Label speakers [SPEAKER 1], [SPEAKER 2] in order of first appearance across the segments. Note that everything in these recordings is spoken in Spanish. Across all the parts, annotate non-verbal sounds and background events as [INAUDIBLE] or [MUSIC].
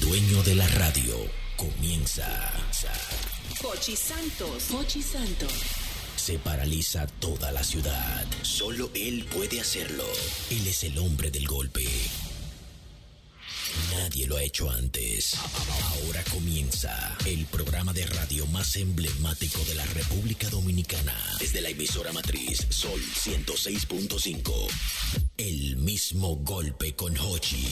[SPEAKER 1] dueño de la radio comienza.
[SPEAKER 2] Pochi Santos. Pochi Santos.
[SPEAKER 1] Se paraliza toda la ciudad. Solo él puede hacerlo. Él es el hombre del golpe. Nadie lo ha hecho antes. Ahora comienza el programa de radio más emblemático de la República Dominicana. Desde la emisora matriz Sol 106.5. El mismo golpe con Hochi.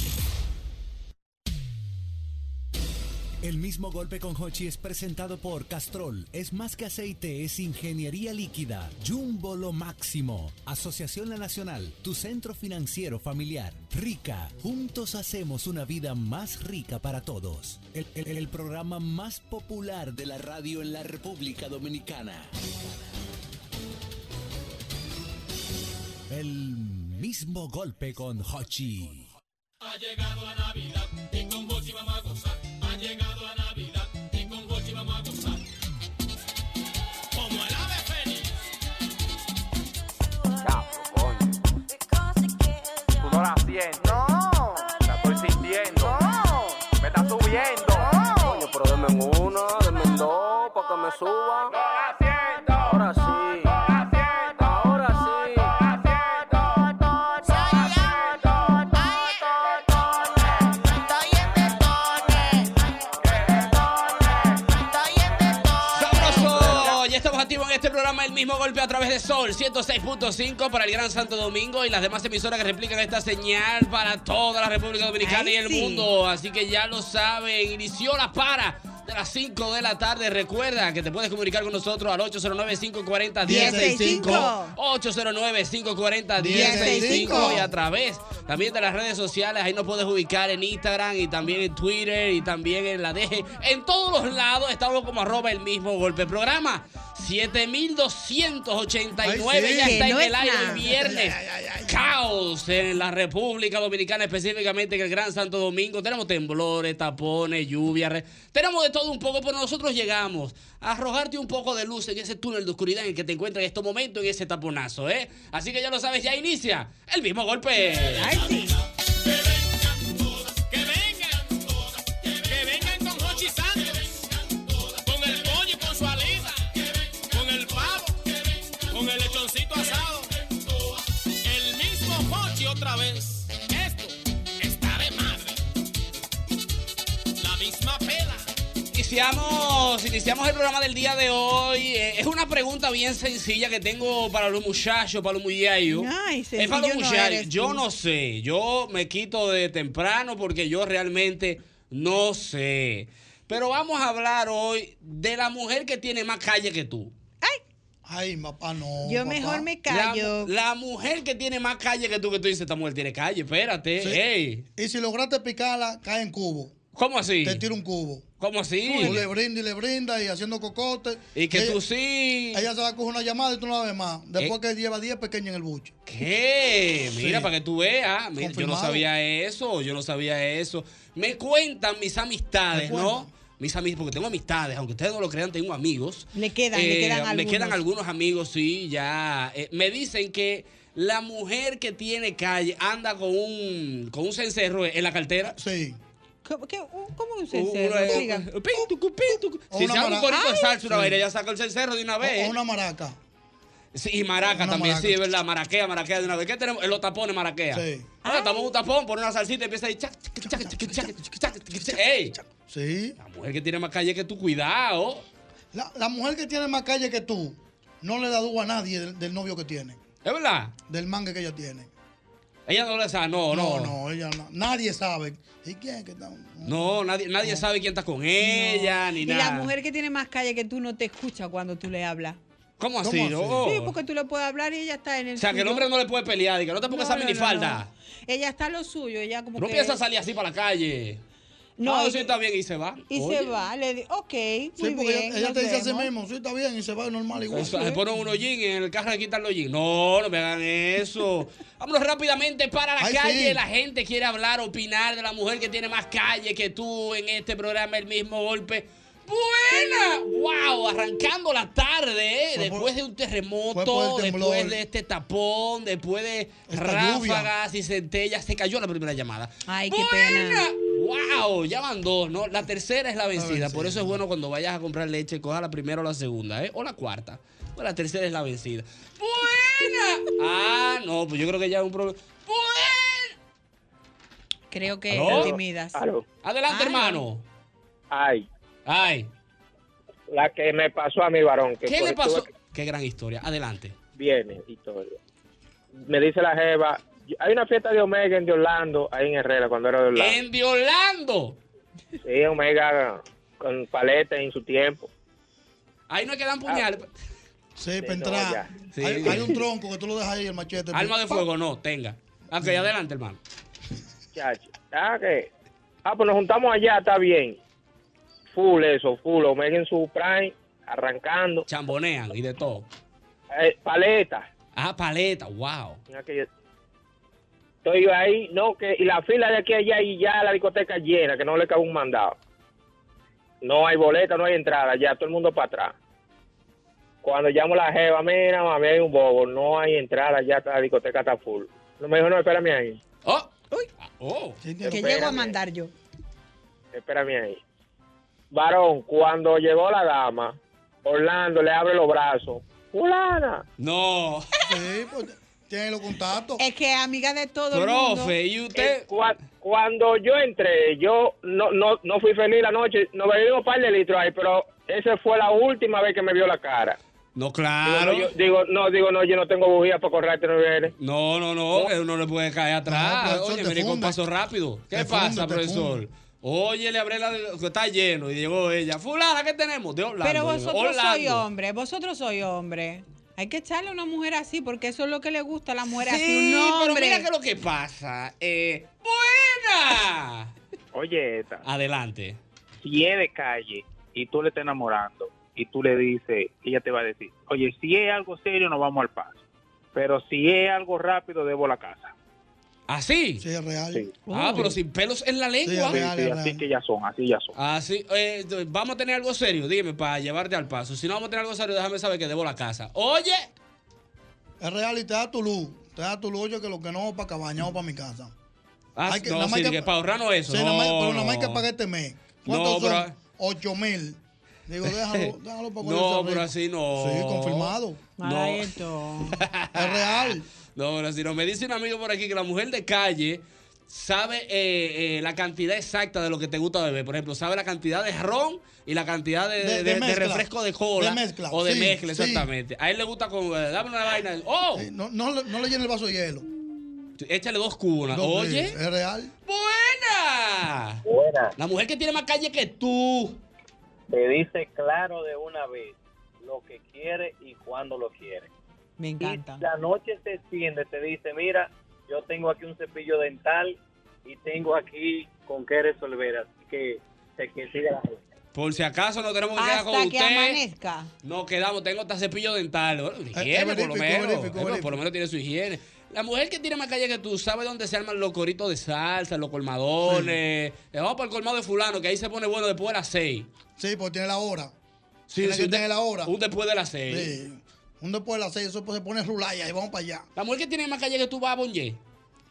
[SPEAKER 3] El mismo golpe con Hochi es presentado por Castrol. Es más que aceite, es ingeniería líquida. Jumbo lo máximo. Asociación La Nacional, tu centro financiero familiar. Rica. Juntos hacemos una vida más rica para todos. El, el- el programa más popular de la radio en la República Dominicana. El mismo golpe con Hochi.
[SPEAKER 4] Ha llegado la Navidad y con Hochi vamos a gozar. Ha llegado la Navidad y con Hochi vamos a gozar. Como el ave fénix.
[SPEAKER 5] Tú no la sientes. No. La estoy sintiendo. Me está subiendo. Coño, pero denme en una, denme en dos, para que me suba. No la siento. Ahora sí. No la siento. Ahora sí. No la siento.
[SPEAKER 4] ¡Sabroso! Ya estamos activos en este programa El mismo golpe a través de Sol 106.5 para el Gran Santo Domingo y las demás emisoras que replican esta señal para toda la República Dominicana
[SPEAKER 6] Ay,
[SPEAKER 4] y el
[SPEAKER 6] sí.
[SPEAKER 4] mundo. Así que ya lo saben, inició la para de las 5 de la tarde. Recuerda que te puedes comunicar con nosotros al 809-540-1065. 809-540-1065 y a través también de las redes sociales. Ahí nos puedes ubicar en Instagram y también en Twitter y también en la DG. En todos los lados estamos como arroba el mismo golpe. Programa 7289
[SPEAKER 7] Ay, sí.
[SPEAKER 4] ya está
[SPEAKER 7] Que no
[SPEAKER 4] en el
[SPEAKER 7] es
[SPEAKER 4] aire
[SPEAKER 7] nada.
[SPEAKER 4] el viernes. Caos en la República Dominicana, específicamente en el Gran Santo Domingo. Tenemos temblores, tapones, lluvia. re- Tenemos de todo un poco, pero nosotros llegamos a arrojarte un poco de luz en ese túnel de oscuridad en el que te encuentras en este momento, en ese taponazo, ¿eh? Así que ya lo sabes, ya inicia el mismo golpe.
[SPEAKER 6] Que vengan todas, que vengan con Hochi Santos, con el pollo y con su alita, con el pavo, con el lechoncito asado, el mismo Hochi otra vez. Esto está de madre. La misma pela.
[SPEAKER 4] Iniciamos, iniciamos el programa del día de hoy. Eh, es una pregunta bien sencilla que tengo para los muchachos, para los muchachos.
[SPEAKER 8] Ay,
[SPEAKER 4] es para
[SPEAKER 8] sencillo
[SPEAKER 4] los
[SPEAKER 8] no
[SPEAKER 4] muchachos.
[SPEAKER 8] eres
[SPEAKER 4] yo
[SPEAKER 8] tú.
[SPEAKER 4] no sé. Yo me quito de temprano porque yo realmente no sé. Pero vamos a hablar hoy de la mujer que tiene más calle que tú.
[SPEAKER 9] Ay, papá, no.
[SPEAKER 8] Yo mejor me callo.
[SPEAKER 4] La, la mujer que tiene más calle que tú, que tú dices, esta mujer tiene calle, espérate.
[SPEAKER 9] Sí.
[SPEAKER 4] ey.
[SPEAKER 9] Y si lograste picarla, cae en cubo.
[SPEAKER 4] ¿Cómo así?
[SPEAKER 9] Te tira un cubo.
[SPEAKER 4] ¿Cómo así?
[SPEAKER 9] Tú le brinda y le brinda y haciendo cocote.
[SPEAKER 4] Y que
[SPEAKER 9] Ella-
[SPEAKER 4] tú sí.
[SPEAKER 9] Ella se va a coger una llamada y tú no la ves más. Después
[SPEAKER 4] Eh.
[SPEAKER 9] que lleva 10 pequeños en el buche.
[SPEAKER 4] ¿Qué? Eh, Mira,
[SPEAKER 9] Sí.
[SPEAKER 4] para que tú veas. Mira, yo no
[SPEAKER 9] Confirmado.
[SPEAKER 4] sabía eso, yo no sabía eso. Me cuentan mis amistades,
[SPEAKER 8] Me
[SPEAKER 4] ¿no? Mis amigos, porque tengo amistades, aunque ustedes no lo crean, tengo amigos.
[SPEAKER 8] Le quedan, le
[SPEAKER 4] Eh,
[SPEAKER 8] quedan
[SPEAKER 4] me
[SPEAKER 8] algunos.
[SPEAKER 4] quedan algunos amigos, sí, ya. Eh, me dicen que la mujer que tiene calle anda con un, con un cencerro en la cartera.
[SPEAKER 9] Sí.
[SPEAKER 8] ¿Cómo, qué- ¿Cómo un
[SPEAKER 4] Uno es-
[SPEAKER 8] cencerro? Siga.
[SPEAKER 9] O
[SPEAKER 4] Si
[SPEAKER 9] una
[SPEAKER 4] se hace un
[SPEAKER 9] mara-
[SPEAKER 4] corito de
[SPEAKER 9] Ay.
[SPEAKER 4] salsa, una
[SPEAKER 9] Sí.
[SPEAKER 4] vaina, ya saca el cencerro de una vez.
[SPEAKER 9] O, o una maraca.
[SPEAKER 4] Sí, y maraca
[SPEAKER 9] Una
[SPEAKER 4] también,
[SPEAKER 9] maraca.
[SPEAKER 4] sí, es verdad. Maraquea, maraquea de una vez. ¿Qué tenemos? Eh, Los tapones, maraquea.
[SPEAKER 9] Sí.
[SPEAKER 4] Ahora estamos un tapón, pone una salsita y empieza a ir. chac, chac, chac, chac, chac, chac, chac, chac, chac. ¡Ey!
[SPEAKER 9] Sí.
[SPEAKER 4] La mujer que tiene más calle que tú, cuidado.
[SPEAKER 9] La, la mujer que tiene más calle que tú no le da dúo a nadie del, del novio que tiene,
[SPEAKER 4] ¿Es verdad?
[SPEAKER 9] del mangue que ella tiene.
[SPEAKER 4] Ella no le sabe, no, no.
[SPEAKER 9] no, ella no- nadie sabe. ¿Y quién que está?
[SPEAKER 4] No, nadie, nadie sabe quién está con ella, ni
[SPEAKER 8] Y
[SPEAKER 4] nada.
[SPEAKER 8] la mujer que tiene más calle que tú no te escucha cuando tú le hablas.
[SPEAKER 4] ¿Cómo así?
[SPEAKER 9] ¿Cómo así?
[SPEAKER 4] no?
[SPEAKER 8] Sí, porque tú le puedes hablar y ella está en el
[SPEAKER 4] O sea, que el
[SPEAKER 8] suyo.
[SPEAKER 4] hombre no le puede pelear. Diga, no te pongas
[SPEAKER 8] No,
[SPEAKER 4] esa
[SPEAKER 8] no, no,
[SPEAKER 4] minifalda.
[SPEAKER 8] no. Ella está en lo suyo, ella como
[SPEAKER 4] No,
[SPEAKER 8] que...
[SPEAKER 4] piensa salir así para la calle. No,
[SPEAKER 8] No, y-
[SPEAKER 4] sí está bien y se va.
[SPEAKER 8] Y
[SPEAKER 4] Oye,
[SPEAKER 8] se va, le digo, ok,
[SPEAKER 9] Sí,
[SPEAKER 8] muy
[SPEAKER 9] porque
[SPEAKER 8] bien,
[SPEAKER 9] ella, ella
[SPEAKER 8] nos
[SPEAKER 9] te dice a sí
[SPEAKER 8] vemos.
[SPEAKER 9] mismo, sí, está bien, y se va normal igual.
[SPEAKER 4] O sea, se ponen unos jeans en el carro de quitar los jeans. No, no me hagan
[SPEAKER 9] [LAUGHS]
[SPEAKER 4] eso. Vámonos rápidamente para la
[SPEAKER 9] Ay,
[SPEAKER 4] calle.
[SPEAKER 9] sí.
[SPEAKER 4] La gente quiere hablar, opinar de la mujer que tiene más calle que tú en este programa, el mismo golpe. ¡Buena! ¡Wow! Arrancando la tarde,
[SPEAKER 9] Fue
[SPEAKER 4] ¿eh?
[SPEAKER 9] por-
[SPEAKER 4] después de un
[SPEAKER 9] fue por
[SPEAKER 4] terremoto,
[SPEAKER 9] el temblor.
[SPEAKER 4] después de este tapón, después de
[SPEAKER 9] Esta lluvia.
[SPEAKER 4] ráfagas y centellas. Se cayó la primera llamada.
[SPEAKER 8] Ay, qué
[SPEAKER 4] ¡Buena!
[SPEAKER 8] pena.
[SPEAKER 4] ¡Wow! Ya van dos, ¿no? La tercera es la vencida. Por eso es bueno cuando vayas a comprar leche, coja la primera o la segunda, ¿eh? O la cuarta. Pues la tercera es la vencida. ¡Buena! Ah, no, pues yo creo que ya es un problema.
[SPEAKER 8] Creo que
[SPEAKER 4] ¿Aló?
[SPEAKER 8] te intimidas. Ah,
[SPEAKER 10] Aló.
[SPEAKER 4] Adelante, hermano.
[SPEAKER 10] Ay.
[SPEAKER 4] Ay.
[SPEAKER 10] La que me pasó a mi varón. Que
[SPEAKER 4] ¿Qué le
[SPEAKER 10] tuve-
[SPEAKER 4] pasó?
[SPEAKER 10] tuve-
[SPEAKER 4] Qué gran historia. Adelante.
[SPEAKER 10] Viene y todo. Me dice la jeva, hay una fiesta de Omega en de Orlando, ahí en Herrera, cuando era de Orlando.
[SPEAKER 4] En de Orlando.
[SPEAKER 10] Sí, Omega con paleta en su tiempo.
[SPEAKER 4] Ahí no quedan puñales.
[SPEAKER 9] Sí, para
[SPEAKER 10] no,
[SPEAKER 9] entrar.
[SPEAKER 10] ya.
[SPEAKER 4] Sí.
[SPEAKER 9] Ah, Hay, hay un tronco que tú lo dejas ahí, el machete.
[SPEAKER 4] Alma de
[SPEAKER 9] ¡pam!
[SPEAKER 4] fuego, no, tenga. Ok, adelante, hermano.
[SPEAKER 10] Chacho. Ah, que. Ah, pues nos juntamos allá, está bien. Full eso, full. Omega en su prime, arrancando.
[SPEAKER 4] Chambonean y de todo.
[SPEAKER 10] Eh, paleta.
[SPEAKER 4] Ah, paleta, wow.
[SPEAKER 10] En aquella- Estoy yo ahí, no, que. Y la fila de aquí a allá y ya la discoteca llena, que no le cabe un mandado. No hay boleta, no hay entrada, ya todo el mundo para atrás. Cuando llamo a la jeva, mira, mami, hay un bobo, no hay entrada, ya está- la discoteca está full. No me dijo, no, espérame ahí.
[SPEAKER 4] Oh, uy, ah, oh.
[SPEAKER 8] Que
[SPEAKER 10] Espérame.
[SPEAKER 8] llego a mandar yo.
[SPEAKER 10] Espérame ahí. Varón, cuando llegó la dama, Orlando le abre los brazos. ¡Fulana!
[SPEAKER 4] No,
[SPEAKER 9] Sí, pues, tiene los contactos.
[SPEAKER 8] Es que amiga de todo el mundo.
[SPEAKER 4] profe, y
[SPEAKER 10] Eh,
[SPEAKER 4] usted.
[SPEAKER 10] cua- cuando yo entré, yo no, no, no fui feliz la noche. Nos bebimos un par de litros ahí, pero esa fue la última vez que me vio la cara.
[SPEAKER 4] No,
[SPEAKER 10] Digo,
[SPEAKER 4] claro.
[SPEAKER 10] no, yo- digo, no, digo, no, yo no tengo bujía para correrte, no vienes.
[SPEAKER 4] No, no, no, que uno le puede caer atrás.
[SPEAKER 9] No, profesor,
[SPEAKER 4] Oye,
[SPEAKER 9] te
[SPEAKER 4] vení con
[SPEAKER 9] funde.
[SPEAKER 4] paso rápido. ¿Qué
[SPEAKER 9] Te
[SPEAKER 4] pasa,
[SPEAKER 9] funde, te
[SPEAKER 4] profesor?
[SPEAKER 9] funde.
[SPEAKER 4] Oye, le abré la. que Está lleno. Y llegó ella. Fulana, ¿qué tenemos? De Orlando.
[SPEAKER 8] Pero
[SPEAKER 4] digo,
[SPEAKER 8] vosotros sois
[SPEAKER 4] Orlando.
[SPEAKER 8] hombre, vosotros sois hombre. Hay que echarle a una mujer así, porque eso es lo que le gusta a la mujer así.
[SPEAKER 4] Sí,
[SPEAKER 8] Un
[SPEAKER 4] pero
[SPEAKER 8] hombre.
[SPEAKER 4] mira que lo que pasa. Eh, ¡Buena!
[SPEAKER 11] Oye, esta,
[SPEAKER 4] Adelante.
[SPEAKER 11] si es de calle y tú le estás enamorando y tú le dices, ella te va a decir, oye, si es algo serio, nos vamos al paso. Pero si es algo rápido, debo la casa.
[SPEAKER 4] ¿Así?
[SPEAKER 9] Sí, es real.
[SPEAKER 11] Sí.
[SPEAKER 4] Ah, pero sin pelos en la lengua.
[SPEAKER 9] Sí,
[SPEAKER 11] Sí,
[SPEAKER 9] Real,
[SPEAKER 11] sí,
[SPEAKER 9] real.
[SPEAKER 11] así que ya son, así ya son.
[SPEAKER 4] Así, eh, d- vamos a tener algo serio, dime, para llevarte al paso. Si no vamos a tener algo serio, déjame saber que debo la casa. Oye,
[SPEAKER 9] Es real y te da tu luz. Te da tu luz, oye, que lo que no, para cabañado, para mi casa.
[SPEAKER 4] Ah,
[SPEAKER 9] Hay que-
[SPEAKER 4] no,
[SPEAKER 9] nada más
[SPEAKER 4] sí,
[SPEAKER 9] que-
[SPEAKER 4] que para ahorrarnos eso.
[SPEAKER 9] Sí,
[SPEAKER 4] no,
[SPEAKER 9] nada más, pero nada más
[SPEAKER 4] no.
[SPEAKER 9] que pagué este mes.
[SPEAKER 4] No,
[SPEAKER 9] ¿Cuántos son?
[SPEAKER 4] pero-
[SPEAKER 9] Ocho mil.
[SPEAKER 4] [LAUGHS]
[SPEAKER 9] Digo, déjalo, déjalo para
[SPEAKER 4] No,
[SPEAKER 9] ponerse
[SPEAKER 4] pero
[SPEAKER 9] rico.
[SPEAKER 4] así no.
[SPEAKER 9] Sí, confirmado.
[SPEAKER 4] No.
[SPEAKER 8] Maestro.
[SPEAKER 4] [LAUGHS]
[SPEAKER 9] Es real.
[SPEAKER 4] No, pero si no me dice un amigo por aquí que la mujer de calle sabe eh, eh, la cantidad exacta de lo que te gusta beber. Por ejemplo, sabe la cantidad de ron y la cantidad de,
[SPEAKER 9] De- de
[SPEAKER 4] de- de
[SPEAKER 9] mezcla.
[SPEAKER 4] refresco de cola.
[SPEAKER 9] De mezcla,
[SPEAKER 4] O de
[SPEAKER 9] sí,
[SPEAKER 4] mezcla,
[SPEAKER 9] sí.
[SPEAKER 4] exactamente. A él le gusta con. eh, dame una vaina. ¡Oh!
[SPEAKER 9] Sí, No, no, le- no le llene el vaso de hielo.
[SPEAKER 4] Échale dos cunas.
[SPEAKER 9] No, sí,
[SPEAKER 4] Oye. Ah.
[SPEAKER 9] Es real.
[SPEAKER 4] ¡Buena!
[SPEAKER 10] Buena,
[SPEAKER 4] La mujer que tiene más calle que tú.
[SPEAKER 10] te dice claro de una vez lo que quiere y cuándo lo quiere.
[SPEAKER 8] Me encanta.
[SPEAKER 10] la noche se extiende, te dice, mira, yo tengo aquí un cepillo dental y tengo aquí con qué resolver, así que te que siga la fiesta.
[SPEAKER 4] Por si acaso no tenemos que quedar con
[SPEAKER 8] Hasta que
[SPEAKER 4] usted.
[SPEAKER 8] amanezca.
[SPEAKER 4] Nos quedamos, tengo hasta cepillo dental. Bueno,
[SPEAKER 9] Eh,
[SPEAKER 4] higiene, por lo
[SPEAKER 9] verifico,
[SPEAKER 4] menos.
[SPEAKER 9] verifico,
[SPEAKER 4] Eh, pero
[SPEAKER 9] verifico.
[SPEAKER 4] Por lo menos tiene su higiene. La mujer que tiene más calle que tú sabe dónde se arman los coritos de salsa, los colmadones. Eh, Vamos para el colmado de fulano, que ahí se pone bueno después de las seis.
[SPEAKER 9] Sí, porque tiene la hora.
[SPEAKER 4] Sí,
[SPEAKER 9] Tiene
[SPEAKER 4] sí,
[SPEAKER 9] que
[SPEAKER 4] un
[SPEAKER 9] tener la hora.
[SPEAKER 4] Un después de las seis.
[SPEAKER 9] Sí. Un después de las seis, eso pues, se pone rulaya y vamos para allá.
[SPEAKER 4] La mujer que tiene más calle que tú va a Bonje.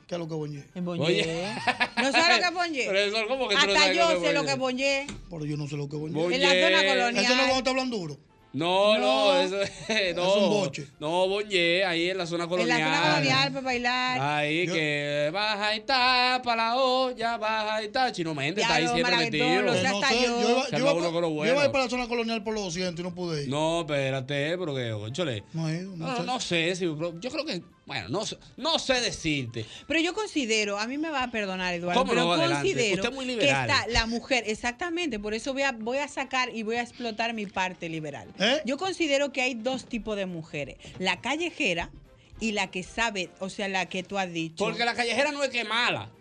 [SPEAKER 9] ¿Qué es lo que voy
[SPEAKER 8] En Bonje.
[SPEAKER 4] Oye.
[SPEAKER 8] No sé lo que
[SPEAKER 4] [LAUGHS]
[SPEAKER 8] es Bonje.
[SPEAKER 4] Profesor, ¿cómo que tú no
[SPEAKER 8] Hasta
[SPEAKER 4] sabes
[SPEAKER 8] yo
[SPEAKER 4] qué es
[SPEAKER 8] sé lo que es
[SPEAKER 4] Bonje?
[SPEAKER 8] Bonje.
[SPEAKER 9] Pero yo no sé lo que voy
[SPEAKER 4] Bonje.
[SPEAKER 8] En la zona
[SPEAKER 9] Eso no es
[SPEAKER 8] colonial.
[SPEAKER 9] cuando te hablan duro.
[SPEAKER 4] No, no,
[SPEAKER 8] No.
[SPEAKER 4] eso es. [LAUGHS] No,
[SPEAKER 9] un boche.
[SPEAKER 4] No, Bonje, ahí en la zona
[SPEAKER 8] En la
[SPEAKER 4] colonial.
[SPEAKER 8] zona colonial para bailar.
[SPEAKER 4] Ahí
[SPEAKER 9] Yo-
[SPEAKER 4] que baja y está para la olla, baja y está. Chino
[SPEAKER 8] Ya
[SPEAKER 4] Méndez está ahí
[SPEAKER 8] lo
[SPEAKER 4] siempre
[SPEAKER 8] maravilló,
[SPEAKER 4] metido.
[SPEAKER 8] lo
[SPEAKER 9] Que
[SPEAKER 8] sea,
[SPEAKER 9] no
[SPEAKER 8] hasta
[SPEAKER 9] sé,
[SPEAKER 8] yo.
[SPEAKER 9] yo iba,
[SPEAKER 4] Se
[SPEAKER 9] yo iba
[SPEAKER 4] arma uno
[SPEAKER 9] pa-
[SPEAKER 4] con lo
[SPEAKER 9] yo
[SPEAKER 4] bueno.
[SPEAKER 9] iba a ir para la zona colonial por los 200 y no pude ir.
[SPEAKER 4] No, espérate, porque, óchale.
[SPEAKER 9] No he ido, no
[SPEAKER 4] No,
[SPEAKER 9] sé.
[SPEAKER 4] no sé, si- pero yo creo que, bueno, no, sé- no sé decirte.
[SPEAKER 8] Pero yo considero, a mí me va a perdonar Eduardo,
[SPEAKER 4] ¿Cómo no?
[SPEAKER 8] pero
[SPEAKER 4] Adelante.
[SPEAKER 8] considero
[SPEAKER 4] Usted es muy
[SPEAKER 8] que
[SPEAKER 4] liberal.
[SPEAKER 8] está la mujer, exactamente, por eso voy a, voy a sacar y voy a explotar mi parte liberal.
[SPEAKER 9] ¿Eh?
[SPEAKER 8] Yo considero que hay dos tipos de mujeres, la callejera y la que sabe, o sea, la que tú has dicho.
[SPEAKER 4] Porque la callejera no es que mala.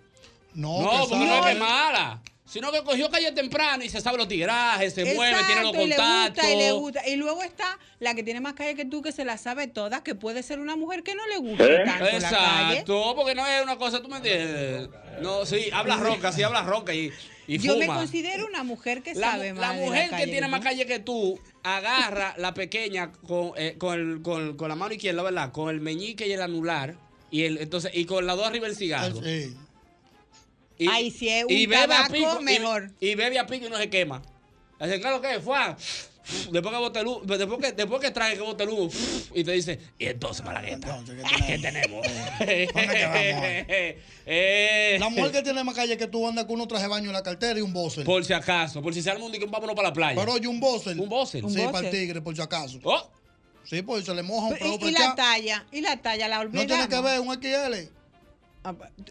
[SPEAKER 9] No,
[SPEAKER 4] No,
[SPEAKER 9] que
[SPEAKER 4] porque
[SPEAKER 9] sabe.
[SPEAKER 4] no es que mala. Sino que cogió calle temprano y se sabe los tigrajes, se mueve, tiene los
[SPEAKER 8] y le
[SPEAKER 4] contactos.
[SPEAKER 8] gusta, y le gusta. Y luego está la que tiene más calle que tú, que se la sabe toda, que puede ser una mujer que no le gusta
[SPEAKER 9] ¿Eh?
[SPEAKER 8] tanto la calle.
[SPEAKER 4] Exacto, porque no es una cosa, tú me entiendes. No, sí, habla roca, sí, habla roca y, y
[SPEAKER 8] Yo me
[SPEAKER 4] fuma.
[SPEAKER 8] considero una mujer que
[SPEAKER 4] La,
[SPEAKER 8] sabe
[SPEAKER 4] mu-
[SPEAKER 8] más.
[SPEAKER 4] la
[SPEAKER 8] de
[SPEAKER 4] mujer que
[SPEAKER 8] calle
[SPEAKER 4] tiene más
[SPEAKER 8] tú.
[SPEAKER 4] calle que tú agarra la pequeña con, eh, con, el- con- con la mano izquierda, ¿verdad? Con el meñique y el anular. Y el, entonces, y con la dos arriba el
[SPEAKER 9] Ah,
[SPEAKER 4] cigarro.
[SPEAKER 9] sí.
[SPEAKER 4] Y,
[SPEAKER 8] Ay, si es un
[SPEAKER 4] y
[SPEAKER 8] tabaco, mejor.
[SPEAKER 4] Y, y bebe a pico y no se quema. Así claro que fue. ah, Después que bote el humo, después que, después que trae que bote el humo, y te dice, y entonces, Malagueta, ¿qué tenemos? [LAUGHS] Eh,
[SPEAKER 9] La mujer que tiene más calle que tú andas con uno traje de baño en la cartera y un boxer.
[SPEAKER 4] Por si acaso, por si se arma un dique, vámonos para la playa.
[SPEAKER 9] Pero oye, un boxer.
[SPEAKER 4] Un boxer.
[SPEAKER 9] Sí,
[SPEAKER 4] Un boxer. Oh.
[SPEAKER 9] para el tigre, por si acaso. Sí, pues se le moja un pelo
[SPEAKER 8] Y,
[SPEAKER 9] por
[SPEAKER 8] y la
[SPEAKER 9] acá.
[SPEAKER 8] talla, y la talla, la
[SPEAKER 9] No
[SPEAKER 8] olvidamos.
[SPEAKER 9] tiene que
[SPEAKER 8] Ah, pues,
[SPEAKER 9] ver, un XL.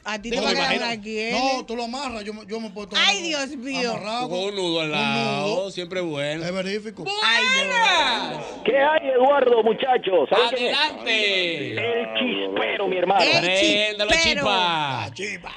[SPEAKER 8] A ti
[SPEAKER 9] No,
[SPEAKER 8] te va a
[SPEAKER 9] me
[SPEAKER 8] quedar
[SPEAKER 9] imagino.
[SPEAKER 8] una XL.
[SPEAKER 9] No, tú lo amarras, yo, me- yo me puedo tomar.
[SPEAKER 8] Ay, Dios mío.
[SPEAKER 9] Amarrado.
[SPEAKER 4] Con un nudo al lado, siempre bueno.
[SPEAKER 9] Es verífico.
[SPEAKER 10] ¿Qué hay, Eduardo, muchachos? ¿Saben quién es?
[SPEAKER 4] ¡Adelante!
[SPEAKER 10] El chispero, mi hermano.
[SPEAKER 4] El Préndelo, chispero. chipa.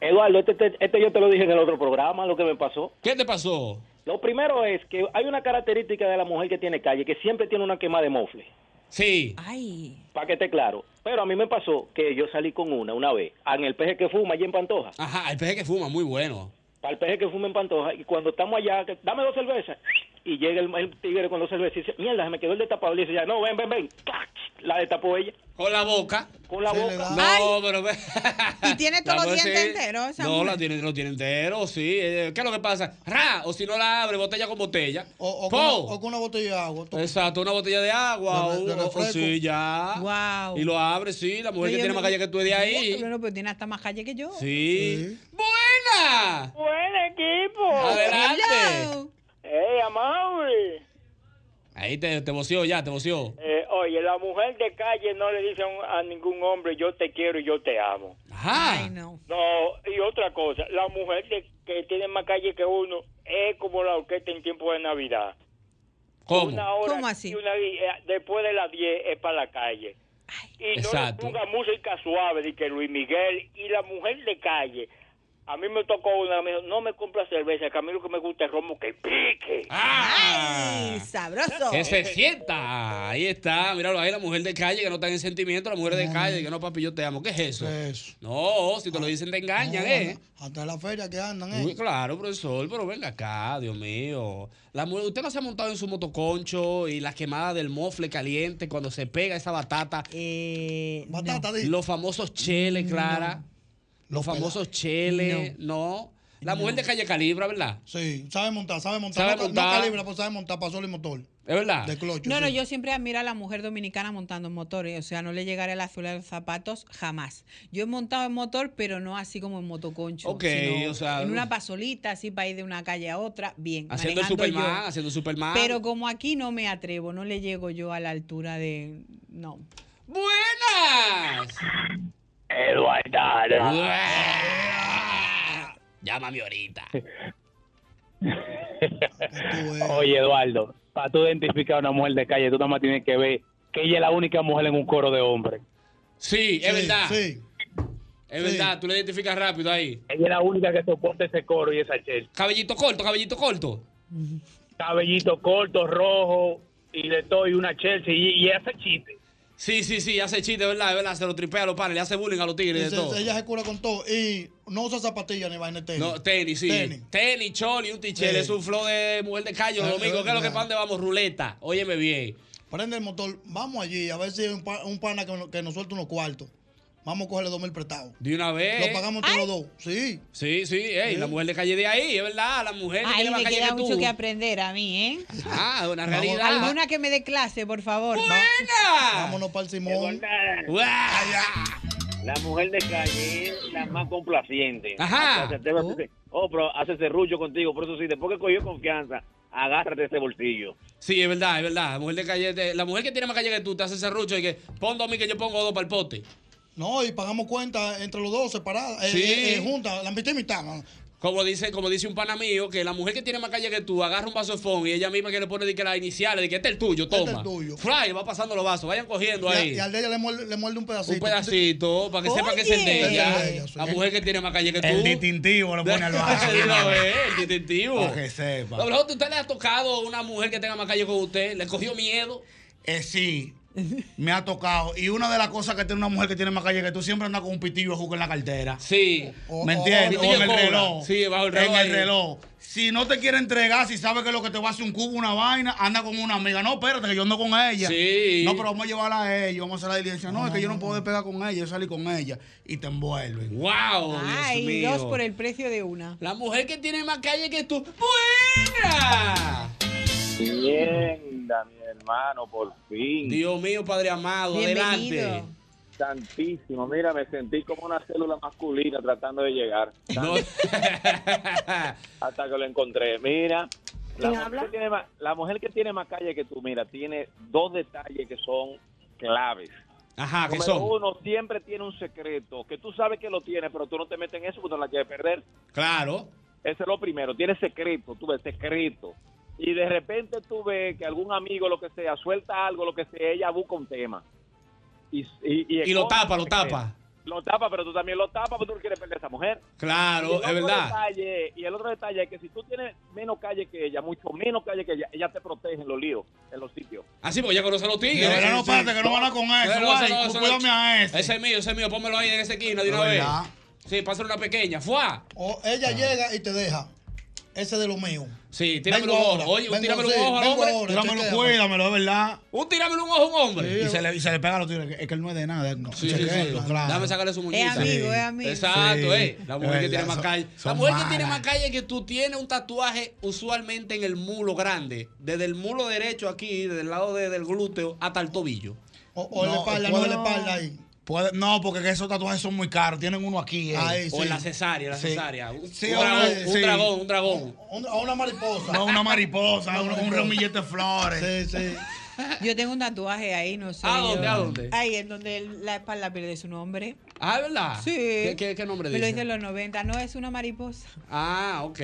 [SPEAKER 10] Eduardo, este, este- este yo te lo dije en el otro programa, lo que me pasó.
[SPEAKER 4] ¿Qué te pasó?
[SPEAKER 10] Lo primero es que hay una característica de la mujer que tiene calle, que siempre tiene una quema de mofle.
[SPEAKER 4] Sí.
[SPEAKER 8] Ay.
[SPEAKER 10] Para que esté claro. Pero a mí me pasó que yo salí con una una vez, Ah, en el peje que fuma allí en Pantoja.
[SPEAKER 4] Ajá, el peje que fuma, muy bueno.
[SPEAKER 10] Para el peje que fuma en Pantoja. Y cuando estamos allá, que, dame dos cervezas. Y llega el, el tigre con dos cervezas y dice, mierda, se me quedó el destapado. Y dice, ya, no, ven, ven, ven. ¡Clac! La destapó ella.
[SPEAKER 4] Con la boca.
[SPEAKER 10] Con la boca.
[SPEAKER 4] No, pero.
[SPEAKER 8] Y tiene todos
[SPEAKER 4] La
[SPEAKER 8] los
[SPEAKER 4] mujer
[SPEAKER 8] dientes
[SPEAKER 4] sí.
[SPEAKER 8] enteros. Esa
[SPEAKER 4] No,
[SPEAKER 8] mujer.
[SPEAKER 4] la tiene, lo tiene entero, sí. Eh, ¿Qué es lo que pasa? ¡Ra! O si no la abre, botella con botella.
[SPEAKER 9] O, o
[SPEAKER 4] Po.
[SPEAKER 9] con, o con una botella de agua. Tú-
[SPEAKER 4] Exacto, una botella de agua.
[SPEAKER 9] De re- de
[SPEAKER 4] o- o- o
[SPEAKER 9] refresco.
[SPEAKER 4] sí, ya.
[SPEAKER 8] Wow.
[SPEAKER 4] Y lo abre, sí. La mujer que
[SPEAKER 8] Oye,
[SPEAKER 4] tiene más calle que tú es de ahí.
[SPEAKER 8] Bueno, pero tiene hasta más calle que yo.
[SPEAKER 4] Sí. ¡Buena!
[SPEAKER 12] Buen equipo.
[SPEAKER 4] Adelante.
[SPEAKER 12] Ey, Amaury.
[SPEAKER 4] Ahí te, te voció ya, te voció.
[SPEAKER 12] Eh, oye, la mujer de calle no le dice a un- a ningún hombre yo te quiero y yo te amo.
[SPEAKER 4] Ajá.
[SPEAKER 12] No, y otra cosa, la mujer de- que tiene más calle que uno es como la orquesta en tiempo de Navidad. Una hora y una- y, eh, después de las 10 es para la calle. Y
[SPEAKER 4] Exacto.
[SPEAKER 12] no le ponga música suave, de que Luis Miguel y la mujer de calle. A mí me tocó una, me dijo, no me compra cerveza, que a mí lo que me gusta es romo que pique.
[SPEAKER 4] Ah, ¡Ay,
[SPEAKER 8] sabroso!
[SPEAKER 4] Que se sienta. Ahí está, míralo ahí, la mujer de calle que no está en sentimiento, la mujer de calle que no, papi, yo te amo. ¿Qué es eso? No, si te lo dicen te engañan,
[SPEAKER 9] No,
[SPEAKER 4] ¿eh?
[SPEAKER 9] Hasta la feria que andan,
[SPEAKER 4] Uy,
[SPEAKER 9] ¿eh?
[SPEAKER 4] claro, profesor, pero venga acá, Dios mío. La mujer, usted no se ha montado en su motoconcho y la quemada del mofle caliente cuando se pega esa batata.
[SPEAKER 8] Eh,
[SPEAKER 9] Batata, di.
[SPEAKER 4] Los famosos cheles, Clara. Los famosos cheles, no. La mujer de calle calibra, ¿verdad?
[SPEAKER 9] Sí, sabe montar, sabe montar.
[SPEAKER 4] Sabe
[SPEAKER 9] no, ca- no
[SPEAKER 4] montar.
[SPEAKER 9] calibra, pero sabe montar para solo y motor.
[SPEAKER 4] ¿Es verdad?
[SPEAKER 9] De clocho.
[SPEAKER 8] No, no,
[SPEAKER 9] sí.
[SPEAKER 8] yo siempre admiro a la mujer dominicana montando en motores. O sea, no le llegaré a la suela de los zapatos jamás. Yo he montado en motor, pero no así como en motoconcho.
[SPEAKER 4] Ok,
[SPEAKER 8] sino
[SPEAKER 4] o sea,
[SPEAKER 8] En una pasolita, así para ir de una calle a otra. Bien.
[SPEAKER 4] Haciendo el
[SPEAKER 8] manejando
[SPEAKER 4] Superman,
[SPEAKER 8] yo.
[SPEAKER 4] haciendo el Superman.
[SPEAKER 8] Pero como aquí no me atrevo, no le llego yo a la altura de. No.
[SPEAKER 4] ¡Buenas!
[SPEAKER 13] Eduardo.
[SPEAKER 4] Uah. Llámame ahorita.
[SPEAKER 7] Oye, Eduardo, para tú identificar a una mujer de calle, tú nada más tienes que ver que ella es la única mujer en un coro de hombres.
[SPEAKER 4] Sí, es verdad.
[SPEAKER 9] Sí.
[SPEAKER 4] Es verdad, tú lo identificas rápido ahí.
[SPEAKER 7] Ella es la única que soporta ese coro y esa chel.
[SPEAKER 4] Cabellito corto, cabellito corto.
[SPEAKER 7] Cabellito corto, rojo, y le doy una Chelsea y, y hace chiste.
[SPEAKER 4] Sí, sí, sí, hace chiste, ¿verdad? Es verdad, se lo tripea a los panes, le hace bullying a los tigres y de
[SPEAKER 9] Dice,
[SPEAKER 4] todo.
[SPEAKER 9] ella se cura con todo. Y no usa zapatillas ni vaina de tenis.
[SPEAKER 4] No, tenis, sí.
[SPEAKER 9] Tenis.
[SPEAKER 4] Tenis, choli, un tichel,
[SPEAKER 9] Sí. Eh,
[SPEAKER 4] es un flow de mujer de callo.
[SPEAKER 9] Es
[SPEAKER 4] Domingo, ¿qué es lo que
[SPEAKER 9] verdad.
[SPEAKER 4] para dónde vamos? Ruleta. Óyeme bien.
[SPEAKER 9] Prende el motor. Vamos allí, a ver si hay un, pa- un pana que, no- que nos suelta unos cuartos. Vamos a cogerle dos mil prestados.
[SPEAKER 4] De una vez.
[SPEAKER 9] Lo pagamos entre los dos. Sí.
[SPEAKER 4] Sí, sí, ey,
[SPEAKER 9] Sí.
[SPEAKER 4] la mujer de calle de ahí, es verdad, la mujer que
[SPEAKER 8] ¿Eh? Ahí
[SPEAKER 4] tiene más
[SPEAKER 8] me
[SPEAKER 4] calle
[SPEAKER 8] queda
[SPEAKER 4] que
[SPEAKER 8] mucho
[SPEAKER 4] tú.
[SPEAKER 8] que aprender a mí, ¿eh?
[SPEAKER 4] Ah, es una
[SPEAKER 9] Vamos-
[SPEAKER 4] realidad.
[SPEAKER 8] Alguna que me dé clase, por favor.
[SPEAKER 9] Vámonos para el Simón.
[SPEAKER 10] La mujer de calle es la más complaciente.
[SPEAKER 4] Ajá.
[SPEAKER 10] Hasta se te va a hacer- Oh, pero hace serrullo contigo, por eso sí, después que cogió confianza, agárrate ese bolsillo.
[SPEAKER 4] Sí, es verdad, es verdad. La mujer de calle, de- la mujer que tiene más calle que tú te hace serrucho y que pon dos mil que yo pongo dos para el pote.
[SPEAKER 9] No, y pagamos cuenta entre los dos, separadas. eh,
[SPEAKER 4] Sí.
[SPEAKER 9] eh, eh, juntas, la mitad y mitad. mano.
[SPEAKER 4] Como dice, como dice un pana mío, que la mujer que tiene más calle que tú agarra un vaso de fondo y ella misma que le pone de que las iniciales, de que este es el tuyo,
[SPEAKER 9] Este
[SPEAKER 4] toma.
[SPEAKER 9] es el tuyo.
[SPEAKER 4] Fry, va pasando los vasos, vayan cogiendo
[SPEAKER 9] Y, a-
[SPEAKER 4] ahí.
[SPEAKER 9] y al de ella le muerde, le muerde un pedacito.
[SPEAKER 4] un pedacito para que sepa que es el de
[SPEAKER 9] Oye.
[SPEAKER 4] ella.
[SPEAKER 9] Es el de ella, sí.
[SPEAKER 4] La mujer que tiene más calle que tú.
[SPEAKER 14] El distintivo lo
[SPEAKER 4] [LAUGHS]
[SPEAKER 14] pone al vaso.
[SPEAKER 4] De una vez, el distintivo.
[SPEAKER 14] Para que sepa.
[SPEAKER 4] Don Jorge, ¿usted le ha tocado a una mujer que tenga más calle con usted? ¿Le cogió miedo?
[SPEAKER 14] Eh, sí, Me ha tocado. Y una de las cosas que tiene una mujer que tiene más calle que tú siempre anda con un pitillo de jugo en la cartera.
[SPEAKER 4] Sí.
[SPEAKER 14] ¿Me entiendes?
[SPEAKER 4] o-
[SPEAKER 14] O en el
[SPEAKER 4] pitillo de
[SPEAKER 14] reloj.
[SPEAKER 4] cola. Sí, bajo el reloj
[SPEAKER 14] En el
[SPEAKER 4] ahí.
[SPEAKER 14] reloj. Si no te quiere entregar, si sabe que lo que te va a hacer un cubo, una vaina, anda con una amiga. No, espérate, que yo ando con ella.
[SPEAKER 4] Sí.
[SPEAKER 14] No, pero vamos a llevarla a ella, vamos a hacer la diligencia. No, es que yo no puedo despegar con ella, yo salí con ella. Y te envuelven.
[SPEAKER 4] ¡Wow!
[SPEAKER 8] Ay, dos por el precio de una.
[SPEAKER 4] oh, La mujer que tiene más calle que tú. ¡Buena!
[SPEAKER 10] Tienda, mi hermano, por fin.
[SPEAKER 4] Dios mío, Padre amado, Bienvenido. adelante.
[SPEAKER 10] Santísimo, mira, me sentí como una célula masculina tratando de llegar. [LAUGHS] Hasta que lo encontré. Mira, la
[SPEAKER 15] ¿Quién
[SPEAKER 10] mujer,
[SPEAKER 15] habla?
[SPEAKER 10] que tiene más, la mujer que tiene más calle que tú, mira, tiene dos detalles que son claves.
[SPEAKER 4] Ajá, ¿qué
[SPEAKER 10] Número
[SPEAKER 4] son?
[SPEAKER 10] uno, siempre tiene un secreto, que tú sabes que lo tiene, pero tú no te metes en eso porque no la quieres perder.
[SPEAKER 4] Claro.
[SPEAKER 10] Eso es lo primero, tiene secreto, tú ves, secreto. Y de repente tú ves que algún amigo, lo que sea, suelta algo, lo que sea, ella busca un tema. Y,
[SPEAKER 4] Y
[SPEAKER 10] esconde
[SPEAKER 4] lo tapa,
[SPEAKER 10] el
[SPEAKER 4] lo
[SPEAKER 10] secreto.
[SPEAKER 4] tapa.
[SPEAKER 10] Lo tapa, pero tú también lo tapas porque tú no quieres perder a esa mujer. Y el
[SPEAKER 4] Claro, es
[SPEAKER 10] otro
[SPEAKER 4] verdad.
[SPEAKER 10] detalle- y el otro detalle es que si tú tienes menos calle que ella, mucho menos calle que ella, ella te protege en los líos, en los sitios.
[SPEAKER 4] Así, Ah, porque ya conoce a los tigres.
[SPEAKER 14] De verdad, no, espérate, que no van a con eso, guay, cuídame a este.
[SPEAKER 4] ese. es mío, ese es mío, pónmelo ahí en esa esquina de una
[SPEAKER 14] De
[SPEAKER 4] vez.
[SPEAKER 14] verdad.
[SPEAKER 4] Sí, pásale una pequeña. ¡Fua!
[SPEAKER 9] O ella
[SPEAKER 4] Ah.
[SPEAKER 9] llega y te deja. Ese de lo mío.
[SPEAKER 4] Sí, tírame un
[SPEAKER 9] Vengo ahora,
[SPEAKER 4] ojo. Oye, un
[SPEAKER 9] vengo,
[SPEAKER 4] tírame un
[SPEAKER 9] sí,
[SPEAKER 4] ojo al
[SPEAKER 9] vengo
[SPEAKER 4] hombre.
[SPEAKER 9] ahora,
[SPEAKER 14] Tíramelo, cuídamelo, es verdad.
[SPEAKER 4] Un tíramelo un ojo a un hombre.
[SPEAKER 14] Y se le, y se le pega a los tiros. Es que él no es de nada. es- no,
[SPEAKER 4] Sí, sí, sí.
[SPEAKER 14] chequeo, claro.
[SPEAKER 4] Dame sacarle su muñeca.
[SPEAKER 14] amigo, es
[SPEAKER 8] amigo.
[SPEAKER 4] Exacto,
[SPEAKER 14] Sí,
[SPEAKER 4] eh. La mujer
[SPEAKER 14] es
[SPEAKER 4] que tiene
[SPEAKER 14] verdad,
[SPEAKER 4] más
[SPEAKER 14] son-
[SPEAKER 4] calle. La
[SPEAKER 14] son
[SPEAKER 4] mujer que
[SPEAKER 14] malas.
[SPEAKER 4] tiene más calle que tú tiene un tatuaje usualmente en el mulo grande. Desde el mulo derecho aquí, del lado de- del glúteo hasta el tobillo.
[SPEAKER 14] Oh,
[SPEAKER 9] O la espalda, no,
[SPEAKER 14] puede-
[SPEAKER 9] la espalda ahí.
[SPEAKER 14] puede- no, porque esos tatuajes son muy caros. Tienen uno aquí. eh.
[SPEAKER 4] o en la cesárea, la
[SPEAKER 14] Sí.
[SPEAKER 4] cesárea. Un,
[SPEAKER 14] Sí,
[SPEAKER 4] un
[SPEAKER 14] ahora-
[SPEAKER 4] dragón, un
[SPEAKER 14] sí.
[SPEAKER 4] dragón, un dragón.
[SPEAKER 9] Un- A una mariposa.
[SPEAKER 14] No, una mariposa, un,
[SPEAKER 9] [LAUGHS]
[SPEAKER 14] un ramillete de flores.
[SPEAKER 9] Sí, sí.
[SPEAKER 8] [LAUGHS] Yo tengo un tatuaje ahí, no sé.
[SPEAKER 4] ¿A
[SPEAKER 8] yo-
[SPEAKER 4] dónde, a dónde?
[SPEAKER 8] Ahí, en donde el- la espalda pierde su nombre.
[SPEAKER 4] Ah, ¿es ¿verdad?
[SPEAKER 8] Sí.
[SPEAKER 4] ¿Qué, qué, qué nombre
[SPEAKER 8] Me lo hice
[SPEAKER 4] dice?
[SPEAKER 8] en los 90. No, es una mariposa.
[SPEAKER 4] Ah,
[SPEAKER 8] [LAUGHS]
[SPEAKER 4] ok.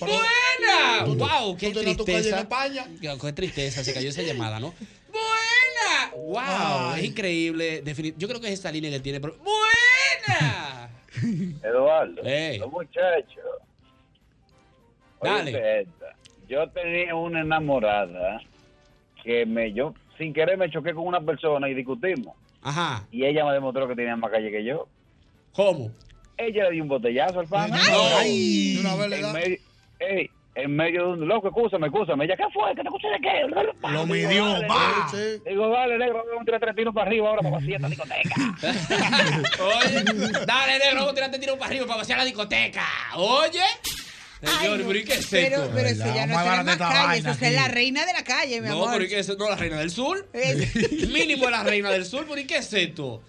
[SPEAKER 4] ¡Buena! ¡Wow! ¡Qué
[SPEAKER 9] tenías tu calle en
[SPEAKER 4] tristeza!
[SPEAKER 9] España.
[SPEAKER 4] Qué qué tristeza, se cayó esa llamada,
[SPEAKER 8] [LAUGHS]
[SPEAKER 4] ¿no? ¡Buena! ¡Wow! Es increíble. Defini- Yo creo que es esta línea que tiene. pero-
[SPEAKER 16] Eduardo, los muchachos.
[SPEAKER 4] Dale.
[SPEAKER 16] Oíste esta. Yo tenía una enamorada que me yo sin querer me choqué con una persona y discutimos.
[SPEAKER 4] Ajá.
[SPEAKER 16] Y ella me demostró que tenía más calle que yo.
[SPEAKER 4] ¿Cómo?
[SPEAKER 16] Ella le dio un botellazo al pana.
[SPEAKER 9] ¡Ay! De una vez le
[SPEAKER 16] En
[SPEAKER 9] da.
[SPEAKER 16] medio, ey, en medio de un loco, escúchame, escúchame. Ella, ¿qué fue? ¿Que te escuché de qué?
[SPEAKER 14] Lo midió, va.
[SPEAKER 16] Digo, vale, negro, vamos a tirar tres tiros para arriba ahora para vaciar esta discoteca.
[SPEAKER 4] Oye, [LAUGHS] dale, negro, vamos a tirarte tiro para arriba para vaciar la discoteca. Oye. Señor, pero ¿y qué es
[SPEAKER 8] pero,
[SPEAKER 4] esto?
[SPEAKER 8] pero eso ya no
[SPEAKER 4] Vamos a
[SPEAKER 8] es
[SPEAKER 4] baratar
[SPEAKER 8] más
[SPEAKER 4] esta
[SPEAKER 8] calle.
[SPEAKER 4] vaina
[SPEAKER 8] Eso es la
[SPEAKER 4] aquí.
[SPEAKER 8] reina de la calle, mi
[SPEAKER 4] no,
[SPEAKER 8] amor.
[SPEAKER 4] pero ¿y qué es esto? No, la reina del sur. [LAUGHS] Mínimo la reina del sur, pero ¿y qué es esto?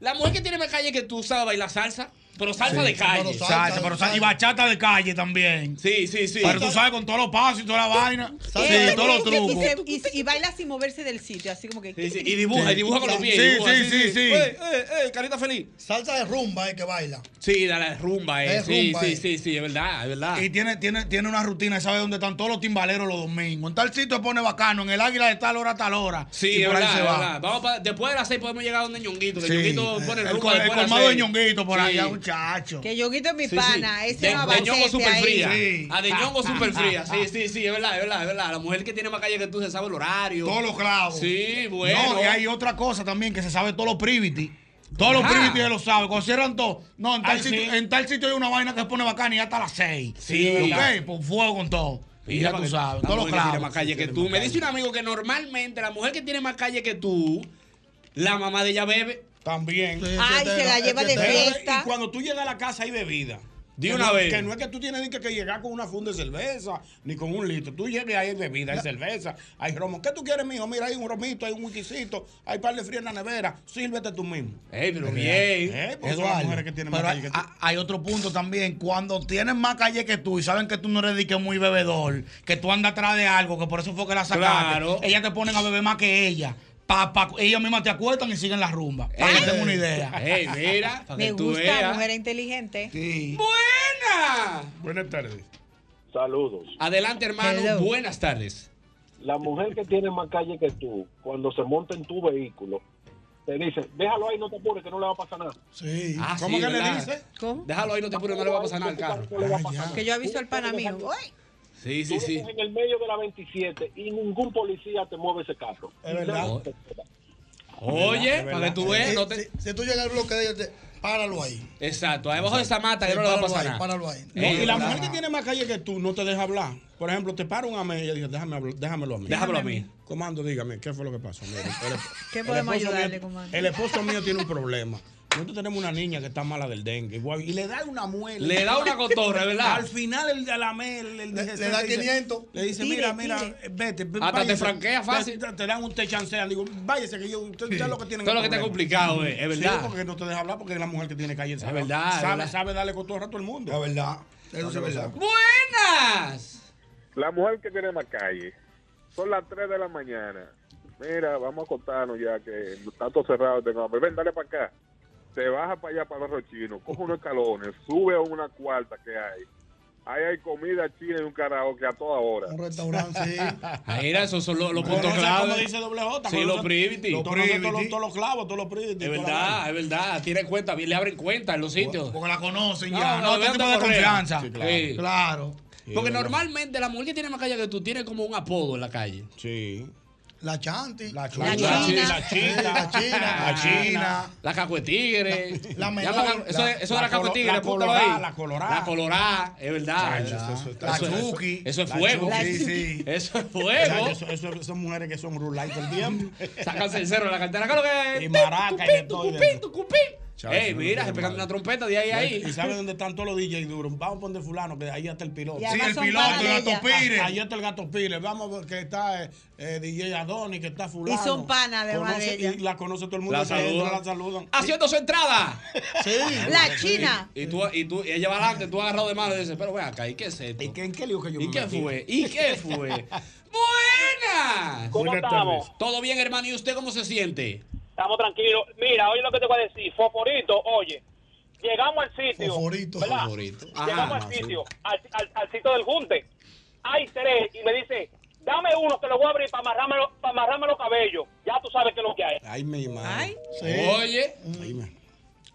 [SPEAKER 4] La mujer que tiene más calle que tú sabe bailar salsa, pero salsa
[SPEAKER 14] Sí.
[SPEAKER 4] de calle.
[SPEAKER 14] Salsa, pero salsa. Y bachata de calle también.
[SPEAKER 4] Sí, sí, sí.
[SPEAKER 14] Pero tú sabes, con todos los pasos y toda la vaina.
[SPEAKER 8] Eh,
[SPEAKER 14] Sí, todos los
[SPEAKER 8] y se- y
[SPEAKER 14] trucos.
[SPEAKER 8] se- Y, y baila sin moverse del sitio, así como que.
[SPEAKER 4] Sí, sí,
[SPEAKER 8] [LAUGHS]
[SPEAKER 4] Y dibuja, y dibuja con los pies. y
[SPEAKER 14] Sí,
[SPEAKER 4] dibuja, Pues,
[SPEAKER 14] sí, sí, sí.
[SPEAKER 4] Ey, ey, ey, carita feliz.
[SPEAKER 9] Salsa de rumba, eh, que [LAUGHS] baila.
[SPEAKER 4] Sí, da la rumba, eh.
[SPEAKER 14] Es
[SPEAKER 4] sí,
[SPEAKER 14] rumba,
[SPEAKER 4] sí,
[SPEAKER 14] eh.
[SPEAKER 4] sí, sí, es verdad, es verdad.
[SPEAKER 14] Y tiene, tiene, tiene una rutina, sabe dónde están todos los timbaleros los domingos. En tal sitio se pone bacano, en el águila de tal hora a tal hora.
[SPEAKER 4] Sí,
[SPEAKER 14] y
[SPEAKER 4] es
[SPEAKER 14] por
[SPEAKER 4] verdad,
[SPEAKER 14] ahí se
[SPEAKER 4] es
[SPEAKER 14] va.
[SPEAKER 4] verdad. Vamos pa- después de las seis podemos llegar a donde Ñonguito. Que
[SPEAKER 14] Sí. eh,
[SPEAKER 4] Ñonguito pone el
[SPEAKER 14] El,
[SPEAKER 4] rumbo
[SPEAKER 14] col- el
[SPEAKER 4] después de las
[SPEAKER 14] colmado de
[SPEAKER 4] seis.
[SPEAKER 14] ñonguito por
[SPEAKER 4] Sí.
[SPEAKER 14] allá, muchacho.
[SPEAKER 8] Que Yoguito es mi
[SPEAKER 4] Sí, sí.
[SPEAKER 8] pana. Ese
[SPEAKER 4] de,
[SPEAKER 8] no
[SPEAKER 4] de Ñongo super fría.
[SPEAKER 14] Sí.
[SPEAKER 4] A de Ñongo super fría. Sí, sí, sí, es verdad, es verdad, es verdad. La mujer que tiene más calle que tú se sabe el horario.
[SPEAKER 14] Todos los clavos.
[SPEAKER 4] Sí, bueno.
[SPEAKER 14] No, y hay otra cosa también que se sabe todos los privity. Todos los
[SPEAKER 4] Ajá.
[SPEAKER 14] privity se lo saben. Consideran todo. No, en tal,
[SPEAKER 4] Ay,
[SPEAKER 14] sitio,
[SPEAKER 4] sí.
[SPEAKER 14] en tal sitio hay una vaina que se pone bacana y hasta las seis.
[SPEAKER 4] Sí, es verdad.
[SPEAKER 14] Ok, por fuego con todo. Y
[SPEAKER 4] Mira
[SPEAKER 14] ya tú
[SPEAKER 4] que-
[SPEAKER 14] sabes.
[SPEAKER 4] la
[SPEAKER 14] Todos los
[SPEAKER 4] mujer que tiene
[SPEAKER 14] clavos.
[SPEAKER 4] más calle que
[SPEAKER 14] Sí,
[SPEAKER 4] tú.
[SPEAKER 14] tiene
[SPEAKER 4] Me
[SPEAKER 14] más
[SPEAKER 4] dice un amigo que normalmente la mujer que tiene más calle que tú, la mamá de ella bebe.
[SPEAKER 17] También.
[SPEAKER 8] Ay, se la lleva de fiesta.
[SPEAKER 17] Y cuando tú llegas a la casa hay bebida.
[SPEAKER 4] De
[SPEAKER 17] Que
[SPEAKER 4] una
[SPEAKER 17] no-
[SPEAKER 4] vez.
[SPEAKER 17] Que no es que tú tienes ni que, que llegar con una funda de cerveza, ni con un litro. Tú llegas y hay bebida, hay cerveza, hay romo. ¿Qué tú quieres, mijo? Mira, hay un romito, hay un whiskycito, hay par de frío en la nevera. Sírvete tú mismo.
[SPEAKER 4] Ey,
[SPEAKER 14] Eh,
[SPEAKER 4] pero
[SPEAKER 17] Es
[SPEAKER 14] bien.
[SPEAKER 17] real. Eh, porque son las
[SPEAKER 14] Eduardo,
[SPEAKER 17] mujeres que tienen más
[SPEAKER 14] pues pero
[SPEAKER 17] calle
[SPEAKER 14] hay,
[SPEAKER 17] que tú.
[SPEAKER 14] a- hay otro punto también. Cuando tienen más calle que tú y saben que tú no eres de que muy bebedor, que tú andas atrás de algo, que por eso fue que la sacaste.
[SPEAKER 4] Claro.
[SPEAKER 14] Ellas te ponen a beber más que ella. Pa, pa- ellas mismas te acuestan y siguen la rumba. Para que tengan una
[SPEAKER 4] [LAUGHS]
[SPEAKER 14] idea.
[SPEAKER 4] Ey, Eh.
[SPEAKER 8] [LAUGHS]
[SPEAKER 4] mira, para
[SPEAKER 8] Me
[SPEAKER 4] que tú
[SPEAKER 8] gusta,
[SPEAKER 4] veas.
[SPEAKER 8] mujer inteligente.
[SPEAKER 4] ¡Buena!
[SPEAKER 17] Buenas tardes.
[SPEAKER 12] Saludos.
[SPEAKER 4] Adelante, hermano.
[SPEAKER 12] Hello.
[SPEAKER 4] Buenas tardes.
[SPEAKER 12] La mujer que tiene más calle que tú, cuando se monta en tu vehículo, te dice, déjalo ahí, no te apures, que no le va a pasar nada.
[SPEAKER 9] Sí.
[SPEAKER 4] Ah,
[SPEAKER 12] ¿Cómo
[SPEAKER 4] sí,
[SPEAKER 12] que le
[SPEAKER 4] ¿verdad?
[SPEAKER 12] dice?
[SPEAKER 8] ¿Cómo?
[SPEAKER 9] Ah,
[SPEAKER 4] Déjalo ahí, no te apures, no le va a pasar nada al carro.
[SPEAKER 8] Que yo aviso al pana mío. ¡Uy!
[SPEAKER 4] Sí,
[SPEAKER 12] Tú
[SPEAKER 4] sí,
[SPEAKER 12] lo
[SPEAKER 4] sí.
[SPEAKER 12] coges en el medio de la 27 y ningún policía te mueve ese carro.
[SPEAKER 9] Es verdad.
[SPEAKER 4] Oye, para que tú veas.
[SPEAKER 9] Si,
[SPEAKER 4] no te-
[SPEAKER 9] si- si tú llegas al bloque de ellos, te- páralo ahí.
[SPEAKER 4] Exacto, abajo de esa mata que no le va a
[SPEAKER 9] Páralo
[SPEAKER 4] pasar
[SPEAKER 9] ahí,
[SPEAKER 4] nada.
[SPEAKER 9] Páralo ahí.
[SPEAKER 17] No, y la mujer que tiene más calle que tú no te deja hablar. Por ejemplo, te para un amigo y ella dice, déjame, hablar- déjamelo a mí.
[SPEAKER 4] Déjamelo a mí.
[SPEAKER 17] Comando, dígame, ¿qué fue lo que pasó? Mire, el esp-
[SPEAKER 8] ¿Qué
[SPEAKER 17] el
[SPEAKER 8] podemos
[SPEAKER 17] esposo
[SPEAKER 8] ayudarle,
[SPEAKER 17] mío-
[SPEAKER 8] comando?
[SPEAKER 17] El esposo mío tiene un problema. Nosotros tenemos una niña que está mala del dengue. guau, y le da una muela.
[SPEAKER 4] Le da una cotorra, ¿verdad?
[SPEAKER 17] Al final, el de la me- el, el
[SPEAKER 9] Le-
[SPEAKER 17] DGC
[SPEAKER 9] le da
[SPEAKER 17] dice-
[SPEAKER 9] 500.
[SPEAKER 17] Le dice,
[SPEAKER 9] Tire,
[SPEAKER 17] mira, mira,
[SPEAKER 9] tire.
[SPEAKER 17] eh, vete. ve-
[SPEAKER 4] Hasta te
[SPEAKER 17] váyase.
[SPEAKER 4] franquea fácil.
[SPEAKER 17] Te, te dan un te chancean. Digo, váyase, que yo, usted usted es lo que tienen.
[SPEAKER 4] Todo lo
[SPEAKER 17] el
[SPEAKER 4] que está
[SPEAKER 17] problema.
[SPEAKER 4] complicado, eh, es
[SPEAKER 17] Sí,
[SPEAKER 4] verdad.
[SPEAKER 17] porque no te deja hablar porque es la mujer que tiene calle. Es
[SPEAKER 4] verdad, es
[SPEAKER 17] Sabe,
[SPEAKER 4] verdad.
[SPEAKER 17] sabe darle cotorra a todo el mundo. La
[SPEAKER 9] verdad.
[SPEAKER 17] Eso sí es verdad.
[SPEAKER 4] ¡Buenas!
[SPEAKER 11] La mujer que tiene más calle. Son las 3 de la mañana. Mira, vamos a acostarnos ya que tanto cerrado tengo hambre. Ven, dale para acá. Se baja para allá, para los rochinos, coge unos escalones, sube a una cuarta que hay. Ahí hay comida china y un karaoke a toda hora.
[SPEAKER 9] Un restaurante,
[SPEAKER 4] [LAUGHS]
[SPEAKER 9] sí.
[SPEAKER 4] Ahí era, Ah, esos son los, los
[SPEAKER 17] Bueno,
[SPEAKER 4] puntos
[SPEAKER 17] eso es como
[SPEAKER 4] clave.
[SPEAKER 17] dice doble J.
[SPEAKER 4] Sí, los privity.
[SPEAKER 17] Los privity. Todos los clavos, todos los privity.
[SPEAKER 4] Es
[SPEAKER 17] toda la
[SPEAKER 4] verdad,
[SPEAKER 17] vaina.
[SPEAKER 4] es verdad. Tiene cuenta, le abren cuenta en los sitios.
[SPEAKER 14] Porque la conocen
[SPEAKER 4] No,
[SPEAKER 14] ya.
[SPEAKER 4] no,
[SPEAKER 14] No, este
[SPEAKER 4] vean
[SPEAKER 14] tipo
[SPEAKER 4] de
[SPEAKER 14] de
[SPEAKER 4] correa.
[SPEAKER 14] confianza.
[SPEAKER 4] Sí, claro. Sí.
[SPEAKER 14] Claro.
[SPEAKER 4] Porque
[SPEAKER 14] normal
[SPEAKER 4] normalmente la mujer que tiene más calle que tú tiene como un apodo en la calle.
[SPEAKER 17] Sí.
[SPEAKER 9] La chanti.
[SPEAKER 17] La
[SPEAKER 4] La china.
[SPEAKER 17] La china.
[SPEAKER 9] La china.
[SPEAKER 4] La china. La caco de tigre.
[SPEAKER 9] La menor.
[SPEAKER 4] Llama ca- Eso,
[SPEAKER 9] La-
[SPEAKER 4] es- eso
[SPEAKER 9] la
[SPEAKER 4] de la caco de
[SPEAKER 9] colo-
[SPEAKER 4] tigre,
[SPEAKER 9] la
[SPEAKER 4] apúntalo
[SPEAKER 9] colorá,
[SPEAKER 4] ahí.
[SPEAKER 9] la colorá.
[SPEAKER 4] La colorá, es verdad.
[SPEAKER 17] Chacho, eso- eso está-
[SPEAKER 4] Eso-
[SPEAKER 17] la
[SPEAKER 4] eso-
[SPEAKER 17] chuki.
[SPEAKER 4] Eso es
[SPEAKER 17] La
[SPEAKER 4] fuego.
[SPEAKER 17] chuki, sí.
[SPEAKER 4] [LAUGHS] Eso es
[SPEAKER 17] Chacho,
[SPEAKER 4] fuego.
[SPEAKER 17] eso- eso- Esas mujeres que son rulay todo el tiempo.
[SPEAKER 4] [LAUGHS] Sácanse el cerro de la cartera. ¿Qué es lo que es?
[SPEAKER 17] Y maraca y de todo. y de-
[SPEAKER 4] Tupín, tupín.
[SPEAKER 17] Chacho,
[SPEAKER 4] Ey,
[SPEAKER 17] no
[SPEAKER 4] mira,
[SPEAKER 17] tiene
[SPEAKER 4] se pegando
[SPEAKER 17] madre.
[SPEAKER 4] una trompeta de ahí a ahí.
[SPEAKER 17] ¿Y sabe dónde están todos los DJs duros? Vamos a poner fulano, que ahí está el piloto.
[SPEAKER 14] Y Sí, además el son piloto, para el gato ella. pire.
[SPEAKER 17] Ahí está el gato pire. Vamos a ver que está eh, eh, DJ Adonis, que está fulano.
[SPEAKER 8] Y son pana, además
[SPEAKER 17] Conoce-
[SPEAKER 8] de ella.
[SPEAKER 17] Y la conoce todo el mundo.
[SPEAKER 4] La
[SPEAKER 17] que entra,
[SPEAKER 4] saludan.
[SPEAKER 17] la saludan.
[SPEAKER 4] [LAUGHS] Haciendo su entrada.
[SPEAKER 17] Sí.
[SPEAKER 8] La china.
[SPEAKER 4] Y tú, y tú, y ella va adelante, tú agarrado de mano y dices, pero ven acá, ¿y qué es esto? ¿Y
[SPEAKER 17] qué, en qué lío que yo
[SPEAKER 4] ¿Y
[SPEAKER 17] me
[SPEAKER 4] qué
[SPEAKER 17] metí?
[SPEAKER 4] fue? ¿Y qué fue?
[SPEAKER 10] [LAUGHS]
[SPEAKER 4] ¡Buenas!
[SPEAKER 10] ¿Cómo Buenas estamos?
[SPEAKER 4] ¿Todo bien, hermano? ¿Y usted cómo se siente?
[SPEAKER 10] Estamos tranquilos. Mira, oye lo que te voy a decir. Foforito, oye. Llegamos al sitio.
[SPEAKER 4] Foforito.
[SPEAKER 10] ¿verdad?
[SPEAKER 4] Foforito.
[SPEAKER 10] Llegamos
[SPEAKER 4] Ajá,
[SPEAKER 10] al sitio, al, al- al sitio del junte. Hay tres y me dice, dame uno que lo voy a abrir para amarrarme, lo- para amarrarme los cabellos. Ya tú sabes que es lo que hay.
[SPEAKER 17] Ay, mi madre.
[SPEAKER 4] Oye.
[SPEAKER 17] Ay, mi-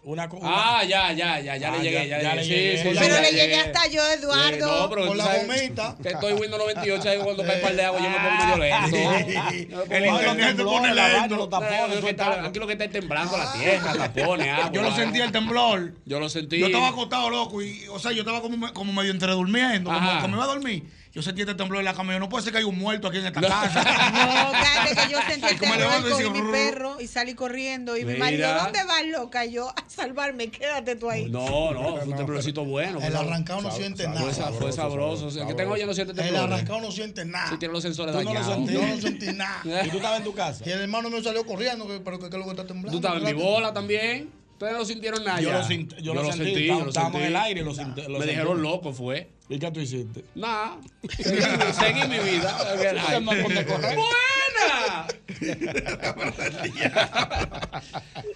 [SPEAKER 17] Una cosa.
[SPEAKER 4] Ah, ya, ya, ya, ya
[SPEAKER 17] Ah,
[SPEAKER 4] le llegué,
[SPEAKER 17] ya,
[SPEAKER 4] ya,
[SPEAKER 17] ya
[SPEAKER 4] le
[SPEAKER 17] le
[SPEAKER 4] llegué. Eh,
[SPEAKER 17] llegué.
[SPEAKER 4] sí, sí,
[SPEAKER 17] Pero
[SPEAKER 4] ya
[SPEAKER 17] le
[SPEAKER 8] llegué hasta yo, Eduardo.
[SPEAKER 9] Con la
[SPEAKER 4] gomita. Que estoy Windows 98, ahí cuando cae par de agua, yo me pongo medio lento.
[SPEAKER 17] El internet te pone lento. Los tapones.
[SPEAKER 4] Aquí lo que está- aquí lo que está es temblando la ah, pues, tierra, tapones, agua.
[SPEAKER 14] Yo lo sentí el temblor.
[SPEAKER 4] Yo lo sentí.
[SPEAKER 14] Yo estaba acostado, loco, y, o sea, yo estaba como, me- como medio entre durmiendo, como,
[SPEAKER 4] Ajá.
[SPEAKER 14] como iba a dormir. Yo sentí este temblor en la cama. Yo, no puede ser que haya un muerto aquí en esta casa.
[SPEAKER 4] [LAUGHS]
[SPEAKER 8] No, cállate que yo sentí
[SPEAKER 14] Ay,
[SPEAKER 8] el
[SPEAKER 14] cómo le
[SPEAKER 8] terror,
[SPEAKER 14] van a decir,
[SPEAKER 8] cogí mi
[SPEAKER 14] "Rrr".
[SPEAKER 8] perro y salí corriendo. Y mi
[SPEAKER 4] Mira.
[SPEAKER 8] marido, ¿dónde vas, loca? Y yo, a salvarme, quédate tú ahí.
[SPEAKER 4] No,
[SPEAKER 8] [LAUGHS]
[SPEAKER 4] no, fue un temblorcito bueno.
[SPEAKER 9] El arrancado no
[SPEAKER 4] Sab-
[SPEAKER 9] siente
[SPEAKER 4] sab-
[SPEAKER 9] nada.
[SPEAKER 4] Fue, sa- fue sabroso. O sea, que tengo yo no siente
[SPEAKER 9] El
[SPEAKER 4] temblor.
[SPEAKER 9] arrancado no siente nada.
[SPEAKER 4] Sí, tiene los sensores
[SPEAKER 9] Tú no lo
[SPEAKER 4] dañados.
[SPEAKER 9] sentí. Yo no sentí nada.
[SPEAKER 17] ¿Y tú estabas en tu casa?
[SPEAKER 9] Ah. Y el hermano mío salió corriendo, que- pero que, que lo que está temblando.
[SPEAKER 4] Tú estabas en mi bola también. Ustedes no sintieron nada.
[SPEAKER 17] Yo
[SPEAKER 4] ya.
[SPEAKER 17] lo sint- yo lo sentí, estábamos- estábamos en el aire y lo sint- lo
[SPEAKER 4] Me
[SPEAKER 17] sentí.
[SPEAKER 4] dijeron loco, fue.
[SPEAKER 17] ¿Y qué tú hiciste?
[SPEAKER 4] Nada. Seguí, seguí mi vida.
[SPEAKER 17] Usted no ponte a correr.
[SPEAKER 4] ¡Buena!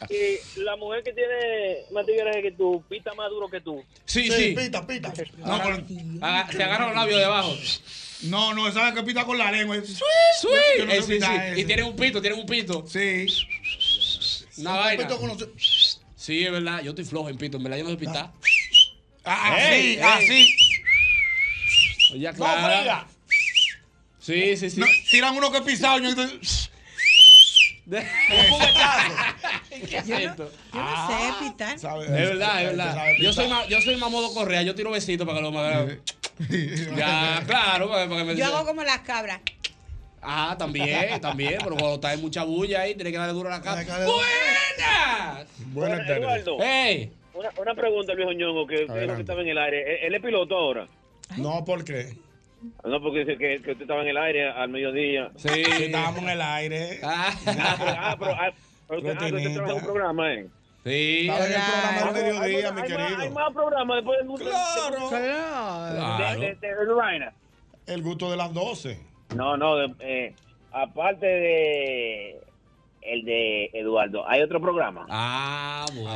[SPEAKER 10] Que la mujer que tiene más tigres que tú, pita más duro que tú.
[SPEAKER 4] Sí, sí.
[SPEAKER 9] Pita, pita.
[SPEAKER 4] No, pero- aga- te agarran los labios debajo.
[SPEAKER 14] No, no, sabes que pita con la lengua. Sui,
[SPEAKER 4] ¡Sui!
[SPEAKER 14] Yo no sé
[SPEAKER 4] Eh, sí,
[SPEAKER 14] pitar
[SPEAKER 4] sí.
[SPEAKER 14] eso.
[SPEAKER 4] Y tienen un pito, tienen un pito.
[SPEAKER 14] Sí.
[SPEAKER 4] Una vaina. Sí, es verdad. Yo estoy flojo en pito. En verdad, yo no sé pitar.
[SPEAKER 14] Ah,
[SPEAKER 4] Ey,
[SPEAKER 14] sí,
[SPEAKER 4] ey.
[SPEAKER 14] ah, sí.
[SPEAKER 4] Oye,
[SPEAKER 14] No,
[SPEAKER 4] claro.
[SPEAKER 14] frega.
[SPEAKER 4] Sí, sí, sí.
[SPEAKER 14] No, tiran uno que he pisado. Yo,
[SPEAKER 4] ¿Qué es esto?
[SPEAKER 8] Yo no sé,
[SPEAKER 4] Ah,
[SPEAKER 8] Pitán.
[SPEAKER 4] Es verdad, es verdad. Yo soy, ma- yo soy Mamodo Correa, yo tiro besitos para que lo me
[SPEAKER 9] [LAUGHS]
[SPEAKER 4] Ya, claro, para, para que me
[SPEAKER 8] Yo hago como las cabras.
[SPEAKER 4] Ah, también, también, pero cuando está en mucha bulla ahí, tiene que darle duro a la cara. ¡Buenas!
[SPEAKER 17] Buenas
[SPEAKER 10] Eduardo,
[SPEAKER 4] ¡Ey!
[SPEAKER 10] una, una pregunta, Luis Oñongo, que usted dijo
[SPEAKER 17] Adelante.
[SPEAKER 10] que estaba en el aire. ¿E-, ¿Él él es piloto ahora?
[SPEAKER 17] No, ¿por qué?
[SPEAKER 10] No, porque dice que, que usted estaba en el aire al mediodía.
[SPEAKER 4] Sí.
[SPEAKER 17] Estábamos en el aire.
[SPEAKER 10] Ah, pero, ah, pero, ah, pero usted, ah, pero usted trabaja en un programa, ¿eh?
[SPEAKER 4] Sí.
[SPEAKER 17] Estaba en el programa
[SPEAKER 10] Hay-
[SPEAKER 17] del
[SPEAKER 10] hay
[SPEAKER 17] mediodía,
[SPEAKER 10] más-
[SPEAKER 17] mi
[SPEAKER 10] hay más- Hay
[SPEAKER 17] querido.
[SPEAKER 10] más programas después del mundo.
[SPEAKER 17] Claro.
[SPEAKER 10] Claro. De, de, de, de Rhino.
[SPEAKER 17] El gusto de las 12.
[SPEAKER 10] No, no, de- eh, aparte de el de Eduardo. ¿Hay otro programa? Ah.
[SPEAKER 4] Ah, bueno.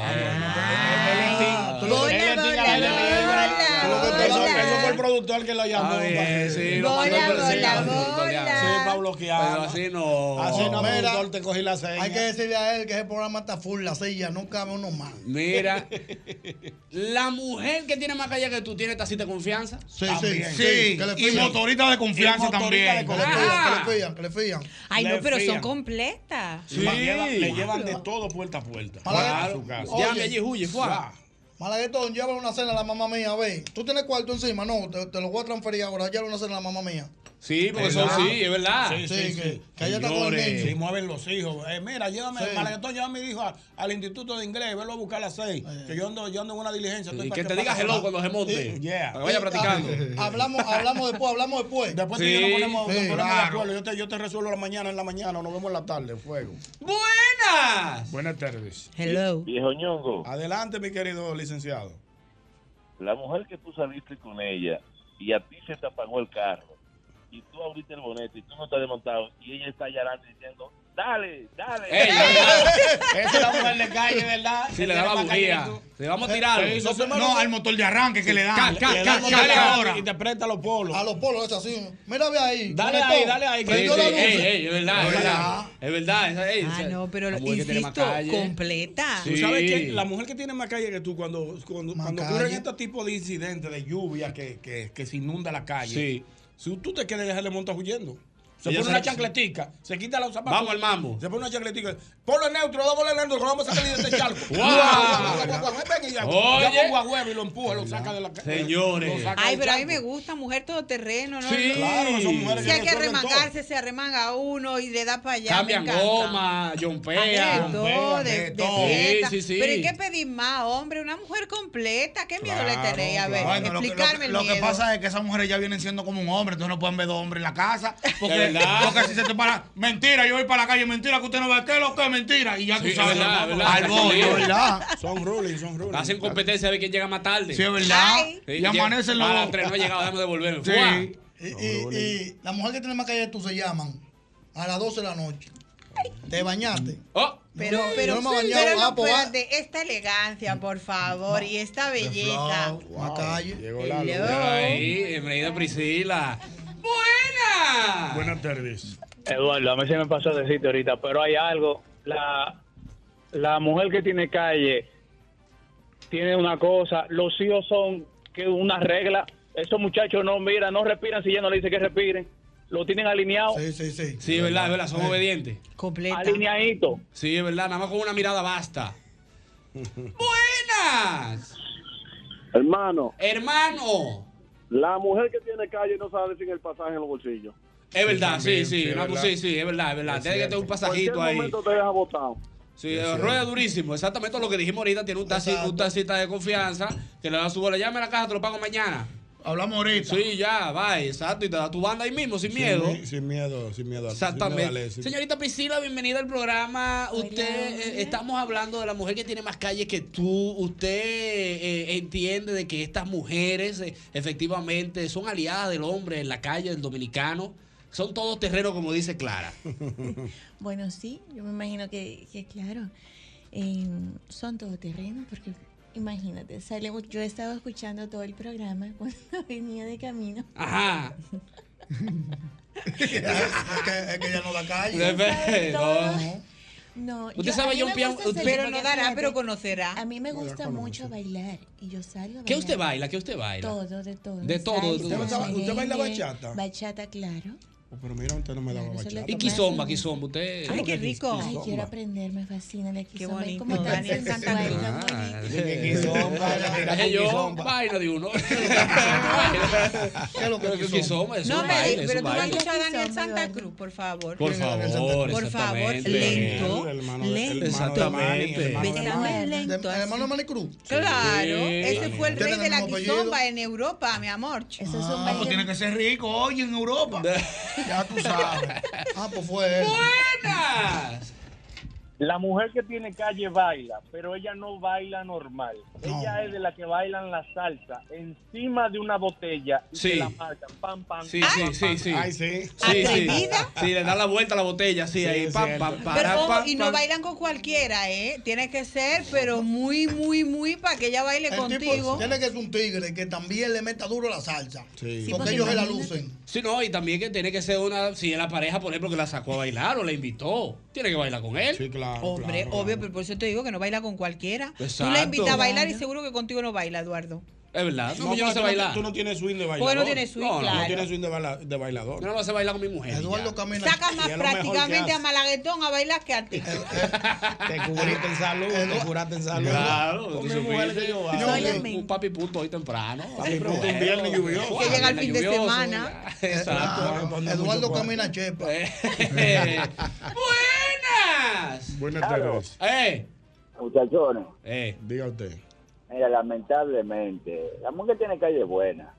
[SPEAKER 17] Eso fue el productor que lo llamó.
[SPEAKER 4] bien, sí, lo
[SPEAKER 17] Bola,
[SPEAKER 4] mandó el
[SPEAKER 17] bola,
[SPEAKER 4] presidente,
[SPEAKER 17] bola.
[SPEAKER 4] ya.
[SPEAKER 17] Sí, para bloquear.
[SPEAKER 4] Pero así no.
[SPEAKER 17] Así no,
[SPEAKER 4] Mira.
[SPEAKER 17] productor, te cogí la seña.
[SPEAKER 9] Hay que decirle a él que ese programa está full, la silla, no cabe uno más.
[SPEAKER 4] Mira,
[SPEAKER 9] [LAUGHS]
[SPEAKER 4] la mujer que tiene más calle que tú tiene tacita de confianza.
[SPEAKER 9] Sí,
[SPEAKER 14] También.
[SPEAKER 9] sí,
[SPEAKER 14] Sí,
[SPEAKER 9] que le
[SPEAKER 14] y
[SPEAKER 9] fían.
[SPEAKER 14] motorista de confianza
[SPEAKER 9] Y motorista
[SPEAKER 14] también.
[SPEAKER 9] de confianza, Que le fían, que le fían.
[SPEAKER 8] Ay,
[SPEAKER 17] Le
[SPEAKER 8] no, pero
[SPEAKER 17] fían.
[SPEAKER 8] son completas.
[SPEAKER 17] Sí. Le llevan, le llevan de todo puerta a puerta.
[SPEAKER 9] Para-
[SPEAKER 17] a su casa.
[SPEAKER 9] Oye,
[SPEAKER 17] Ya.
[SPEAKER 9] Malaguetón, llévale una cena a la mamá mía, ve. Tú tienes cuarto encima, no, te, te lo voy a transferir ahora. Llévale una cena a la mamá mía.
[SPEAKER 4] Sí, porque eso
[SPEAKER 17] ¿Verdad?
[SPEAKER 4] sí, es verdad.
[SPEAKER 17] Sí, sí, sí.
[SPEAKER 9] que ella está con el
[SPEAKER 17] Señores,
[SPEAKER 9] niño.
[SPEAKER 17] Sí, mueven los hijos. Eh, mira, llévame,
[SPEAKER 9] Sí.
[SPEAKER 17] para que tú lleve a mi hijo a- al instituto de inglés, velo a buscar a las seis.
[SPEAKER 9] Eh.
[SPEAKER 17] Que yo ando, yo ando en una diligencia.
[SPEAKER 4] Y que te diga hello cuando se monte. Para que vaya practicando.
[SPEAKER 9] Hablamos, hablamos después, hablamos después.
[SPEAKER 17] Después
[SPEAKER 4] Sí,
[SPEAKER 17] que nos ponemos, nos
[SPEAKER 4] sí,
[SPEAKER 17] ponemos de
[SPEAKER 4] claro.
[SPEAKER 17] acuerdo, yo te, yo te resuelvo la mañana en la mañana, nos vemos en la tarde, fuego.
[SPEAKER 4] ¡Buenas!
[SPEAKER 17] Buenas tardes. Ah,
[SPEAKER 8] Hello.
[SPEAKER 18] Viejo ñongo,
[SPEAKER 17] Adelante, mi querido licenciado.
[SPEAKER 18] la mujer que tú saliste con ella y a ti se te apagó el carro y tú abriste el bonete y tú no estás desmontado y ella está allá adelante diciendo, dale, dale.
[SPEAKER 17] Ey, esa es la mujer de calle, ¿verdad?
[SPEAKER 18] Sí,
[SPEAKER 17] Que
[SPEAKER 18] le da
[SPEAKER 17] tiene
[SPEAKER 18] la
[SPEAKER 17] más calle
[SPEAKER 18] bujía.
[SPEAKER 17] que tú.
[SPEAKER 4] Le vamos a tirar.
[SPEAKER 17] Sí, eso se-
[SPEAKER 14] Eh, No, al motor de arranque que le dan.
[SPEAKER 17] Ca, ca,
[SPEAKER 14] Le
[SPEAKER 17] ca,
[SPEAKER 14] dan motor
[SPEAKER 17] ca,
[SPEAKER 14] de
[SPEAKER 17] ca.
[SPEAKER 14] ahora.
[SPEAKER 17] Y te presta los polos.
[SPEAKER 9] A los polos, es así. Mira, ve ahí.
[SPEAKER 17] Dale
[SPEAKER 9] conectó.
[SPEAKER 17] ahí, dale ahí. que-
[SPEAKER 9] Prendió la luz.
[SPEAKER 4] Ey, ey, es verdad, es
[SPEAKER 17] Es
[SPEAKER 4] verdad. Es verdad. esa- ey,
[SPEAKER 8] Ah,
[SPEAKER 4] esa-
[SPEAKER 8] no, pero
[SPEAKER 4] la
[SPEAKER 8] lo-
[SPEAKER 4] mujer que tiene más
[SPEAKER 8] insisto,
[SPEAKER 4] calle.
[SPEAKER 8] completa.
[SPEAKER 17] Tú
[SPEAKER 4] Sí.
[SPEAKER 17] sabes que la mujer que tiene más calle que tú, cuando, cuando, cuando
[SPEAKER 4] calle.
[SPEAKER 17] ocurren estos tipos de incidentes de lluvia que, que, que se inunda la calle,
[SPEAKER 4] Sí.
[SPEAKER 17] si tú te quedas dejar le montas huyendo. Se
[SPEAKER 4] Ella
[SPEAKER 17] pone
[SPEAKER 4] se-
[SPEAKER 17] una chancletica, se quita los zapatos.
[SPEAKER 4] Vamos al mambo.
[SPEAKER 17] Se pone una chancletica. Ponlo neutro, dámosle neutro, que vamos a salir de este charco.
[SPEAKER 4] Guau.
[SPEAKER 17] Guau, guau, guau, guau, guau, ven y ya.
[SPEAKER 4] Oye.
[SPEAKER 17] Ya pongo a huevo y lo empuja, lo saca de la calle.
[SPEAKER 4] Señores.
[SPEAKER 8] Ay, pero a mí me gusta mujer todoterreno, ¿no?
[SPEAKER 4] Sí. Claro, son mujeres
[SPEAKER 8] Si
[SPEAKER 4] que
[SPEAKER 8] hay que
[SPEAKER 4] resuelven
[SPEAKER 8] arremangarse, se arremanga uno y le da para allá.
[SPEAKER 4] Cambian
[SPEAKER 8] me encanta.
[SPEAKER 4] goma,
[SPEAKER 8] Ah,
[SPEAKER 4] jompean.
[SPEAKER 8] de todo, de, de fiesta.
[SPEAKER 4] Sí, sí, sí.
[SPEAKER 8] Pero hay que pedir más, hombre, una mujer completa. ¿Qué miedo le
[SPEAKER 14] Claro,
[SPEAKER 8] tenéis? A ver,
[SPEAKER 14] claro. Bueno, lo que-
[SPEAKER 8] explicarme
[SPEAKER 14] lo, que,
[SPEAKER 8] el
[SPEAKER 14] lo que
[SPEAKER 8] miedo.
[SPEAKER 14] pasa es que esas mujeres ya vienen siendo como un hombre, entonces no pueden ver dos hombres en la casa.
[SPEAKER 4] [LAUGHS] De
[SPEAKER 14] Porque,
[SPEAKER 4] verdad.
[SPEAKER 14] porque si se te para, mentira, yo voy para la calle, mentira, que usted no va a qué, lo que mentira. Y ya
[SPEAKER 4] Sí,
[SPEAKER 14] tú sabes,
[SPEAKER 4] es verdad,
[SPEAKER 14] hermano,
[SPEAKER 4] es verdad.
[SPEAKER 14] al bote,
[SPEAKER 4] Sí.
[SPEAKER 14] ¿verdad?
[SPEAKER 17] Son ruling, son ruling.
[SPEAKER 4] Hacen competencia de quién llega más tarde.
[SPEAKER 14] Sí, es verdad.
[SPEAKER 4] Sí,
[SPEAKER 14] Y
[SPEAKER 4] llega-
[SPEAKER 14] amanecen los
[SPEAKER 4] A las
[SPEAKER 14] dos.
[SPEAKER 4] tres no he llegado, déjame devolverme.
[SPEAKER 14] Sí.
[SPEAKER 4] Fuá.
[SPEAKER 9] Y, y- y la mujer que tiene más calle que tú se llaman a las 12 de la noche. Te bañaste.
[SPEAKER 4] Oh,
[SPEAKER 8] Pero,
[SPEAKER 9] Yo
[SPEAKER 8] pero,
[SPEAKER 9] no me he
[SPEAKER 8] pero,
[SPEAKER 9] bañado, ah,
[SPEAKER 8] no,
[SPEAKER 9] pues, ah.
[SPEAKER 8] espérate, esta elegancia, por favor, y esta belleza.
[SPEAKER 17] Llegó
[SPEAKER 4] la
[SPEAKER 8] Hello.
[SPEAKER 4] luz. Ahí, bienvenida Priscila. ¡Buena!
[SPEAKER 17] Buenas tardes.
[SPEAKER 19] Eduardo, a mí se me pasó decirte ahorita, pero hay algo. La, la mujer que tiene calle tiene una cosa. Los hijos son que una regla. Esos muchachos no miran, no respiran si ya no le dice que respiren. Lo tienen alineado.
[SPEAKER 9] Sí,
[SPEAKER 4] [LAUGHS]
[SPEAKER 9] sí, sí.
[SPEAKER 4] Sí, es verdad, es verdad, son obedientes.
[SPEAKER 8] Completa.
[SPEAKER 19] Alineadito.
[SPEAKER 4] Sí, es verdad, nada más con una mirada basta. [LAUGHS] ¡Buenas!
[SPEAKER 20] Hermano,
[SPEAKER 4] Hermano.
[SPEAKER 20] la mujer que tiene calle no sale sin el pasaje en los bolsillos.
[SPEAKER 4] Es verdad, sí,
[SPEAKER 20] también,
[SPEAKER 4] sí,
[SPEAKER 20] sí, es
[SPEAKER 4] una-
[SPEAKER 20] verdad.
[SPEAKER 4] sí, sí, es verdad, es verdad.
[SPEAKER 20] Es
[SPEAKER 4] Tiene que tener un
[SPEAKER 20] cierto.
[SPEAKER 4] pasajito
[SPEAKER 20] Cualquier
[SPEAKER 4] ahí.
[SPEAKER 20] momento te deja botado.
[SPEAKER 4] Sí, eh, rueda durísimo. Exactamente lo que dijimos ahorita. Tiene un, taxi, un taxista de confianza que le da su bola. Llame a la caja, te lo pago mañana.
[SPEAKER 14] Hablamos ahorita.
[SPEAKER 4] Sí, ya, va, exacto. Y te da tu banda ahí mismo, sin miedo.
[SPEAKER 17] Sin, miedo, sin miedo.
[SPEAKER 4] Exactamente.
[SPEAKER 17] Sin miedo, Alexis.
[SPEAKER 4] Señorita Priscila, bienvenida al programa. Usted, eh, estamos hablando de la mujer que tiene más calles que tú. Usted eh, entiende de que estas mujeres eh, efectivamente son aliadas del hombre en la calle, del dominicano. Son todos terreros, como dice [LAUGHS] Clara.
[SPEAKER 21] Bueno, sí, yo me imagino que, que claro, eh, son todoterreno, porque imagínate, sale, yo estaba escuchando todo el programa [LAUGHS] cuando venía de camino.
[SPEAKER 4] Ajá.
[SPEAKER 9] [LAUGHS] Es que, es que ya no la calle.
[SPEAKER 4] Bebé,
[SPEAKER 9] no.
[SPEAKER 21] No,
[SPEAKER 9] Usted sabe,
[SPEAKER 21] a mí
[SPEAKER 9] yo
[SPEAKER 21] me
[SPEAKER 9] pian-
[SPEAKER 21] gusta
[SPEAKER 9] usted-
[SPEAKER 21] salir
[SPEAKER 9] Pero no
[SPEAKER 21] porque,
[SPEAKER 9] dará,
[SPEAKER 21] fíjate,
[SPEAKER 9] pero
[SPEAKER 8] conocerá.
[SPEAKER 21] A mí me
[SPEAKER 4] Yo la
[SPEAKER 21] gusta
[SPEAKER 4] conozco.
[SPEAKER 21] mucho bailar y yo salgo a
[SPEAKER 4] ¿Qué usted
[SPEAKER 21] bailar.
[SPEAKER 4] baila? ¿Qué usted baila?
[SPEAKER 21] Todo, de todo.
[SPEAKER 4] De todo, de todo. ¿Usted
[SPEAKER 21] Salsa,
[SPEAKER 4] baila- usted baila
[SPEAKER 21] merengue,
[SPEAKER 4] bachata?
[SPEAKER 21] Bachata, claro.
[SPEAKER 17] Oh, Pero mira, usted no me daba
[SPEAKER 21] Claro, eso
[SPEAKER 17] bachata.
[SPEAKER 4] Y Kizomba, Kizomba, usted.
[SPEAKER 21] Ay, quiero aprender, me fascina la
[SPEAKER 8] Qué
[SPEAKER 21] quizomba. Es
[SPEAKER 8] bonito,
[SPEAKER 21] como tan
[SPEAKER 8] Daniel Santa
[SPEAKER 21] sensual,
[SPEAKER 8] Cruz.
[SPEAKER 21] tan
[SPEAKER 4] Ah,
[SPEAKER 21] bonito.
[SPEAKER 4] eh,
[SPEAKER 17] Kizomba,
[SPEAKER 4] eh,
[SPEAKER 17] con
[SPEAKER 4] yo,
[SPEAKER 17] Kizomba.
[SPEAKER 4] vaina de uno. Pero que Kizomba es
[SPEAKER 8] No
[SPEAKER 4] un
[SPEAKER 8] me
[SPEAKER 4] baile,
[SPEAKER 8] digas,
[SPEAKER 4] es
[SPEAKER 8] pero
[SPEAKER 4] un
[SPEAKER 8] tú vas a
[SPEAKER 4] baile.
[SPEAKER 8] escuchar a Daniel Santa Cruz, por favor.
[SPEAKER 4] Por favor,
[SPEAKER 8] Por favor,
[SPEAKER 4] exactamente.
[SPEAKER 8] lento.
[SPEAKER 4] El hermano de- el
[SPEAKER 8] Lento.
[SPEAKER 4] hermano de Manny, el hermano de
[SPEAKER 8] Besame
[SPEAKER 4] Manny.
[SPEAKER 8] lento.
[SPEAKER 9] El hermano
[SPEAKER 8] así.
[SPEAKER 9] Manny Cruz.
[SPEAKER 8] Claro,
[SPEAKER 14] Sí.
[SPEAKER 8] ese fue el
[SPEAKER 14] Tienen
[SPEAKER 8] rey
[SPEAKER 14] el
[SPEAKER 8] de la
[SPEAKER 14] mismo apellido.
[SPEAKER 8] quizomba en Europa, mi amor. Eso
[SPEAKER 14] Ah, pues tiene que ser rico hoy en
[SPEAKER 4] [LAUGHS]
[SPEAKER 14] Europa. ya tú sabes.
[SPEAKER 9] Ah, pues fue él.
[SPEAKER 4] ¡Buenas!
[SPEAKER 1] La mujer que tiene calle baila, pero ella no baila normal. Ella es de la que bailan la salsa encima de una botella y
[SPEAKER 4] Sí.
[SPEAKER 1] se la marcan. Pam, pam,
[SPEAKER 4] Sí,
[SPEAKER 1] pam,
[SPEAKER 4] sí,
[SPEAKER 1] pam,
[SPEAKER 4] sí,
[SPEAKER 1] pam.
[SPEAKER 4] sí.
[SPEAKER 1] Ay,
[SPEAKER 4] sí. Sí,
[SPEAKER 8] Ah. Atrevida.
[SPEAKER 4] Sí, le da la vuelta a la botella, sí, ahí.
[SPEAKER 17] es
[SPEAKER 4] Pa,
[SPEAKER 17] cierto.
[SPEAKER 4] pa, pa,
[SPEAKER 8] Pero
[SPEAKER 4] pa,
[SPEAKER 8] [LAUGHS] ojo,
[SPEAKER 4] pa,
[SPEAKER 8] y no bailan con cualquiera, ¿eh? Tiene que ser, pero muy, muy, muy para que ella baile
[SPEAKER 9] El
[SPEAKER 8] contigo.
[SPEAKER 9] tipo tiene que ser un tigre que también le meta duro la salsa.
[SPEAKER 4] Sí,
[SPEAKER 8] pues,
[SPEAKER 9] porque ellos se la lucen.
[SPEAKER 4] Sí, no, y también que tiene que ser una. Si es la pareja, por ejemplo, que la sacó a bailar o la invitó, tiene que bailar con él. Sí,
[SPEAKER 17] claro.
[SPEAKER 8] Hombre, obvio, pero por eso te digo que no baila con cualquiera. Tú
[SPEAKER 4] Exacto.
[SPEAKER 8] la invitas a bailar y
[SPEAKER 4] Claro.
[SPEAKER 8] seguro que contigo no baila, Eduardo.
[SPEAKER 4] Es verdad. No,
[SPEAKER 17] No,
[SPEAKER 4] yo no
[SPEAKER 17] porque
[SPEAKER 4] sé
[SPEAKER 17] tú no-
[SPEAKER 4] bailar.
[SPEAKER 17] tú no tienes swing de bailador.
[SPEAKER 8] Porque no tienes swing,
[SPEAKER 17] No, no,
[SPEAKER 8] claro.
[SPEAKER 17] no tienes swing de, baila- de bailador.
[SPEAKER 4] Yo no lo sé bailar con mi mujer.
[SPEAKER 17] Eduardo camina.
[SPEAKER 8] Saca más prácticamente a
[SPEAKER 17] más.
[SPEAKER 8] Malaguetón a bailar que a ti.
[SPEAKER 17] Eh,
[SPEAKER 4] [LAUGHS]
[SPEAKER 17] Te cubriste en salud, te curaste en salud.
[SPEAKER 4] Claro,
[SPEAKER 17] Con
[SPEAKER 4] tú
[SPEAKER 17] mi
[SPEAKER 4] supiste.
[SPEAKER 17] mujer que yo bailo.
[SPEAKER 4] Yo un- un papi puto hoy temprano. Papi
[SPEAKER 17] puto un viernes lluvioso.
[SPEAKER 8] Que llega el fin de semana.
[SPEAKER 4] Exacto.
[SPEAKER 9] Eduardo camina chepa.
[SPEAKER 4] Buenas.
[SPEAKER 2] Buenas
[SPEAKER 10] Claro.
[SPEAKER 2] tardes.
[SPEAKER 4] Eh.
[SPEAKER 10] Muchachones,
[SPEAKER 2] Diga usted.
[SPEAKER 10] mira, lamentablemente, la mujer que tiene calle es buena,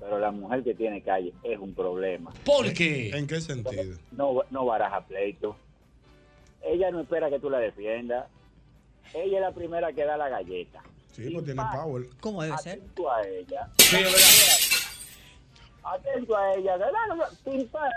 [SPEAKER 10] pero la mujer que tiene calle es un problema.
[SPEAKER 4] ¿Por qué?
[SPEAKER 17] ¿En qué sentido?
[SPEAKER 10] No, no baraja pleito. Ella no espera que tú la defiendas. Ella es la primera que da la galleta.
[SPEAKER 17] Sí, pues tiene power.
[SPEAKER 8] ¿Cómo debe
[SPEAKER 10] ser? Atento a ella. Atento a ella. que la- la- pim, pam.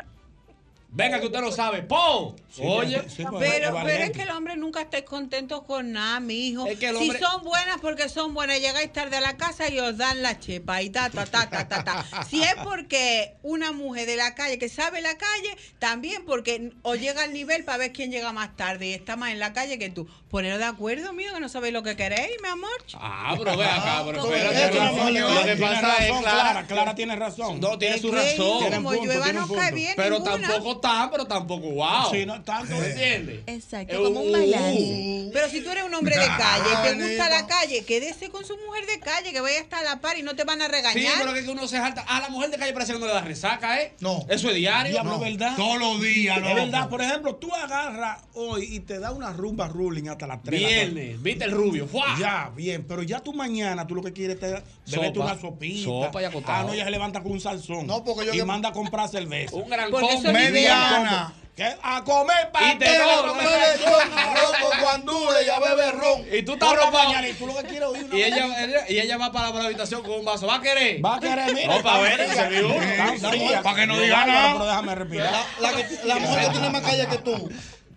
[SPEAKER 4] Venga, que usted lo sabe. ¡Po! Oye.
[SPEAKER 8] Pero, pero es que el hombre nunca está contento con nada, mi hijo.
[SPEAKER 4] Es que el hombre-
[SPEAKER 8] Si son buenas porque son buenas, llegáis tarde a la casa y os dan la chepa y ta, ta, ta, ta, ta,
[SPEAKER 4] [LAUGHS]
[SPEAKER 8] ta. Si es porque una mujer de la calle que sabe la calle, también porque o llega al nivel para ver quién llega más tarde y está más en la calle que tú. Poneros de acuerdo, mío, que no sabéis lo que queréis, mi amor.
[SPEAKER 4] Ah, pero ve acá, pero
[SPEAKER 8] ¿Cómo
[SPEAKER 4] espérate,
[SPEAKER 8] es?
[SPEAKER 4] pero
[SPEAKER 8] Tiene
[SPEAKER 4] no,
[SPEAKER 8] razón,
[SPEAKER 4] Lo que
[SPEAKER 8] tiene
[SPEAKER 4] pasa es
[SPEAKER 17] razón,
[SPEAKER 4] Clara.
[SPEAKER 17] Clara, Clara tiene razón.
[SPEAKER 4] No, tiene su
[SPEAKER 17] Es que
[SPEAKER 4] razón.
[SPEAKER 17] como Tiene un punto, llueva tiene un no cae punto. bien
[SPEAKER 4] Pero
[SPEAKER 17] ninguna.
[SPEAKER 4] tampoco tan, pero tampoco wow.
[SPEAKER 17] Sí, no tanto.
[SPEAKER 4] ¿Me entiendes?
[SPEAKER 21] Exacto,
[SPEAKER 4] Eh,
[SPEAKER 21] como un
[SPEAKER 4] uh,
[SPEAKER 21] balance.
[SPEAKER 8] Pero si tú eres un hombre de calle y te gusta la calle, quédese con su mujer de calle, que vaya hasta la par y no te van a regañar.
[SPEAKER 4] Sí, pero es que uno se jalta. Ah, la mujer de calle parece que no le da resaca, ¿eh?
[SPEAKER 9] No.
[SPEAKER 4] Eso es diario.
[SPEAKER 17] Diablo, ¿verdad?
[SPEAKER 4] Todos los días,
[SPEAKER 17] Es verdad, por ejemplo, tú agarras hoy y te da una rumba ruling hasta las 3.
[SPEAKER 4] Viernes, viste el rubio, ¡fua!
[SPEAKER 17] Ya, bien, pero ya tú mañana, tú lo que quieres es te- beberte
[SPEAKER 4] Sopa.
[SPEAKER 17] una sopita.
[SPEAKER 4] Sopa y acotado.
[SPEAKER 17] Ah, no, ella se levanta con un salsón.
[SPEAKER 9] No, porque yo
[SPEAKER 17] Y
[SPEAKER 9] que-
[SPEAKER 17] manda a comprar cerveza.
[SPEAKER 4] Un gran
[SPEAKER 9] Porque combo. eso es
[SPEAKER 17] Mediana.
[SPEAKER 9] liviano.
[SPEAKER 17] ¿Qué? A comer
[SPEAKER 9] Y te
[SPEAKER 17] pastel,
[SPEAKER 9] doy,
[SPEAKER 17] a comer
[SPEAKER 9] no me
[SPEAKER 17] lechón,
[SPEAKER 9] des
[SPEAKER 17] a
[SPEAKER 9] ron
[SPEAKER 17] roco,
[SPEAKER 9] con
[SPEAKER 17] guandule, y a beber ron.
[SPEAKER 4] Y tú estás
[SPEAKER 17] Por la
[SPEAKER 4] ropado.
[SPEAKER 17] mañana, Y tú lo que quieres es oír una
[SPEAKER 4] Y ella, ella- y ella va para la habitación con un vaso. ¿Va a querer?
[SPEAKER 17] Va a querer, mira.
[SPEAKER 4] No, para ver,
[SPEAKER 17] está
[SPEAKER 4] se vio.
[SPEAKER 17] fría, está fría.
[SPEAKER 4] Para que Ah, no
[SPEAKER 17] Yo
[SPEAKER 4] diga
[SPEAKER 17] bárbaro,
[SPEAKER 4] nada.
[SPEAKER 17] Pero déjame respirar.
[SPEAKER 9] La, que- la mujer que tiene más calle que tú,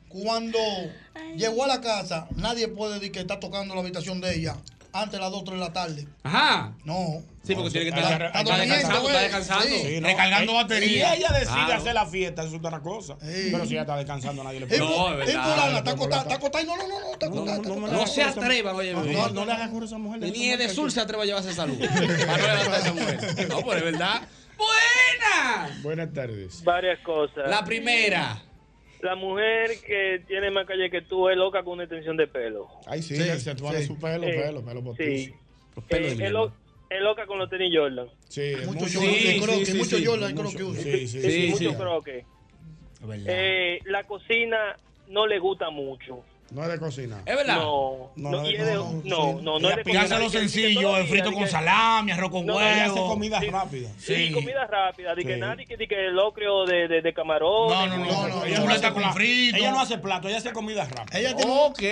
[SPEAKER 9] cuando llegó a la casa, nadie puede decir que está tocando la habitación de ella antes de las 2 3 de la tarde.
[SPEAKER 4] Ajá.
[SPEAKER 9] No.
[SPEAKER 4] Sí, porque tiene que
[SPEAKER 9] Está-
[SPEAKER 4] estar
[SPEAKER 9] está
[SPEAKER 4] está descansando,
[SPEAKER 9] durmiendo,
[SPEAKER 2] pues.
[SPEAKER 9] eh.
[SPEAKER 4] está descansando.
[SPEAKER 17] Sí, no.
[SPEAKER 4] Recargando
[SPEAKER 17] Eh,
[SPEAKER 4] batería.
[SPEAKER 17] Si ella decide
[SPEAKER 4] Claro.
[SPEAKER 17] hacer la fiesta, eso es otra cosa. Pero si ella está descansando, nadie le
[SPEAKER 4] Y fu-
[SPEAKER 17] No,
[SPEAKER 4] es y verdad. fulana,
[SPEAKER 9] Eh, Está acotada, está acotada y no, no, no, no, está acotada. está acotada.
[SPEAKER 4] No se atrevan, oye, bebé.
[SPEAKER 17] No, no le hagas cura a esa mujer.
[SPEAKER 4] Ni el de sur se atreve a llevarse salud. Para no levantar a esa
[SPEAKER 17] [LAUGHS]
[SPEAKER 4] mujer. No, pero es verdad. ¡Buena!
[SPEAKER 2] Buenas tardes.
[SPEAKER 3] Varias cosas.
[SPEAKER 4] La primera.
[SPEAKER 3] La mujer que tiene más calle que tú es loca con una extensión de pelo.
[SPEAKER 2] Ay, sí,
[SPEAKER 3] Sí,
[SPEAKER 2] se acentúa
[SPEAKER 3] sí.
[SPEAKER 2] su pelo,
[SPEAKER 3] Sí.
[SPEAKER 2] pelo, pelo
[SPEAKER 3] Sí.
[SPEAKER 2] botizo.
[SPEAKER 3] Eh, es, lo- es loca con los tenis Jordan.
[SPEAKER 2] Sí,
[SPEAKER 9] mucho Jordan, el croque, mucho Jordan, el croque usa.
[SPEAKER 2] Sí, sí,
[SPEAKER 3] Sí,
[SPEAKER 2] sí.
[SPEAKER 3] mucho
[SPEAKER 2] sí.
[SPEAKER 3] croque.
[SPEAKER 2] Es verdad.
[SPEAKER 3] Eh, la cocina no le gusta mucho.
[SPEAKER 2] No es de cocina.
[SPEAKER 3] ¿Es verdad? No,
[SPEAKER 2] No,
[SPEAKER 3] no,
[SPEAKER 2] no,
[SPEAKER 3] y es de-
[SPEAKER 2] no, no,
[SPEAKER 3] no, no, no es de
[SPEAKER 2] Ya
[SPEAKER 3] cocina.
[SPEAKER 2] hace lo
[SPEAKER 3] Dice que
[SPEAKER 2] sencillo,
[SPEAKER 3] todos
[SPEAKER 2] el
[SPEAKER 3] los
[SPEAKER 2] frito
[SPEAKER 3] días,
[SPEAKER 2] con
[SPEAKER 3] dice-
[SPEAKER 2] salami, arroz con
[SPEAKER 3] No, no,
[SPEAKER 2] huevo.
[SPEAKER 3] ella hace
[SPEAKER 17] comida
[SPEAKER 3] Sí.
[SPEAKER 17] rápida.
[SPEAKER 3] Sí, comida rápida, de que
[SPEAKER 17] Sí.
[SPEAKER 3] nadie que, de que locrio de, de, de camarón.
[SPEAKER 17] No, no, no, no, ella no hace plato. Ella no hace plato, ella hace comida [LAUGHS] rápida.
[SPEAKER 9] Ella tiene
[SPEAKER 4] Ok.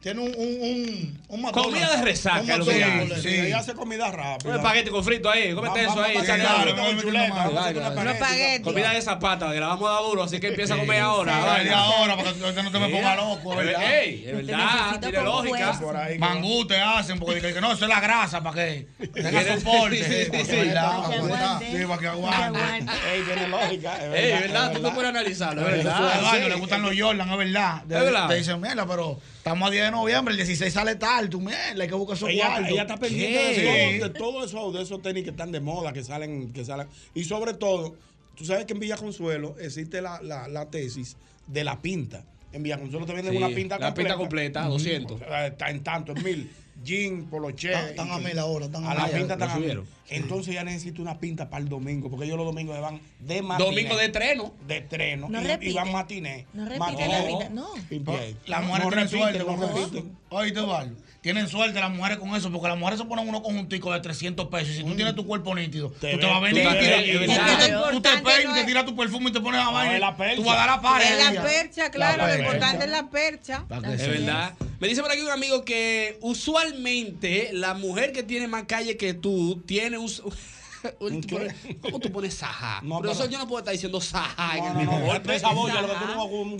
[SPEAKER 9] Tiene un, un, un, un matón.
[SPEAKER 4] Comida de resaca, es lo que ella hace.
[SPEAKER 17] Sí, ella hace comida rápida.
[SPEAKER 4] Un espagueti con frito ahí, cómete
[SPEAKER 17] Vamos,
[SPEAKER 4] eso ahí.
[SPEAKER 17] vamos
[SPEAKER 4] saca
[SPEAKER 17] a
[SPEAKER 4] eso.
[SPEAKER 17] sacarlo, tengo chuleta, vamos a hacer una
[SPEAKER 4] Claro,
[SPEAKER 17] espagueti.
[SPEAKER 4] Comida de zapata, que la vamos a dar duro, así que empieza a comer
[SPEAKER 2] Sí,
[SPEAKER 4] ahora.
[SPEAKER 2] sí,
[SPEAKER 4] vaya.
[SPEAKER 2] de ahora, para que usted no te me
[SPEAKER 4] Sí.
[SPEAKER 2] ponga loco,
[SPEAKER 4] Es
[SPEAKER 2] ¿verdad?
[SPEAKER 4] ver- ey, es verdad, tiene lógica.
[SPEAKER 2] Mangú te hacen, porque dicen que no, eso es la grasa, para
[SPEAKER 4] [LAUGHS]
[SPEAKER 2] que tenga
[SPEAKER 4] Quiere-
[SPEAKER 2] soporte.
[SPEAKER 4] [LAUGHS] Sí, sí,
[SPEAKER 2] para
[SPEAKER 4] sí.
[SPEAKER 2] que ¿verdad?
[SPEAKER 4] Para que aguante.
[SPEAKER 2] Sí, para que aguante.
[SPEAKER 17] Ey, tiene lógica. eh. Es
[SPEAKER 4] Ey,
[SPEAKER 17] verdad,
[SPEAKER 4] ¿verdad? Tú te puedes analizarlo, es
[SPEAKER 2] A
[SPEAKER 4] verdad.
[SPEAKER 2] Eduardo
[SPEAKER 4] Sí.
[SPEAKER 2] le gustan los Jordan, es verdad.
[SPEAKER 4] Es verdad.
[SPEAKER 2] Te dicen, mierda, pero estamos a 10 de noviembre, el 16 sale tal, tú mierda, hay que buscar esos
[SPEAKER 17] Ella,
[SPEAKER 2] cuartos.
[SPEAKER 17] ella está pendiente
[SPEAKER 2] Sí.
[SPEAKER 17] de, "Oh, todo, de todo eso, de esos tenis que están de moda, que salen, que salen. Y sobre todo, tú sabes que en Villa Consuelo existe la, la, la tesis de la pinta. En Villa Consuelo te venden
[SPEAKER 4] Sí,
[SPEAKER 17] una pinta
[SPEAKER 4] la
[SPEAKER 17] completa.
[SPEAKER 4] pinta completa, 200.
[SPEAKER 17] Ujú. Eh, Está en tanto, en mil. jean, poloche.
[SPEAKER 9] Tan- tan a mil ahora, tan a
[SPEAKER 17] a la
[SPEAKER 9] mil.
[SPEAKER 17] pinta
[SPEAKER 9] Lo
[SPEAKER 17] tan a mil.
[SPEAKER 9] subieron.
[SPEAKER 17] Entonces ya necesito una pinta para el domingo, porque ellos los domingos se van de matiné.
[SPEAKER 4] Domingo de estreno.
[SPEAKER 17] De estreno.
[SPEAKER 21] No
[SPEAKER 17] y,
[SPEAKER 21] repiten.
[SPEAKER 17] y van matiné.
[SPEAKER 21] No repite
[SPEAKER 17] Matiné.
[SPEAKER 21] la vida. No.
[SPEAKER 14] Oh, Las mujeres
[SPEAKER 17] No
[SPEAKER 14] tienen
[SPEAKER 17] repiten,
[SPEAKER 14] suerte
[SPEAKER 17] no
[SPEAKER 14] con eso.
[SPEAKER 17] repiten.
[SPEAKER 14] Oíste, Eduardo. Tienen suerte las mujeres con eso, porque las mujeres se ponen unos conjunticos de 300 pesos. Y si tú tienes tu cuerpo nítido, tú te
[SPEAKER 17] ves-
[SPEAKER 14] vas a ver
[SPEAKER 17] tú Mm. te
[SPEAKER 14] nítido.
[SPEAKER 17] ves- es
[SPEAKER 14] Tú
[SPEAKER 17] verdad.
[SPEAKER 14] te-
[SPEAKER 17] Lo
[SPEAKER 14] Tú te
[SPEAKER 8] importante
[SPEAKER 14] peinas,
[SPEAKER 8] no
[SPEAKER 14] te
[SPEAKER 8] es-
[SPEAKER 14] tiras tu perfume y te pones a
[SPEAKER 17] es
[SPEAKER 14] vaina.
[SPEAKER 17] la percha. Ah,
[SPEAKER 14] Tú vas a dar la pared.
[SPEAKER 8] Es la percha, claro, lo importante es la percha.
[SPEAKER 4] Es Ah, verdad. Me dice por aquí un amigo que usualmente la mujer que tiene más calle que tú tiene un. [LAUGHS] un- tú pones- ¿Cómo tú pones saja?
[SPEAKER 17] No,
[SPEAKER 4] Profesor,
[SPEAKER 17] pero-
[SPEAKER 4] yo no puedo estar diciendo saja en
[SPEAKER 17] No,
[SPEAKER 4] el
[SPEAKER 17] no,
[SPEAKER 4] mismo
[SPEAKER 17] no,
[SPEAKER 4] golpe.
[SPEAKER 17] esa boya, lo que tú
[SPEAKER 4] Saja.
[SPEAKER 17] no hago un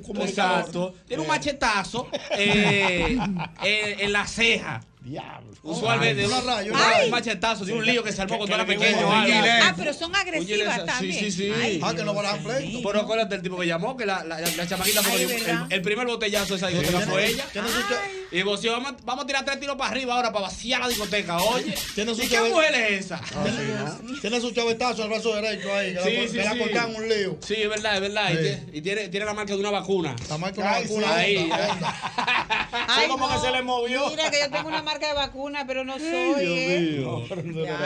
[SPEAKER 4] [LAUGHS]
[SPEAKER 17] comunicador.
[SPEAKER 4] Exacto. Tiene un machetazo
[SPEAKER 17] [LAUGHS]
[SPEAKER 4] eh, eh, en la ceja.
[SPEAKER 17] Diablo.
[SPEAKER 4] Usualmente,
[SPEAKER 17] Una
[SPEAKER 4] un,
[SPEAKER 17] raya,
[SPEAKER 4] un
[SPEAKER 17] una raya.
[SPEAKER 4] machetazo de un lío que se armó cuando
[SPEAKER 17] que-
[SPEAKER 4] era
[SPEAKER 17] que-
[SPEAKER 4] pequeño.
[SPEAKER 17] que-
[SPEAKER 4] o algo.
[SPEAKER 8] Ah, pero son
[SPEAKER 4] Oye,
[SPEAKER 8] agresivas
[SPEAKER 4] esa-
[SPEAKER 8] también.
[SPEAKER 4] Sí, sí, Ah, sí.
[SPEAKER 8] Ay,
[SPEAKER 9] Ah, van a play.
[SPEAKER 4] Pero acuérdate el tipo que llamó, que la, la, la- la chamaquita fue
[SPEAKER 8] Ay,
[SPEAKER 4] el,
[SPEAKER 8] ¿verdad?
[SPEAKER 4] el primer botellazo de esa discoteca fue ella. Y vos, vamos, a- vamos a tirar tres tiros para arriba ahora para vaciar la discoteca, oye.
[SPEAKER 9] Tiene su
[SPEAKER 4] ¿Y qué
[SPEAKER 9] chave-
[SPEAKER 4] mujer es esa?
[SPEAKER 9] Ah,
[SPEAKER 4] [LAUGHS]
[SPEAKER 9] Tiene su chavetazo al brazo derecho ahí. Que la,
[SPEAKER 4] Sí, sí,
[SPEAKER 9] que la
[SPEAKER 4] sí.
[SPEAKER 9] cortan un lío.
[SPEAKER 4] Sí, es verdad, es verdad. Y tie- Y tiene, tiene la marca de una vacuna.
[SPEAKER 9] La marca de una
[SPEAKER 4] Ay,
[SPEAKER 9] vacuna,
[SPEAKER 4] sí.
[SPEAKER 9] onda,
[SPEAKER 4] Ahí.
[SPEAKER 8] Ay,
[SPEAKER 17] como que se le movió.
[SPEAKER 8] Mira que yo tengo una marca de vacuna, pero
[SPEAKER 4] [LAUGHS]
[SPEAKER 8] no soy. ¿eh?
[SPEAKER 17] [LAUGHS]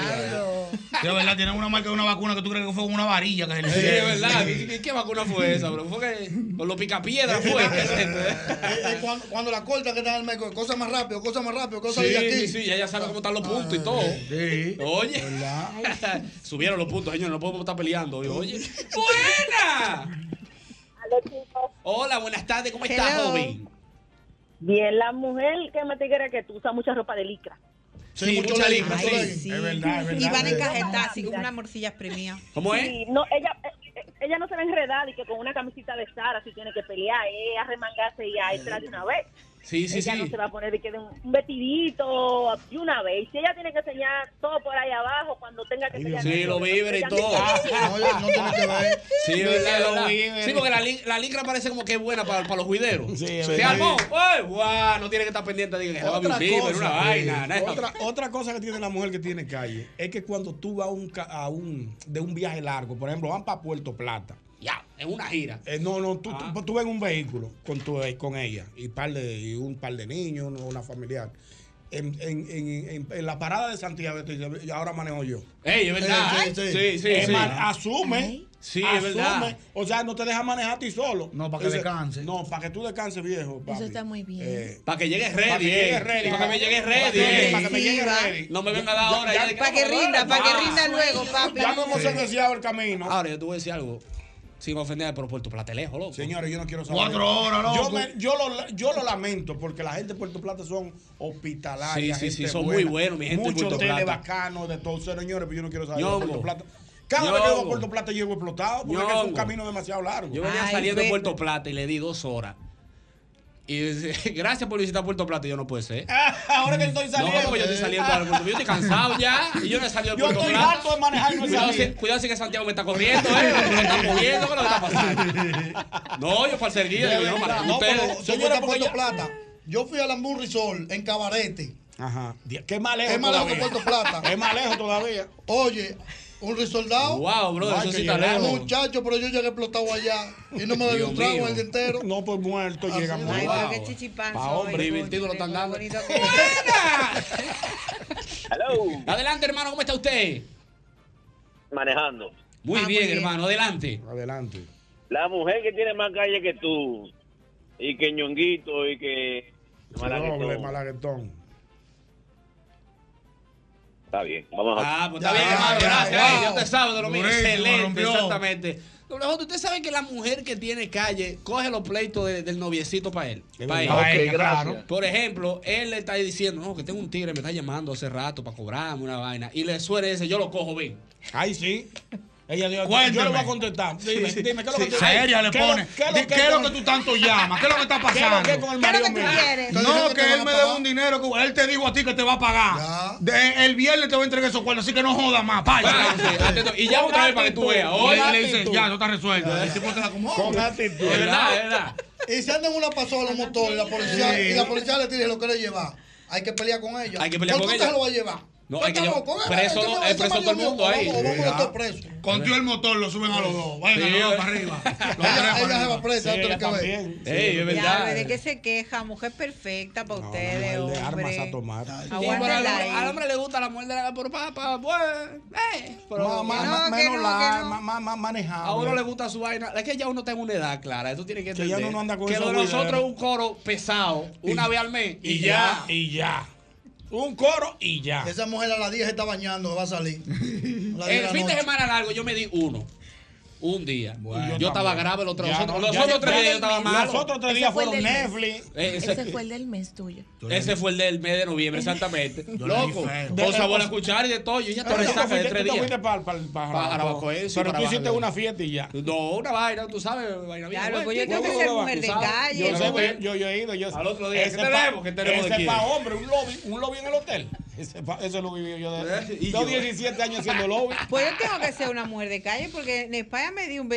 [SPEAKER 14] De verdad, tienen una marca de una vacuna que tú crees que fue una varilla que se le
[SPEAKER 4] Sí,
[SPEAKER 14] hicieron.
[SPEAKER 4] es verdad. ¿Y- y- y ¿Qué, vacuna fue esa, bro? Fue que con los picapiedras
[SPEAKER 9] [LAUGHS]
[SPEAKER 4] fue. Ah,
[SPEAKER 9] Eh, eh, cuando, cuando la corta que está en el meco, cosa más rápido, cosa más rápido, cosa de
[SPEAKER 4] Sí,
[SPEAKER 9] aquí.
[SPEAKER 4] sí, sí, ya, ya sabe cómo están los puntos y todo. [LAUGHS] Oye. [LAUGHS] Subieron los puntos, señores, no podemos estar peleando. hoy, Oye. ¡Buena! Hola, buenas tardes, ¿cómo estás,
[SPEAKER 5] Hello.
[SPEAKER 4] joven?
[SPEAKER 5] Bien, la mujer que me tigre que tú usa mucha ropa de licra.
[SPEAKER 17] Sí, mucho
[SPEAKER 4] mucha
[SPEAKER 17] libra,
[SPEAKER 4] libra,
[SPEAKER 17] sí.
[SPEAKER 4] sí.
[SPEAKER 17] Es verdad, es verdad.
[SPEAKER 8] Y van
[SPEAKER 17] Sí.
[SPEAKER 8] encajetadas, así como una morcilla exprimida.
[SPEAKER 4] ¿Cómo es?
[SPEAKER 5] Sí, no, ella, eh, eh, ella no se va a enredar y que con una camisita de Sara si tiene que pelear, eh, arremangarse y a entrar de una vez.
[SPEAKER 4] Sí, sí,
[SPEAKER 5] ella
[SPEAKER 4] sí.
[SPEAKER 5] no se va a poner de que de un un vestidito de una vez. Si ella tiene que enseñar todo por ahí abajo cuando tenga que enseñar.
[SPEAKER 4] Sí, los víveres y
[SPEAKER 5] ella-
[SPEAKER 4] todo.
[SPEAKER 9] No, no tiene que ver.
[SPEAKER 4] [LAUGHS] Sí, es verdad, es
[SPEAKER 9] Los
[SPEAKER 4] verdad.
[SPEAKER 9] víveres.
[SPEAKER 4] Sí, porque la, li- la licra parece como que es buena para, para los juideros. Sí,
[SPEAKER 17] es
[SPEAKER 4] Se
[SPEAKER 17] verdad.
[SPEAKER 4] armó. ¡Ay, guau! No tiene que estar pendiente de que se va a un
[SPEAKER 17] Otra
[SPEAKER 4] víver,
[SPEAKER 17] cosa,
[SPEAKER 4] una
[SPEAKER 17] sí.
[SPEAKER 4] vaina. nada.
[SPEAKER 17] Otra, otra cosa que tiene la mujer que tiene calle es que cuando tú vas a un, ca- a un- de un viaje largo, por ejemplo, van para Puerto Plata.
[SPEAKER 4] Ya, es una gira. Ah.
[SPEAKER 17] Eh, no, no, tú, tú, tú vas en un vehículo con, tu, eh, con ella y, par de, y un par de niños, uno- una familiar. En, en- en- en- en la parada de Santiago, te dice, "Y ahora manejo yo.
[SPEAKER 4] Ey, es verdad. ¿eh?
[SPEAKER 17] Sí, sí,
[SPEAKER 4] Sí, sí,
[SPEAKER 17] Es
[SPEAKER 4] sí.
[SPEAKER 17] más, asume.
[SPEAKER 4] Sí, es verdad.
[SPEAKER 17] O sea, no te deja manejar a ti solo. No,
[SPEAKER 14] para que descanse.
[SPEAKER 17] No, para que tú descanses, viejo. papi.
[SPEAKER 21] Eso está muy bien.
[SPEAKER 17] Eh,
[SPEAKER 4] Para que llegues
[SPEAKER 17] Para que
[SPEAKER 4] ready,
[SPEAKER 17] llegue
[SPEAKER 4] eh.
[SPEAKER 17] ready.
[SPEAKER 4] Para que me llegue
[SPEAKER 17] Para
[SPEAKER 4] ready,
[SPEAKER 17] que- para
[SPEAKER 4] eh.
[SPEAKER 17] que me llegue
[SPEAKER 4] Sí,
[SPEAKER 17] ready.
[SPEAKER 4] va. No me venga a dar
[SPEAKER 17] Ya-
[SPEAKER 4] ahora.
[SPEAKER 17] ya-
[SPEAKER 4] ya-
[SPEAKER 8] Para que rinda, para que
[SPEAKER 4] Ah.
[SPEAKER 8] rinda luego, papi.
[SPEAKER 17] Ya no hemos
[SPEAKER 4] Sí.
[SPEAKER 17] sentenciado el camino.
[SPEAKER 4] Ahora, yo te voy a decir algo. Sin ofender al aeropuerto Platelejo, loco.
[SPEAKER 17] Señores, yo no quiero saber.
[SPEAKER 14] Cuatro horas, loco.
[SPEAKER 17] Yo, me- yo, lo, la- yo lo lamento porque la gente de Puerto Plata son hospitalarias.
[SPEAKER 4] Sí, sí, sí, son muy buenos, mi gente de
[SPEAKER 17] Muchos
[SPEAKER 4] Puerto
[SPEAKER 17] hoteles
[SPEAKER 4] Plata.
[SPEAKER 17] bacanos de todos, señores, pero yo no quiero saber de
[SPEAKER 4] Ñongo.
[SPEAKER 17] Puerto Plata. Cada vez que
[SPEAKER 4] Ñongo.
[SPEAKER 17] voy a Puerto Plata llego explotado porque es, que es un
[SPEAKER 4] Ñongo.
[SPEAKER 17] camino demasiado largo.
[SPEAKER 4] Yo venía
[SPEAKER 17] Ay,
[SPEAKER 4] saliendo de
[SPEAKER 17] vete.
[SPEAKER 4] Puerto Plata y le di dos horas. Y dice, [LAUGHS] gracias por visitar Puerto Plata. Y yo no puede ser.
[SPEAKER 17] Ah, Ahora que estoy
[SPEAKER 4] No,
[SPEAKER 17] saliendo.
[SPEAKER 4] porque yo estoy saliendo ahora de Puerto Yo estoy cansado ya. Y yo no he salido de
[SPEAKER 17] Yo
[SPEAKER 4] Puerto
[SPEAKER 17] estoy
[SPEAKER 4] Plata.
[SPEAKER 17] harto de manejar y no he
[SPEAKER 4] cuidado,
[SPEAKER 17] salido.
[SPEAKER 4] si, cuidado si que Santiago me está corriendo, ¿eh? Me está moviendo, ¿qué es lo que está pasando?
[SPEAKER 17] [LAUGHS]
[SPEAKER 4] No, yo para el
[SPEAKER 9] De
[SPEAKER 4] servicio. Yo, no,
[SPEAKER 9] verdad.
[SPEAKER 4] para
[SPEAKER 9] No, pero
[SPEAKER 4] ustedes.
[SPEAKER 9] señora, Puerto Plata. Yo fui al Ambur Resort en Cabarete.
[SPEAKER 17] Ajá. Die- Qué más lejos.
[SPEAKER 9] Es más lejos que
[SPEAKER 17] todavía.
[SPEAKER 9] Puerto Plata.
[SPEAKER 17] Es más lejos todavía.
[SPEAKER 9] Oye, un resoldado.
[SPEAKER 4] Wow, brother, eso sí está lejos.
[SPEAKER 9] Muchacho, pero yo llegué explotado allá y no me
[SPEAKER 4] Dios
[SPEAKER 9] debí un trago
[SPEAKER 4] mío.
[SPEAKER 9] el día entero.
[SPEAKER 17] No, pues muerto llegamos.
[SPEAKER 8] Ay, pero qué
[SPEAKER 17] Wow.
[SPEAKER 8] chichipanzo.
[SPEAKER 17] Pa' hombre,
[SPEAKER 8] Ay,
[SPEAKER 17] divertido
[SPEAKER 4] lo están
[SPEAKER 8] qué
[SPEAKER 4] dando. [LAUGHS]
[SPEAKER 8] bonito.
[SPEAKER 4] Adelante, hermano, ¿cómo está usted?
[SPEAKER 18] Manejando.
[SPEAKER 4] Ah,
[SPEAKER 17] Ah,
[SPEAKER 4] Muy bien, hermano, adelante.
[SPEAKER 17] Adelante.
[SPEAKER 18] La mujer que tiene más calle que tú, y que ñonguito, y que. Malaguetón.
[SPEAKER 17] Doble malaguetón.
[SPEAKER 18] Está bien, vamos
[SPEAKER 4] a. Ah, pues está
[SPEAKER 17] Ya,
[SPEAKER 4] bien, hermano,
[SPEAKER 17] ya,
[SPEAKER 4] gracias.
[SPEAKER 17] ya.
[SPEAKER 4] eh, Dios te sabe de lo mismo.
[SPEAKER 17] Durísimo,
[SPEAKER 4] Excelente,
[SPEAKER 17] rompió.
[SPEAKER 4] exactamente. Doble J, usted sabe que la mujer que tiene calle coge los pleitos de- del noviecito para él. Pa'
[SPEAKER 17] verdad.
[SPEAKER 4] él.
[SPEAKER 17] Pa' ella, Ok, claro. gracias.
[SPEAKER 4] Por ejemplo, él le está diciendo, no, que tengo un tigre, me está llamando hace rato para cobrarme una vaina. Y le suena ese, yo lo cojo, ven.
[SPEAKER 17] Ahí sí. Ella dijo, yo
[SPEAKER 14] Cuénteme.
[SPEAKER 17] le voy a contestar. Dime,
[SPEAKER 14] Sí, sí.
[SPEAKER 17] dime, ¿qué es lo que
[SPEAKER 14] Sí,
[SPEAKER 17] tú-
[SPEAKER 14] a ella le
[SPEAKER 17] ¿Qué es lo-
[SPEAKER 14] pone,
[SPEAKER 17] ¿Qué
[SPEAKER 14] di- ¿qué es lo que
[SPEAKER 17] con-
[SPEAKER 14] tú tanto llamas? ¿Qué es lo que está
[SPEAKER 17] ¿Qué es lo que
[SPEAKER 14] pasando?
[SPEAKER 17] es con el marido mío?
[SPEAKER 14] No, que él me dé un dinero que él te dijo a ti que te va a pagar. De- el viernes te va a entregar esos cuernos, así que no jodas más. Vaya.
[SPEAKER 4] Y llama otra vez para que tú veas. Oye,
[SPEAKER 14] Y le dice, ya, no está resuelto. El tipo te la acomoda.
[SPEAKER 9] Con
[SPEAKER 17] actitud.
[SPEAKER 4] Es verdad, es verdad.
[SPEAKER 9] Ah, Y se andan una pasola los motores y la policía,
[SPEAKER 14] Sí.
[SPEAKER 9] y la policía le tira y lo quiere llevar. Hay que pelear con ellos.
[SPEAKER 4] Hay que pelear
[SPEAKER 9] ¿Por
[SPEAKER 4] con
[SPEAKER 9] qué usted
[SPEAKER 4] ellos.
[SPEAKER 9] se lo va a llevar? Pues
[SPEAKER 4] No, es que yo, preso, no, es preso todo el mundo ahí.
[SPEAKER 14] Contió el motor, lo suben a los dos. Vayan
[SPEAKER 4] Sí,
[SPEAKER 14] los dos
[SPEAKER 4] eh.
[SPEAKER 14] para arriba.
[SPEAKER 4] [LAUGHS]
[SPEAKER 9] Ella, ella se va presa,
[SPEAKER 14] Sí,
[SPEAKER 9] tú
[SPEAKER 14] ella
[SPEAKER 9] tienes que ver.
[SPEAKER 14] también.
[SPEAKER 4] Sí, es
[SPEAKER 8] Ya,
[SPEAKER 4] verdad.
[SPEAKER 8] ¿De qué se queja? Mujer perfecta para ustedes,
[SPEAKER 17] de
[SPEAKER 8] hombre.
[SPEAKER 17] armas a tomar.
[SPEAKER 4] Sí, pero al, hombre- al hombre le gusta la mujer de la por papá, pues, eh, pero-
[SPEAKER 17] Ma- ma- ma- menos la, ma- ma- ma- manejable.
[SPEAKER 4] A uno le gusta su vaina. Es que ya uno está en una edad, Clara. Eso tiene que
[SPEAKER 17] Que ya
[SPEAKER 4] entender.
[SPEAKER 17] uno no anda con
[SPEAKER 4] que
[SPEAKER 17] esos
[SPEAKER 4] lo de nosotros es
[SPEAKER 17] buideros.
[SPEAKER 4] un coro pesado, una vez al mes.
[SPEAKER 17] Y ya, y ya. Un coro y
[SPEAKER 4] Ah.
[SPEAKER 17] ya.
[SPEAKER 9] Esa mujer a las 10 está bañando, va a salir. A las 10 de
[SPEAKER 4] El
[SPEAKER 9] la
[SPEAKER 4] fin de
[SPEAKER 9] noche.
[SPEAKER 4] semana largo yo me di uno. Un día. yo, estaba
[SPEAKER 17] también.
[SPEAKER 4] grave el otro.
[SPEAKER 17] Ya
[SPEAKER 4] los otros-
[SPEAKER 17] no,
[SPEAKER 4] los
[SPEAKER 17] ya
[SPEAKER 4] otros
[SPEAKER 17] yo-
[SPEAKER 4] tres
[SPEAKER 17] ya
[SPEAKER 4] días yo
[SPEAKER 17] del
[SPEAKER 4] estaba
[SPEAKER 17] mes.
[SPEAKER 4] malo.
[SPEAKER 17] Los otros tres
[SPEAKER 21] Ese
[SPEAKER 17] días
[SPEAKER 21] fue el
[SPEAKER 17] fueron
[SPEAKER 21] del mes.
[SPEAKER 17] Netflix.
[SPEAKER 4] Eh, ese-
[SPEAKER 21] Ese fue el del mes tuyo.
[SPEAKER 4] Ese fue el del mes de noviembre, exactamente.
[SPEAKER 14] le di
[SPEAKER 4] Loco.
[SPEAKER 14] feo.
[SPEAKER 4] Con sabor a cuchara y de todo. Yo ya
[SPEAKER 17] Pero
[SPEAKER 4] estaba
[SPEAKER 17] tú te
[SPEAKER 4] saca de
[SPEAKER 17] fuiste-
[SPEAKER 4] tres
[SPEAKER 17] tú te
[SPEAKER 4] días.
[SPEAKER 17] fuiste para, para,
[SPEAKER 4] Para Jarabacoa, sí,
[SPEAKER 17] Pero
[SPEAKER 4] para
[SPEAKER 17] tú hiciste
[SPEAKER 4] Bajaderos.
[SPEAKER 17] una fiesta y ya.
[SPEAKER 4] No, una vaina, tú sabes, vaina bien.
[SPEAKER 8] Claro,
[SPEAKER 4] Bueno,
[SPEAKER 8] pues yo
[SPEAKER 4] tú
[SPEAKER 8] tengo que
[SPEAKER 4] sabes,
[SPEAKER 8] ser
[SPEAKER 4] tú
[SPEAKER 8] mujer de
[SPEAKER 4] sabes.
[SPEAKER 8] calle.
[SPEAKER 4] Yo
[SPEAKER 17] Yo,
[SPEAKER 4] sé,
[SPEAKER 17] sé, yo, yo he ido. Yo,
[SPEAKER 4] Al otro día,
[SPEAKER 17] ese
[SPEAKER 4] ¿qué
[SPEAKER 17] es
[SPEAKER 4] tenemos?
[SPEAKER 17] pa-
[SPEAKER 4] ¿Qué tenemos de
[SPEAKER 17] Ese es
[SPEAKER 4] quién?
[SPEAKER 17] para hombre, un lobby, un lobby en el hotel. Ese pa- eso lo viví yo
[SPEAKER 4] Eh, y
[SPEAKER 17] de. Yo
[SPEAKER 4] yo.
[SPEAKER 17] 17 años haciendo lobby.
[SPEAKER 8] [LAUGHS] Pues yo tengo que ser una mujer de calle porque en España me di un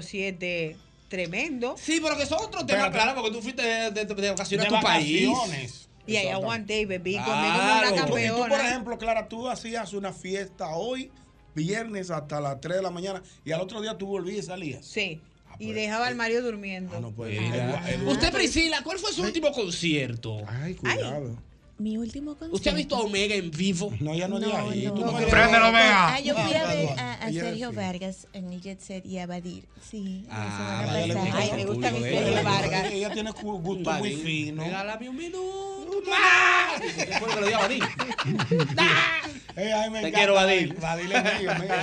[SPEAKER 8] 24-7 tremendo.
[SPEAKER 4] Sí, pero que son otros temas,
[SPEAKER 8] Espérate.
[SPEAKER 4] claro, porque tú fuiste de, de, de vacaciones
[SPEAKER 17] De
[SPEAKER 4] a tu país.
[SPEAKER 17] vacaciones.
[SPEAKER 8] Y ahí aguanté y bebí conmigo
[SPEAKER 17] Claro.
[SPEAKER 8] como una ¿eh?
[SPEAKER 17] Tú- y tú,
[SPEAKER 8] campeona.
[SPEAKER 17] por ejemplo, Clara, tú hacías una fiesta hoy, viernes hasta las 3 de la mañana, y al otro día tú volvías y salías.
[SPEAKER 8] Sí.
[SPEAKER 17] pues.
[SPEAKER 8] y dejaba al marido
[SPEAKER 17] Ah,
[SPEAKER 8] durmiendo.
[SPEAKER 17] Edu- Edu-
[SPEAKER 4] Usted, Priscila, ¿cuál fue su último concierto?
[SPEAKER 17] Ay, cuidado.
[SPEAKER 21] Mi último concierto.
[SPEAKER 4] ¿Usted ha visto a Omega en vivo?
[SPEAKER 17] No, ya no,
[SPEAKER 21] No,
[SPEAKER 17] digas ahí.
[SPEAKER 21] no.
[SPEAKER 17] Tú no eres-
[SPEAKER 14] Préndelo, vea.
[SPEAKER 21] Ah, yo fui a ver a, a
[SPEAKER 17] Ella
[SPEAKER 21] Sergio
[SPEAKER 17] decía.
[SPEAKER 21] Vargas en el Jet Set y a Badir. Sí, la
[SPEAKER 4] Ah,
[SPEAKER 21] semana
[SPEAKER 4] Badir le
[SPEAKER 21] pasada.
[SPEAKER 4] gusta Ay, me gusta mucho el eh. mi público de Sergio ella. Vargas.
[SPEAKER 17] Ella tiene cu- gusto muy
[SPEAKER 4] Badir,
[SPEAKER 17] fino.
[SPEAKER 4] Regálame un minuto más. ¿Qué fue lo que le dio a Badir?
[SPEAKER 17] Eh, ay, me
[SPEAKER 4] Te
[SPEAKER 17] encanta
[SPEAKER 4] quiero, Badir.
[SPEAKER 17] Badir es mío, mío, mío, una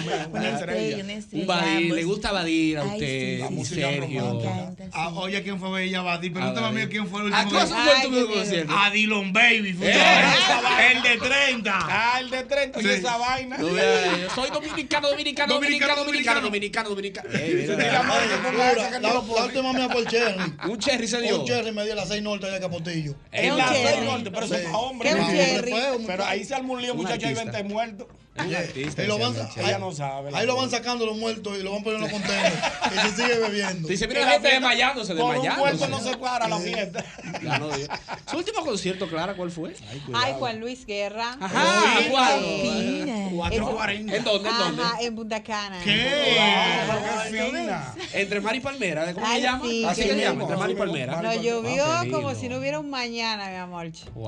[SPEAKER 17] estrella.
[SPEAKER 21] Una estrella,
[SPEAKER 4] Un Badir,
[SPEAKER 21] ambos.
[SPEAKER 4] le gusta Badir a
[SPEAKER 21] Ay, sí,
[SPEAKER 4] usted,
[SPEAKER 21] sí,
[SPEAKER 4] un
[SPEAKER 21] sí.
[SPEAKER 4] Sergio.
[SPEAKER 14] Ah, oye, ¿quién fue Bella Badir? Pregúntame a mí quién fue el
[SPEAKER 4] ¿A
[SPEAKER 14] último.
[SPEAKER 4] qué cosa Ah, fue el
[SPEAKER 21] Ay,
[SPEAKER 4] último
[SPEAKER 21] qué
[SPEAKER 4] concierto? Eh.
[SPEAKER 14] Adilon Baby. fue. El de 30.
[SPEAKER 17] Ah, el de 30 y
[SPEAKER 14] Sí.
[SPEAKER 17] esa vaina.
[SPEAKER 4] No, vea, yo eh, soy dominicano, dominicano, dominicano,
[SPEAKER 14] Dominicano,
[SPEAKER 4] dominicano, dominicano, dominicano. Eh, mira,
[SPEAKER 17] Sí, la madre,
[SPEAKER 9] Ay,
[SPEAKER 17] ¿cómo
[SPEAKER 9] dura.
[SPEAKER 17] esa que
[SPEAKER 9] La,
[SPEAKER 17] no lo
[SPEAKER 9] la
[SPEAKER 17] puedo-
[SPEAKER 9] última mía fue el Cherry.
[SPEAKER 4] Un cherry se dio.
[SPEAKER 9] Un Cherry me dio las 6 norte de Capotillo.
[SPEAKER 4] Es
[SPEAKER 17] En
[SPEAKER 4] un
[SPEAKER 17] la
[SPEAKER 4] cherry.
[SPEAKER 17] seis norte, pero eso es para hombres.
[SPEAKER 9] ¿Qué
[SPEAKER 17] ¿no?
[SPEAKER 9] un cherry?
[SPEAKER 17] Pero ahí se armó un lío,
[SPEAKER 4] Un
[SPEAKER 17] muchachos, hay
[SPEAKER 4] artista.
[SPEAKER 17] 20 muertos.
[SPEAKER 4] Es un artista,
[SPEAKER 9] Y lo van-
[SPEAKER 4] ese Michelle.
[SPEAKER 17] Ella no sabe. la
[SPEAKER 9] Ahí lo van
[SPEAKER 17] cosa.
[SPEAKER 9] sacando los muertos y lo van poniendo en los contenedores. Y se sigue bebiendo.
[SPEAKER 4] Dice, mira la gente desmayándose,
[SPEAKER 17] Con un
[SPEAKER 4] desmayándose.
[SPEAKER 17] cuerpo no se cuadra la fiesta.
[SPEAKER 4] Ya no dio. Su último concierto, Clara, ¿cuál fue?
[SPEAKER 8] Ay, Juan Luis Guerra.
[SPEAKER 4] Ajá,
[SPEAKER 8] Ay,
[SPEAKER 4] ¿cuál?
[SPEAKER 8] Cristina.
[SPEAKER 4] ¿En dónde? ¿En dónde?
[SPEAKER 8] Ajá, en Punta Cana.
[SPEAKER 17] Ah, pero qué fina.
[SPEAKER 4] Entre Mar y Palmera, ¿cómo se
[SPEAKER 8] Ay,
[SPEAKER 4] llama?
[SPEAKER 8] sí,
[SPEAKER 4] Así
[SPEAKER 8] qué
[SPEAKER 4] se llama,
[SPEAKER 8] rico.
[SPEAKER 4] entre Mar y Palmera.
[SPEAKER 8] Nos llovió
[SPEAKER 4] Ah, qué lindo.
[SPEAKER 8] como si no hubiera un mañana, mi amor.
[SPEAKER 4] Wow,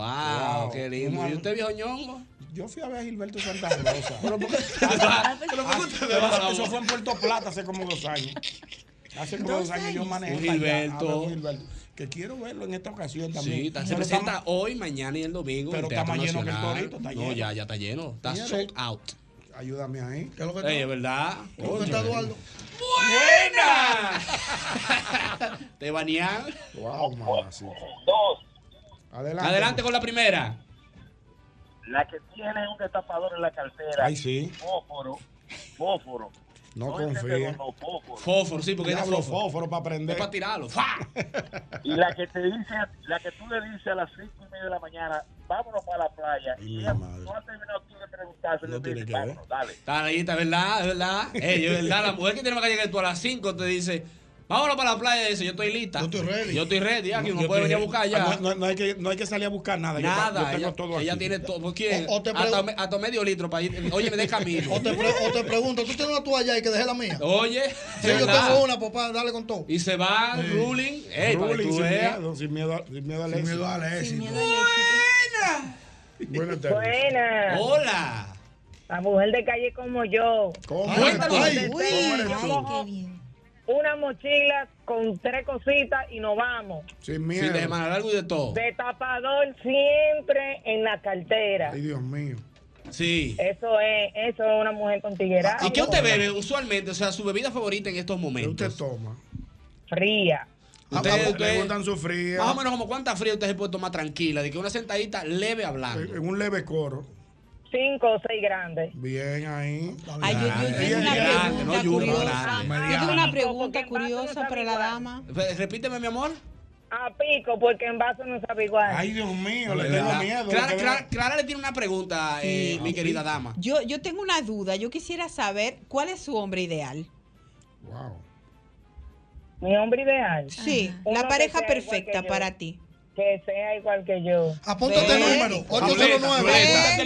[SPEAKER 17] Wow.
[SPEAKER 4] qué lindo. ¿Y usted viejo ñongo?
[SPEAKER 17] Yo fui a ver a Gilberto Santa Rosa.
[SPEAKER 4] ¿Pero por qué te
[SPEAKER 17] [LAUGHS]
[SPEAKER 4] va? ¿Pero por qué usted te va?
[SPEAKER 17] Eso- Eso fue en Puerto Plata hace como dos años. Hace como dos,
[SPEAKER 21] Dos
[SPEAKER 17] años yo
[SPEAKER 21] años.
[SPEAKER 17] manejé.
[SPEAKER 4] Un
[SPEAKER 17] para allá,
[SPEAKER 4] Gilberto.
[SPEAKER 17] a ver un Gilberto. Que quiero verlo en esta ocasión también.
[SPEAKER 4] Sí, está- se
[SPEAKER 17] Pero
[SPEAKER 4] presenta
[SPEAKER 17] estamos-
[SPEAKER 4] hoy, mañana y el domingo. en
[SPEAKER 17] Pero está
[SPEAKER 4] Teatro
[SPEAKER 17] más lleno que el
[SPEAKER 4] Nacional.
[SPEAKER 17] Torito, está
[SPEAKER 4] No,
[SPEAKER 17] lleno.
[SPEAKER 4] ya, ya está lleno. Está
[SPEAKER 17] Señores.
[SPEAKER 4] sold out.
[SPEAKER 17] Ayúdame ahí. ¿Qué es lo que
[SPEAKER 4] Ey, es
[SPEAKER 17] está?
[SPEAKER 4] verdad.
[SPEAKER 9] ¿Cómo
[SPEAKER 4] Oye,
[SPEAKER 9] está Eduardo?
[SPEAKER 10] [LAUGHS]
[SPEAKER 4] ¡Buena! Te banearon.
[SPEAKER 17] Wow, mamacita.
[SPEAKER 22] Dos,
[SPEAKER 17] Adelante.
[SPEAKER 4] Adelante con la primera.
[SPEAKER 23] La que tiene un destapador en la cartera.
[SPEAKER 17] Ay, sí.
[SPEAKER 23] Fósforo. Fósforo.
[SPEAKER 17] No
[SPEAKER 23] es
[SPEAKER 17] confíe.
[SPEAKER 23] encendedor, no, fósforo.
[SPEAKER 4] Fósforo, sí, porque era
[SPEAKER 17] Diablo
[SPEAKER 4] fósforo.
[SPEAKER 17] fósforo para
[SPEAKER 4] Es
[SPEAKER 17] aprender.
[SPEAKER 4] para tirarlo. ¡Fa!
[SPEAKER 23] Y la que te dice, la que tú le dices a las cinco y media de la mañana, vámonos para la playa.
[SPEAKER 17] Ay, mi
[SPEAKER 23] Y ella
[SPEAKER 17] madre.
[SPEAKER 23] no has terminado tú de preguntarse.
[SPEAKER 17] No
[SPEAKER 23] le
[SPEAKER 17] tiene
[SPEAKER 23] dices,
[SPEAKER 17] que ver.
[SPEAKER 23] "Vámonos, dale.
[SPEAKER 4] Está ahí, está verdad, es verdad. Ey, es verdad, la mujer que tiene más calle que tú a las 5 te dice, vámonos para la playa, dice, yo estoy lista.
[SPEAKER 9] Yo estoy ready.
[SPEAKER 4] Yo estoy ready, aquí
[SPEAKER 17] No,
[SPEAKER 4] uno
[SPEAKER 17] yo
[SPEAKER 4] puede venir a
[SPEAKER 17] te-
[SPEAKER 4] buscar ya.
[SPEAKER 17] Ah, No, no- no hay que, no hay que salir a buscar nada. Yo-
[SPEAKER 4] Nada,
[SPEAKER 17] yo tengo
[SPEAKER 4] ella,
[SPEAKER 17] todo
[SPEAKER 4] ella
[SPEAKER 17] aquí.
[SPEAKER 4] tiene todo. Ah, ¿Por qué?
[SPEAKER 9] O- o te
[SPEAKER 4] hasta,
[SPEAKER 9] pregun-
[SPEAKER 4] me- hasta medio litro para ir. Oye, me
[SPEAKER 9] [LAUGHS]
[SPEAKER 4] dé camino.
[SPEAKER 9] O te, pre- o te pregunto, ¿tú tienes una toalla ahí que dejé la mía?
[SPEAKER 4] Oye,
[SPEAKER 9] Sí,
[SPEAKER 4] es
[SPEAKER 9] yo
[SPEAKER 4] verdad.
[SPEAKER 9] tengo una, papá, dale con todo.
[SPEAKER 4] Y se va ruling. Ey, para que
[SPEAKER 17] Ruling
[SPEAKER 4] tú
[SPEAKER 17] sin
[SPEAKER 4] veas.
[SPEAKER 17] miedo, sin miedo, a- sin miedo al
[SPEAKER 14] Sin
[SPEAKER 17] éxito.
[SPEAKER 14] miedo al éxito.
[SPEAKER 17] Buenas tardes.
[SPEAKER 5] Buena.
[SPEAKER 4] Hola.
[SPEAKER 5] La mujer de calle como yo.
[SPEAKER 17] ¿Cómo
[SPEAKER 4] Cuéntanos.
[SPEAKER 17] eres tú?
[SPEAKER 4] Uy,
[SPEAKER 17] ¿Cómo eres
[SPEAKER 5] ay,
[SPEAKER 17] tú?
[SPEAKER 5] qué Una mochila con tres cositas y nos vamos.
[SPEAKER 17] [LAUGHS] Sin
[SPEAKER 4] Fin de
[SPEAKER 17] miedo.
[SPEAKER 4] semana largo y de todo.
[SPEAKER 5] De tapador siempre en la cartera.
[SPEAKER 17] Ay, Dios mío.
[SPEAKER 4] Sí.
[SPEAKER 5] Eso es, eso es una mujer con tiguera
[SPEAKER 4] ¿Y qué usted bebe usualmente? O sea, su bebida favorita en estos
[SPEAKER 17] Ah, ¿Qué usted
[SPEAKER 4] momentos.
[SPEAKER 17] toma?
[SPEAKER 5] fría.
[SPEAKER 17] Ah,
[SPEAKER 4] Usted-
[SPEAKER 17] ah,
[SPEAKER 4] usted-
[SPEAKER 17] le gustan su fría.
[SPEAKER 4] Más o menos como cuánta fría usted se puede tomar tranquila, de que una sentadita leve hablando.
[SPEAKER 17] En un leve coro.
[SPEAKER 5] Cinco o seis grandes.
[SPEAKER 17] Bien ahí.
[SPEAKER 8] Ay, yo, yo- yo tengo una
[SPEAKER 4] Grande, no,
[SPEAKER 8] pregunta
[SPEAKER 4] yo uno
[SPEAKER 8] curiosa.
[SPEAKER 4] grande.
[SPEAKER 8] Yo tengo una pregunta curiosa para la dama.
[SPEAKER 4] Fe- Repíteme, mi amor.
[SPEAKER 5] A pico, porque en vaso no sabe igual.
[SPEAKER 17] Ay, Dios mío, le
[SPEAKER 4] De
[SPEAKER 17] tengo
[SPEAKER 4] verdad.
[SPEAKER 17] miedo.
[SPEAKER 4] Clara,
[SPEAKER 17] le tengo-
[SPEAKER 4] Clara- Clara le tiene una pregunta, eh, mi querida dama.
[SPEAKER 8] Yo, yo tengo una duda. Yo quisiera saber cuál es su hombre ideal.
[SPEAKER 17] Wow.
[SPEAKER 5] Mi hombre ideal.
[SPEAKER 8] Sí,
[SPEAKER 5] Uno
[SPEAKER 8] la
[SPEAKER 5] que
[SPEAKER 8] pareja
[SPEAKER 5] sea igual que
[SPEAKER 8] perfecta
[SPEAKER 5] yo.
[SPEAKER 8] para ti.
[SPEAKER 23] Que sea igual que yo.
[SPEAKER 9] Apúntate el número, 809.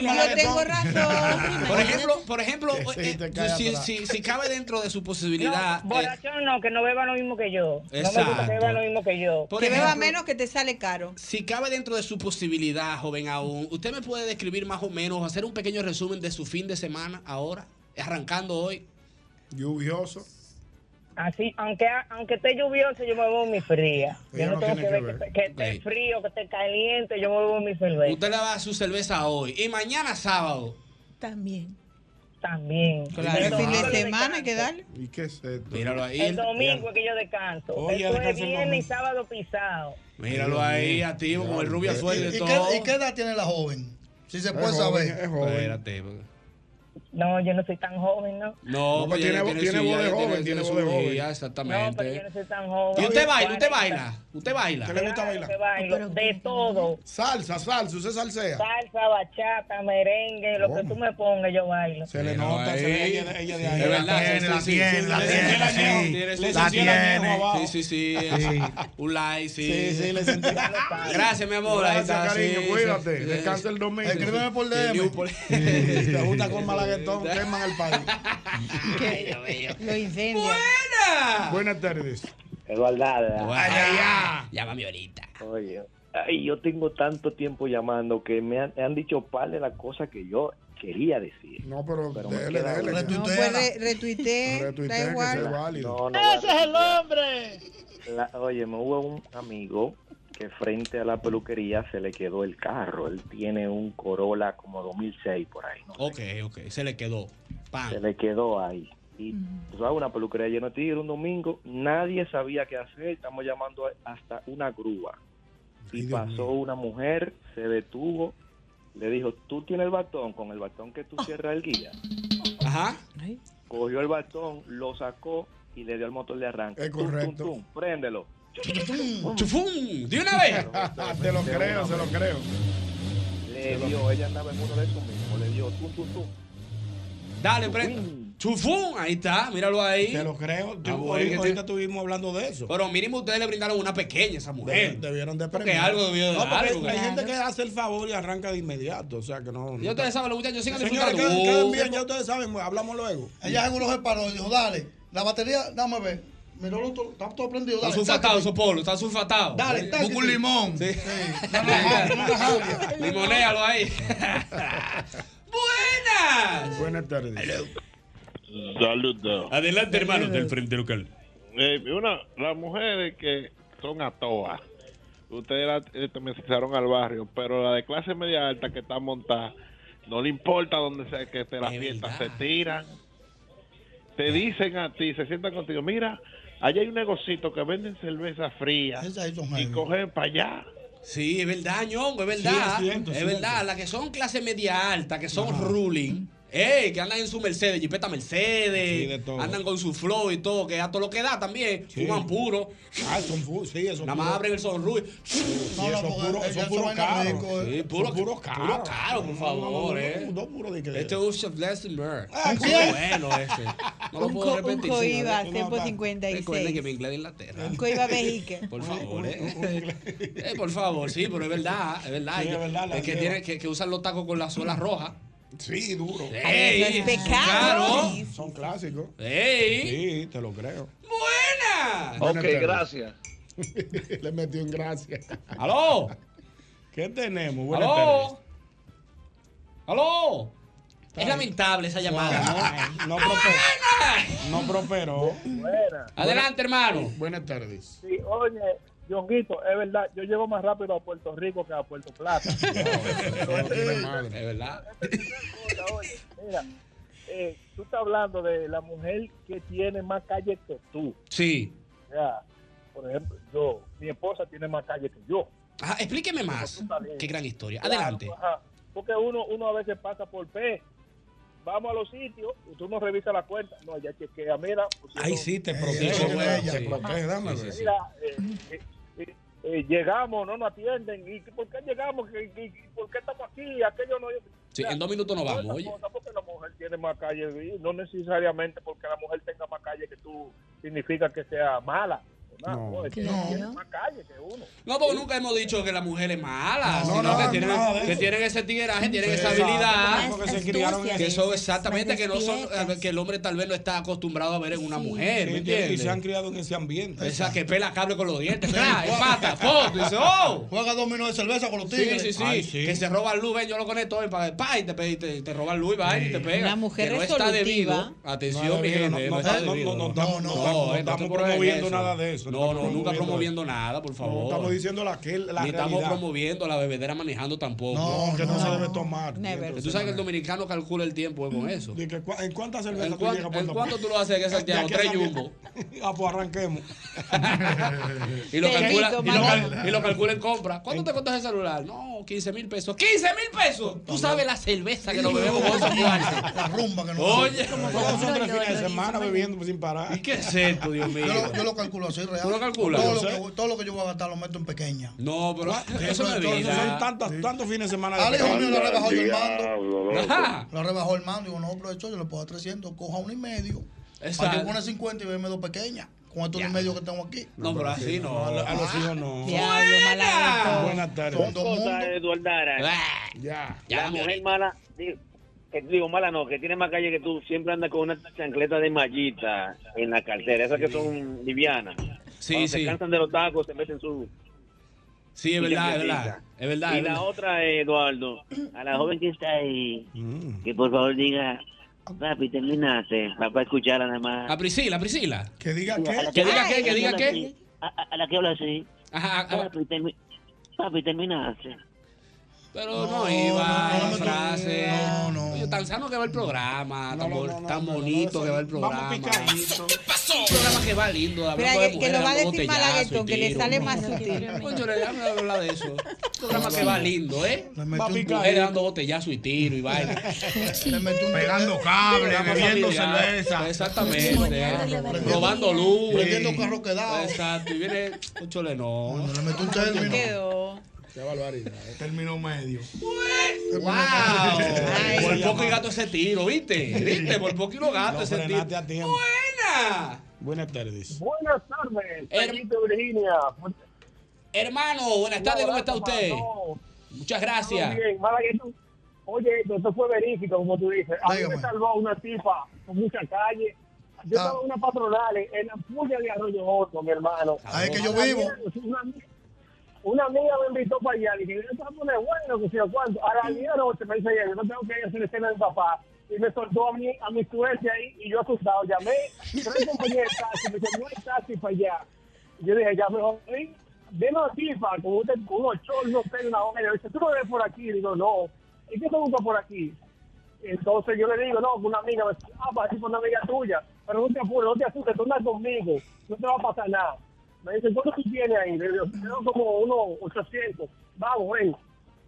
[SPEAKER 4] Yo tengo razón. Por ejemplo, por ejemplo eh, si, si, si cabe dentro de su posibilidad. eh,
[SPEAKER 23] No, borrachón no, que no beba lo mismo que yo. No me gusta
[SPEAKER 4] Exacto.
[SPEAKER 23] que beba lo mismo que yo.
[SPEAKER 4] Por
[SPEAKER 8] que
[SPEAKER 4] ejemplo-
[SPEAKER 8] beba menos que te sale caro.
[SPEAKER 4] Si cabe dentro de su posibilidad, joven aún, ¿usted me puede describir más o menos, hacer un pequeño resumen de su fin de semana ahora, arrancando hoy?
[SPEAKER 17] Lluvioso.
[SPEAKER 23] Así, aunque, aunque esté lluvioso, yo me bebo mi fría.
[SPEAKER 4] Ella
[SPEAKER 23] Yo no
[SPEAKER 4] no
[SPEAKER 23] tengo que
[SPEAKER 4] tiene
[SPEAKER 23] ver que,
[SPEAKER 4] que ver.
[SPEAKER 23] esté- que esté
[SPEAKER 4] Ok.
[SPEAKER 23] frío, que esté caliente, yo me bebo mi cerveza.
[SPEAKER 4] Usted le va a dar su cerveza hoy y mañana sábado.
[SPEAKER 24] También.
[SPEAKER 23] También.
[SPEAKER 4] Claro.
[SPEAKER 23] El
[SPEAKER 4] Fin de
[SPEAKER 23] domingo yo
[SPEAKER 8] semana hay que
[SPEAKER 23] descanso.
[SPEAKER 8] darle.
[SPEAKER 25] ¿Y qué es esto?
[SPEAKER 4] Míralo ahí.
[SPEAKER 23] El domingo es que yo descanso.
[SPEAKER 4] Oye,
[SPEAKER 23] Eso es
[SPEAKER 4] descansa el
[SPEAKER 23] viernes y
[SPEAKER 4] domingo.
[SPEAKER 23] sábado pisado.
[SPEAKER 4] Míralo ahí, activo, como el rubio suelto
[SPEAKER 9] ¿Y
[SPEAKER 4] y todo.
[SPEAKER 9] qué, ¿Y qué edad tiene la joven? Si se
[SPEAKER 23] Es
[SPEAKER 9] puede
[SPEAKER 23] joven,
[SPEAKER 9] saber.
[SPEAKER 23] es
[SPEAKER 4] Espérate. porque-
[SPEAKER 23] No, yo no soy tan joven, ¿no?
[SPEAKER 4] No,
[SPEAKER 23] No,
[SPEAKER 4] pues
[SPEAKER 23] tiene
[SPEAKER 4] ya
[SPEAKER 23] vo- tiene
[SPEAKER 4] su-
[SPEAKER 23] voz
[SPEAKER 4] ya
[SPEAKER 23] de
[SPEAKER 4] tiene-
[SPEAKER 23] joven,
[SPEAKER 4] tiene
[SPEAKER 23] tiene
[SPEAKER 4] su
[SPEAKER 23] voz de joven.
[SPEAKER 4] energía,
[SPEAKER 23] No, pero yo
[SPEAKER 4] Exactamente.
[SPEAKER 23] no soy tan joven.
[SPEAKER 4] ¿Y usted baila? ¿Usted baila? ¿Usted baila?
[SPEAKER 17] ¿Qué le gusta
[SPEAKER 23] Claro
[SPEAKER 17] bailar?
[SPEAKER 23] que bailo, de todo.
[SPEAKER 17] Salsa, salsa, usted salsea.
[SPEAKER 23] Salsa, bachata, merengue, lo que
[SPEAKER 4] Oh.
[SPEAKER 23] tú me pongas, yo bailo.
[SPEAKER 17] Se le nota, se le ella de- ella de ahí.
[SPEAKER 4] Es verdad, sí, sí, sí, sí,
[SPEAKER 17] Le
[SPEAKER 4] sí,
[SPEAKER 17] sentí el
[SPEAKER 4] sí,
[SPEAKER 17] añejo,
[SPEAKER 4] sí,
[SPEAKER 17] le
[SPEAKER 4] sí,
[SPEAKER 17] sentí
[SPEAKER 4] la
[SPEAKER 17] el
[SPEAKER 4] tiene.
[SPEAKER 17] añejo abajo.
[SPEAKER 4] Sí, sí, sí.
[SPEAKER 17] Sí.
[SPEAKER 4] Un like, sí.
[SPEAKER 17] Sí, sí, le sentí.
[SPEAKER 4] [LAUGHS] Gracias, mi amor. ahí
[SPEAKER 17] Gracias,
[SPEAKER 4] está,
[SPEAKER 17] cariño,
[SPEAKER 4] sí,
[SPEAKER 17] cuídate.
[SPEAKER 4] sí.
[SPEAKER 17] Descansa el domingo.
[SPEAKER 4] Escríbeme
[SPEAKER 17] por
[SPEAKER 4] DM.
[SPEAKER 17] [LAUGHS] Te
[SPEAKER 4] [LAUGHS]
[SPEAKER 17] gusta con malaguetón, queman el país.
[SPEAKER 8] Lo incendia.
[SPEAKER 4] ¡Buena!
[SPEAKER 17] Buenas tardes.
[SPEAKER 5] Es verdad.
[SPEAKER 4] Allá. Llámame ahorita.
[SPEAKER 5] Oye, ay, yo tengo tanto tiempo llamando que me han, me han dicho par de las cosas que yo quería decir.
[SPEAKER 17] No, pero,
[SPEAKER 5] me
[SPEAKER 17] dele,
[SPEAKER 5] queda
[SPEAKER 17] dele.
[SPEAKER 5] una.
[SPEAKER 8] No, pues re- retuiteé,
[SPEAKER 17] Pues,
[SPEAKER 8] da igual.
[SPEAKER 5] No, no,
[SPEAKER 8] ¡Ese es el hombre!
[SPEAKER 5] la- oye, me hubo un amigo que frente a la peluquería se le quedó el carro. Él tiene un Corolla como 2006 por ahí. ¿no?
[SPEAKER 4] Ok, ok. Se le quedó. Pan.
[SPEAKER 5] Se le quedó ahí. Y tú sabes, una peluquería llena de tigre un domingo, nadie sabía qué hacer. Estamos llamando a- hasta una grúa. Y pasó una mujer, se detuvo, le dijo, tú tienes el batón, con el batón que tú
[SPEAKER 17] Oh.
[SPEAKER 5] cierras el guía.
[SPEAKER 4] Ajá.
[SPEAKER 5] Cogió el batón, lo sacó y le dio el motor de arranque.
[SPEAKER 17] Es
[SPEAKER 5] Tum, tum,
[SPEAKER 17] correcto.
[SPEAKER 5] tum, préndelo.
[SPEAKER 4] ¡Chufum! ¡De una vez!
[SPEAKER 17] [LAUGHS] Te lo creo, se lo creo.
[SPEAKER 5] Le dio, ella andaba en uno de esos mismos, le dio tum, tum, tum.
[SPEAKER 4] Dale, prenda. ¡Chufum! Ahí está, míralo ahí.
[SPEAKER 17] Te lo creo.
[SPEAKER 4] Ah,
[SPEAKER 17] Tú-
[SPEAKER 4] bueno, que
[SPEAKER 17] ahorita,
[SPEAKER 4] te-
[SPEAKER 17] ahorita estuvimos hablando de eso.
[SPEAKER 4] Pero mínimo ustedes le brindaron una pequeña a esa mujer.
[SPEAKER 17] Debieron- Debieron de
[SPEAKER 4] Porque
[SPEAKER 17] premiar.
[SPEAKER 4] algo debió de
[SPEAKER 17] No, porque
[SPEAKER 4] dar,
[SPEAKER 17] hay-
[SPEAKER 4] porque-
[SPEAKER 17] Hay gente que hace el favor y arranca de inmediato. O sea que no.
[SPEAKER 4] Ya ustedes saben, los muchachos sigan
[SPEAKER 17] Señores,
[SPEAKER 4] disfrutando.
[SPEAKER 17] queden- queden bien,
[SPEAKER 4] Música.
[SPEAKER 17] ya ustedes saben, hablamos luego.
[SPEAKER 9] Ella seguro se paró y dijo, dale, la batería, dame ver. Miró lo otro, está todo prendido,
[SPEAKER 4] Está
[SPEAKER 9] dale.
[SPEAKER 4] sulfatado, su polo, está sulfatado.
[SPEAKER 9] Dale, tácate.
[SPEAKER 4] Busca un limón.
[SPEAKER 17] [LAUGHS]
[SPEAKER 4] Sí. Limonéalo ahí. ¡Buenas!
[SPEAKER 17] Buenas tardes.
[SPEAKER 19] Saludos.
[SPEAKER 4] Adelante, hermano, del frente local.
[SPEAKER 19] Eh, una, las mujeres que son atoas, ustedes la eh, te mezclaron al barrio, pero la de clase media alta que está montada, no le importa donde sea que esté la fiesta, se tiran. Te dicen a ti, se sientan contigo, mira, allá hay un negocito que venden cerveza fría y cogen para allá.
[SPEAKER 4] Sí, es verdad, ñongo, es verdad.
[SPEAKER 19] Sí, es cierto,
[SPEAKER 4] es
[SPEAKER 19] cierto.
[SPEAKER 4] verdad, las que son clase media alta, que son ruling. Ey, que andan en su Mercedes, jipeta Mercedes, andan con su flow y todo, que a todo lo que da también, fuman puro.
[SPEAKER 17] Ah, son puros, sí, eso.
[SPEAKER 4] Nada más abren el sonrui.
[SPEAKER 17] No, no, porque
[SPEAKER 4] puros
[SPEAKER 17] eso vaina rico, eh.
[SPEAKER 4] Sí, puro,
[SPEAKER 17] Son
[SPEAKER 4] puro
[SPEAKER 17] puros
[SPEAKER 4] caro.
[SPEAKER 17] caros.
[SPEAKER 4] por
[SPEAKER 17] No, no, no,
[SPEAKER 4] favor,
[SPEAKER 17] no,
[SPEAKER 4] eh.
[SPEAKER 17] no, puro de que-
[SPEAKER 4] Este es un Chef Lessenberg.
[SPEAKER 17] Ah,
[SPEAKER 4] Muy
[SPEAKER 17] ¿quién?
[SPEAKER 4] bueno ese. No lo
[SPEAKER 8] Un
[SPEAKER 4] puedo
[SPEAKER 8] co- un
[SPEAKER 4] repetir.
[SPEAKER 8] coiba,
[SPEAKER 4] señores.
[SPEAKER 8] tempo
[SPEAKER 4] Recuerden que
[SPEAKER 8] 56.
[SPEAKER 4] mi inglés de Inglaterra.
[SPEAKER 8] Un
[SPEAKER 4] [LAUGHS]
[SPEAKER 17] [LAUGHS]
[SPEAKER 8] coiba vejique.
[SPEAKER 4] Por favor, eh. Eh, por favor, sí, pero es verdad, es verdad.
[SPEAKER 17] Sí,
[SPEAKER 4] es
[SPEAKER 17] es verdad, la
[SPEAKER 4] que,
[SPEAKER 17] lleva.
[SPEAKER 4] tiene, que, que usan los tacos con la suela roja.
[SPEAKER 17] Sí, duro.
[SPEAKER 4] Ey, Eso es pecado.
[SPEAKER 17] Claro. Son clásicos.
[SPEAKER 4] Ey.
[SPEAKER 17] Sí, te lo creo.
[SPEAKER 4] ¡Buena!
[SPEAKER 17] Buenas tardes.
[SPEAKER 11] gracias.
[SPEAKER 17] [LAUGHS] Le metió en gracia.
[SPEAKER 4] ¡Aló!
[SPEAKER 17] ¿Qué tenemos? Buenas tardes.
[SPEAKER 4] ¡Aló! ¡Aló! Es lamentable esa llamada,
[SPEAKER 17] ¿no? No prosperó.
[SPEAKER 4] Adelante, hermano.
[SPEAKER 17] Buenas
[SPEAKER 4] [LAUGHS]
[SPEAKER 17] tardes.
[SPEAKER 12] Sí, oye, Dionguito, es verdad, yo llego más rápido a Puerto Rico que a
[SPEAKER 20] [LAUGHS]
[SPEAKER 12] Puerto Plata.
[SPEAKER 4] Es verdad.
[SPEAKER 12] Mira, eh, tú estás hablando de la mujer que tiene más calle que tú.
[SPEAKER 4] Sí.
[SPEAKER 12] O sea, por ejemplo, yo, mi esposa tiene más calle que yo.
[SPEAKER 4] Ajá, explíqueme más. Qué gran historia. Adelante.
[SPEAKER 12] Claro, ajá. Porque uno, uno a veces pasa por P. Vamos a los sitios y tú no revisas la cuenta. No, ya chequea, mira. pusieron-
[SPEAKER 17] Ahí sí te
[SPEAKER 12] Eh,
[SPEAKER 17] protege.
[SPEAKER 12] eh,
[SPEAKER 17] güey, Te protege, dame.
[SPEAKER 12] Mira,
[SPEAKER 17] güey.
[SPEAKER 12] eh, eh, eh, eh, llegamos, no nos atienden. ¿Y qué- por qué llegamos? ¿Y- y- y por qué estamos aquí? Aquello no.
[SPEAKER 4] Sí, en dos minutos nos
[SPEAKER 12] Todas esas
[SPEAKER 4] vamos, oye.
[SPEAKER 12] cosas, Porque la mujer tiene más calle, y no necesariamente porque la mujer tenga más calle que tú significa que sea mala. más.
[SPEAKER 4] No.
[SPEAKER 12] Joder, tiene-
[SPEAKER 4] Claro.
[SPEAKER 12] tiene más calle que uno.
[SPEAKER 4] No, porque nunca hemos dicho que la mujer es mala,
[SPEAKER 12] No,
[SPEAKER 4] sino
[SPEAKER 12] no,
[SPEAKER 4] que, tienen,
[SPEAKER 12] nada de
[SPEAKER 4] que
[SPEAKER 12] eso.
[SPEAKER 4] tienen ese tigueraje, tienen
[SPEAKER 12] Sí.
[SPEAKER 4] esa habilidad.
[SPEAKER 12] Más Porque se criaron en-
[SPEAKER 4] que son
[SPEAKER 12] astucias,
[SPEAKER 4] exactamente
[SPEAKER 12] más
[SPEAKER 4] que no son,
[SPEAKER 12] despiertas.
[SPEAKER 4] que el hombre tal vez no está acostumbrado a ver en una mujer. Eh, ¿me
[SPEAKER 17] Y se- y
[SPEAKER 4] entiendes?
[SPEAKER 17] se han criado en ese ambiente.
[SPEAKER 4] Esa que pela cable con los dientes, ¡cra! empata, foto, y dice, ¡oh!
[SPEAKER 9] Juega dominó de cerveza con los tigres.
[SPEAKER 4] Sí, sí, sí.
[SPEAKER 9] Ay, sí.
[SPEAKER 4] Que se roba luz, ven, yo lo conecto hoy para pa, y te, pe- y te, te roba luz y va y te pega.
[SPEAKER 8] Una mujer
[SPEAKER 4] que no está
[SPEAKER 8] resolutiva.
[SPEAKER 4] debido. Atención,
[SPEAKER 17] No,
[SPEAKER 4] mi gente,
[SPEAKER 17] no,
[SPEAKER 4] no,
[SPEAKER 17] no,
[SPEAKER 4] está
[SPEAKER 17] no,
[SPEAKER 4] debido.
[SPEAKER 17] no, no, no, no, no
[SPEAKER 4] eh,
[SPEAKER 17] estamos
[SPEAKER 4] te prueben
[SPEAKER 17] promoviendo
[SPEAKER 4] eso.
[SPEAKER 17] nada de eso, no
[SPEAKER 4] No, no,
[SPEAKER 17] estamos
[SPEAKER 4] nunca
[SPEAKER 17] promoviendo
[SPEAKER 4] promoviendo nada, por favor.
[SPEAKER 17] estamos diciendo la que la
[SPEAKER 4] Ni estamos
[SPEAKER 17] realidad.
[SPEAKER 4] promoviendo la bebedera manejando tampoco.
[SPEAKER 17] No, que no, se debe tomar.
[SPEAKER 4] Tú sabes que el dominicano calcula el tiempo eh, con eso.
[SPEAKER 17] De Mm. que cua- ¿En cuántas cervezas
[SPEAKER 4] ¿En,
[SPEAKER 17] tú llegas
[SPEAKER 4] cuánto,
[SPEAKER 17] por
[SPEAKER 4] en
[SPEAKER 17] la-
[SPEAKER 4] cuánto tú lo haces que Santiago?
[SPEAKER 17] De aquí
[SPEAKER 4] Tres
[SPEAKER 17] a
[SPEAKER 4] jumbo.
[SPEAKER 17] Ah, pues arranquemos.
[SPEAKER 4] [LAUGHS] Y lo,
[SPEAKER 17] Te
[SPEAKER 4] calcula,
[SPEAKER 17] rico,
[SPEAKER 4] y, lo cal-
[SPEAKER 17] mano.
[SPEAKER 4] y lo calcula en compra. ¿Cuánto te costas el celular? No, 15 mil pesos. ¡15 mil pesos! Tú sabes la cerveza que nos bebemos con esos cuartos.
[SPEAKER 9] La rumba que no
[SPEAKER 4] Oye.
[SPEAKER 9] Como
[SPEAKER 17] Todos son tres fines de semana bebiendo sin parar.
[SPEAKER 4] ¿Y qué es esto, Dios mío?
[SPEAKER 9] Yo, lo- yo lo calculo así, real.
[SPEAKER 4] ¿Tú lo calculas?
[SPEAKER 9] Todo lo,
[SPEAKER 4] Yo
[SPEAKER 9] que, todo lo que yo voy a gastar lo meto en pequeña.
[SPEAKER 4] No, pero eso no es
[SPEAKER 9] entonces
[SPEAKER 4] vida.
[SPEAKER 9] son
[SPEAKER 17] tantos, tantos fines de semana.
[SPEAKER 9] Al hijo mío lo rebajó yo el
[SPEAKER 4] Diablo,
[SPEAKER 9] mando.
[SPEAKER 4] loco. Ajá.
[SPEAKER 9] Lo rebajó el mando. Digo, no, profesor, yo le puedo dar 300. Coja uno y medio.
[SPEAKER 4] Exacto.
[SPEAKER 9] Para que pone 50 y bebe dos pequeñas. Con estos uno y medio que tengo aquí.
[SPEAKER 4] No, pero así no.
[SPEAKER 17] A, lo- a los hijos no.
[SPEAKER 9] Diablo,
[SPEAKER 17] Buenas. Buenas
[SPEAKER 10] Dos
[SPEAKER 17] tardes.
[SPEAKER 10] cosas, Eduardo Ara.
[SPEAKER 4] Ah,
[SPEAKER 17] Ya.
[SPEAKER 10] La mujer mala, digo, que digo mala no, que tiene más calle que tú, siempre anda con una chancleta de mallita en la cartera, esas que son livianas.
[SPEAKER 4] Sí,
[SPEAKER 10] Cuando
[SPEAKER 4] sí.
[SPEAKER 10] Se cansan de los tacos, se meten su.
[SPEAKER 4] Sí, es
[SPEAKER 10] su
[SPEAKER 4] verdad, es
[SPEAKER 10] chancletita.
[SPEAKER 4] verdad. Es verdad.
[SPEAKER 10] Y
[SPEAKER 4] es
[SPEAKER 10] la
[SPEAKER 4] verdad.
[SPEAKER 10] otra, Eduardo, a la joven que está ahí,
[SPEAKER 17] Mm.
[SPEAKER 10] que por favor diga, papi, terminaste, papá escucharla nada más.
[SPEAKER 4] A Priscila, Priscila.
[SPEAKER 17] Que diga
[SPEAKER 10] Sí, a la
[SPEAKER 4] Que diga
[SPEAKER 10] a
[SPEAKER 4] qué,
[SPEAKER 10] la
[SPEAKER 4] que diga
[SPEAKER 10] habla
[SPEAKER 4] qué.
[SPEAKER 10] así, A, a- a la que habla así. papi, termi- papi, terminaste.
[SPEAKER 4] Pero no, iba la frase. No, no. tan sano que va el programa, tan, bo- tan bonito que va el programa. Un programa que va lindo,
[SPEAKER 8] Mira,
[SPEAKER 4] hablando de
[SPEAKER 8] que, que
[SPEAKER 4] mujeres,
[SPEAKER 8] lo va a
[SPEAKER 4] dando
[SPEAKER 8] decir
[SPEAKER 4] botellazo
[SPEAKER 8] Malaguetón,
[SPEAKER 4] y
[SPEAKER 8] que le
[SPEAKER 4] tiro.
[SPEAKER 8] sale más sutil.
[SPEAKER 4] Coño, le dame a hablar de eso. Un programa que va lindo, ¿eh? Mujeres dando botellazo y tiro y [LAUGHS] vaina.
[SPEAKER 14] Pegando cable,
[SPEAKER 4] Programa
[SPEAKER 14] bebiendo
[SPEAKER 4] familiar.
[SPEAKER 14] cerveza.
[SPEAKER 4] Exactamente. Robando luz.
[SPEAKER 14] Prendiendo
[SPEAKER 4] carro quedado. Exacto. Y viene un cholenón.
[SPEAKER 9] le meto un término.
[SPEAKER 8] Quedó.
[SPEAKER 9] Qué barbaridad.
[SPEAKER 4] eh.
[SPEAKER 9] Término medio.
[SPEAKER 4] ¡Wow! Por poco y gato ese tiro, ¿viste? ¿Viste? Por poco y lo gato ese tiro. ¡Buena!
[SPEAKER 17] Buenas tardes.
[SPEAKER 12] Buenas tardes, Felipe Virginia.
[SPEAKER 4] Hermano, buenas tardes, ¿cómo está usted? Muchas gracias.
[SPEAKER 12] Muy bien, mala que tú- Oye, esto, esto fue verífico, como tú dices. A mí me salvó una tipa con mucha calle.
[SPEAKER 9] Ah.
[SPEAKER 12] Yo estaba en una patronal en en la puya de Arroyo Hondo, mi hermano.
[SPEAKER 9] Ahí Ah, es que yo
[SPEAKER 12] Una
[SPEAKER 9] vivo.
[SPEAKER 12] amiga- Una, una amiga me invitó para allá. Dije, yo te voy a poner bueno, que si o cuánto. A las 10 de la noche me dice ella, yo tengo que ir a hacer escena de mi papá. Y me soltó a mí, a mi suerte ahí, y yo asustado. Llamé, tres compañeros de taxi, me dice, no hay taxi para allá. Y yo dije, ya mejor, ven, ven a FIFA, con un con unos shorts, unos tenis, una hoja. Y yo dice, ¿tú no ves por aquí? Y digo, no. ¿Y qué te gusta por aquí? Entonces yo le digo, no, una amiga, me dice, ah, para ti por una amiga tuya, pero no te apures, no te asustes, tú andas conmigo, no te va a pasar nada. Me dice, ¿cuánto tú tienes ahí? Le digo, tengo como unos 800, vamos, ven.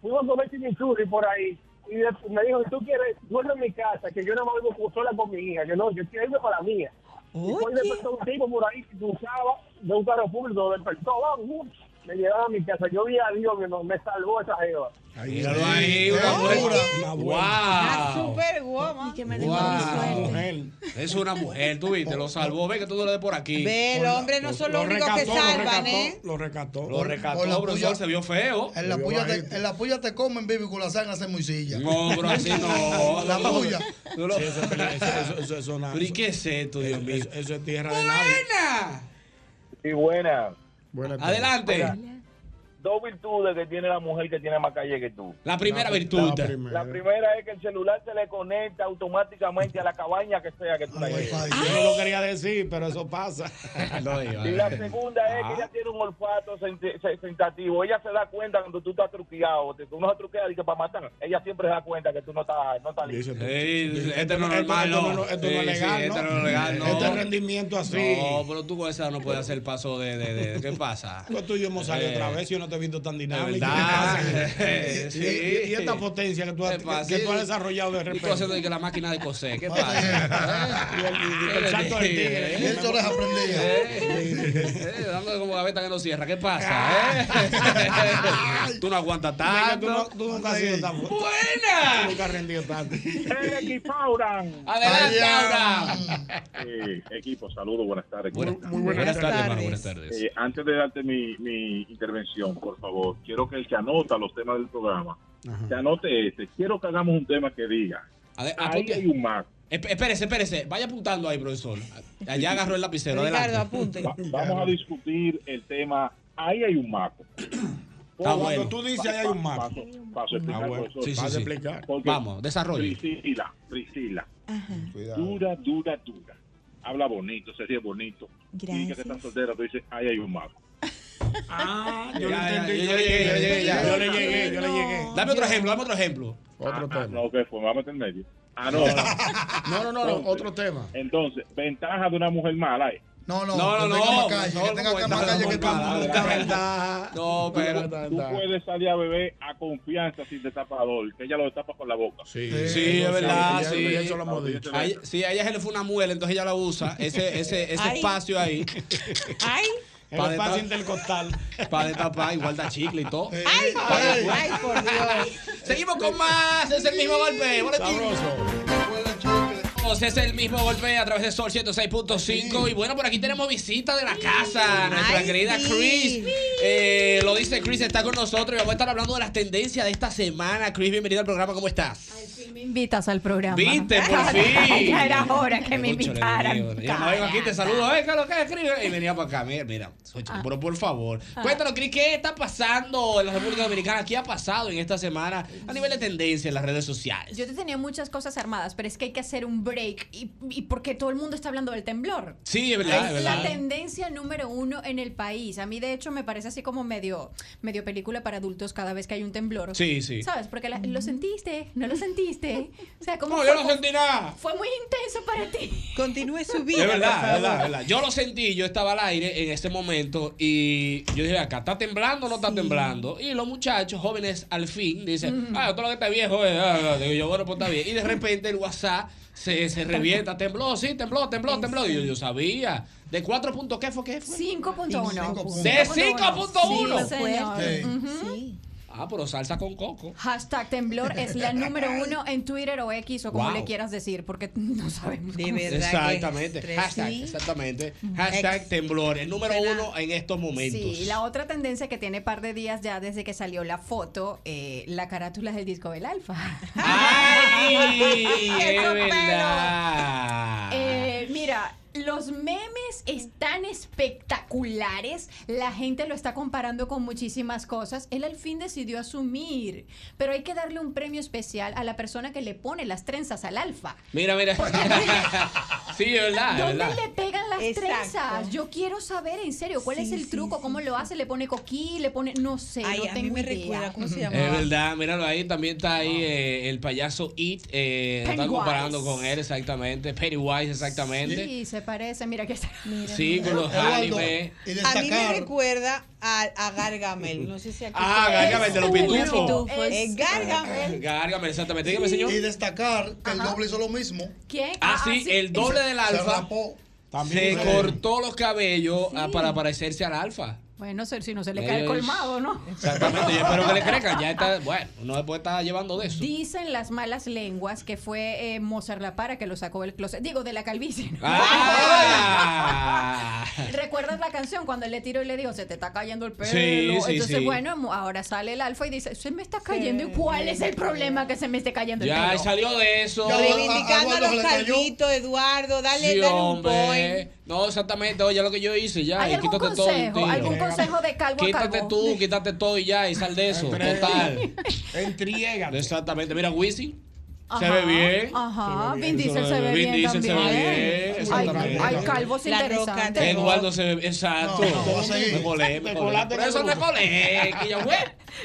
[SPEAKER 12] Fuimos a comer chimichurri por ahí, y de- me dijo, tú quieres, duerme en mi casa, que yo no me voy sola con mi hija, que no, yo quiero irme para la mía. Y fue y despertó un tipo por ahí que cruzaba de un carro público, lo despertó, vamos, me llevaba a mi casa, yo vi a Dios, me, me salvó esa jeva.
[SPEAKER 4] Míralo ahí, una buena. ¡Wow!
[SPEAKER 8] Super guau. que me
[SPEAKER 4] Wow. Es una mujer, tú viste, lo salvó. Ve que tú no le des por aquí.
[SPEAKER 8] Ve, los hombres no son los únicos que salvan, ¿eh?
[SPEAKER 17] Lo recató.
[SPEAKER 4] Lo
[SPEAKER 9] Por la
[SPEAKER 4] recató, profesor,
[SPEAKER 9] puya-
[SPEAKER 4] se vio feo.
[SPEAKER 9] En la, puya te, en la puya te comen, baby, con la sangre se mucilla.
[SPEAKER 4] No, bro, así no.
[SPEAKER 9] [LAUGHS] La
[SPEAKER 4] No,
[SPEAKER 9] puya.
[SPEAKER 4] tú lo-
[SPEAKER 17] Sí, eso, es pelea, eso, eso,
[SPEAKER 4] [LAUGHS]
[SPEAKER 17] eso, eso es una-
[SPEAKER 4] Pero ¿y qué es esto, Dios mío?
[SPEAKER 17] eso- eso es tierra de nadie.
[SPEAKER 11] Sí, buena.
[SPEAKER 4] Adelante.
[SPEAKER 11] Mira, Dos virtudes que tiene la mujer que tiene más calle que tú.
[SPEAKER 4] La primera virtud.
[SPEAKER 11] La primera es que el celular se le conecta automáticamente a la cabaña que sea que tú la lleves.
[SPEAKER 17] Yo no lo quería decir, pero
[SPEAKER 4] [LAUGHS]
[SPEAKER 17] eso pasa.
[SPEAKER 11] Y la segunda es
[SPEAKER 4] Ah.
[SPEAKER 11] que ella tiene un olfato senti- se- sentativo. Ella se da cuenta cuando tú estás truqueado. Te- Tú no estás truqueado dice para matar. Ella siempre se da cuenta que tú no estás, no estás listo.
[SPEAKER 4] Ey, este no es
[SPEAKER 17] Esto-
[SPEAKER 4] normal,
[SPEAKER 17] esto no-
[SPEAKER 4] no.
[SPEAKER 17] esto no es
[SPEAKER 4] Sí, sí,
[SPEAKER 17] legal,
[SPEAKER 4] Este
[SPEAKER 17] ¿no?
[SPEAKER 4] no es legal, no.
[SPEAKER 17] Este rendimiento así.
[SPEAKER 4] No, pero tú con esa no puedes hacer el paso de. de, de- ¿Qué pasa?
[SPEAKER 17] Pues tú y yo hemos salido
[SPEAKER 4] Eh,
[SPEAKER 17] otra vez. Yo no te he visto tan dinámico.
[SPEAKER 4] verdad.
[SPEAKER 17] [LAUGHS] ¿Qué
[SPEAKER 4] [LAUGHS]
[SPEAKER 17] pasa?
[SPEAKER 4] Sí.
[SPEAKER 17] Y, y- y esta potencia que tú has,
[SPEAKER 4] ¿Qué pasa?
[SPEAKER 17] que tú has desarrollado de
[SPEAKER 4] Y
[SPEAKER 17] repente.
[SPEAKER 4] tú haciendo de que la máquina de coser.
[SPEAKER 17] [LAUGHS]
[SPEAKER 4] ¿Qué pasa?
[SPEAKER 17] Y el- y el salto del tigre. Y él se oreja prendida.
[SPEAKER 4] Eh, dándole como gaveta que no cierra. ¿Qué
[SPEAKER 17] [LAUGHS]
[SPEAKER 4] pasa? eh? tú no aguantas
[SPEAKER 17] Venga,
[SPEAKER 4] tanto.
[SPEAKER 17] tú, no- tú nunca has sido tan fuerte.
[SPEAKER 4] ¡Buena!
[SPEAKER 17] Tú nunca has rendido tanto.
[SPEAKER 4] Adelante, Abraham.
[SPEAKER 17] [LAUGHS]
[SPEAKER 11] Eh, equipo, saludos, buenas tardes.
[SPEAKER 4] muy buenas Buenas tardes, tardes. hermano, buenas
[SPEAKER 11] Eh, antes de darte mi, mi intervención, por favor, quiero que el que anota los temas del programa, que anote este. Quiero que hagamos un tema que diga. Ahí
[SPEAKER 4] apunte.
[SPEAKER 11] hay un mar.
[SPEAKER 4] Esp- Espérese, espérese. Vaya apuntando ahí, profesor. Allá agarró el lapicero. Adelante.
[SPEAKER 11] Va- vamos a discutir el tema. Ahí hay un maco.
[SPEAKER 4] Cuando
[SPEAKER 11] bueno.
[SPEAKER 4] tú dices ahí hay un maco.
[SPEAKER 11] Paso, paso a explicar,
[SPEAKER 4] Ah, Ah, bueno.
[SPEAKER 11] profesor.
[SPEAKER 4] Sí, sí,
[SPEAKER 11] Paso a
[SPEAKER 4] sí.
[SPEAKER 11] explicar.
[SPEAKER 4] Vamos, desarrolle.
[SPEAKER 11] Priscila, Priscila. Dura, dura, dura. Habla bonito, se ríe bonito. Y dice que está soltera, tú dices, ahí hay un maco.
[SPEAKER 17] Ah,
[SPEAKER 4] yo le entendí. Yo le llegué, yo le llegué. ya.
[SPEAKER 11] Yo le llegué, yo le llegué.
[SPEAKER 4] Dame otro ejemplo, dame otro ejemplo.
[SPEAKER 11] Otro tema. Ah, no, que fue, vamos a meter en medio. Ah, [LAUGHS] no.
[SPEAKER 4] No, no, no, no, otro
[SPEAKER 11] tema. Entonces, ventaja de una mujer mala, ¿eh?
[SPEAKER 9] No, no,
[SPEAKER 4] No, no,
[SPEAKER 9] que tenga más
[SPEAKER 4] no.
[SPEAKER 9] calle, que
[SPEAKER 4] No,
[SPEAKER 9] tenga
[SPEAKER 4] no,
[SPEAKER 9] más calle que
[SPEAKER 4] no, no,
[SPEAKER 9] tú.
[SPEAKER 4] no, verdad. No,
[SPEAKER 11] Tú-
[SPEAKER 4] pero.
[SPEAKER 11] Tú puedes salir a beber a confianza sin destapador, que ella lo destapa con la boca.
[SPEAKER 17] Sí,
[SPEAKER 4] Sí, es verdad, sí.
[SPEAKER 17] Eso lo hemos dicho.
[SPEAKER 4] A ella- sí, a ella se le fue una muela, entonces ella la usa. Ese, ese, ese
[SPEAKER 17] Ay.
[SPEAKER 4] espacio ahí. [LAUGHS]
[SPEAKER 8] Ay.
[SPEAKER 17] El espacio intercostal.
[SPEAKER 4] Para destapar, igual da chicle y todo.
[SPEAKER 8] Ay,
[SPEAKER 4] Ay,
[SPEAKER 8] ay, por Dios.
[SPEAKER 4] Seguimos con más. Es el mismo golpe. Boletín. Pues Es el mismo golpe a través de Sol 106.5. Y bueno, por aquí tenemos visita de la casa. Nuestra
[SPEAKER 26] Ay,
[SPEAKER 4] querida
[SPEAKER 26] sí.
[SPEAKER 4] Chris. Eh, lo dice Chris, está con nosotros. Y vamos a estar hablando de las tendencias de esta semana. Chris, bienvenido al programa. ¿Cómo estás?
[SPEAKER 26] Me invitas al programa. [LAUGHS]
[SPEAKER 4] Viste, por fin.
[SPEAKER 26] ya era hora que me
[SPEAKER 4] Cónchale, Dios
[SPEAKER 26] invitaran.
[SPEAKER 4] mío, Yo no vengo aquí, te saludo. ¿eh? ¿Qué es lo que escribe? Y venía para acá. Mira, mira. Sochi, Pero por favor.
[SPEAKER 26] Ah.
[SPEAKER 4] Cuéntanos, Cris, ¿qué está pasando en la República Dominicana? ¿Qué ha pasado en esta semana a nivel de tendencia en las redes sociales?
[SPEAKER 26] Yo te tenía muchas cosas armadas, pero es que hay que hacer un break y, y porque todo el mundo está hablando del temblor.
[SPEAKER 4] Sí, es verdad, es
[SPEAKER 26] Es la
[SPEAKER 4] verdad.
[SPEAKER 26] tendencia número uno en el país. A mí, de hecho, me parece así como medio, medio película para adultos cada vez que hay un temblor.
[SPEAKER 4] Sí, sí.
[SPEAKER 26] ¿Sabes? Porque la- lo sentiste, no lo sentiste. O sea, como.
[SPEAKER 4] No, yo no sentí nada.
[SPEAKER 26] Fue muy intenso para ti.
[SPEAKER 8] Continúe su
[SPEAKER 4] Es verdad, es verdad, es verdad. Yo lo sentí, yo estaba al aire en ese momento y yo dije, acá está temblando o no está temblando. Y los muchachos jóvenes al fin dicen, ah, todo lo que está viejo es. ah, ah". Digo yo, bueno, pues está bien. Y de repente el WhatsApp se, se revienta, tembló, sí, tembló, tembló, tembló. Y yo, yo sabía. ¿De cuatro puntos qué fue? ¿Qué fue?
[SPEAKER 26] 5.1.
[SPEAKER 4] De 5.1.
[SPEAKER 26] Sí, señor.
[SPEAKER 4] Sí.
[SPEAKER 26] Ujú.
[SPEAKER 4] Ah, pero salsa con coco.
[SPEAKER 26] Hashtag temblor es la número uno en Twitter o X o como
[SPEAKER 4] Wow.
[SPEAKER 26] le quieras decir, porque no sabemos. cómo se-
[SPEAKER 4] Exactamente.
[SPEAKER 26] Sí.
[SPEAKER 4] Hashtag, exactamente. Hashtag temblor, el número uno en estos momentos.
[SPEAKER 26] Sí, la otra tendencia que tiene par de días ya desde que salió la foto, eh, la carátula del disco del Alfa. [LAUGHS]
[SPEAKER 4] ¡Ay! ¡Es
[SPEAKER 26] Esos
[SPEAKER 4] verdad!
[SPEAKER 26] Eh, mira, los memes están espectaculares. La gente lo está comparando con muchísimas cosas. Él al fin decidió asumir, pero hay que darle un premio especial a la persona que le pone las trenzas al Alfa.
[SPEAKER 4] Mira, mira. [LAUGHS] sí, Ah, es verdad, es
[SPEAKER 26] ¿Dónde
[SPEAKER 4] verdad.
[SPEAKER 26] le pegan las
[SPEAKER 8] Exacto.
[SPEAKER 26] trenzas? Yo quiero saber, en serio, cuál es el truco, cómo lo hace, le pone coquí, le pone, no sé,
[SPEAKER 8] Ay,
[SPEAKER 26] no
[SPEAKER 8] a mí
[SPEAKER 26] tengo
[SPEAKER 8] me
[SPEAKER 26] idea.
[SPEAKER 8] recuerda, ¿cómo se
[SPEAKER 4] Es verdad, míralo ahí, también está ahí eh, el payaso It, eh, lo están
[SPEAKER 26] Pennywise.
[SPEAKER 4] comparando con él exactamente, Pennywise exactamente.
[SPEAKER 26] Sí, se parece, mira que está.
[SPEAKER 4] Sí, con los
[SPEAKER 8] Eduardo,
[SPEAKER 4] animes.
[SPEAKER 8] A mí me recuerda a, a Gargamel. No sé si aquí.
[SPEAKER 4] Ah,
[SPEAKER 8] se-
[SPEAKER 4] Gargamel, de los pitufos.
[SPEAKER 8] Es Gargamel.
[SPEAKER 4] Gárgame, exactamente. Dígame, señor.
[SPEAKER 9] Y destacar que el doble hizo lo mismo.
[SPEAKER 26] ¿Quién?
[SPEAKER 4] Ah, sí, el doble del
[SPEAKER 9] Se
[SPEAKER 4] alfa
[SPEAKER 9] rapó.
[SPEAKER 4] se
[SPEAKER 9] Sí.
[SPEAKER 4] cortó los cabellos ah, para parecerse al alfa.
[SPEAKER 26] Bueno, ser- si no se le
[SPEAKER 4] Ey,
[SPEAKER 26] cae el
[SPEAKER 4] ey.
[SPEAKER 26] colmado, ¿no?
[SPEAKER 4] Exactamente, yo espero que le crezcan. Ya está, bueno, no se puede estar llevando de eso.
[SPEAKER 26] Dicen las malas lenguas que fue eh, Mozart La Para que lo sacó del closet. Digo, de la calvicie. ¿no?
[SPEAKER 4] ¡Ah!
[SPEAKER 26] ¿Recuerdas la canción cuando él le tiró y le dijo, se te está cayendo el pelo?
[SPEAKER 4] Sí, sí,
[SPEAKER 26] Entonces,
[SPEAKER 4] sí.
[SPEAKER 26] bueno, mo- ahora sale el alfa y dice, se me está cayendo. ¿Y cuál es el problema que se me esté cayendo el
[SPEAKER 4] Ya
[SPEAKER 26] pelo?
[SPEAKER 4] salió de eso.
[SPEAKER 8] Reivindicando a los calvitos, Eduardo. Dale,
[SPEAKER 4] Sí,
[SPEAKER 8] dale un point.
[SPEAKER 4] hombre. No, exactamente. Oye, lo que yo hice ya.
[SPEAKER 26] ¿Hay
[SPEAKER 4] y
[SPEAKER 26] algún
[SPEAKER 4] quítate todo. el
[SPEAKER 26] consejo?
[SPEAKER 4] tiro.
[SPEAKER 26] ¿Algún consejo de calvo a
[SPEAKER 4] Quítate
[SPEAKER 26] calvo?
[SPEAKER 4] tú, quítate todo y ya. Y sal de eso.
[SPEAKER 17] Entre-
[SPEAKER 4] Total. Entriégate. Exactamente. Mira, Wisin. Se ve bien.
[SPEAKER 26] Ajá, Vin
[SPEAKER 4] Eso
[SPEAKER 26] Diesel se ve
[SPEAKER 4] Vin
[SPEAKER 26] bien.
[SPEAKER 4] Diesel se ve
[SPEAKER 26] también.
[SPEAKER 4] bien, exactamente.
[SPEAKER 26] Hay, hay calvos
[SPEAKER 4] La
[SPEAKER 26] interesantes.
[SPEAKER 4] Eduardo se ve, exacto. me colé, me colé. Por eso me colé, [LAUGHS] que yo, güey.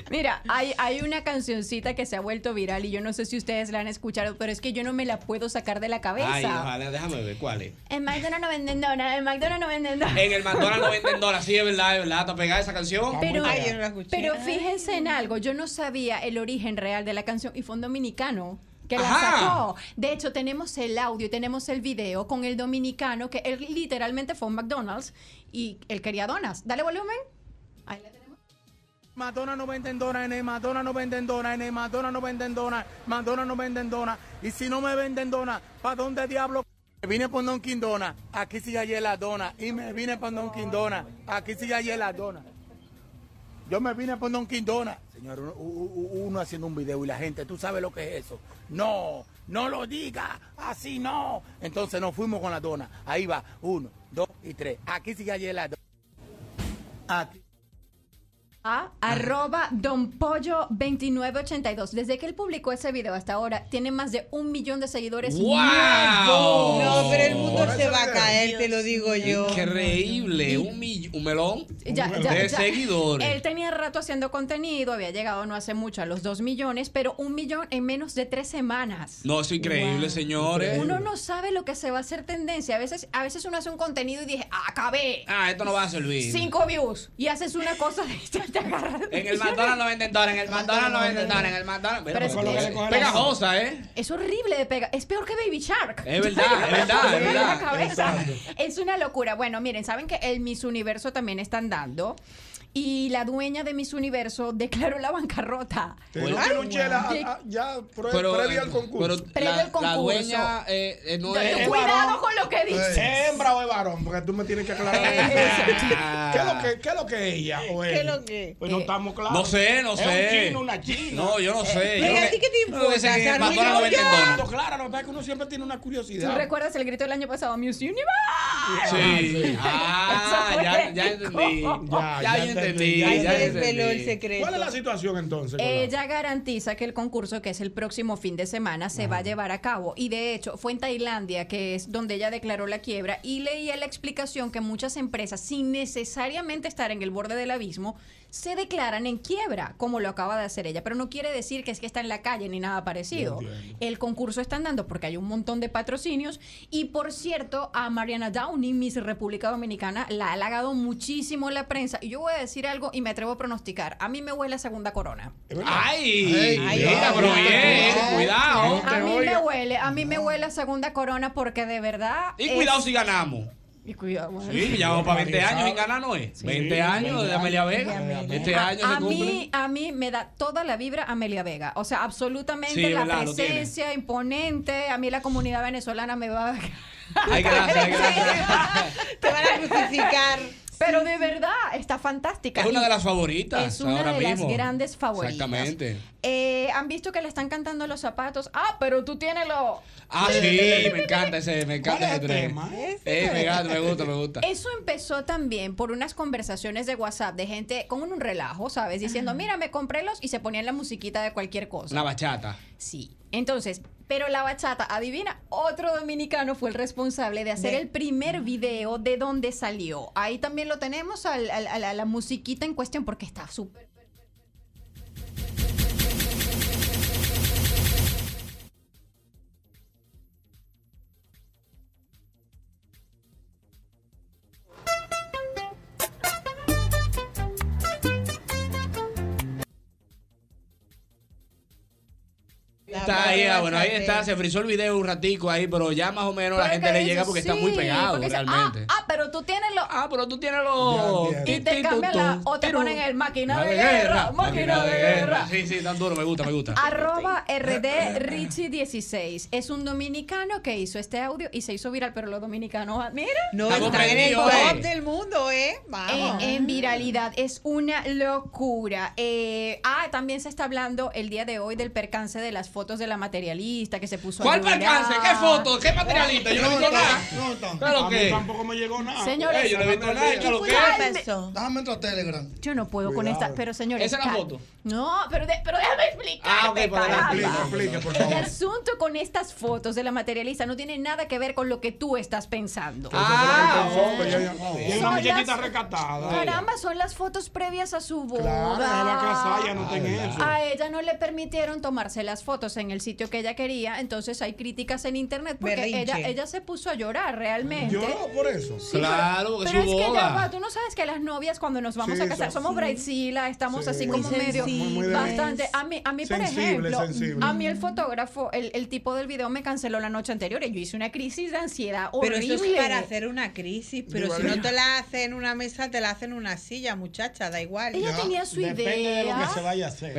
[SPEAKER 26] Mira, hay, hay una cancioncita que se ha vuelto viral y yo no sé si ustedes la han escuchado, pero es que yo no me la puedo sacar de la cabeza.
[SPEAKER 4] Ay, ojalá, déjame ver cuál es.
[SPEAKER 26] En McDonald's no venden donas, en McDonald's no venden donas.
[SPEAKER 4] En el McDonald's no venden dólares, sí, es verdad, es verdad. Está pegada esa canción.
[SPEAKER 26] Pero,
[SPEAKER 4] Ah.
[SPEAKER 26] pero fíjense en algo, yo no sabía el origen real de la canción y fue un dominicano que la
[SPEAKER 4] Ajá.
[SPEAKER 26] sacó. De hecho, tenemos el audio y tenemos el video con el dominicano que él literalmente fue a un McDonald's y él quería donas. Dale volumen. Ahí la tenemos.
[SPEAKER 1] Madonna no venden dona, en el Madonna no venden dona, en el Madonna no venden dona, Madonna no venden dona. Y si no me venden dona, ¿pa' dónde diablo? Me vine por Don Dona, aquí sí hallé la dona. Y me vine por Don Dona, aquí sí hallé la dona. Yo me vine por Don Dona. Señor, uno, u- u- uno haciendo un video y la gente, ¿tú sabes lo que es eso? No, no lo diga, así no. Entonces nos fuimos con la dona. Ahí va, uno, dos y tres. Aquí sí hallé la dona. Aquí.
[SPEAKER 4] Ah.
[SPEAKER 26] A arroba donpollo2982. Desde que él publicó ese video hasta ahora, tiene más de un millón de seguidores.
[SPEAKER 4] ¡Wow!
[SPEAKER 26] nuevos.
[SPEAKER 8] No, pero el mundo se va a caer, te lo digo yo.
[SPEAKER 4] Increíble, un, mill- un melón
[SPEAKER 26] Ya, ya,
[SPEAKER 4] de
[SPEAKER 26] ya.
[SPEAKER 4] seguidores.
[SPEAKER 26] Él tenía rato haciendo contenido, había llegado no hace mucho a los dos millones, pero un millón en menos de tres semanas.
[SPEAKER 4] No, es increíble, señores.
[SPEAKER 26] Uno no sabe lo que se va a hacer tendencia. A veces, a veces uno hace un contenido y dije, "Ah, acabé.
[SPEAKER 4] Ah, esto no va a servir.
[SPEAKER 26] Cinco views. Y haces una cosa de esta, te agarras.
[SPEAKER 4] En el McDonald's no venden dólares, en el McDonald's no venden dólares, en el McDonald's. Mira,
[SPEAKER 26] Pero es
[SPEAKER 4] pero
[SPEAKER 26] que-
[SPEAKER 4] es pegajosa, ¿eh?
[SPEAKER 26] Es horrible de pegar. Es peor que Baby Shark. [LAUGHS]
[SPEAKER 4] Es verdad, es verdad, es
[SPEAKER 26] Me duele la
[SPEAKER 4] verdad.
[SPEAKER 26] cabeza.
[SPEAKER 4] Exacto.
[SPEAKER 26] Es una locura. Bueno, miren, saben que el Miss Universo también están dando. Y la dueña de Miss Universo declaró la bancarrota.
[SPEAKER 4] Pero-
[SPEAKER 26] Ay,
[SPEAKER 4] Pero, Chela,
[SPEAKER 26] guau.
[SPEAKER 17] Ah,
[SPEAKER 4] a-
[SPEAKER 1] ya
[SPEAKER 4] eh, pero
[SPEAKER 26] Previo
[SPEAKER 4] la,
[SPEAKER 26] al concurso.
[SPEAKER 4] la dueña eh, eh, no
[SPEAKER 26] Ya,
[SPEAKER 4] es.
[SPEAKER 26] tú Cuidado con lo que dices.
[SPEAKER 17] ¿Es hembra o es varón? Porque tú me tienes que aclarar.
[SPEAKER 26] [LAUGHS]
[SPEAKER 17] ¿Qué es lo que, qué es lo que es ella o él?
[SPEAKER 8] ¿Qué es lo que?
[SPEAKER 17] Pues no
[SPEAKER 8] Eh.
[SPEAKER 17] estamos claros.
[SPEAKER 4] No sé, no
[SPEAKER 17] Es
[SPEAKER 4] sé.
[SPEAKER 17] un chino, una china.
[SPEAKER 4] No, yo
[SPEAKER 26] Eh,
[SPEAKER 4] no sé.
[SPEAKER 8] Mira,
[SPEAKER 4] yo
[SPEAKER 8] ¿a ti qué te importa,
[SPEAKER 4] Yo sé que en el
[SPEAKER 8] Carmen?
[SPEAKER 4] McDonald's no venden dólares.
[SPEAKER 17] Claro, lo que pasa es que uno siempre tiene una
[SPEAKER 26] ¿Tú
[SPEAKER 17] curiosidad.
[SPEAKER 26] recuerdas el grito del año pasado? Miss Universe.
[SPEAKER 4] Sí. Ah,
[SPEAKER 26] Eso fue
[SPEAKER 4] ya, ya
[SPEAKER 26] épico.
[SPEAKER 4] entendí. Ya, ya entendí. Ya,
[SPEAKER 8] ya entendí.
[SPEAKER 4] entendí.
[SPEAKER 8] el secreto.
[SPEAKER 17] ¿Cuál es la situación entonces? con la-
[SPEAKER 26] Eh, Ella garantiza que el concurso, que es el próximo fin de semana, se va a llevar a cabo. Y de hecho, fue en Tailandia, que es donde ella declaró la quiebra, y leía la explicación que muchas empresas, sin necesariamente estar en el borde del abismo, se declaran en quiebra, como lo acaba de hacer ella. Pero no quiere decir que es que está en la calle ni nada parecido.
[SPEAKER 10] Yo
[SPEAKER 26] El concurso están dando porque hay un montón de patrocinios. Y por cierto, a Mariana Downey, Miss República Dominicana, la ha halagado muchísimo la prensa. Y yo voy a decir algo y me atrevo a pronosticar. A mí me huele a segunda corona.
[SPEAKER 4] Ay,
[SPEAKER 26] Ay,
[SPEAKER 4] mira,
[SPEAKER 26] ay,
[SPEAKER 4] pero
[SPEAKER 26] ay,
[SPEAKER 4] bien,
[SPEAKER 26] ay,
[SPEAKER 4] cuidado.
[SPEAKER 26] A mí me huele, a mí me huele a segunda corona porque de verdad.
[SPEAKER 4] Y
[SPEAKER 26] es-
[SPEAKER 4] cuidado si ganamos.
[SPEAKER 26] Y cuidado. bueno.
[SPEAKER 4] Sí, ya vamos para 20 años sin ganar, ¿no es? 20 años de Amelia Vega. Este
[SPEAKER 26] A-
[SPEAKER 4] año
[SPEAKER 26] a,
[SPEAKER 4] se
[SPEAKER 26] mí,
[SPEAKER 4] cumple.
[SPEAKER 26] a mí me da toda la vibra Amelia Vega. O sea, absolutamente
[SPEAKER 4] Sí,
[SPEAKER 26] la
[SPEAKER 4] ¿verdad? Lo tiene.
[SPEAKER 26] presencia imponente. A mí la comunidad venezolana me va a.
[SPEAKER 4] Ay, gracias,
[SPEAKER 8] [LAUGHS]
[SPEAKER 4] gracias.
[SPEAKER 26] Te van a justificar. Pero de verdad, está fantástica.
[SPEAKER 4] Es una de las
[SPEAKER 26] Y-
[SPEAKER 4] favoritas
[SPEAKER 26] Es una
[SPEAKER 4] ahora
[SPEAKER 26] de
[SPEAKER 4] mismo.
[SPEAKER 26] las grandes favoritas.
[SPEAKER 4] Exactamente.
[SPEAKER 26] Eh, ¿Han visto que le están cantando los zapatos? Ah, pero tú tienes los...
[SPEAKER 4] Ah, sí, me encanta ese, me encanta ese tren. Eh, me encanta, me gusta, me gusta.
[SPEAKER 26] Eso empezó también por unas conversaciones de WhatsApp de gente con un relajo, ¿sabes? Diciendo, mira, me compré los y se ponían la musiquita de cualquier cosa.
[SPEAKER 4] Una bachata.
[SPEAKER 26] Sí. Entonces, pero la bachata, adivina, otro dominicano fue el responsable de hacer
[SPEAKER 4] De-
[SPEAKER 26] el primer video de donde salió. Ahí también lo tenemos al- al- a la- la musiquita en cuestión porque está súper...
[SPEAKER 4] Está ahí, ah, bueno, ahí está, se frizó el video un ratico ahí, pero ya más o menos la
[SPEAKER 26] Pero
[SPEAKER 4] gente
[SPEAKER 26] que
[SPEAKER 4] le
[SPEAKER 26] dice,
[SPEAKER 4] llega porque está muy
[SPEAKER 26] sí,
[SPEAKER 4] pegado
[SPEAKER 26] porque dice,
[SPEAKER 4] realmente.
[SPEAKER 26] Ah, ah, pero tú tienes los.
[SPEAKER 4] Ah, pero tú tienes los.
[SPEAKER 26] Y te cambian la. O te ponen el máquina de guerra. Máquina de guerra. Ah,
[SPEAKER 4] Sí, sí, tan duro, me gusta, me gusta.
[SPEAKER 26] Arroba RD Richie 16 Es un dominicano que hizo este audio y se hizo viral, pero los dominicanos. ah, Mira.
[SPEAKER 8] No,
[SPEAKER 4] pues.
[SPEAKER 8] están en el top del mundo, ¿eh? Vamos.
[SPEAKER 26] En, en viralidad. Es una locura. Eh, ah, también se está hablando el día de hoy del percance de las fofotos de la materialista que se puso a
[SPEAKER 4] ¿Cuál
[SPEAKER 26] llorar.
[SPEAKER 4] percance? ¿Qué foto? ¿Qué materialista? Yo no he visto nada. Claro
[SPEAKER 17] A mí
[SPEAKER 4] que.
[SPEAKER 17] tampoco me llegó nada.
[SPEAKER 26] Señores,
[SPEAKER 4] Eh, yo no he visto nada. Claro que.
[SPEAKER 9] Déjame entrar a Telegram.
[SPEAKER 26] Yo no puedo con
[SPEAKER 9] Cuidado.
[SPEAKER 26] esta, pero señores.
[SPEAKER 9] ¿Esa es la
[SPEAKER 26] cal-
[SPEAKER 9] foto?
[SPEAKER 26] No, pero, de- pero déjame explicar.
[SPEAKER 9] Ah, ok, pero
[SPEAKER 26] caramba.
[SPEAKER 9] explica, explica, por
[SPEAKER 26] El
[SPEAKER 9] favor.
[SPEAKER 26] asunto con estas fotos de la materialista no tiene nada que ver con lo que tú estás pensando.
[SPEAKER 17] Ah,
[SPEAKER 26] bueno.
[SPEAKER 17] y una
[SPEAKER 26] Son
[SPEAKER 17] muñequita
[SPEAKER 26] las-
[SPEAKER 17] recatada.
[SPEAKER 26] Caramba, son las fotos previas a su boda.
[SPEAKER 17] Claro, ella va a casar, ya no está en eso.
[SPEAKER 26] A ella no le permitieron tomarse las fotos en el sitio que ella quería, entonces hay críticas en internet porque
[SPEAKER 17] Berrinche.
[SPEAKER 26] ella, ella se puso a llorar realmente.
[SPEAKER 17] Lloró por eso.
[SPEAKER 26] Sí, pero- pero es que ya va, tú no sabes que las novias cuando nos vamos
[SPEAKER 17] Sí,
[SPEAKER 26] a casar
[SPEAKER 17] son-
[SPEAKER 26] somos
[SPEAKER 17] sí.
[SPEAKER 26] bridezilla, estamos
[SPEAKER 17] Sí.
[SPEAKER 26] así
[SPEAKER 17] Muy
[SPEAKER 26] como medio
[SPEAKER 17] sensibles. Muy, muy
[SPEAKER 26] bastante. A mí, a mí por
[SPEAKER 17] Sensibles,
[SPEAKER 26] ejemplo,
[SPEAKER 17] sensibles.
[SPEAKER 26] a mí el fotógrafo, el, el tipo del video me canceló la noche anterior y yo hice una crisis de ansiedad
[SPEAKER 8] Pero
[SPEAKER 26] horrible.
[SPEAKER 8] eso es para hacer una crisis, pero
[SPEAKER 26] Digo,
[SPEAKER 8] si
[SPEAKER 26] ahí-
[SPEAKER 8] no te la hacen en una mesa, te la hacen en una silla, muchacha, da igual.
[SPEAKER 26] Ella Ya, tenía su
[SPEAKER 17] Depende de lo que se vaya a hacer.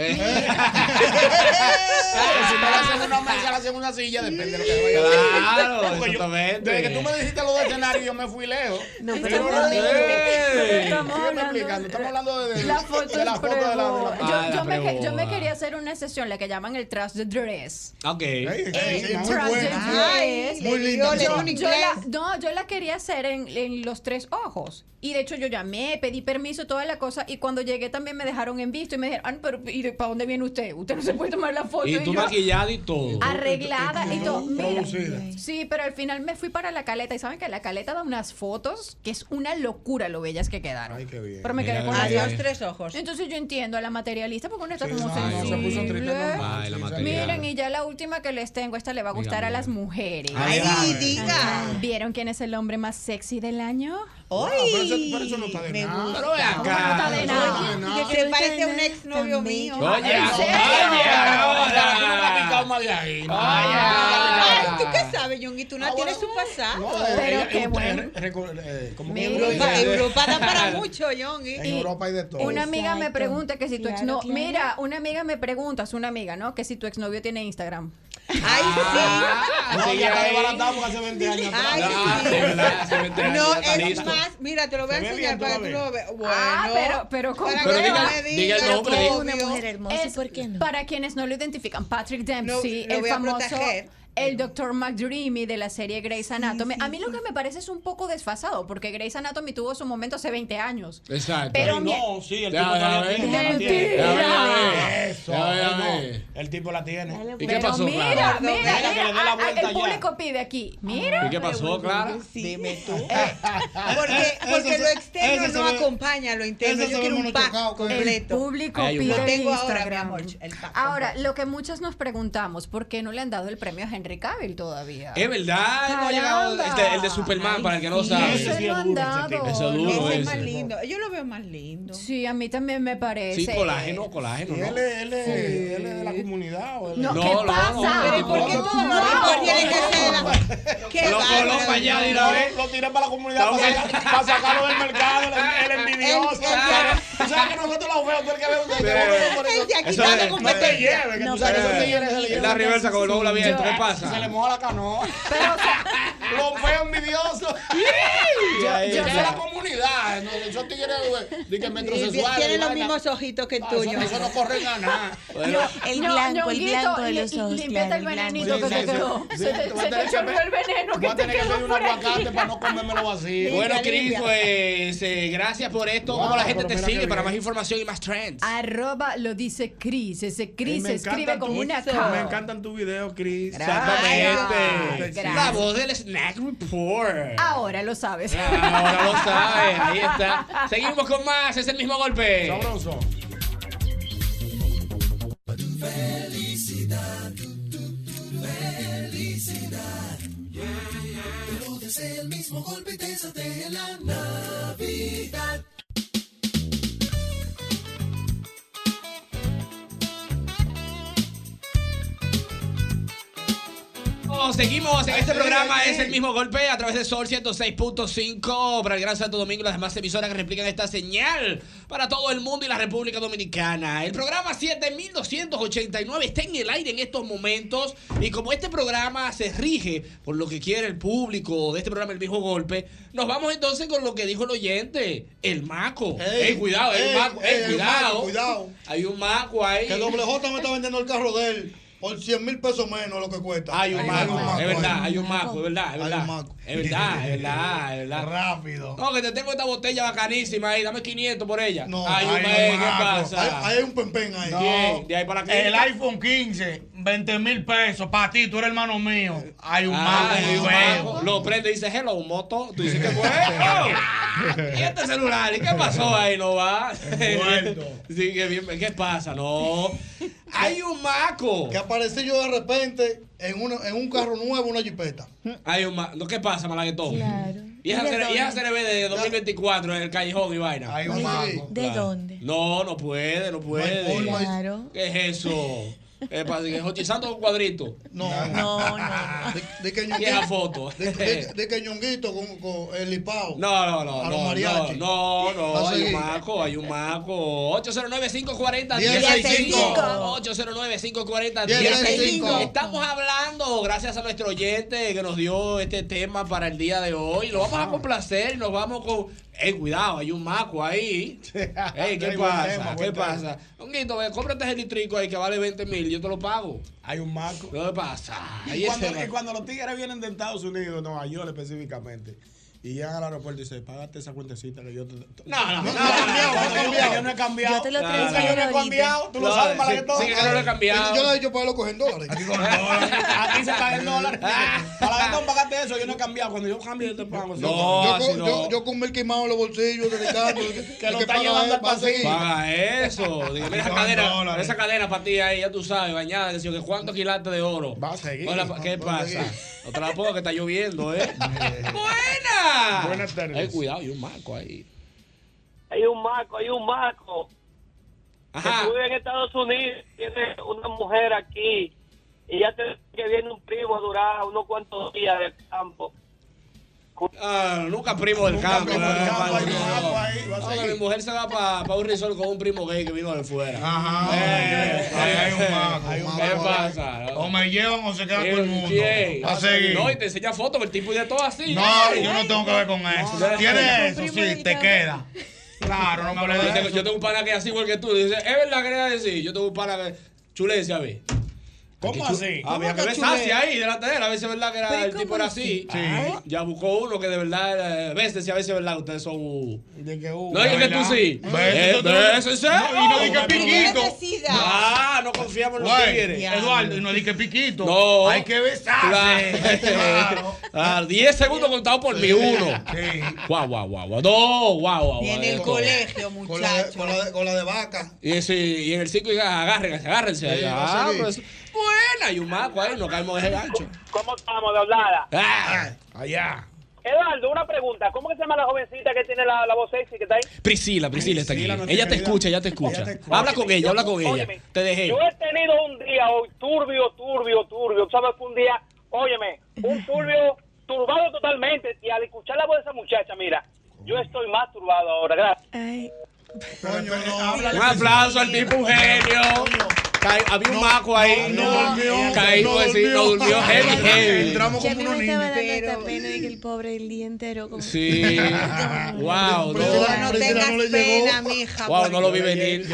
[SPEAKER 14] si me la hacen en una mesa, la hacen en una silla, depende de lo que vaya a hacer.
[SPEAKER 4] Claro,
[SPEAKER 14] Porque yo-
[SPEAKER 4] exactamente.
[SPEAKER 14] Desde que tú me dijiste lo de escenario, yo me fui lejos.
[SPEAKER 4] No,
[SPEAKER 14] Yo
[SPEAKER 4] pero-
[SPEAKER 14] no dije-
[SPEAKER 4] Ey.
[SPEAKER 14] Sígueme explicando, Estamos hablando de, de-
[SPEAKER 26] Pues, La foto
[SPEAKER 14] de la
[SPEAKER 26] es
[SPEAKER 14] foto de la- de la-
[SPEAKER 26] prueba.
[SPEAKER 14] Ah,
[SPEAKER 26] Yo,
[SPEAKER 14] la
[SPEAKER 26] yo me, que- yo me
[SPEAKER 14] prueba.
[SPEAKER 26] quería hacer una sesión, la que llaman el trust the dress.
[SPEAKER 4] Ok.
[SPEAKER 26] Eh,
[SPEAKER 4] muy
[SPEAKER 26] trust the
[SPEAKER 4] buena.
[SPEAKER 26] dress.
[SPEAKER 4] Muy linda.
[SPEAKER 26] Yo-
[SPEAKER 4] Yo-
[SPEAKER 26] yo la- no, yo la quería hacer en, en los tres ojos. Y de hecho yo llamé, pedí permiso, toda la cosa. Y cuando llegué también me dejaron en visto y me dijeron, ah, pero ¿y para dónde viene usted? Usted no se puede tomar la foto.
[SPEAKER 4] Y tú
[SPEAKER 26] yo-
[SPEAKER 4] maquillada y todo.
[SPEAKER 26] arreglada y todo. Mira,
[SPEAKER 4] Producida.
[SPEAKER 26] sí, pero al final me fui para la caleta y saben que la caleta da unas fotos que es una locura lo bellas que quedaron. Pero me quedé
[SPEAKER 4] Mira,
[SPEAKER 26] con
[SPEAKER 4] mira,
[SPEAKER 26] las
[SPEAKER 4] mira.
[SPEAKER 8] tres ojos.
[SPEAKER 26] Entonces yo entiendo a la materialista porque uno está como
[SPEAKER 4] ay, no, se
[SPEAKER 26] sensible.
[SPEAKER 4] puso triste, no. Ay, la material.
[SPEAKER 26] Miren, y ya la última que les tengo, esta le va a gustar a las mujeres.
[SPEAKER 4] Ay, Ay, dame.
[SPEAKER 26] diga. ¿Vieron quién es el hombre más sexy del año?
[SPEAKER 17] Wow, Ah, pero eso- pero eso no está de nada. Pero ve
[SPEAKER 26] ¿Cómo no está de
[SPEAKER 17] acá.
[SPEAKER 26] nada?
[SPEAKER 8] Que se parece a un exnovio mío.
[SPEAKER 26] Oye,
[SPEAKER 8] ¿En
[SPEAKER 26] oye,
[SPEAKER 8] serio?
[SPEAKER 26] ahora.
[SPEAKER 14] Tú nunca has picado más de ahí. ¿no?
[SPEAKER 8] Ay, ¿tú qué sabes, Yungi? Tú
[SPEAKER 26] Ah,
[SPEAKER 8] no tienes un pasado.
[SPEAKER 17] Ella- usted- re- reco- eh, como que-
[SPEAKER 8] Europa, Europa da
[SPEAKER 17] [LAUGHS]
[SPEAKER 8] para mucho, Yongi.
[SPEAKER 17] En Europa hay de todo.
[SPEAKER 26] Una amiga me pregunta que si tu
[SPEAKER 8] Claro,
[SPEAKER 26] exnovio.
[SPEAKER 8] claro.
[SPEAKER 26] Mira, una amiga me pregunta, es una amiga, ¿no? Que si tu exnovio tiene Instagram.
[SPEAKER 10] [LAUGHS] Ah,
[SPEAKER 17] No,
[SPEAKER 14] Sigue
[SPEAKER 17] ya está
[SPEAKER 14] ahí.
[SPEAKER 17] desbaratado porque hace 20 años atrás.
[SPEAKER 8] Ay,
[SPEAKER 14] Ah,
[SPEAKER 8] sí.
[SPEAKER 14] de
[SPEAKER 17] [LAUGHS]
[SPEAKER 14] verdad, hace
[SPEAKER 10] eh,
[SPEAKER 14] 20 años
[SPEAKER 8] No,
[SPEAKER 14] ya está
[SPEAKER 8] es
[SPEAKER 14] listo.
[SPEAKER 8] más, mira, te lo voy a
[SPEAKER 14] Se ve
[SPEAKER 8] enseñar
[SPEAKER 14] bien,
[SPEAKER 8] para
[SPEAKER 14] tú
[SPEAKER 8] que tú
[SPEAKER 14] lo
[SPEAKER 8] lo veas. Bueno,
[SPEAKER 26] Ah, pero, pero, con
[SPEAKER 8] para
[SPEAKER 4] Pero
[SPEAKER 8] que
[SPEAKER 4] diga-
[SPEAKER 8] no me
[SPEAKER 4] diga el
[SPEAKER 8] digas
[SPEAKER 4] nombre.
[SPEAKER 8] que
[SPEAKER 4] Una
[SPEAKER 8] obvio.
[SPEAKER 26] Es- Para quienes no lo identifican, Patrick Dempsey,
[SPEAKER 8] lo
[SPEAKER 26] el
[SPEAKER 8] voy a
[SPEAKER 26] famoso.
[SPEAKER 8] proteger.
[SPEAKER 26] El Dr. McDreamy de la serie Grey's Anatomy. a mí lo que me parece es un poco desfasado, porque Grey's Anatomy tuvo su momento hace 20 años.
[SPEAKER 4] Exacto.
[SPEAKER 26] Pero
[SPEAKER 17] Ay,
[SPEAKER 26] mi-
[SPEAKER 17] no, sí, el
[SPEAKER 4] Ya,
[SPEAKER 17] tipo
[SPEAKER 4] ya
[SPEAKER 17] todavía
[SPEAKER 4] ve.
[SPEAKER 17] tiene, la
[SPEAKER 4] Mentira.
[SPEAKER 17] tiene.
[SPEAKER 4] Ya ve, ya ve.
[SPEAKER 17] Eso,
[SPEAKER 4] Ya ve, ya
[SPEAKER 17] no,
[SPEAKER 4] ve.
[SPEAKER 17] el tipo la tiene.
[SPEAKER 4] ¿Y qué pasó,
[SPEAKER 26] Mira, mira,
[SPEAKER 4] Clara?
[SPEAKER 26] pues. mira,
[SPEAKER 17] Venga, que le dé la
[SPEAKER 26] ah, ah,
[SPEAKER 17] vuelta
[SPEAKER 26] el
[SPEAKER 17] ya.
[SPEAKER 26] público pide aquí. Mira.
[SPEAKER 4] ¿Y qué pasó, Clara? Dime tú.
[SPEAKER 8] Eh,
[SPEAKER 26] Ah,
[SPEAKER 8] [LAUGHS] Porque, porque
[SPEAKER 17] Eso
[SPEAKER 8] lo
[SPEAKER 17] se-
[SPEAKER 8] externo
[SPEAKER 17] eso se
[SPEAKER 8] no
[SPEAKER 17] ve-
[SPEAKER 8] acompaña a lo interno.
[SPEAKER 17] eso
[SPEAKER 8] Yo
[SPEAKER 17] se
[SPEAKER 8] quiero
[SPEAKER 17] ve
[SPEAKER 8] un
[SPEAKER 17] mono
[SPEAKER 8] pack
[SPEAKER 17] chocado con-
[SPEAKER 8] completo.
[SPEAKER 26] El público
[SPEAKER 8] Ahora,
[SPEAKER 26] pide
[SPEAKER 8] Lo tengo ahora, mi
[SPEAKER 26] Instagram.
[SPEAKER 8] amor. El pack.
[SPEAKER 26] Ahora, lo que muchas nos preguntamos, ¿por qué no le han dado el premio a Henry Cavill todavía?
[SPEAKER 4] Es verdad, no ha llegado el de, el de Superman, para el que no
[SPEAKER 26] sí,
[SPEAKER 4] sabe.
[SPEAKER 26] ese sí es duro, ese tipo.
[SPEAKER 4] Eso es
[SPEAKER 8] Ese
[SPEAKER 4] duro.
[SPEAKER 8] es
[SPEAKER 4] ese.
[SPEAKER 8] más lindo. Yo lo veo más lindo.
[SPEAKER 26] Sí, a mí también me parece. Eh,
[SPEAKER 4] Sí, colágeno, colágeno.
[SPEAKER 17] Y
[SPEAKER 4] ¿no?
[SPEAKER 17] él, es- él es- él es de la comunidad. ¿o él es-
[SPEAKER 26] No, ¿qué pasa?
[SPEAKER 8] Pero ¿y por qué
[SPEAKER 17] no,
[SPEAKER 8] tú
[SPEAKER 17] no,
[SPEAKER 8] no?
[SPEAKER 17] no,
[SPEAKER 8] ¿Por qué
[SPEAKER 17] no,
[SPEAKER 8] tiene que
[SPEAKER 17] no,
[SPEAKER 8] ser
[SPEAKER 17] no,
[SPEAKER 8] la- Qué
[SPEAKER 17] Lo
[SPEAKER 8] bárbaro.
[SPEAKER 17] coloco allá, dilo, ¿eh? Lo tiré para la comunidad para, sacar- para sacarlo del mercado,
[SPEAKER 26] [LAUGHS]
[SPEAKER 17] el, el envidioso. Tú sabes que nosotros los feos, tú el que ve usted, que ve uno por eso.
[SPEAKER 4] Eso es-
[SPEAKER 17] No
[SPEAKER 26] este
[SPEAKER 17] te lleves, que tú sabes que esos tigres se le
[SPEAKER 4] Es la
[SPEAKER 17] llevan
[SPEAKER 4] reversa con el doble abierto, ¿qué pasa?
[SPEAKER 17] Se le moja la canoa. Los feos
[SPEAKER 26] [LAUGHS]
[SPEAKER 17] envidiosos.
[SPEAKER 4] Ya,
[SPEAKER 17] Yo- Yo
[SPEAKER 4] ya.
[SPEAKER 17] soy la comunidad. ¿no? Esos tigres, güey, de que metrosexuales.
[SPEAKER 8] Tiene los
[SPEAKER 17] vaina.
[SPEAKER 8] mismos ojitos que
[SPEAKER 17] Ah,
[SPEAKER 8] tú,
[SPEAKER 17] eso- Eso no corren
[SPEAKER 8] [LAUGHS]
[SPEAKER 17] a nada.
[SPEAKER 21] El blanco, el blanco de los ojos.
[SPEAKER 26] Limpiate
[SPEAKER 21] claro,
[SPEAKER 26] el
[SPEAKER 21] blanco.
[SPEAKER 26] venenito que te quedó. Se te- se te chorreó el veneno
[SPEAKER 17] Voy
[SPEAKER 26] que
[SPEAKER 17] a
[SPEAKER 26] te
[SPEAKER 17] tener que
[SPEAKER 26] quedó
[SPEAKER 17] hacer un
[SPEAKER 26] por aquí.
[SPEAKER 17] aguacate para no comérmelo vacío.
[SPEAKER 4] Bueno, Cris, pues eh, gracias por esto.
[SPEAKER 17] Wow,
[SPEAKER 4] ¿Cómo la gente
[SPEAKER 17] pero
[SPEAKER 4] te
[SPEAKER 17] mira
[SPEAKER 4] sigue
[SPEAKER 17] qué
[SPEAKER 4] para
[SPEAKER 17] bien.
[SPEAKER 4] más información y más trends?
[SPEAKER 26] Arroba lo dice Cris. Ese Cris se escribe como una K.
[SPEAKER 17] Me encantan tus videos, Chris.
[SPEAKER 4] Exactamente.
[SPEAKER 26] Gracias.
[SPEAKER 4] La voz del Snack Report.
[SPEAKER 26] Ahora lo sabes.
[SPEAKER 4] Ahora lo sabes, ahí está. Seguimos con más, es el mismo golpe.
[SPEAKER 17] Sabroso.
[SPEAKER 3] Felicidad, felicidad. Todos el mismo golpe y te satea la Navidad.
[SPEAKER 4] Oh, Seguimos, seguimos. En este programa es el mismo golpe a través de Sol 106.5 para el Gran Santo Domingo y las demás emisoras que replican esta señal para todo el mundo y la República Dominicana. El programa 7289 está en el aire en estos momentos y como este programa se rige por lo que quiere el público de este programa El mismo golpe, nos vamos entonces con lo que dijo el oyente, el maco. Ey,
[SPEAKER 9] Ey,
[SPEAKER 4] cuidado, ey,
[SPEAKER 9] ey,
[SPEAKER 4] maco, ey,
[SPEAKER 9] ey, el
[SPEAKER 4] cuidado.
[SPEAKER 9] maco, cuidado.
[SPEAKER 4] Hay un maco ahí.
[SPEAKER 9] Que doble J me está vendiendo el carro de él por 100 mil pesos menos lo que cuesta.
[SPEAKER 4] Hay un maco, es verdad, hay un maco, es verdad, es verdad. Es [LAUGHS] verdad, es verdad, es verdad.
[SPEAKER 9] Rápido.
[SPEAKER 4] No, que te tengo esta botella bacanísima ahí, dame 500 por ella. No,
[SPEAKER 9] hay
[SPEAKER 4] ay,
[SPEAKER 9] un
[SPEAKER 4] hombre, ¿qué
[SPEAKER 9] maco.
[SPEAKER 4] pasa?
[SPEAKER 9] Hay, hay un pempén ahí.
[SPEAKER 4] No. Bien, de ahí para acá.
[SPEAKER 14] El iPhone 15, 20 mil pesos. Para ti, tú eres hermano mío. Hay un mago
[SPEAKER 4] Ay,
[SPEAKER 14] muy
[SPEAKER 4] Ah, un
[SPEAKER 14] feo.
[SPEAKER 4] maco. Lo prende y dice, hello, moto. Tú dices, ¿qué fue? Oh, ¿Y este celular? ¿Y qué pasó ahí? No va. [LAUGHS] Sí, que bien, ¿qué pasa? No. Hay un maco.
[SPEAKER 9] Que aparecí yo de repente en, una- en un carro nuevo, una jipeta.
[SPEAKER 4] Hay un maco. ¿No qué pasa, Malaguetón?
[SPEAKER 21] Claro.
[SPEAKER 4] Y esa
[SPEAKER 21] ¿Y de
[SPEAKER 4] cere- y esa
[SPEAKER 21] dónde?
[SPEAKER 4] CRB de 2024 en el callejón y vaina. Hay
[SPEAKER 21] Oye, ¿De dónde?
[SPEAKER 4] No, no puede, no puede.
[SPEAKER 21] Claro.
[SPEAKER 4] ¿Qué es eso?
[SPEAKER 21] [LAUGHS]
[SPEAKER 4] ¿Qué pasa? ¿Que Jorge Santos es un cuadrito?
[SPEAKER 9] No,
[SPEAKER 21] no, no.
[SPEAKER 9] De que
[SPEAKER 4] Y esa foto.
[SPEAKER 9] De, de- de que Ñonguito con, con el lipao.
[SPEAKER 4] [LAUGHS] No, no, no.
[SPEAKER 9] A los
[SPEAKER 4] no,
[SPEAKER 9] mariachi.
[SPEAKER 4] No, no,
[SPEAKER 9] Va a
[SPEAKER 4] hay un
[SPEAKER 9] seguir.
[SPEAKER 4] maco, hay un maco.
[SPEAKER 9] 1065.
[SPEAKER 4] 809-540-165. 809-540-165.
[SPEAKER 9] 1065.
[SPEAKER 4] Estamos hablando, gracias a nuestro oyente que nos dio este tema para el día de hoy. Lo vamos a complacer y nos vamos con. ¡Ey, cuidado! Hay un maco
[SPEAKER 17] [LAUGHS]
[SPEAKER 4] ahí. ¡Ey, qué
[SPEAKER 17] Ey, buen
[SPEAKER 4] pasa!
[SPEAKER 17] tema,
[SPEAKER 4] ¿Qué
[SPEAKER 17] buen tema.
[SPEAKER 4] pasa? Honguito, ve, cómprate ese litrico ahí que vale 20 mil, yo te lo pago.
[SPEAKER 17] Hay un maco.
[SPEAKER 4] ¿Qué pasa? Ahí
[SPEAKER 17] Y cuando,
[SPEAKER 4] ese
[SPEAKER 17] y cuando los tigres vienen de Estados Unidos, Nueva York específicamente, y llegan al aeropuerto y dicen, págate esa cuentecita que [LAUGHS] yo te...
[SPEAKER 4] No, no, no,
[SPEAKER 17] he cambiado,
[SPEAKER 4] no,
[SPEAKER 17] no he
[SPEAKER 4] no, no.
[SPEAKER 17] cambiado, yo no he cambiado.
[SPEAKER 4] Yo te lo
[SPEAKER 17] No,
[SPEAKER 4] transfiero
[SPEAKER 17] no, yo no he
[SPEAKER 4] ahorita.
[SPEAKER 17] cambiado, tú lo
[SPEAKER 4] No,
[SPEAKER 17] sabes,
[SPEAKER 4] sí,
[SPEAKER 17] Malaguetón.
[SPEAKER 4] sí, que no lo he cambiado.
[SPEAKER 9] Yo le he dicho para lo cogen dólares.
[SPEAKER 17] Aquí se paga
[SPEAKER 4] [LAUGHS]
[SPEAKER 17] el dólar. Malaguetón, págate eso, yo no he cambiado. Cuando yo cambio, yo te pago.
[SPEAKER 9] yo, con, yo, yo con mil quemados en los bolsillos dedicando.
[SPEAKER 17] [LAUGHS] Que lo está llevando al pasillo.
[SPEAKER 4] Paga eso. Digo,
[SPEAKER 17] [LAUGHS]
[SPEAKER 4] mira esa
[SPEAKER 17] Con
[SPEAKER 4] cadena,
[SPEAKER 17] dólares.
[SPEAKER 4] esa cadena para ti ahí, ya tú sabes, bañada, que, sí, que cuántos quilates de oro. Va a seguir. ¿Qué pasa? No te la pongo que está lloviendo, ¿eh?
[SPEAKER 17] [LAUGHS]
[SPEAKER 4] ¡Buena!
[SPEAKER 17] Buenas tardes.
[SPEAKER 4] Ay, cuidado, hay un marco ahí.
[SPEAKER 2] Hay un maco, hay un maco.
[SPEAKER 4] Ajá.
[SPEAKER 2] Que vive en Estados Unidos, tiene una mujer aquí y ya te que viene un primo a durar unos cuantos días del campo.
[SPEAKER 4] Ah, nunca primo del campo. eh, padre, no. No, que mi mujer se va para un resort con un primo gay que vino de fuera. Eh, Ajá.
[SPEAKER 14] Ahí hay un mago.
[SPEAKER 4] ¿Qué pasa?
[SPEAKER 14] O me llevan o se queda todo el mundo.
[SPEAKER 4] Sí.
[SPEAKER 14] A seguir.
[SPEAKER 4] No, y te enseña fotos, el tipo ya todo así.
[SPEAKER 14] No, yo no tengo que ver con eso.
[SPEAKER 4] No, no.
[SPEAKER 14] Tienes eso, sí, te queda. Claro, Ah, no me lo
[SPEAKER 4] yo,
[SPEAKER 14] des.
[SPEAKER 4] tengo, yo tengo un pana que es así igual que tú. Dice, es verdad que era decir. Yo tengo un pana que chulece a ver.
[SPEAKER 17] ¿Cómo así?
[SPEAKER 4] A ver,
[SPEAKER 17] ¿Cómo
[SPEAKER 4] que
[SPEAKER 17] que
[SPEAKER 4] ves
[SPEAKER 17] chulea?
[SPEAKER 4] así ahí delante de él. A veces es verdad que
[SPEAKER 17] ¿Pero
[SPEAKER 4] era, el
[SPEAKER 17] cómo
[SPEAKER 4] tipo era
[SPEAKER 17] así?
[SPEAKER 4] así. Ah,
[SPEAKER 17] Sí.
[SPEAKER 4] Ya buscó uno que de verdad, eh, a veces, sí, a veces es verdad, ustedes son. uh,
[SPEAKER 17] De que
[SPEAKER 4] no digas que tú sí. Eh, eh, Eso es serio.
[SPEAKER 14] No, y no digas piquito.
[SPEAKER 4] Ah, no confiamos en los
[SPEAKER 14] Güey,
[SPEAKER 4] tigres.
[SPEAKER 14] Eduardo, y no digas piquito.
[SPEAKER 4] No.
[SPEAKER 14] Hay que
[SPEAKER 4] Claro.
[SPEAKER 14] besarse.
[SPEAKER 4] [LAUGHS]
[SPEAKER 14] Claro.
[SPEAKER 4] Ah, 10 segundos contados por mi uno. Guau, guau, guau, guau. Dos, guau, guau.
[SPEAKER 8] Ni en
[SPEAKER 4] guau,
[SPEAKER 8] el
[SPEAKER 4] esto.
[SPEAKER 8] colegio,
[SPEAKER 9] Con la, de,
[SPEAKER 8] muchachos.
[SPEAKER 9] con, la de, con la de vaca.
[SPEAKER 4] Y, ese- y en el circo digan, agárrense, agárrense.
[SPEAKER 9] Sí,
[SPEAKER 4] Ah,
[SPEAKER 9] va a seguir.
[SPEAKER 4] pues, buena, y un maco ahí, nos caemos de ese gancho.
[SPEAKER 2] ¿Cómo estamos de hablada?
[SPEAKER 4] Ah, allá.
[SPEAKER 2] Eduardo, una pregunta. ¿Cómo que se llama la jovencita que tiene la, la voz sexy que está ahí?
[SPEAKER 4] Priscila, Priscila está aquí. ella te escucha, ella te escucha. Habla con ella, habla con ella.
[SPEAKER 2] Óyeme,
[SPEAKER 4] Te dejé.
[SPEAKER 2] Yo he tenido un día hoy turbio, turbio, turbio. Tú sabes que un día, óyeme, un turbio turbado totalmente. Y al escuchar la voz de esa muchacha, mira, yo estoy más turbado ahora. Gracias.
[SPEAKER 4] Un aplauso al tipo, un genio. Ca- Había un maco ahí.
[SPEAKER 9] no durmió,
[SPEAKER 4] Caído
[SPEAKER 9] no
[SPEAKER 4] así, no
[SPEAKER 9] durmió.
[SPEAKER 4] durmió. Heavy, heavy.
[SPEAKER 21] Ya me estaba dando esta pena de que el pobre el día entero. Como...
[SPEAKER 4] Sí. wow.
[SPEAKER 21] Priscila, no tengas
[SPEAKER 4] no.
[SPEAKER 21] Priscila no le llegó.
[SPEAKER 8] pena, mija. Ah.
[SPEAKER 4] Wow,
[SPEAKER 8] por-
[SPEAKER 4] no lo vi venir.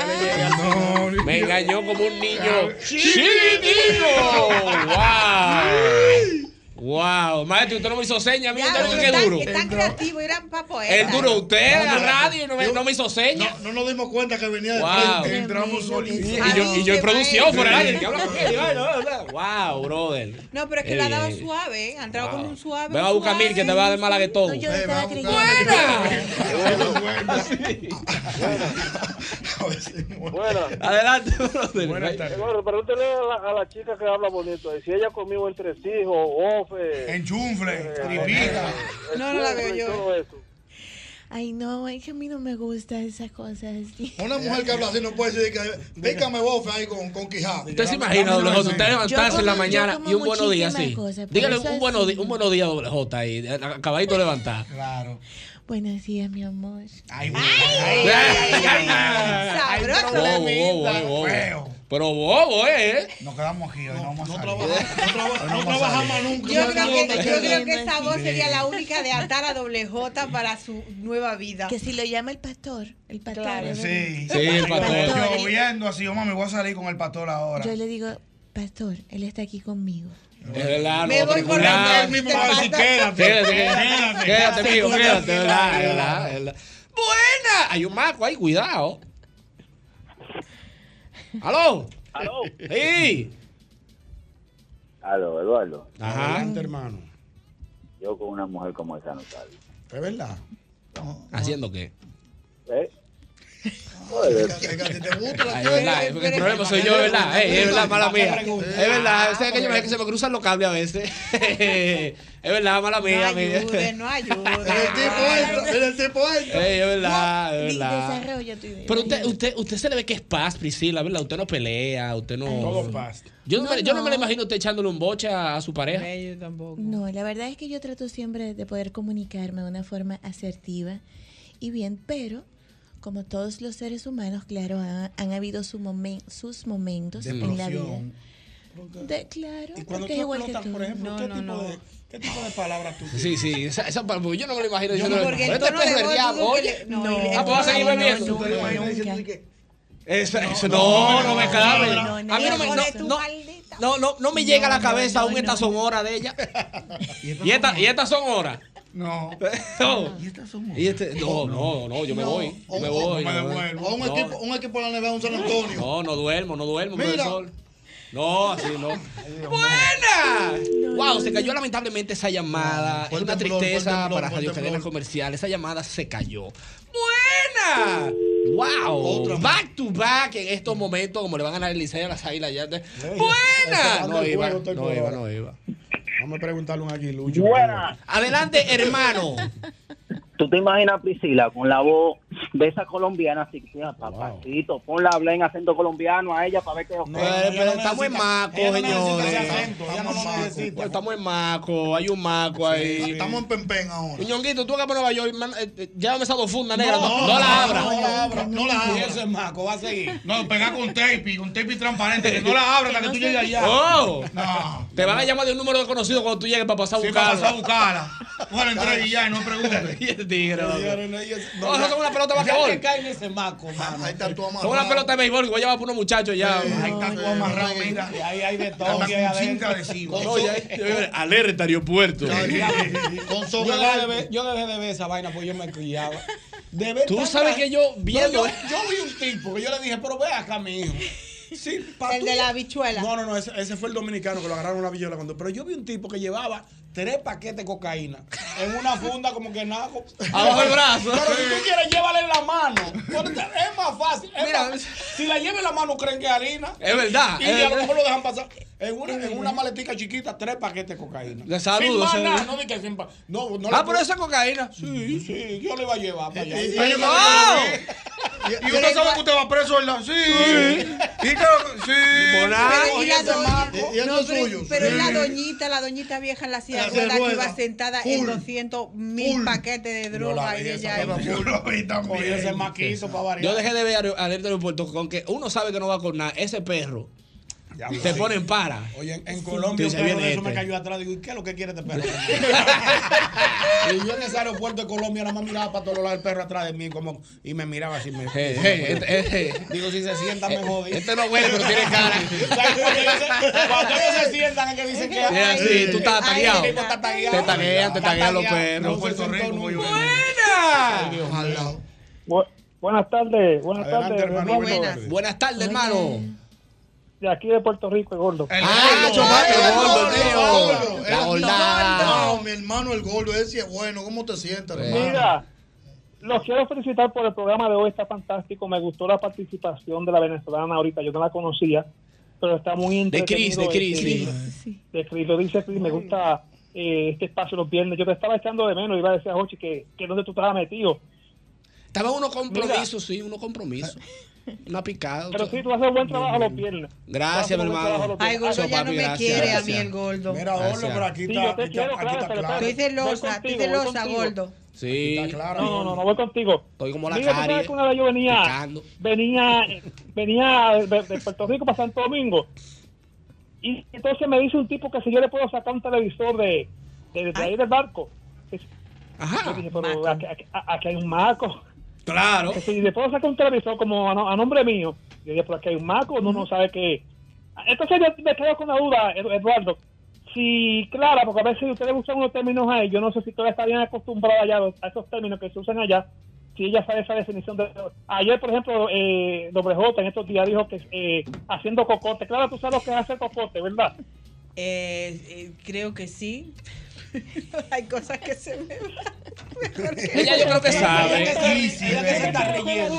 [SPEAKER 4] Me engañó como un niño. ¡Chiquitito! ¡Wow! ¡Wow! Maestro, usted no me hizo seña, amigo.
[SPEAKER 8] Ya,
[SPEAKER 4] Usted no
[SPEAKER 8] pero
[SPEAKER 4] ve qué
[SPEAKER 8] están-
[SPEAKER 4] duro.
[SPEAKER 8] Están creativos, eran pa' poetas.
[SPEAKER 4] El duro usted, la
[SPEAKER 9] No, no,
[SPEAKER 4] radio, no me,
[SPEAKER 9] yo-
[SPEAKER 4] no me hizo seña.
[SPEAKER 9] No nos dimos cuenta que venía de
[SPEAKER 4] Wow.
[SPEAKER 9] frente. Entramos solitos.
[SPEAKER 8] Ah,
[SPEAKER 4] Y, y yo, y yo en producción, fuera del aire,
[SPEAKER 8] [LAUGHS]
[SPEAKER 4] que habla con él, y va, no, no, no. Wow, Ah, brother.
[SPEAKER 8] No, pero es que
[SPEAKER 4] Eh,
[SPEAKER 8] la daba suave, ¿eh? Ha entrado
[SPEAKER 4] wow.
[SPEAKER 8] con un suave.
[SPEAKER 4] Ven a buscar
[SPEAKER 8] suave.
[SPEAKER 4] mil que te va a dar malaguetón.
[SPEAKER 8] No, yo
[SPEAKER 4] Ven,
[SPEAKER 8] estaba
[SPEAKER 4] va a buscar-
[SPEAKER 2] Bueno.
[SPEAKER 4] Adelante, brother.
[SPEAKER 2] Eduardo, pregúntele a la, a la chica que habla bonito. ahí, Si ella conmigo en tres hijos, ofe.
[SPEAKER 12] eh,
[SPEAKER 14] Enchufle,
[SPEAKER 2] tripita.
[SPEAKER 8] No, no la veo yo.
[SPEAKER 21] Ay, no, es que a mí no me gustan esas cosas.
[SPEAKER 9] Una mujer que habla así no puede decir que venga me bofe ahí con, con quijá.
[SPEAKER 4] Usted se imagina, doble J, usted levantarse en la mañana y un buenos días así. Dígale un, buenos di- un buenos días, doble J, ahí, acabadito de levantar.
[SPEAKER 21] Claro. Buenos días, mi amor.
[SPEAKER 4] [LAUGHS] Sabroso. Bobo, bobo, eh, bobo. Pero bobo, ¿eh?
[SPEAKER 14] Nos quedamos aquí hoy, no vamos a salir.
[SPEAKER 9] No trabajamos nunca.
[SPEAKER 8] Yo creo, que, yo creo que esa voz sería la única de atar a doble J para su nueva vida.
[SPEAKER 21] Que si lo llama el pastor, el pastor.
[SPEAKER 8] Claro.
[SPEAKER 14] Sí,
[SPEAKER 4] Sí, el pastor.
[SPEAKER 14] Yo viendo así, yo mami, voy a salir con el pastor [LAUGHS] ahora.
[SPEAKER 21] Yo le digo, pastor, él está aquí conmigo.
[SPEAKER 4] Es verdad,
[SPEAKER 14] Me voy
[SPEAKER 4] nosotros con
[SPEAKER 14] corriendo,
[SPEAKER 4] la-
[SPEAKER 14] él mismo va a decir, quédate.
[SPEAKER 4] Quédate,
[SPEAKER 14] Quédate.
[SPEAKER 4] quédate, quédate, mijo,
[SPEAKER 14] Quédate.
[SPEAKER 4] quédate, es verdad, es verdad, es verdad. Buena, hay un maco ahí, cuidado. ¿Aló?
[SPEAKER 2] ¿Aló?
[SPEAKER 4] Sí.
[SPEAKER 22] Aló, Eduardo.
[SPEAKER 17] Adelante, hermano.
[SPEAKER 22] Yo con una mujer como esa no salgo.
[SPEAKER 17] Es verdad.
[SPEAKER 4] ¿Haciendo qué?
[SPEAKER 22] ¿Eh?
[SPEAKER 4] Ay, es verdad, el problema soy yo, es verdad, eh, es verdad, mala mía. Es verdad, o sea que yo me que se me cruzan los cables a veces. [LAUGHS] Es verdad, mala mía, mía.
[SPEAKER 8] Ayude, no ayude.
[SPEAKER 9] El tipo entra, el tipo entra.
[SPEAKER 4] [LAUGHS] Ey, es verdad, es
[SPEAKER 21] Di-
[SPEAKER 4] verdad.
[SPEAKER 21] Desarrolla tu idea.
[SPEAKER 4] Pero usted, usted, usted se le ve que es paz, Priscila, ¿verdad? Usted no pelea, usted no.
[SPEAKER 21] Todo
[SPEAKER 17] paz.
[SPEAKER 4] Yo no,
[SPEAKER 21] No,
[SPEAKER 4] me, yo no
[SPEAKER 21] no.
[SPEAKER 4] me lo imagino usted echándole un boche a, a su pareja.
[SPEAKER 21] No, la verdad es que yo trato siempre de poder comunicarme de una forma asertiva y bien, pero como todos los seres humanos, claro, ha- han habido su momen- sus momentos
[SPEAKER 17] De
[SPEAKER 21] en la vida.
[SPEAKER 17] explosión.
[SPEAKER 21] De- claro,
[SPEAKER 17] Y
[SPEAKER 21] porque
[SPEAKER 17] cuando tú
[SPEAKER 21] es igual que
[SPEAKER 17] explotas,
[SPEAKER 21] tú.
[SPEAKER 17] por ejemplo, ¿qué, tipo De, ¿qué tipo de palabras tú
[SPEAKER 4] Sí, sí, esa, esa parte, porque yo no me lo imagino. Yo
[SPEAKER 17] Yo
[SPEAKER 4] no,
[SPEAKER 17] no,
[SPEAKER 4] me lo
[SPEAKER 17] porque
[SPEAKER 4] imagino.
[SPEAKER 17] el
[SPEAKER 4] Este
[SPEAKER 17] tono de
[SPEAKER 4] perro del
[SPEAKER 17] voz,
[SPEAKER 4] diablo,
[SPEAKER 17] tú
[SPEAKER 4] oye.
[SPEAKER 17] no,
[SPEAKER 21] el-
[SPEAKER 4] Ah, pues va a seguir
[SPEAKER 21] no, no,
[SPEAKER 4] bebiendo.
[SPEAKER 21] nunca, nunca.
[SPEAKER 4] Eso, eso, no, no me cabe.
[SPEAKER 21] no,
[SPEAKER 4] A mí no me, no, no, no, no, no me llega a la cabeza aún estas son horas de ella. Y esta- y estas son horas.
[SPEAKER 14] No.
[SPEAKER 4] ¿Y estas son horas? no, no, no, yo me
[SPEAKER 9] No.
[SPEAKER 4] voy.
[SPEAKER 9] O-
[SPEAKER 4] Me
[SPEAKER 9] o-
[SPEAKER 4] voy.
[SPEAKER 9] o me
[SPEAKER 4] yo voy.
[SPEAKER 9] devuelvo. O un
[SPEAKER 4] No,
[SPEAKER 9] equipo, un equipo de la NBA, un San Antonio.
[SPEAKER 4] No, no duermo, no duermo,
[SPEAKER 9] Mira.
[SPEAKER 4] profesor. No, así no. ¡Buena! wow, se cayó lamentablemente esa llamada. Es una tristeza para Radio Cadena Comercial. Esa llamada se cayó. ¡Buena! ¡Wow! back to back en estos momentos, como le van a ganar el Licey a las águilas ya. antes. ¡Buena! No iba, no iba, no iba.
[SPEAKER 17] Vamos a preguntarle a un aguilucho.
[SPEAKER 22] Buena.
[SPEAKER 4] Adelante, hermano.
[SPEAKER 22] ¿Tú te imaginas a Priscila con la voz de esa colombiana así que ah, papacito? Ponla a hablar en acento colombiano a ella para ver qué
[SPEAKER 4] No, pero estamos en eh. maco, señores. Pues Estamos en maco, hay un maco ahí. Estamos en pempén ahora. Ñonguito, tú acá para Nueva York, man- eh, eh, llévame esas dos fundas negras. No, no la abras.
[SPEAKER 14] No la abra, no la abra.
[SPEAKER 17] Y eso es maco, va a seguir.
[SPEAKER 14] No, pegar con tape, con tape transparente, que no la abra hasta [LAUGHS] que tú llegues allá.
[SPEAKER 4] Oh.
[SPEAKER 14] No.
[SPEAKER 4] Te van a llamar de un número desconocido cuando tú llegues para pasar a
[SPEAKER 14] Sí,
[SPEAKER 4] buscarla.
[SPEAKER 14] para pasar a
[SPEAKER 4] [LAUGHS]
[SPEAKER 14] buscarla. Bueno, entré y ya, y no preguntes.
[SPEAKER 4] Y el tigre,
[SPEAKER 14] No,
[SPEAKER 4] loco.
[SPEAKER 14] no, ellos-
[SPEAKER 4] No, eso es una
[SPEAKER 14] Ya
[SPEAKER 4] pelota de basquetbol.
[SPEAKER 14] te caen ese maco, mano. Ahí está tu
[SPEAKER 4] Es una pelota de béisbol que voy a llevar para unos muchachos ya.
[SPEAKER 14] Ahí está tu amarrado, mira. Ahí hay de todo. Con cinta adhesiva.
[SPEAKER 4] No, ya- [LAUGHS] ya- Alerta aeropuerto.
[SPEAKER 14] Con
[SPEAKER 17] Yo
[SPEAKER 14] sobre
[SPEAKER 17] dejé, de ver- yo dejé de ver esa vaina porque yo me criaba. De ver
[SPEAKER 4] Tú
[SPEAKER 17] tanta-
[SPEAKER 4] sabes que yo viendo-
[SPEAKER 17] No, yo, yo vi un tipo que yo le dije, pero ve acá, mijo. Sí, pa'
[SPEAKER 8] El
[SPEAKER 17] tú-
[SPEAKER 8] de la habichuela.
[SPEAKER 17] No, no, no, ese, ese fue el dominicano que lo agarraron en la villola cuando. Pero yo vi un tipo que llevaba tres paquetes de cocaína en una funda como que nada. co-
[SPEAKER 4] Abajo del brazo.
[SPEAKER 17] Pero si tú quieres llévala en la mano. Porque Es más fácil. es más- si la lleva en la mano, creen que es harina.
[SPEAKER 4] Es verdad,
[SPEAKER 17] Y
[SPEAKER 4] es
[SPEAKER 17] a lo
[SPEAKER 4] verdad. Eh,
[SPEAKER 17] mejor lo dejan pasar. En una, en una maletica chiquita, tres paquetes de cocaína.
[SPEAKER 4] De saludo,
[SPEAKER 17] Sin
[SPEAKER 4] saludo.
[SPEAKER 17] más nada, no di que sin pa- no, no
[SPEAKER 4] Ah,
[SPEAKER 17] le-
[SPEAKER 4] pero esa cocaína. Eh, ¡oh!
[SPEAKER 17] Sí, sí, yo le iba a llevar para allá.
[SPEAKER 14] Y-
[SPEAKER 17] Pero yo-
[SPEAKER 14] Y uno sabe que usted va preso, ¿verdad? Sí. Y que- sí.
[SPEAKER 4] Por nada.
[SPEAKER 8] Pero, y la
[SPEAKER 14] Ese
[SPEAKER 8] doña-
[SPEAKER 14] maco.
[SPEAKER 8] no, pero- pero es la doñita, la doñita vieja en la silla de
[SPEAKER 14] La silla de
[SPEAKER 8] ruedas que iba
[SPEAKER 14] ruedas.
[SPEAKER 8] sentada en 200 mil paquetes de droga y ella ahí.
[SPEAKER 17] Cogió ese maquito para variar.
[SPEAKER 4] Yo dejé de ver aer- alerta aeropuerto con que uno sabe que no va con nada. Ese perro
[SPEAKER 17] lo
[SPEAKER 4] te
[SPEAKER 17] sé.
[SPEAKER 4] pone en para.
[SPEAKER 17] Oye, en, en
[SPEAKER 4] Sí.
[SPEAKER 17] Colombia un
[SPEAKER 4] Dice,
[SPEAKER 17] perro
[SPEAKER 4] viene
[SPEAKER 17] de eso me
[SPEAKER 4] este.
[SPEAKER 17] cayó atrás. Digo, ¿y qué es lo que quiere este perro? [LAUGHS] y yo en ese aeropuerto de Colombia nada más miraba para todos lados el perro atrás de mí como, y me miraba así. Me,
[SPEAKER 4] Hey, hey, este- este-
[SPEAKER 17] Digo, si se sienta me jodí.
[SPEAKER 4] Este no huele, pero tiene cara.
[SPEAKER 17] [LAUGHS] ¿Sabes? Cuando ellos se- cuando ellos se sientan es que dicen que...
[SPEAKER 4] Sí, sí, tú estás
[SPEAKER 17] Ay,
[SPEAKER 4] tagueado.
[SPEAKER 17] tipo, está tagueado.
[SPEAKER 4] Te taguean, te taguean los
[SPEAKER 17] Está tagueado.
[SPEAKER 4] perros.
[SPEAKER 17] No,
[SPEAKER 14] Puerto
[SPEAKER 17] se sentó
[SPEAKER 14] Rico,
[SPEAKER 17] nunca.
[SPEAKER 14] Ojalá.
[SPEAKER 10] Bu- buenas tardes, buenas
[SPEAKER 17] Adelante,
[SPEAKER 10] tardes,
[SPEAKER 17] hermano,
[SPEAKER 10] Eduardo.
[SPEAKER 17] buenas.
[SPEAKER 4] Buenas tardes, hermano.
[SPEAKER 10] De aquí de Puerto Rico, el gordo.
[SPEAKER 4] Ah, chopaste,
[SPEAKER 9] El
[SPEAKER 4] gordo,
[SPEAKER 9] gordo, el
[SPEAKER 4] tío.
[SPEAKER 9] gordo.
[SPEAKER 4] La
[SPEAKER 9] El-
[SPEAKER 4] gordada.
[SPEAKER 9] eh, No, mi hermano el gordo, ese es bueno. ¿Cómo te sientes, hermano?
[SPEAKER 10] Mira, los quiero felicitar por el programa de hoy, está fantástico. Me gustó la participación de la venezolana ahorita, yo no la conocía, pero está muy
[SPEAKER 4] De Cris,
[SPEAKER 10] interesante.
[SPEAKER 4] de Cris.
[SPEAKER 10] de Cris, lo dice Cris, me gusta eh, este espacio los viernes. Yo te estaba echando de menos, iba a decir a Jochi que, que dónde tú estabas metido.
[SPEAKER 4] Estaba uno compromiso, sí, uno
[SPEAKER 17] [LAUGHS]
[SPEAKER 4] compromiso. Una picada.
[SPEAKER 10] Pero sí, tú haces buen trabajo los viernes.
[SPEAKER 4] Gracias, mi hermano.
[SPEAKER 8] Ay, gordo, ya no me quiere a mí el gordo.
[SPEAKER 17] Mira, gordo, pero aquí
[SPEAKER 10] Sí,
[SPEAKER 17] está.
[SPEAKER 10] yo te
[SPEAKER 17] aquí está-
[SPEAKER 10] quiero,
[SPEAKER 17] aquí
[SPEAKER 10] claro,
[SPEAKER 17] está
[SPEAKER 10] pero
[SPEAKER 17] claro.
[SPEAKER 8] Tú dices losa, tú dices
[SPEAKER 10] voy
[SPEAKER 8] losa,
[SPEAKER 10] contigo.
[SPEAKER 8] gordo.
[SPEAKER 4] Sí.
[SPEAKER 10] No, no, no, voy contigo.
[SPEAKER 4] Estoy como la
[SPEAKER 10] Mira, tú sabes
[SPEAKER 4] carie,
[SPEAKER 10] que una vez yo venía,
[SPEAKER 4] picando.
[SPEAKER 10] venía, venía de, de Puerto Rico para Santo Domingo. Y entonces me dice un tipo que si yo le puedo sacar un televisor de, de, de ahí del barco. Yo dije, pero aquí, aquí- aquí hay un marco.
[SPEAKER 4] Claro.
[SPEAKER 10] Si le puedo sacar un televisor como a, no- a nombre mío. Yo dije, pero aquí hay un marco, uno no sabe qué. Entonces yo me quedo con la duda, Edu- Eduardo. Sí, claro, porque a veces ustedes usan unos términos ahí. Yo no sé si todavía está bien acostumbrada ya a esos términos que se usan allá. Si ella sabe esa definición de. Ayer, por ejemplo, eh, Doble J en estos días dijo que eh, haciendo cocote. Claro, tú sabes lo que es hacer cocote, ¿verdad?
[SPEAKER 8] Eh, eh, creo que sí. Hay cosas que se me van.
[SPEAKER 4] Ella yo creo que sabe.
[SPEAKER 10] Ella que se está
[SPEAKER 17] riendo.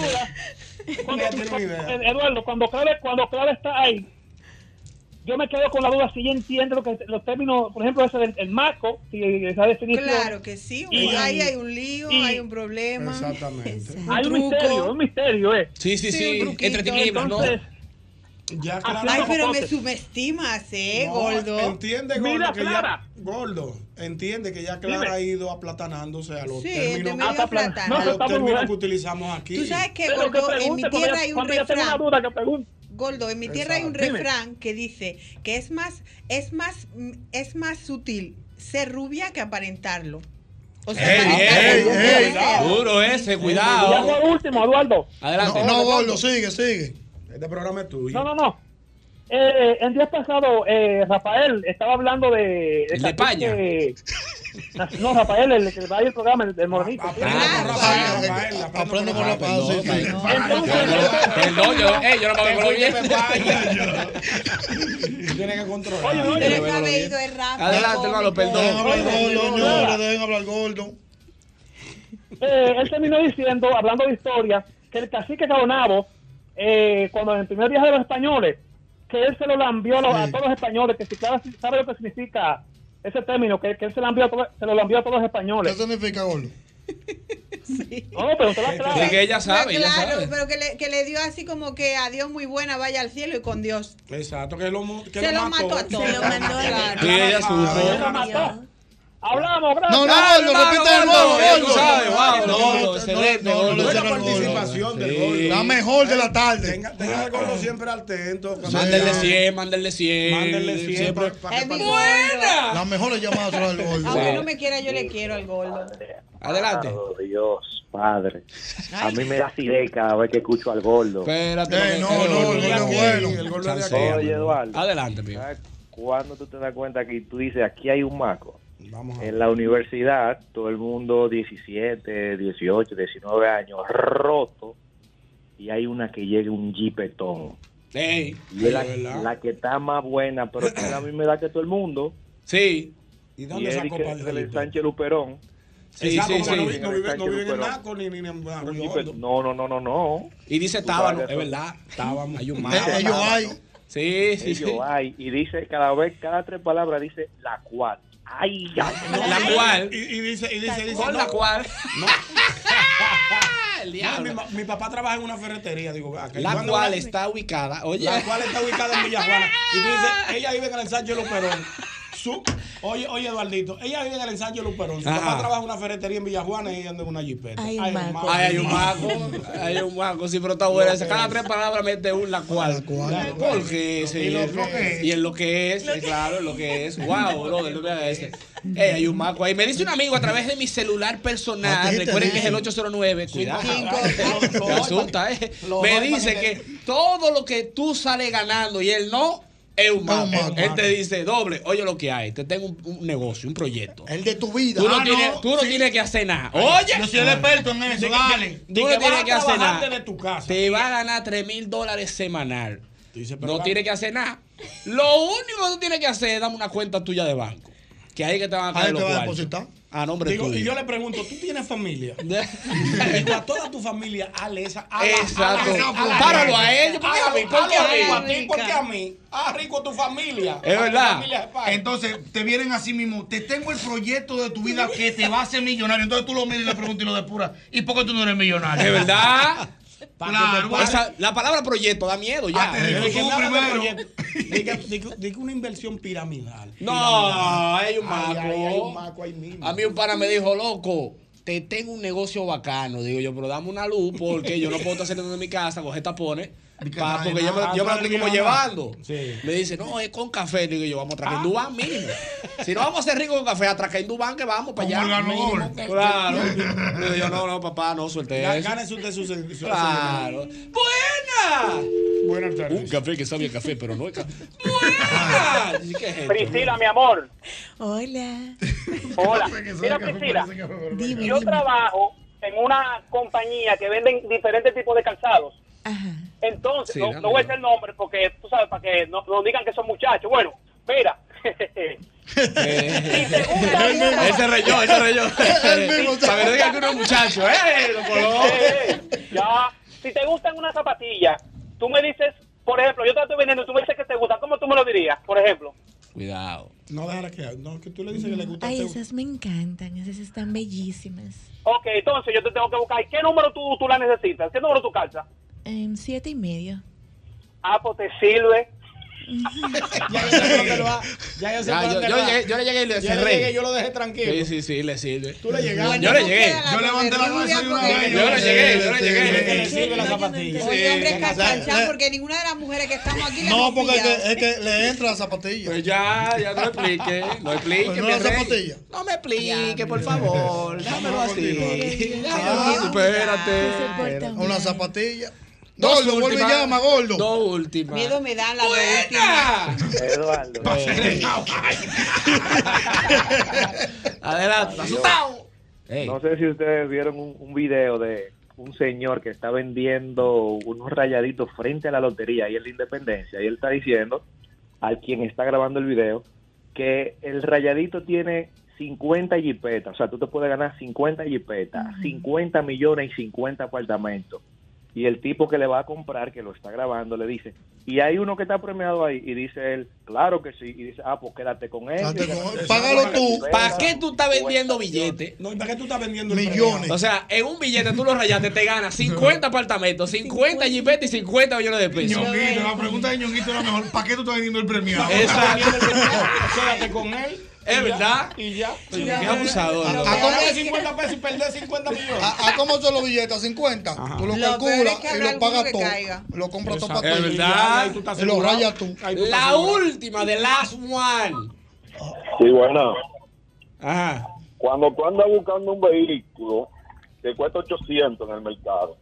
[SPEAKER 10] Cuando- cuando- Eduardo, cuando Clara, cuando Clara está ahí, yo me quedo con la duda si ella entiende lo que, los términos, por ejemplo, ese del el marco, si esa definición.
[SPEAKER 8] Claro que sí.
[SPEAKER 10] Y-
[SPEAKER 8] ahí hay un lío,
[SPEAKER 10] y-
[SPEAKER 8] hay un problema.
[SPEAKER 17] Exactamente.
[SPEAKER 10] Hay un
[SPEAKER 8] truco.
[SPEAKER 10] misterio, un misterio, ¿eh?
[SPEAKER 4] Sí, sí, sí. Entre tinieblas, ¿no?
[SPEAKER 10] Entonces,
[SPEAKER 17] Ya,
[SPEAKER 8] Ay, pero me subestimas, ¿eh,
[SPEAKER 17] No,
[SPEAKER 8] gordo?
[SPEAKER 17] Entiende, Gordo,
[SPEAKER 8] Mira,
[SPEAKER 17] que ya-
[SPEAKER 8] Clara.
[SPEAKER 17] Gordo, entiende que ya
[SPEAKER 8] Dime.
[SPEAKER 17] Clara ha ido aplatanándose a los
[SPEAKER 8] Sí, te
[SPEAKER 17] términos,
[SPEAKER 8] me dio
[SPEAKER 17] a los
[SPEAKER 8] aplatando. No,
[SPEAKER 10] estamos
[SPEAKER 17] términos
[SPEAKER 10] jugando.
[SPEAKER 17] que utilizamos aquí.
[SPEAKER 8] Tú sabes que,
[SPEAKER 10] Pero que
[SPEAKER 8] gordo, en
[SPEAKER 10] pregunte,
[SPEAKER 8] mi
[SPEAKER 10] cuando
[SPEAKER 8] tierra
[SPEAKER 10] ya-
[SPEAKER 8] hay un
[SPEAKER 10] cuando ya tenga
[SPEAKER 8] refrán.
[SPEAKER 10] una duda, que pregunte.
[SPEAKER 8] Gordo, en mi tierra hay un
[SPEAKER 10] Exacto. Dime.
[SPEAKER 8] refrán que dice que es más, es más, es más sutil ser rubia que aparentarlo. O sea,
[SPEAKER 4] Ey,
[SPEAKER 8] aparentar
[SPEAKER 4] ey,
[SPEAKER 8] ser rubia,
[SPEAKER 4] ey,
[SPEAKER 8] o sea,
[SPEAKER 4] Duro ese, cuidado.
[SPEAKER 10] Ya por último, Eduardo.
[SPEAKER 4] Adelante.
[SPEAKER 10] No, no, Gordo,
[SPEAKER 17] sigue, sigue. Este programa es tuyo.
[SPEAKER 10] No, no, no. Eh, el día pasado, eh, Rafael estaba hablando de.
[SPEAKER 4] El de España.
[SPEAKER 10] que- [LAUGHS] no, Rafael, el que va a ir al programa, el, el morenito.
[SPEAKER 9] Aprendo con la paz. sí, sí.
[SPEAKER 4] Perdón, yo, eh, yo no me voy con
[SPEAKER 17] Oye,
[SPEAKER 4] bien.
[SPEAKER 17] me vaya, yo. Tiene que controlar.
[SPEAKER 8] Pero el cabello de Rafa.
[SPEAKER 4] Adelante, hermano,
[SPEAKER 9] Dejen
[SPEAKER 4] perdón.
[SPEAKER 9] hablar gordo, señores, dejen hablar gordo.
[SPEAKER 10] Eh, él terminó diciendo, hablando de historia, que el cacique Cabonabo, eh, cuando en el primer viaje de los españoles, que él se lo lambió a, los- a todos los españoles, que si claro si sabe lo que significa ese término, que, que él se, lambió a todo- se lo lambió a todos los españoles. ¿Qué significa, [LAUGHS] Gordo? No, pero usted la
[SPEAKER 4] Sí, que ella sabe, ella
[SPEAKER 8] claro,
[SPEAKER 4] sabe.
[SPEAKER 8] pero que le, que le dio así como que adiós muy buena, vaya al cielo y con Dios.
[SPEAKER 17] Exacto, que lo, mu- que
[SPEAKER 8] Se
[SPEAKER 17] lo
[SPEAKER 8] lo mató a todos. Se lo mandó a la-
[SPEAKER 4] Sí, ella supo.
[SPEAKER 10] Hablamos, gracias.
[SPEAKER 9] No, no, Gordo, repite de nuevo,
[SPEAKER 4] Gordo,
[SPEAKER 9] Gordo.
[SPEAKER 4] tú sabes, wow,
[SPEAKER 9] No,
[SPEAKER 4] Gordo,
[SPEAKER 9] no, no,
[SPEAKER 4] excelente,
[SPEAKER 9] no, no,
[SPEAKER 4] Gordo.
[SPEAKER 9] no,
[SPEAKER 4] Buena
[SPEAKER 9] no, no, no,
[SPEAKER 17] participación del
[SPEAKER 9] sí.
[SPEAKER 17] Gordo.
[SPEAKER 9] La mejor de la tarde.
[SPEAKER 17] Tenga, tenga el Gordo siempre atento.
[SPEAKER 4] Mándenle 100, mándenle 100.
[SPEAKER 17] Mándenle 100
[SPEAKER 4] Siempre.
[SPEAKER 17] pa-
[SPEAKER 8] Es mi gordo.
[SPEAKER 9] Las mejores llamadas son al gordo.
[SPEAKER 8] Aunque no me quiera, yo le quiero al gordo.
[SPEAKER 4] Adelante.
[SPEAKER 5] Amado Oh, Dios, Padre. A mí me da sidé cada vez que escucho al gordo.
[SPEAKER 4] Espérate.
[SPEAKER 5] Eh,
[SPEAKER 4] porque-
[SPEAKER 5] no, no,
[SPEAKER 4] espérate,
[SPEAKER 5] el
[SPEAKER 4] porque-
[SPEAKER 5] gordo es bueno.
[SPEAKER 4] El gordo es de aquí.
[SPEAKER 5] Oye, Eduardo.
[SPEAKER 4] Adelante, amigo.
[SPEAKER 5] ¿sabes ¿Cuándo tú te das cuenta que tú dices, aquí hay un maco?
[SPEAKER 17] Vamos
[SPEAKER 5] En la universidad, todo el mundo 17, 18, 19 años, roto. Y hay una que llega un jipetón.
[SPEAKER 4] Ey,
[SPEAKER 5] Y es la,
[SPEAKER 4] de verdad.
[SPEAKER 5] la que está más buena, pero tiene la misma edad que todo el mundo.
[SPEAKER 4] Sí.
[SPEAKER 5] ¿Y
[SPEAKER 17] dónde
[SPEAKER 5] es
[SPEAKER 17] esa
[SPEAKER 5] de
[SPEAKER 17] copa
[SPEAKER 5] que-
[SPEAKER 17] del
[SPEAKER 5] del
[SPEAKER 17] delito?
[SPEAKER 5] Sánchez Luperón.
[SPEAKER 17] Exacto, porque No, vi- no vive, no vive en Naco ni, ni en
[SPEAKER 5] Un
[SPEAKER 17] Arroyo
[SPEAKER 5] jipe-
[SPEAKER 17] Hondo.
[SPEAKER 5] No, no, no, no, no.
[SPEAKER 4] Y dice
[SPEAKER 5] Tú
[SPEAKER 4] tábano,
[SPEAKER 5] sabes
[SPEAKER 4] es
[SPEAKER 5] eso.
[SPEAKER 4] verdad. Tábano, hay un
[SPEAKER 5] Eh,
[SPEAKER 4] mago.
[SPEAKER 5] ellos hay.
[SPEAKER 4] Sí, sí, sí.
[SPEAKER 5] Ellos hay. Y dice, cada vez, cada tres palabras dice la cual. Ay, [LAUGHS] ya.
[SPEAKER 4] La cual.
[SPEAKER 17] Y, y dice, y dice, dice.
[SPEAKER 4] Con la cual. [LAUGHS]
[SPEAKER 17] No, mi, ma- mi papá trabaja en una ferretería, digo, acá. ¿Y
[SPEAKER 4] La
[SPEAKER 17] cuándo
[SPEAKER 4] cual
[SPEAKER 17] va-
[SPEAKER 4] está ubicada. Oye.
[SPEAKER 17] La cual está ubicada en Villa Juana. Y tú dices,
[SPEAKER 4] [LAUGHS]
[SPEAKER 17] ella vive en el ensanche Luperón. Su- oye, oye, Eduardito, ella vive en el ensanche Luperón. Su
[SPEAKER 4] Ajá.
[SPEAKER 17] papá trabaja en una ferretería en Villa Juana y ella anda en una jipeta.
[SPEAKER 4] Ay,
[SPEAKER 17] Ay, hermano.
[SPEAKER 4] Ay, hay un mago. Hay un mago. Sí, pero está buena. esa. Cada tres palabras mete un la cual. Porque sí.
[SPEAKER 17] Y lo que es.
[SPEAKER 4] Y en lo que es, eh, claro, en lo que es. Wow, brother, no me hagas este. Ey, hay un mago ahí. Me dice un amigo a través de mi celular personal. Recuerden que es el 809. Cuidado. [LAUGHS] Me asusta, eh. Me dice que todo lo que tú sales ganando y él no. Es un Este- mago. Él te dice, doble, oye lo que hay, te tengo un, un negocio, un proyecto. El de tu vida. Tú no,
[SPEAKER 17] Ah,
[SPEAKER 4] tienes,
[SPEAKER 17] no,
[SPEAKER 4] tú no tienes que hacer nada. Oye.
[SPEAKER 17] Yo soy el experto en eso,
[SPEAKER 4] Di que-
[SPEAKER 17] dale.
[SPEAKER 4] Tú
[SPEAKER 17] Di
[SPEAKER 4] no
[SPEAKER 17] que vas
[SPEAKER 4] tienes
[SPEAKER 17] a
[SPEAKER 4] que hacer
[SPEAKER 17] trabajar
[SPEAKER 4] nada.
[SPEAKER 17] desde tu casa.
[SPEAKER 4] Te va a ganar 3 mil dólares semanal.
[SPEAKER 17] pero
[SPEAKER 4] no
[SPEAKER 17] va-
[SPEAKER 4] tienes que hacer nada. Ah, Lo único que tú tienes que hacer es darme una cuenta tuya de banco. Que ahí que te van a
[SPEAKER 9] Ahí
[SPEAKER 4] caer
[SPEAKER 9] te
[SPEAKER 4] los
[SPEAKER 9] va a
[SPEAKER 4] cuartos.
[SPEAKER 9] depositar.
[SPEAKER 4] A nombre
[SPEAKER 17] Digo,
[SPEAKER 4] tuyo.
[SPEAKER 17] y yo le pregunto, ¿tú
[SPEAKER 4] [LAUGHS]
[SPEAKER 17] tienes familia? Digo, a toda tu familia, ale esa.
[SPEAKER 4] Exacto. Páralo a ellos, ¿por qué a mí? ¿Por qué a mí?
[SPEAKER 17] a ti, ¿por qué a mí? Ah, rico tu familia.
[SPEAKER 4] Es verdad.
[SPEAKER 14] Entonces, te vienen así mismo, te tengo el proyecto de tu vida que te va a hacer millonario. Entonces tú lo miras y le preguntas y lo depuras. ¿Y por qué tú no eres millonario?
[SPEAKER 4] Es verdad.
[SPEAKER 14] Claro.
[SPEAKER 4] Esa- la palabra proyecto da miedo ya.
[SPEAKER 17] Ah, Eh, Digo una inversión piramidal.
[SPEAKER 4] No, hay un
[SPEAKER 17] Ay,
[SPEAKER 4] maco.
[SPEAKER 17] ay, hay un maco ahí mismo.
[SPEAKER 4] A mí un pana me dijo, loco, te tengo un negocio bacano. Digo yo, pero dame una luz porque yo no puedo estar sentado en mi casa, coger tapones. pa-
[SPEAKER 17] nadie
[SPEAKER 4] porque yo me,
[SPEAKER 14] ah,
[SPEAKER 17] nada,
[SPEAKER 4] yo me la
[SPEAKER 17] nadie
[SPEAKER 4] estoy como
[SPEAKER 17] nada.
[SPEAKER 4] llevando.
[SPEAKER 17] Sí.
[SPEAKER 4] Me dice, no, es con café. Digo yo, vamos a atracar en Dubán mínimo. Si no vamos a ser ricos con café, atracar en Dubán que vamos para allá. Mínimo que- Claro. Digo yo, no, no, papá, no suelte eso.
[SPEAKER 17] Gánese usted su, su- su-
[SPEAKER 4] Claro. ¡Buena!
[SPEAKER 17] Buenas tardes.
[SPEAKER 4] Un café que sabe a café, pero no es
[SPEAKER 17] [LAUGHS]
[SPEAKER 4] café.
[SPEAKER 10] Priscila, mi amor.
[SPEAKER 21] Hola.
[SPEAKER 4] [LAUGHS]
[SPEAKER 10] Hola. Mira, Priscila, yo trabajo en una compañía que venden diferentes tipos de calzados. Entonces,
[SPEAKER 12] Sí,
[SPEAKER 10] no,
[SPEAKER 12] dame,
[SPEAKER 10] no voy a decir el nombre porque tú sabes, para que no, no digan que son muchachos. Bueno, mira.
[SPEAKER 4] Él se reyó, él
[SPEAKER 10] [LAUGHS]
[SPEAKER 12] [LAUGHS]
[SPEAKER 4] se reyó.
[SPEAKER 10] El mismo.
[SPEAKER 4] Para que no digan que uno es muchacho, ¿eh? Lo coló.
[SPEAKER 10] Eh, eh, [LAUGHS] Ya, si te gustan unas zapatillas, tú me dices, por ejemplo, yo te estoy vendiendo, tú me dices que te gusta, ¿cómo tú me lo dirías? Por ejemplo.
[SPEAKER 4] Cuidado.
[SPEAKER 17] No, déjala que. No, que tú le dices que le gusta.
[SPEAKER 21] Ay,
[SPEAKER 17] te-
[SPEAKER 21] esas me encantan, esas están bellísimas.
[SPEAKER 10] Ok, entonces yo te tengo que buscar. ¿Qué número tú, tú la necesitas? ¿Qué número tú calzas?
[SPEAKER 21] Em, siete y medio.
[SPEAKER 10] Ah, pues te sirve.
[SPEAKER 21] [LAUGHS]
[SPEAKER 17] Ya yo sé
[SPEAKER 4] Ya,
[SPEAKER 17] por
[SPEAKER 4] yo,
[SPEAKER 17] dónde
[SPEAKER 4] yo
[SPEAKER 17] va.
[SPEAKER 4] llegué, yo le llegué y le
[SPEAKER 17] Yo le
[SPEAKER 4] cerré.
[SPEAKER 17] llegué, yo lo dejé tranquilo.
[SPEAKER 4] Sí, sí, sí, le sirve. Tú
[SPEAKER 17] le llegaste.
[SPEAKER 4] Yo le llegué.
[SPEAKER 17] Yo levanté la mano y soy una Este,
[SPEAKER 4] Yo le llegué, yo le
[SPEAKER 17] Que le
[SPEAKER 4] llegué.
[SPEAKER 17] sirve la zapatilla.
[SPEAKER 8] Oye, hombre,
[SPEAKER 4] Sí.
[SPEAKER 8] es cachanchán, porque ninguna de las mujeres que estamos aquí le
[SPEAKER 9] No,
[SPEAKER 8] hemos
[SPEAKER 9] porque es
[SPEAKER 8] pillado.
[SPEAKER 9] que, eh, es que le entra la zapatilla.
[SPEAKER 4] Pues ya, ya no explique. No explique.
[SPEAKER 9] Pero no
[SPEAKER 4] mi
[SPEAKER 9] la
[SPEAKER 4] rey.
[SPEAKER 9] zapatilla.
[SPEAKER 17] este.
[SPEAKER 4] No me explique, por favor. Dámelo así.
[SPEAKER 17] Eh,
[SPEAKER 9] Ah,
[SPEAKER 4] Espérate.
[SPEAKER 9] Una zapatilla.
[SPEAKER 4] Dos
[SPEAKER 9] Gordo, vuelve y
[SPEAKER 4] últimas.
[SPEAKER 9] llama, gordo.
[SPEAKER 4] Dos últimas.
[SPEAKER 8] Miedo me dan la
[SPEAKER 4] Eduardo.
[SPEAKER 5] [LAUGHS]
[SPEAKER 4] Adelante, asustado.
[SPEAKER 5] No sé si ustedes vieron un, un video de un señor que está vendiendo unos rayaditos frente a la lotería y en la independencia. Y él está diciendo al quien está grabando el video que el rayadito tiene 50 jipetas. O sea, tú te puedes ganar 50 jipetas, 50 millones y 50 apartamentos. Y el tipo que le va a comprar, que lo está grabando, le dice, y hay uno que está premiado ahí. Y dice él, claro que sí. Y dice, ah, pues quédate con él.
[SPEAKER 4] Págalo tú. ¿Para qué tú estás vendiendo billetes?
[SPEAKER 17] No, ¿para qué tú estás vendiendo
[SPEAKER 4] millones? O sea, en un billete tú lo rayaste, te
[SPEAKER 17] [LAUGHS]
[SPEAKER 4] ganas 50 apartamentos, 50 jipetes y 50 millones de pesos.
[SPEAKER 14] Ñonguito, la pregunta de Ñonguito era mejor. ¿Para qué tú estás vendiendo el premiado?
[SPEAKER 17] Quédate con él.
[SPEAKER 4] Es verdad.
[SPEAKER 17] Y ya.
[SPEAKER 4] Oye, qué abusador, Ah,
[SPEAKER 9] ¿no?
[SPEAKER 17] A comer 50 pesos y perder 50 millones.
[SPEAKER 9] ¿A, a cómo son los billetes? ¿A 50? Tú lo
[SPEAKER 17] Lo peor es
[SPEAKER 9] calculas
[SPEAKER 17] que
[SPEAKER 9] y
[SPEAKER 17] habrá
[SPEAKER 9] lo
[SPEAKER 17] alguno
[SPEAKER 9] pagas
[SPEAKER 17] que
[SPEAKER 9] todo.
[SPEAKER 17] caiga.
[SPEAKER 9] Lo compras todo para
[SPEAKER 4] Es
[SPEAKER 9] ti.
[SPEAKER 4] verdad.
[SPEAKER 9] Y lo rayas tú.
[SPEAKER 4] La última, the last one.
[SPEAKER 12] Sí, bueno.
[SPEAKER 4] Ajá.
[SPEAKER 12] Cuando tú andas buscando un vehículo que cuesta 800 en el mercado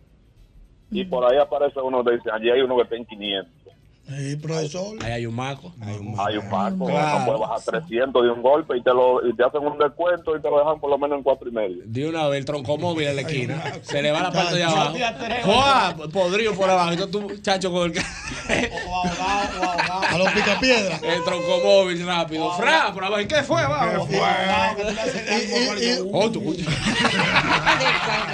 [SPEAKER 12] y por ahí aparece uno que dice, allí hay uno que está en 500.
[SPEAKER 9] Sí, profesor.
[SPEAKER 4] Ahí hay un maco.
[SPEAKER 12] Hay un maco. Hay un maco.
[SPEAKER 4] Claro.
[SPEAKER 12] No puedes bajar 300 de un golpe y te, lo, y te hacen un descuento y te lo dejan por lo menos en cuatro y medio.
[SPEAKER 4] De una vez, el troncomóvil en la esquina. Se le va la parte de
[SPEAKER 12] Chacho,
[SPEAKER 4] abajo.
[SPEAKER 12] te atreves.
[SPEAKER 4] ¡Joa! Podrido por abajo. Entonces tú, chacho, con el
[SPEAKER 17] [LAUGHS]
[SPEAKER 4] ca-
[SPEAKER 9] A los picapiedras.
[SPEAKER 4] El troncomóvil rápido. ¡Fra! Por abajo. ¿Y qué fue abajo? Oh, tu [LAUGHS] cuña.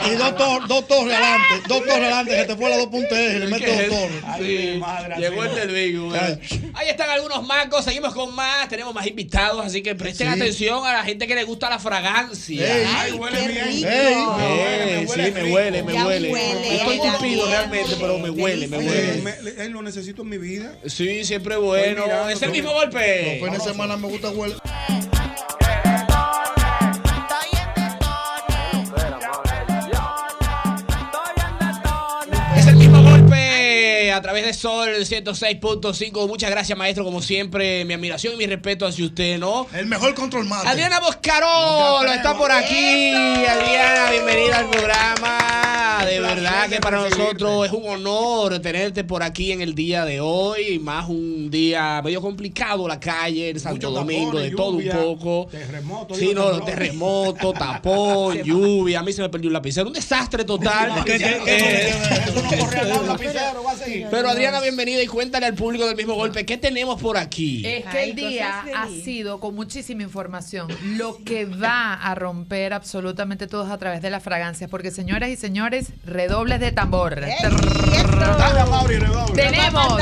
[SPEAKER 9] Y dos, tor- dos torres adelante. Dos torres adelante. Que te fue la 2.3 y le
[SPEAKER 4] ¿Qué
[SPEAKER 9] metes
[SPEAKER 4] es?
[SPEAKER 9] dos torres.
[SPEAKER 4] Sí, Llegó el del eh. bingo, ¿verdad? Ahí están algunos macos, seguimos con más, tenemos más invitados, así que presten
[SPEAKER 14] Sí.
[SPEAKER 4] atención a la gente que le gusta la fragancia.
[SPEAKER 14] Ey,
[SPEAKER 4] Ay,
[SPEAKER 14] qué
[SPEAKER 4] huele bien.
[SPEAKER 14] rico.
[SPEAKER 4] Ey,
[SPEAKER 14] Ey,
[SPEAKER 4] sí,
[SPEAKER 14] me huele rico.
[SPEAKER 4] me huele, me
[SPEAKER 14] Ya
[SPEAKER 4] huele.
[SPEAKER 14] huele,
[SPEAKER 4] Estoy
[SPEAKER 14] ya
[SPEAKER 4] tupido
[SPEAKER 14] huele.
[SPEAKER 4] realmente, pero me huele, me
[SPEAKER 17] Oye,
[SPEAKER 4] huele.
[SPEAKER 17] me- eh, lo necesito en mi vida.
[SPEAKER 4] Sí, siempre bueno.
[SPEAKER 17] mirando,
[SPEAKER 4] es el
[SPEAKER 17] estoy-
[SPEAKER 4] mismo golpe.
[SPEAKER 9] Los fines de semana me gusta huele.
[SPEAKER 4] Es el mismo golpe a través de Sol 106.5. Muchas gracias, maestro, como siempre. Mi admiración y mi respeto hacia usted, ¿no?
[SPEAKER 9] El mejor control mate.
[SPEAKER 4] Adriana Boscarolo está por aquí. Adriana, bienvenida al programa. De verdad verdad que para nosotros es un honor tenerte por aquí en el día de hoy, más un día medio complicado la calle en Santo Domingo, de todo un poco.
[SPEAKER 17] Terremoto.
[SPEAKER 4] Sí,
[SPEAKER 17] digo,
[SPEAKER 4] no,
[SPEAKER 17] temblor.
[SPEAKER 4] terremoto, tapón, lluvia, a mí se me perdió un lapicero, un desastre total. Eh, Pero Adriana, bienvenida y cuéntale al público del mismo golpe, ¿qué tenemos por aquí?
[SPEAKER 8] Eh,
[SPEAKER 7] Es que el día ha sido con muchísima información lo que va a romper absolutamente todos a través de las fragancias, porque señoras y señores, redobles de tambor. Tenemos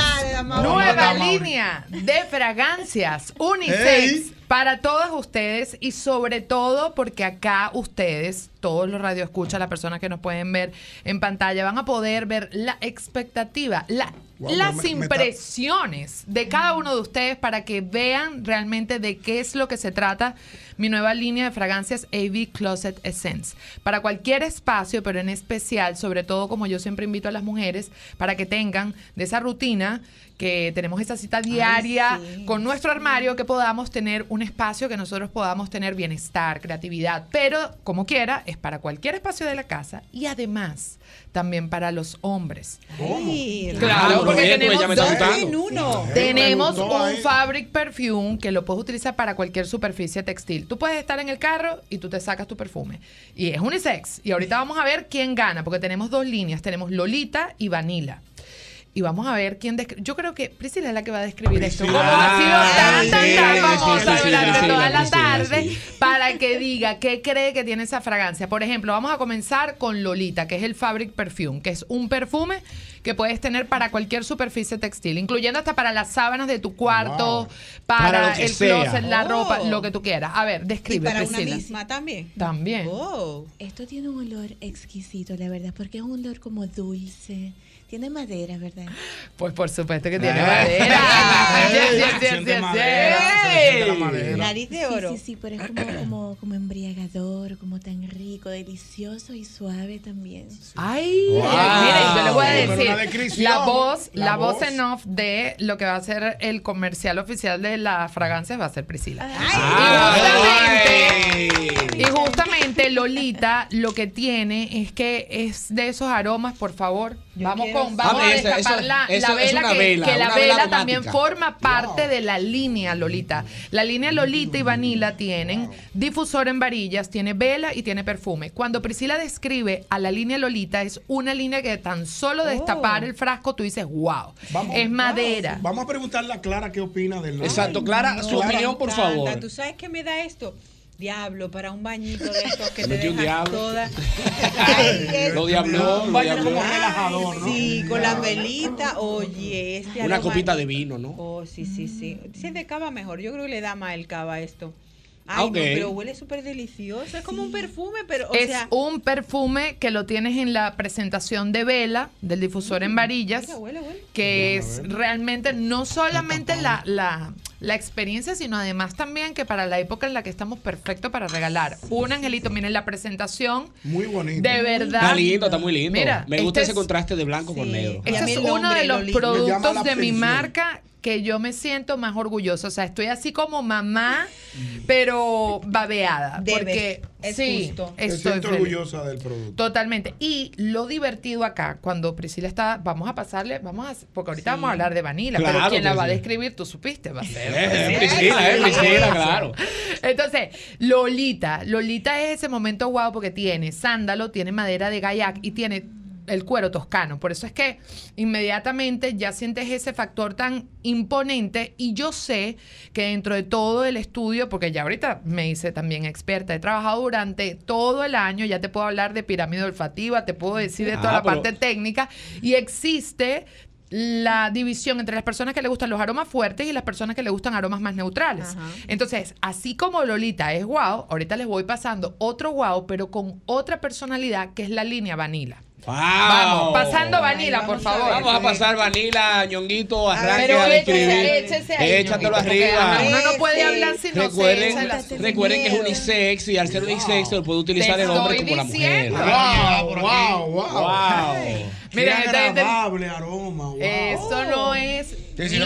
[SPEAKER 7] nueva línea de fragancias unisex
[SPEAKER 18] Ey.
[SPEAKER 7] para todas ustedes y sobre todo porque acá ustedes, todos los radioescuchas, las personas que nos pueden ver en pantalla, van a poder ver la expectativa, la-
[SPEAKER 19] Wow,
[SPEAKER 7] las
[SPEAKER 19] me- me- me está-
[SPEAKER 7] impresiones de cada uno de ustedes para que vean realmente de qué es lo que se trata mi nueva línea de fragancias AV Closet Essence. Para cualquier espacio, pero en especial, sobre todo como yo siempre invito a las mujeres, para que tengan de esa rutina que tenemos esa cita diaria con nuestro armario, que podamos tener un espacio que nosotros podamos tener bienestar, creatividad, pero como quiera, es para cualquier espacio de la casa y además también para los hombres. Claro,
[SPEAKER 4] Claro,
[SPEAKER 7] porque
[SPEAKER 4] bien, pues,
[SPEAKER 7] tenemos
[SPEAKER 4] ya me está gustando.
[SPEAKER 7] uno.
[SPEAKER 4] Sí,
[SPEAKER 7] Tenemos
[SPEAKER 4] me
[SPEAKER 7] un
[SPEAKER 4] gustó ahí.
[SPEAKER 7] fabric perfume que lo puedes utilizar para cualquier superficie textil. Tú puedes estar en el carro y tú te sacas tu perfume. Y es unisex. Y ahorita vamos a ver quién gana, porque tenemos dos líneas. Tenemos Lolita y Vanilla. Y vamos a ver quién describe. Yo creo que Priscila es la que va a describir esto. Como ha sido tan, tan, tan
[SPEAKER 19] sí,
[SPEAKER 7] famosa
[SPEAKER 19] Priscila,
[SPEAKER 7] durante
[SPEAKER 19] Priscila,
[SPEAKER 7] toda la
[SPEAKER 19] Priscila,
[SPEAKER 7] tarde para que diga qué cree que tiene esa fragancia. Por ejemplo, vamos a comenzar con Lolita, que es el Fabric Perfume, que es un perfume que puedes tener para cualquier superficie textil, incluyendo hasta para las sábanas de tu cuarto,
[SPEAKER 19] Wow.
[SPEAKER 7] para,
[SPEAKER 19] Para lo que
[SPEAKER 7] el
[SPEAKER 19] sea.
[SPEAKER 7] closet, la
[SPEAKER 19] Oh.
[SPEAKER 7] ropa, lo que tú quieras. A ver,
[SPEAKER 21] Y
[SPEAKER 7] describe,
[SPEAKER 21] para una
[SPEAKER 7] Priscila.
[SPEAKER 8] Ah,
[SPEAKER 21] misma también.
[SPEAKER 7] También.
[SPEAKER 21] Esto tiene un olor exquisito, la verdad, porque es un olor como dulce. Tiene madera, ¿verdad?
[SPEAKER 7] Pues por supuesto que tiene
[SPEAKER 19] Ah.
[SPEAKER 7] [LAUGHS]
[SPEAKER 19] [LAUGHS]
[SPEAKER 7] madera.
[SPEAKER 19] Ah,
[SPEAKER 7] Yes, yes,
[SPEAKER 19] siente
[SPEAKER 7] yes, yes,
[SPEAKER 19] madera,
[SPEAKER 7] yes.
[SPEAKER 19] se siente la madera.
[SPEAKER 21] Nariz
[SPEAKER 7] de oro.
[SPEAKER 21] Sí, sí, sí, pero es como, como, como embriagador, como tan rico, delicioso y suave también.
[SPEAKER 7] Ay,
[SPEAKER 19] Wow.
[SPEAKER 7] miren, yo le voy a
[SPEAKER 19] Pero una
[SPEAKER 7] decir
[SPEAKER 19] descripción.
[SPEAKER 7] la voz, la,
[SPEAKER 19] La
[SPEAKER 7] voz
[SPEAKER 19] voz.
[SPEAKER 7] en off de lo que va a ser el comercial oficial de las fragancias va a ser Priscila. Y justamente, y justamente Lolita lo que tiene es que es de esos aromas, por favor. vamos
[SPEAKER 19] quiero
[SPEAKER 7] con, vamos a
[SPEAKER 19] saber. Ah, Eso-
[SPEAKER 7] destapar
[SPEAKER 19] eso-
[SPEAKER 7] la,
[SPEAKER 19] eso
[SPEAKER 7] la
[SPEAKER 19] es
[SPEAKER 7] vela,
[SPEAKER 19] una
[SPEAKER 7] que,
[SPEAKER 19] vela,
[SPEAKER 7] que la
[SPEAKER 19] una
[SPEAKER 7] vela,
[SPEAKER 19] vela
[SPEAKER 7] también
[SPEAKER 19] aromática.
[SPEAKER 7] forma parte de la línea Lolita. La línea Lolita y Vanilla tienen difusor en varillas, tiene vela y tiene perfume. Cuando Priscila describe a la línea Lolita, es una línea que tan solo destapar el frasco tú dices, wow, es madera.
[SPEAKER 17] Oh. Vamos a preguntarle a Clara qué opina del
[SPEAKER 4] Exacto, Clara, su opinión, por
[SPEAKER 8] encanta.
[SPEAKER 4] favor.
[SPEAKER 8] ¿Tú sabes qué me da esto? Diablo, para un bañito de estos que te
[SPEAKER 4] Metí un
[SPEAKER 8] dejan
[SPEAKER 4] diablo. [LAUGHS]
[SPEAKER 8] toda.
[SPEAKER 4] Lo diablo,
[SPEAKER 8] Un
[SPEAKER 4] lo
[SPEAKER 8] baño
[SPEAKER 4] diablo.
[SPEAKER 8] como relajador, Sí, con la velita, oye. Este
[SPEAKER 4] Una
[SPEAKER 8] aroma-
[SPEAKER 4] copita de vino, ¿no?
[SPEAKER 8] Oh, sí, sí, sí. Si es de cava mejor, yo creo que le da más el cava a esto. Ay,
[SPEAKER 4] Ah,
[SPEAKER 7] Ok.
[SPEAKER 8] no, pero huele súper delicioso. Es como un perfume, pero, o
[SPEAKER 7] es
[SPEAKER 8] sea...
[SPEAKER 7] un perfume que lo tienes en la presentación de vela del difusor en varillas, que es realmente no solamente la, la, la experiencia, sino además también que para la época en la que estamos perfecto para regalar. Un angelito, miren la presentación.
[SPEAKER 17] Muy bonito.
[SPEAKER 7] De verdad.
[SPEAKER 4] Está lindo, está muy lindo.
[SPEAKER 7] Mira,
[SPEAKER 4] me gusta
[SPEAKER 7] este
[SPEAKER 4] ese
[SPEAKER 7] es-
[SPEAKER 4] contraste de blanco con negro.
[SPEAKER 7] Este es uno de los productos de mi marca que yo me siento más orgullosa. O sea, estoy así como mamá, pero babeada.
[SPEAKER 8] Debes.
[SPEAKER 7] porque
[SPEAKER 8] Es
[SPEAKER 7] sí,
[SPEAKER 8] justo.
[SPEAKER 7] estoy
[SPEAKER 17] Me siento
[SPEAKER 7] feliz.
[SPEAKER 17] orgullosa del producto.
[SPEAKER 7] Totalmente. Y lo divertido acá, cuando Priscila está, vamos a pasarle, vamos a, porque ahorita vamos a hablar de Vanilla, pero
[SPEAKER 4] Claro,
[SPEAKER 7] quien la va a
[SPEAKER 4] Priscila.
[SPEAKER 7] describir, tú supiste, va a ser.
[SPEAKER 4] Eh, Priscila, eh, Priscila, claro.
[SPEAKER 7] Entonces, Lolita, Lolita es ese momento guau porque tiene sándalo, tiene madera de gayak y tiene el cuero toscano. Por eso es que inmediatamente ya sientes ese factor tan imponente y yo sé que dentro de todo el estudio, porque ya ahorita me hice también experta, he trabajado durante todo el año, ya te puedo hablar de pirámide olfativa, te puedo decir de toda
[SPEAKER 19] Ah,
[SPEAKER 7] la
[SPEAKER 19] pero-
[SPEAKER 7] parte técnica y existe la división entre las personas que le gustan los aromas fuertes y las personas que le gustan aromas más neutrales. Entonces, así como Lolita es guau, ahorita les voy pasando otro guau, pero con otra personalidad que es la línea vanilla. Vamos, pasando vanilla, por favor.
[SPEAKER 4] Vamos a pasar vanilla, ñonguito, Ah, arranque
[SPEAKER 7] pero
[SPEAKER 4] a describir.
[SPEAKER 7] échese, échese ahí,
[SPEAKER 4] Échatelo
[SPEAKER 7] ñonguito, porque,
[SPEAKER 4] arriba.
[SPEAKER 7] ajá, uno no puede hablar si no se
[SPEAKER 4] recuerden,
[SPEAKER 7] echa el azúcar.
[SPEAKER 4] Recuerden que es unisex y al ser unisex se lo puede utilizar
[SPEAKER 7] Te
[SPEAKER 4] el hombre
[SPEAKER 7] estoy
[SPEAKER 4] como la mujer.
[SPEAKER 7] diciendo.
[SPEAKER 17] Wow, wow, wow.
[SPEAKER 4] Wow.
[SPEAKER 7] Mira,
[SPEAKER 17] Qué
[SPEAKER 7] está- está-
[SPEAKER 17] agradable aroma. Wow.
[SPEAKER 7] Eso
[SPEAKER 8] Oh.
[SPEAKER 7] no es.
[SPEAKER 17] Ey,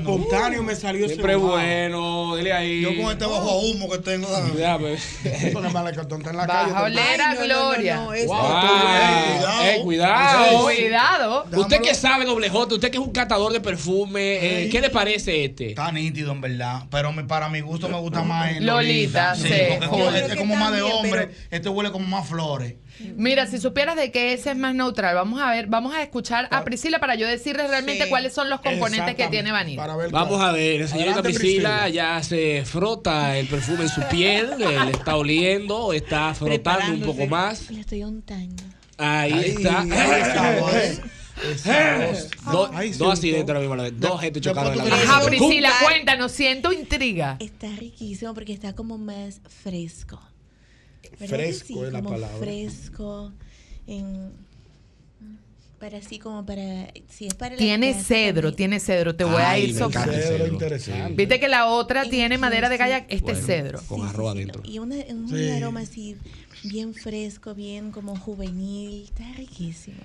[SPEAKER 17] espontáneo me salió ese
[SPEAKER 4] Siempre
[SPEAKER 17] wow.
[SPEAKER 4] bueno, dile ahí.
[SPEAKER 17] Yo con este bajo a humo que tengo. dame.
[SPEAKER 4] Ya, pues.
[SPEAKER 17] [LAUGHS] Porque me la que está en la
[SPEAKER 7] Baja
[SPEAKER 17] calle.
[SPEAKER 7] olera, Gloria.
[SPEAKER 17] Wow. Ey, cuidado.
[SPEAKER 4] Eh, cuidado. Cuidado.
[SPEAKER 7] Sí. Cuidado.
[SPEAKER 4] Usted que sabe, doble J, usted que es un catador de perfume, eh,
[SPEAKER 14] Sí.
[SPEAKER 4] ¿qué le parece este?
[SPEAKER 14] Está nítido, en verdad. Pero mi- para mi gusto me gusta más el
[SPEAKER 7] Lolita, sí.
[SPEAKER 14] Sí, porque
[SPEAKER 7] Yo
[SPEAKER 14] como-
[SPEAKER 7] creo
[SPEAKER 14] este
[SPEAKER 7] que
[SPEAKER 14] es como más de
[SPEAKER 7] también,
[SPEAKER 14] hombre. Este huele como más flores.
[SPEAKER 7] Mira, si supieras de que ese es más neutral, vamos a ver, vamos a escuchar a Priscila para yo decirles realmente cuáles son los componentes que
[SPEAKER 4] Exactamente,
[SPEAKER 7] tiene Vanilla.
[SPEAKER 4] Vamos a ver, señorita
[SPEAKER 7] Adelante,
[SPEAKER 4] Priscila ya se frota el perfume en su piel, eh, le está oliendo, está frotando un poco más.
[SPEAKER 21] Le estoy untando.
[SPEAKER 4] Ahí
[SPEAKER 21] Ay,
[SPEAKER 4] está.
[SPEAKER 21] esa voz,
[SPEAKER 4] Eh, Dos dos accidentes ahora mismo, a la vez, dos gente chocaron en la misma
[SPEAKER 7] Ajá,
[SPEAKER 4] vez.
[SPEAKER 7] Priscila, cuéntanos, siento intriga.
[SPEAKER 21] Está riquísimo porque está como más fresco. ¿Verdad que
[SPEAKER 17] Fresco
[SPEAKER 21] sí?
[SPEAKER 17] es la
[SPEAKER 21] Como
[SPEAKER 17] palabra.
[SPEAKER 21] Fresco. en- para así como para... Si es para la
[SPEAKER 7] Tiene
[SPEAKER 21] casa
[SPEAKER 7] cedro,
[SPEAKER 21] también.
[SPEAKER 7] tiene cedro, te voy a ir
[SPEAKER 17] Cedro,
[SPEAKER 7] soplando.
[SPEAKER 17] interesante.
[SPEAKER 7] Viste que la otra tiene madera de galla, este es cedro.
[SPEAKER 4] Con arroz adentro.
[SPEAKER 21] Y una- un
[SPEAKER 4] Sí.
[SPEAKER 21] aroma así bien fresco, bien como juvenil. Está riquísimo.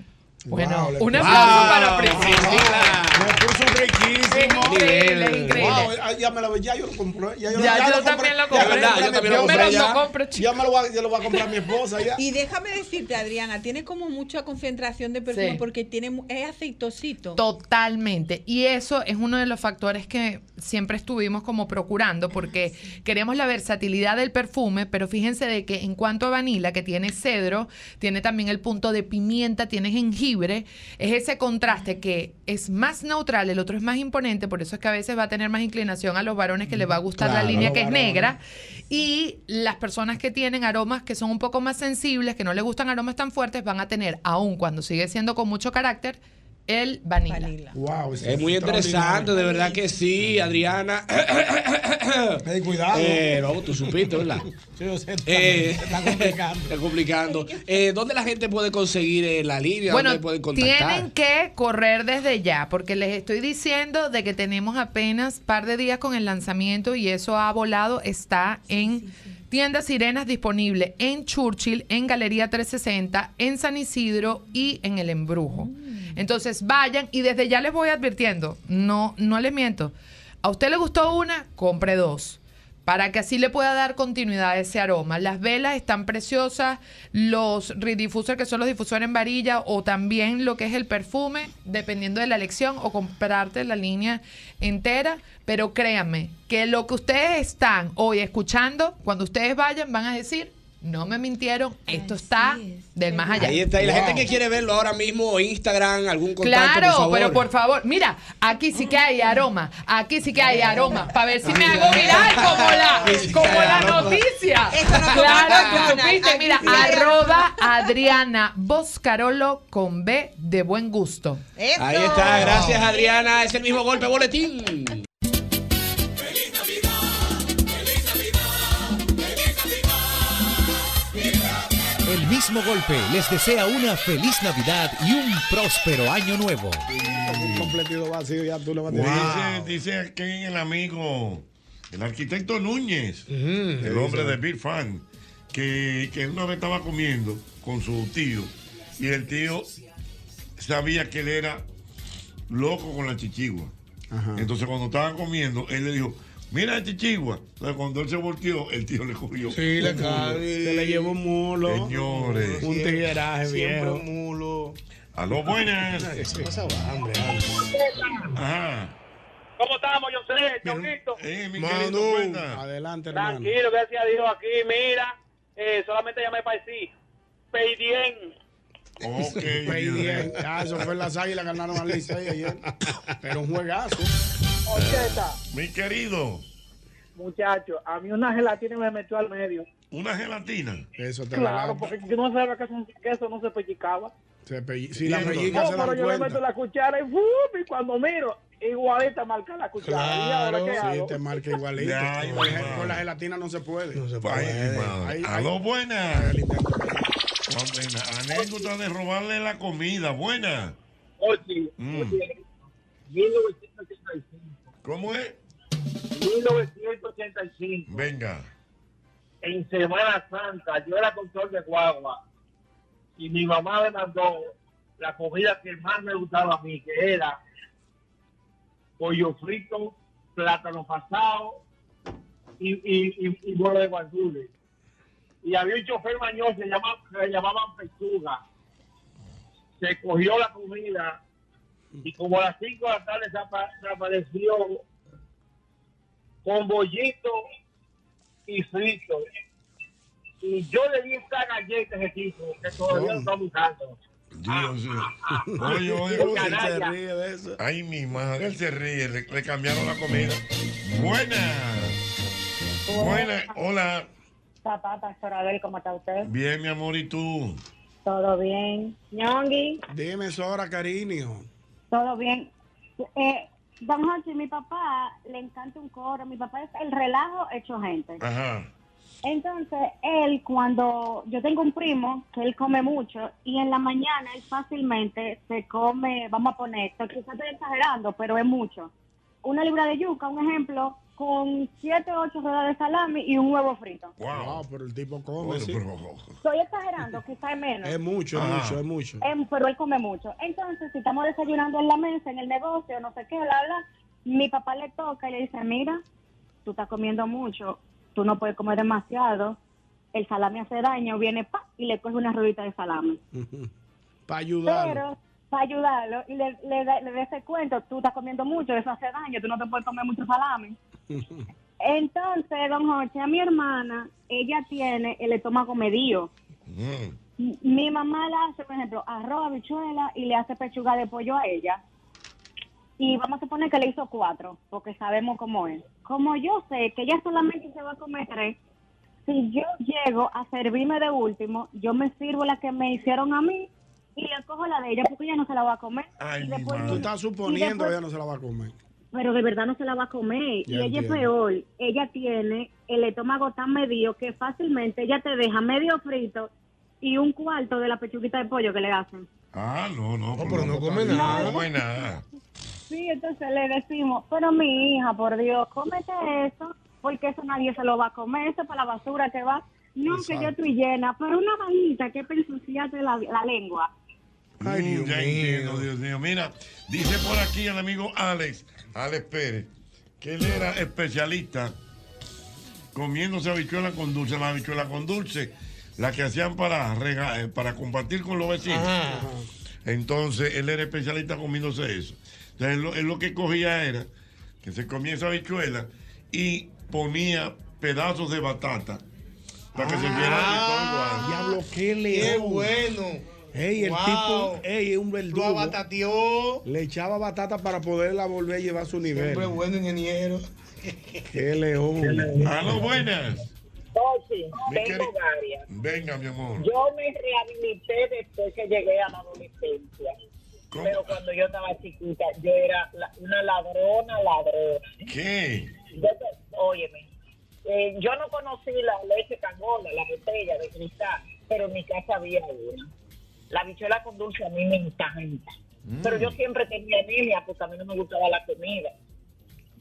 [SPEAKER 7] Bueno,
[SPEAKER 17] le-
[SPEAKER 7] un aplauso para
[SPEAKER 17] Priscila. Me puso riquísimo.
[SPEAKER 7] Increíble, increíble.
[SPEAKER 17] Wow, ay, ya me lo ya yo lo compré. Ya yo, lo-
[SPEAKER 7] Ya, yo
[SPEAKER 17] lo
[SPEAKER 7] también lo
[SPEAKER 17] ya
[SPEAKER 7] compré.
[SPEAKER 17] lo
[SPEAKER 7] Yo también lo
[SPEAKER 17] mi
[SPEAKER 7] compré,
[SPEAKER 17] esposa
[SPEAKER 7] ya.
[SPEAKER 17] Ya me lo voy a, ya lo voy a comprar a mi esposa ya.
[SPEAKER 8] Y déjame decirte, Adriana, tiene como mucha concentración de perfume
[SPEAKER 7] Sí.
[SPEAKER 8] porque tiene, mu- es aceitosito.
[SPEAKER 7] Totalmente. Y eso es uno de los factores que siempre estuvimos como procurando porque
[SPEAKER 27] Ah,
[SPEAKER 7] queremos la versatilidad del perfume, pero fíjense de que en cuanto a vanilla, que tiene cedro, tiene también el punto de pimienta, tiene jengibre, es ese contraste que es más neutral, el otro es más imponente, por eso es que a veces va a tener más inclinación a los varones que les va a gustar
[SPEAKER 27] Mm, Claro,
[SPEAKER 7] la línea
[SPEAKER 27] los
[SPEAKER 7] que es
[SPEAKER 27] varones.
[SPEAKER 7] negra. Y las personas que tienen aromas que son un poco más sensibles, que no les gustan aromas tan fuertes, van a tener, aún cuando sigue siendo con mucho carácter, el vanilla.
[SPEAKER 17] Wow,
[SPEAKER 4] Es muy interesante, de verdad que sí, Adriana. [COUGHS]
[SPEAKER 17] cuidado.
[SPEAKER 4] Eh, no, tú supiste, ¿verdad?
[SPEAKER 17] Sí, yo sé, está-
[SPEAKER 4] Eh,
[SPEAKER 17] está complicado.
[SPEAKER 4] [LAUGHS] está complicando. Eh, ¿Dónde la gente puede conseguir eh, la línea?
[SPEAKER 7] Bueno,
[SPEAKER 4] ¿Dónde pueden contactar?
[SPEAKER 7] tienen que correr desde ya, porque les estoy diciendo de que tenemos apenas par de días con el lanzamiento y eso ha volado, está en tiendas sirenas disponible en Churchill, en Galería 360, en San Isidro y en El Embrujo. Mm. Entonces vayan y desde ya les voy advirtiendo, no, no les miento. A usted le gustó una, compre dos para que así le pueda dar continuidad a ese aroma. Las velas están preciosas, los redifusores que son los difusores en varilla o también lo que es el perfume, dependiendo de la elección o comprarte la línea entera, pero créanme que lo que ustedes están hoy escuchando, cuando ustedes vayan van a decir, no me mintieron, esto está del más allá.
[SPEAKER 4] Ahí está. Y la gente que quiere verlo ahora mismo, Instagram, algún contacto,
[SPEAKER 7] Claro,
[SPEAKER 4] por favor.
[SPEAKER 7] pero por favor, mira, aquí sí que hay aroma, aquí sí que hay aroma, para ver si me hago viral como
[SPEAKER 4] [LAUGHS]
[SPEAKER 7] la, como la noticia.
[SPEAKER 8] Eso no
[SPEAKER 7] claro,
[SPEAKER 8] toma
[SPEAKER 7] tú
[SPEAKER 8] bacana.
[SPEAKER 7] supiste,
[SPEAKER 8] Aquí
[SPEAKER 7] mira,
[SPEAKER 8] sí hay
[SPEAKER 7] arroba Adriana Boscarolo con B de buen gusto.
[SPEAKER 4] Ahí está, gracias Adriana. Es el mismo golpe, boletín.
[SPEAKER 18] El mismo golpe les desea una feliz Navidad y un próspero año nuevo.
[SPEAKER 17] [LAUGHS] Un completito vacío ya tú lo vas a tener.
[SPEAKER 19] Dice, dice aquí el amigo, el arquitecto Núñez, el hombre de Big Fan, que, que una vez estaba comiendo con su tío y el tío sabía que él era loco con la chichigua. Entonces cuando estaban comiendo, él le dijo, mira la chichigua. Entonces cuando él se volteó, el tío le cogió.
[SPEAKER 17] Sí, le
[SPEAKER 19] un
[SPEAKER 17] ca-
[SPEAKER 19] mulo.
[SPEAKER 17] se le llevó un mulo.
[SPEAKER 19] Señores.
[SPEAKER 17] Un tigueraje
[SPEAKER 19] Siempre
[SPEAKER 17] viejo.
[SPEAKER 19] un
[SPEAKER 17] mulo.
[SPEAKER 19] Aló, buenas.
[SPEAKER 17] hambre,
[SPEAKER 19] Ajá.
[SPEAKER 2] ¿Cómo estamos, José? Chonquito.
[SPEAKER 17] Manu, adelante, hermano.
[SPEAKER 2] Tranquilo, gracias a Dios. Aquí, mira, eh, solamente llamé para decir, Peidien.
[SPEAKER 19] Ok.
[SPEAKER 17] Pay 10. Ah, eso fue las águilas ganaron al Licey ayer. Pero un juegazo.
[SPEAKER 19] Mi querido,
[SPEAKER 12] Muchacho, a mí una gelatina me metió al medio.
[SPEAKER 19] una gelatina.
[SPEAKER 17] Eso te
[SPEAKER 12] Claro,
[SPEAKER 17] relata.
[SPEAKER 12] porque yo no sabía que eso, que eso no se pellizcaba.
[SPEAKER 17] Se pelli- Si la
[SPEAKER 19] No,
[SPEAKER 17] pellica
[SPEAKER 12] no,
[SPEAKER 17] se
[SPEAKER 12] pero
[SPEAKER 17] dan
[SPEAKER 12] yo le meto
[SPEAKER 17] cuenta.
[SPEAKER 12] la cuchara y, ¡fum! y cuando miro, igualita marca la cuchara. ¿Y ahora
[SPEAKER 17] Claro,
[SPEAKER 12] qué
[SPEAKER 17] sí,
[SPEAKER 12] hago?
[SPEAKER 17] te marca igualito.
[SPEAKER 19] Ya, ay,
[SPEAKER 17] Con
[SPEAKER 19] mi
[SPEAKER 17] la-
[SPEAKER 19] madre.
[SPEAKER 17] con la gelatina no se puede. No se
[SPEAKER 19] Ay, mi madre. Aló, buenas. Condena. Anécdota de robarle la comida. Buena.
[SPEAKER 12] Oye,
[SPEAKER 19] Mm.
[SPEAKER 12] oye, 1985.
[SPEAKER 19] ¿Cómo es?
[SPEAKER 12] 1985.
[SPEAKER 19] Venga.
[SPEAKER 12] en Semana Santa, yo era control de guagua y mi mamá me mandó la comida que más me gustaba a mí, que era pollo frito, plátano pasado y, y, y, y huevo de guandules. Y había un chofer mañoso, se llamaba, se llamaban pechuga. se cogió la comida y como a las 5 de la tarde se, apa- se apareció con bollito y frito. Y yo le di esta galleta a ese tipo, que todavía lo estamos usando. Ah,
[SPEAKER 19] Dios mío. Oye, oye, ¿cómo se-
[SPEAKER 12] Canalla.
[SPEAKER 19] Ay, mi madre, él se ríe, le, le cambiaron la comida. Buenas. Buenas, hola.
[SPEAKER 28] Papá, Pastor Abel, ¿cómo está usted?
[SPEAKER 19] Bien, mi amor, ¿y tú?
[SPEAKER 28] Todo bien. Ñongui,
[SPEAKER 17] Dime, Sora, cariño.
[SPEAKER 28] todo bien. Eh, don Jorge, mi papá le encanta un coro. Mi papá es el relajo hecho gente.
[SPEAKER 19] Ajá.
[SPEAKER 28] Entonces, él cuando... Yo tengo un primo que él come mucho y en la mañana él fácilmente se come, vamos a poner esto, quizás estoy exagerando, pero es mucho. Una libra de yuca, un ejemplo, con siete o ocho rodajas de salami y un huevo frito.
[SPEAKER 19] Wow.
[SPEAKER 17] pero el tipo come. sí.
[SPEAKER 28] Estoy exagerando, quizás es menos.
[SPEAKER 17] Es mucho, es
[SPEAKER 28] Ajá.
[SPEAKER 17] mucho, es mucho.
[SPEAKER 28] Em, pero él come mucho. Entonces, si estamos desayunando en la mesa, en el negocio, no sé qué, bla, bla, mi papá le toca y le dice, mira, tú estás comiendo mucho, tú no puedes comer demasiado, el salami hace daño, viene pa, y le coge una ruedita de salami.
[SPEAKER 17] Para ayudar.
[SPEAKER 28] Pero, para ayudarlo, y le, le, da- le da ese cuento, tú estás comiendo mucho, eso hace daño, tú no te puedes comer mucho salami. Entonces, don Jorge, a mi hermana, ella tiene el estómago medido. M- Mi mamá le hace, por ejemplo, arroz, habichuela y le hace pechuga de pollo a ella. Y vamos a suponer que le hizo cuatro, porque sabemos cómo es. Como yo sé que ella solamente se va a comer tres, si yo llego a servirme de último, yo me sirvo la que me hicieron a mí y le cojo la de ella porque ella no se la va a comer.
[SPEAKER 17] Ay,
[SPEAKER 28] mi después- madre.
[SPEAKER 17] Tú estás suponiendo
[SPEAKER 28] después-
[SPEAKER 17] que ella no se la va a comer.
[SPEAKER 28] Pero de verdad no se la va a comer. y
[SPEAKER 17] Ya
[SPEAKER 28] ella
[SPEAKER 17] entiendo.
[SPEAKER 28] es peor. Ella tiene el estómago tan medio que fácilmente ella te deja medio frito y un cuarto de la pechuguita de pollo que le hacen.
[SPEAKER 19] Ah, no, no. pero
[SPEAKER 29] no come nada.
[SPEAKER 19] No come nada.
[SPEAKER 28] Sí, entonces le decimos, pero mi hija, por Dios, cómete eso, porque eso nadie se lo va a comer, eso es para la basura que va. No, que yo
[SPEAKER 19] Exacto.
[SPEAKER 28] estoy llena, pero una vainita que pensuciate la, la lengua.
[SPEAKER 19] Ay, Dios ya entiendo, Dios mío. Mira, dice por aquí el amigo Alex, Alex Pérez, que él era especialista comiéndose habichuela con dulce. La habichuela con dulce, la que hacían para, rega- eh, para compartir con los vecinos. Entonces, él era especialista comiéndose eso. Entonces, él lo, él lo que cogía era que se comía esa habichuela y ponía pedazos de batata para que se
[SPEAKER 29] Ah.
[SPEAKER 19] viera el
[SPEAKER 17] Diablo, qué león.
[SPEAKER 19] Qué bueno.
[SPEAKER 17] Ey, el
[SPEAKER 19] Wow.
[SPEAKER 17] tipo, ey, es un verdugo.
[SPEAKER 19] Lo
[SPEAKER 17] Le echaba batata para poderla volver a llevar a su nivel.
[SPEAKER 30] Hombre
[SPEAKER 17] bueno, ingeniero. Qué león.
[SPEAKER 19] A lo buenas.
[SPEAKER 28] Oye,
[SPEAKER 19] Mi
[SPEAKER 28] tengo
[SPEAKER 19] queri-
[SPEAKER 28] varias.
[SPEAKER 19] Venga, mi amor.
[SPEAKER 28] Yo me rehabilité después que llegué a la adolescencia. Pero cuando yo estaba chiquita, yo era la- una ladrona, ladrona.
[SPEAKER 19] ¿Qué?
[SPEAKER 28] Yo te- óyeme, eh, yo no conocí la leche cangola, la botella de cristal, pero en mi casa había una. La bichuela con dulce a mí me encanta.
[SPEAKER 19] Mm.
[SPEAKER 28] Pero yo siempre tenía anemia porque a mí no me gustaba la comida.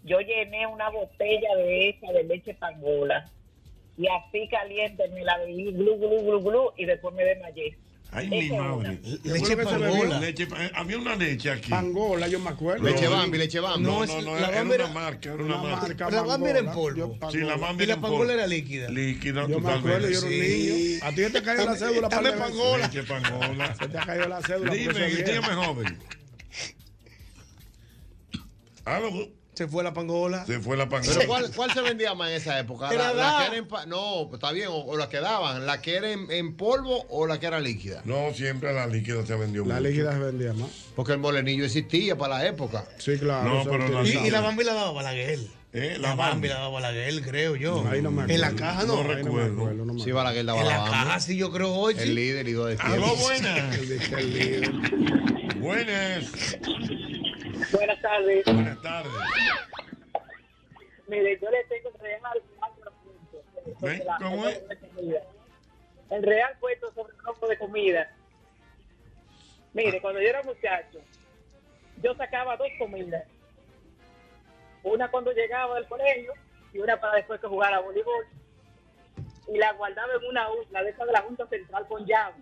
[SPEAKER 28] Yo llené una botella de esa de leche pangola y así caliente me la bebí, glu, glu, glu, glu, y después me desmayé.
[SPEAKER 19] Ay, mi
[SPEAKER 28] Esa es
[SPEAKER 19] madre.
[SPEAKER 28] una.
[SPEAKER 19] Leche
[SPEAKER 17] pangola.
[SPEAKER 19] Leche, pa- eh, había una leche aquí.
[SPEAKER 17] Pangola, yo me acuerdo.
[SPEAKER 19] Leche
[SPEAKER 17] Bambi,
[SPEAKER 19] Bambi,
[SPEAKER 17] leche
[SPEAKER 19] Bambi. No, no, no, era una marca, era una marca. La Bambi era en polvo. Sí, la Bambi
[SPEAKER 29] Y la
[SPEAKER 19] era en
[SPEAKER 29] pangola
[SPEAKER 19] polvo.
[SPEAKER 29] era líquida.
[SPEAKER 19] Líquida,
[SPEAKER 17] Yo me
[SPEAKER 19] totalmente.
[SPEAKER 17] acuerdo, yo era un niño. A ti ya te cayó la cédula.
[SPEAKER 29] Dame
[SPEAKER 17] par de veces.
[SPEAKER 29] pangola.
[SPEAKER 19] Leche pangola.
[SPEAKER 17] Se te cayó la cédula. por eso
[SPEAKER 19] Dime,
[SPEAKER 17] es bien.
[SPEAKER 19] dime, joven.
[SPEAKER 29] Se fue la pangola.
[SPEAKER 19] Ah, Se fue la pangola.
[SPEAKER 27] Pero ¿cuál, cuál se vendía más en esa época?
[SPEAKER 29] Era
[SPEAKER 27] La, la
[SPEAKER 29] da.
[SPEAKER 27] que era en pa- no, está bien, o, o la que daban, la que era en, en polvo o la que era líquida.
[SPEAKER 19] No, siempre la líquida se vendió
[SPEAKER 17] La líquida se vendía más.
[SPEAKER 27] Porque el molenillo existía para la época.
[SPEAKER 17] Sí, claro.
[SPEAKER 19] No, pero la-
[SPEAKER 29] Y, y la Bambi la daba Balaguer.
[SPEAKER 19] ¿Eh?
[SPEAKER 29] La, Bambi la daba Balaguer, creo yo. En la caja no.
[SPEAKER 27] No
[SPEAKER 19] recuerdo.
[SPEAKER 27] Sí, Balaguer daba
[SPEAKER 29] En la
[SPEAKER 27] Bambi.
[SPEAKER 29] caja sí, yo creo hoy.
[SPEAKER 27] El líder y dos de
[SPEAKER 19] A lo Ah, buenas. buenas.
[SPEAKER 28] Buenas tardes.
[SPEAKER 19] Buenas tardes.
[SPEAKER 28] Mire, yo le tengo el real cuatro puntos.
[SPEAKER 19] ¿Ven? ¿Cómo es?
[SPEAKER 28] El real puesto sobre el campo de comida. Mire, cuando yo era muchacho, yo sacaba dos comidas. Una cuando llegaba del colegio y una para después que jugara voleibol. Y la guardaba en una urna de esa de la Junta Central con llave.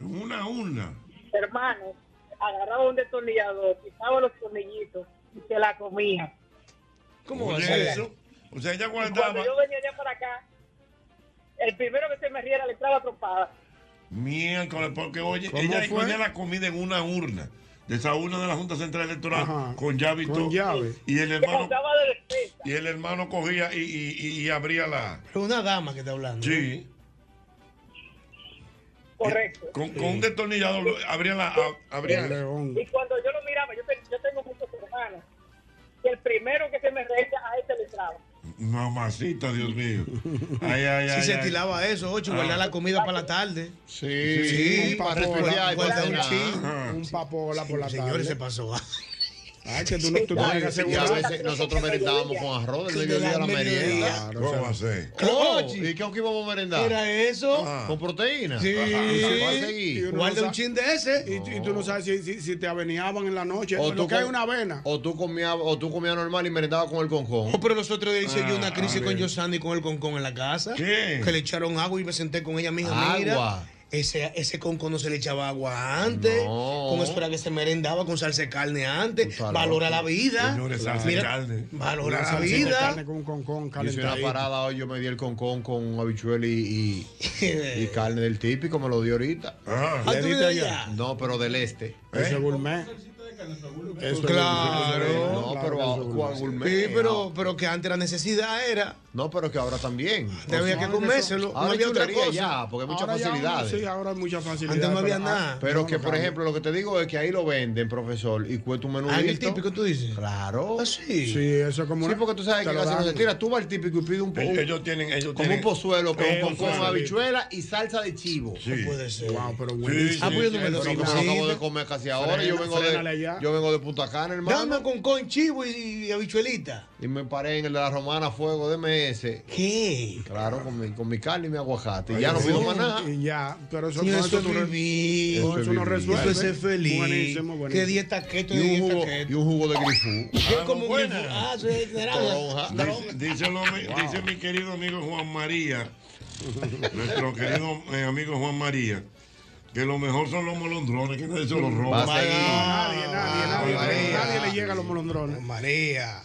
[SPEAKER 19] Una una.
[SPEAKER 28] Hermano, agarraba un destornillador, quitaba los tornillitos y se la comía.
[SPEAKER 19] ¿Cómo
[SPEAKER 28] va a ser?
[SPEAKER 19] eso? O sea, ella
[SPEAKER 28] Cuando
[SPEAKER 19] guardaba.
[SPEAKER 28] yo venía allá para acá, el primero que se me riera le entraba trompada.
[SPEAKER 19] Miércoles, porque oye, ¿Cómo ella fue? escondía la comida en una urna. De esa urna de la Junta Central Electoral con llave y
[SPEAKER 17] con
[SPEAKER 19] todo.
[SPEAKER 17] llave.
[SPEAKER 19] Y el hermano,
[SPEAKER 2] Contaba de despensa.
[SPEAKER 19] y el hermano cogía y, y- y- y abría la.
[SPEAKER 29] Pero una dama que está hablando.
[SPEAKER 19] Sí.
[SPEAKER 2] Correcto.
[SPEAKER 19] Con, con un destornillador lo- abría la. a- abría
[SPEAKER 2] El Y cuando yo lo miraba, yo, te- yo tengo muchos hermanos. Y el primero que se me reía a este le entraba.
[SPEAKER 19] Mamacita, Dios mío. Ay, ay,
[SPEAKER 29] si
[SPEAKER 19] ay.
[SPEAKER 29] se
[SPEAKER 19] ay.
[SPEAKER 29] estilaba eso, ocho,
[SPEAKER 19] Ah.
[SPEAKER 29] guardar la comida para la tarde.
[SPEAKER 19] Sí,
[SPEAKER 29] sí,
[SPEAKER 19] un
[SPEAKER 29] para
[SPEAKER 19] papo,
[SPEAKER 29] respirar,
[SPEAKER 19] un
[SPEAKER 29] guardar un
[SPEAKER 19] papo.
[SPEAKER 29] chin.
[SPEAKER 19] Ajá.
[SPEAKER 11] Un papola por la tarde.
[SPEAKER 29] Señores, se pasó.
[SPEAKER 11] Ay, que tú no tú
[SPEAKER 27] Ay,
[SPEAKER 11] tienes que
[SPEAKER 27] y a
[SPEAKER 11] asegurar.
[SPEAKER 27] veces nosotros merendábamos con arroz del mediodía a la merienda.
[SPEAKER 19] Claro, ¿Cómo hacer?
[SPEAKER 27] Oh, ¿Y qué íbamos a merendar?
[SPEAKER 11] Era eso.
[SPEAKER 27] ¿Con proteína?
[SPEAKER 11] Sí.
[SPEAKER 27] Ajá. ¿Cuál
[SPEAKER 11] Ah. Y
[SPEAKER 27] seguí?
[SPEAKER 11] uno no sabe- Y, tú- y tú no sabes si, si- si te aveneaban en la noche.
[SPEAKER 27] O
[SPEAKER 11] lo
[SPEAKER 27] tú
[SPEAKER 11] que hay
[SPEAKER 27] com-
[SPEAKER 11] una avena.
[SPEAKER 27] O tú comías o tú comías normal y merendabas con el concón.
[SPEAKER 29] No, pero los otros días hice yo
[SPEAKER 27] Ah,
[SPEAKER 29] una crisis
[SPEAKER 27] a
[SPEAKER 29] con
[SPEAKER 27] ver.
[SPEAKER 29] Yosani y con el concón en la casa.
[SPEAKER 27] ¿Qué?
[SPEAKER 29] Que le echaron agua y me senté con ella, mija,
[SPEAKER 27] Agua.
[SPEAKER 29] mira. Ese, ese concón no se le echaba agua antes. Con espera que se merendaba con salsa de carne antes.
[SPEAKER 19] Está
[SPEAKER 29] Valora
[SPEAKER 19] loco.
[SPEAKER 29] la vida.
[SPEAKER 19] Señores, salsa de
[SPEAKER 29] Mira,
[SPEAKER 19] carne.
[SPEAKER 29] Valora
[SPEAKER 19] Una
[SPEAKER 29] la
[SPEAKER 19] salsa de
[SPEAKER 29] vida.
[SPEAKER 11] Carne con
[SPEAKER 27] Yo
[SPEAKER 11] concón
[SPEAKER 27] hice una
[SPEAKER 11] calentadito.
[SPEAKER 27] parada hoy, yo me di el concón con habichuela y,
[SPEAKER 11] [LAUGHS]
[SPEAKER 27] y, y carne del típico, me lo dio ahorita.
[SPEAKER 19] Ah,
[SPEAKER 11] ¿Le ¿tú diste vives allá? allá?
[SPEAKER 27] No, pero del
[SPEAKER 29] ¿Eh?
[SPEAKER 27] este.
[SPEAKER 11] Eso es gourmet. Eso es gourmet.
[SPEAKER 27] Claro. No, pero
[SPEAKER 11] eso es gourmet.
[SPEAKER 27] a- a gourmet.
[SPEAKER 29] Sí, pero, pero que antes la necesidad era.
[SPEAKER 27] No, pero que ahora también.
[SPEAKER 11] Pues
[SPEAKER 29] Te había que comérselo. No
[SPEAKER 27] Ahora hay
[SPEAKER 29] había otra
[SPEAKER 27] chulería
[SPEAKER 29] cosa.
[SPEAKER 27] ya, porque hay muchas
[SPEAKER 11] Ahora ya uno-
[SPEAKER 27] facilidades.
[SPEAKER 11] Sí, ahora hay mucha facilidad.
[SPEAKER 29] Antes no había
[SPEAKER 11] pero-
[SPEAKER 29] nada.
[SPEAKER 27] Pero
[SPEAKER 11] no,
[SPEAKER 27] que,
[SPEAKER 11] no
[SPEAKER 27] por
[SPEAKER 11] cambia.
[SPEAKER 27] ejemplo, lo que te digo es que ahí lo venden, profesor, y cuesta un menú.
[SPEAKER 11] Ah, en el
[SPEAKER 29] típico tú dices? Ah,
[SPEAKER 27] Claro.
[SPEAKER 29] sí.
[SPEAKER 11] Sí, eso es como
[SPEAKER 27] Sí, porque tú sabes
[SPEAKER 11] te
[SPEAKER 27] que
[SPEAKER 11] lo
[SPEAKER 27] casi no
[SPEAKER 11] dan.
[SPEAKER 27] se tira. Tú vas al típico y pides un
[SPEAKER 19] Ellos,
[SPEAKER 27] poco.
[SPEAKER 19] ellos tienen. Ellos
[SPEAKER 27] Como
[SPEAKER 19] tienen-
[SPEAKER 27] un pozuelo con,
[SPEAKER 19] Eh,
[SPEAKER 27] con, con
[SPEAKER 19] pozuelo.
[SPEAKER 27] habichuela y salsa de chivo.
[SPEAKER 19] Sí.
[SPEAKER 11] Wow, pero
[SPEAKER 27] Sí,
[SPEAKER 29] Ah,
[SPEAKER 11] buenísimo.
[SPEAKER 29] pues
[SPEAKER 27] sí, sí, pero como yo acabo de comer casi ahora,
[SPEAKER 11] Frena-
[SPEAKER 27] yo, vengo
[SPEAKER 11] frénale
[SPEAKER 27] de,
[SPEAKER 11] ya.
[SPEAKER 27] yo vengo de Punta Cana, hermano.
[SPEAKER 29] Dame concón, chivo y, y habichuelita.
[SPEAKER 27] Y me paré en el de la romana fuego de MS.
[SPEAKER 29] ¿Qué?
[SPEAKER 27] Claro, con mi, con mi carne y mi aguacate. Y ya no pido
[SPEAKER 11] Sí,
[SPEAKER 27] más nada.
[SPEAKER 11] Y ya, pero eso
[SPEAKER 29] Sí,
[SPEAKER 11] con
[SPEAKER 29] eso
[SPEAKER 11] eso tú re-
[SPEAKER 29] vivir.
[SPEAKER 11] con eso no resuelve.
[SPEAKER 29] Eso es ser feliz.
[SPEAKER 11] Buenísimo, buenísimo.
[SPEAKER 29] ¿Qué dieta keto
[SPEAKER 27] Y
[SPEAKER 29] de
[SPEAKER 27] un
[SPEAKER 29] dieta
[SPEAKER 27] jugo,
[SPEAKER 29] keto?
[SPEAKER 27] y un jugo de grifú.
[SPEAKER 29] ¿Qué
[SPEAKER 19] Ah,
[SPEAKER 29] como
[SPEAKER 19] no, buena.
[SPEAKER 29] grifo? Ah, eso es
[SPEAKER 27] Toronja.
[SPEAKER 19] Dice, dice lo mi- dice mi querido amigo Juan María, nuestro querido eh, amigo Juan María, que lo mejor son los molondrones, que nadie se los roba. Ah,
[SPEAKER 27] Va a seguir.
[SPEAKER 11] Nadie, nadie, nadie, nadie, nadie le llega a los molondrones.
[SPEAKER 29] Ah, María.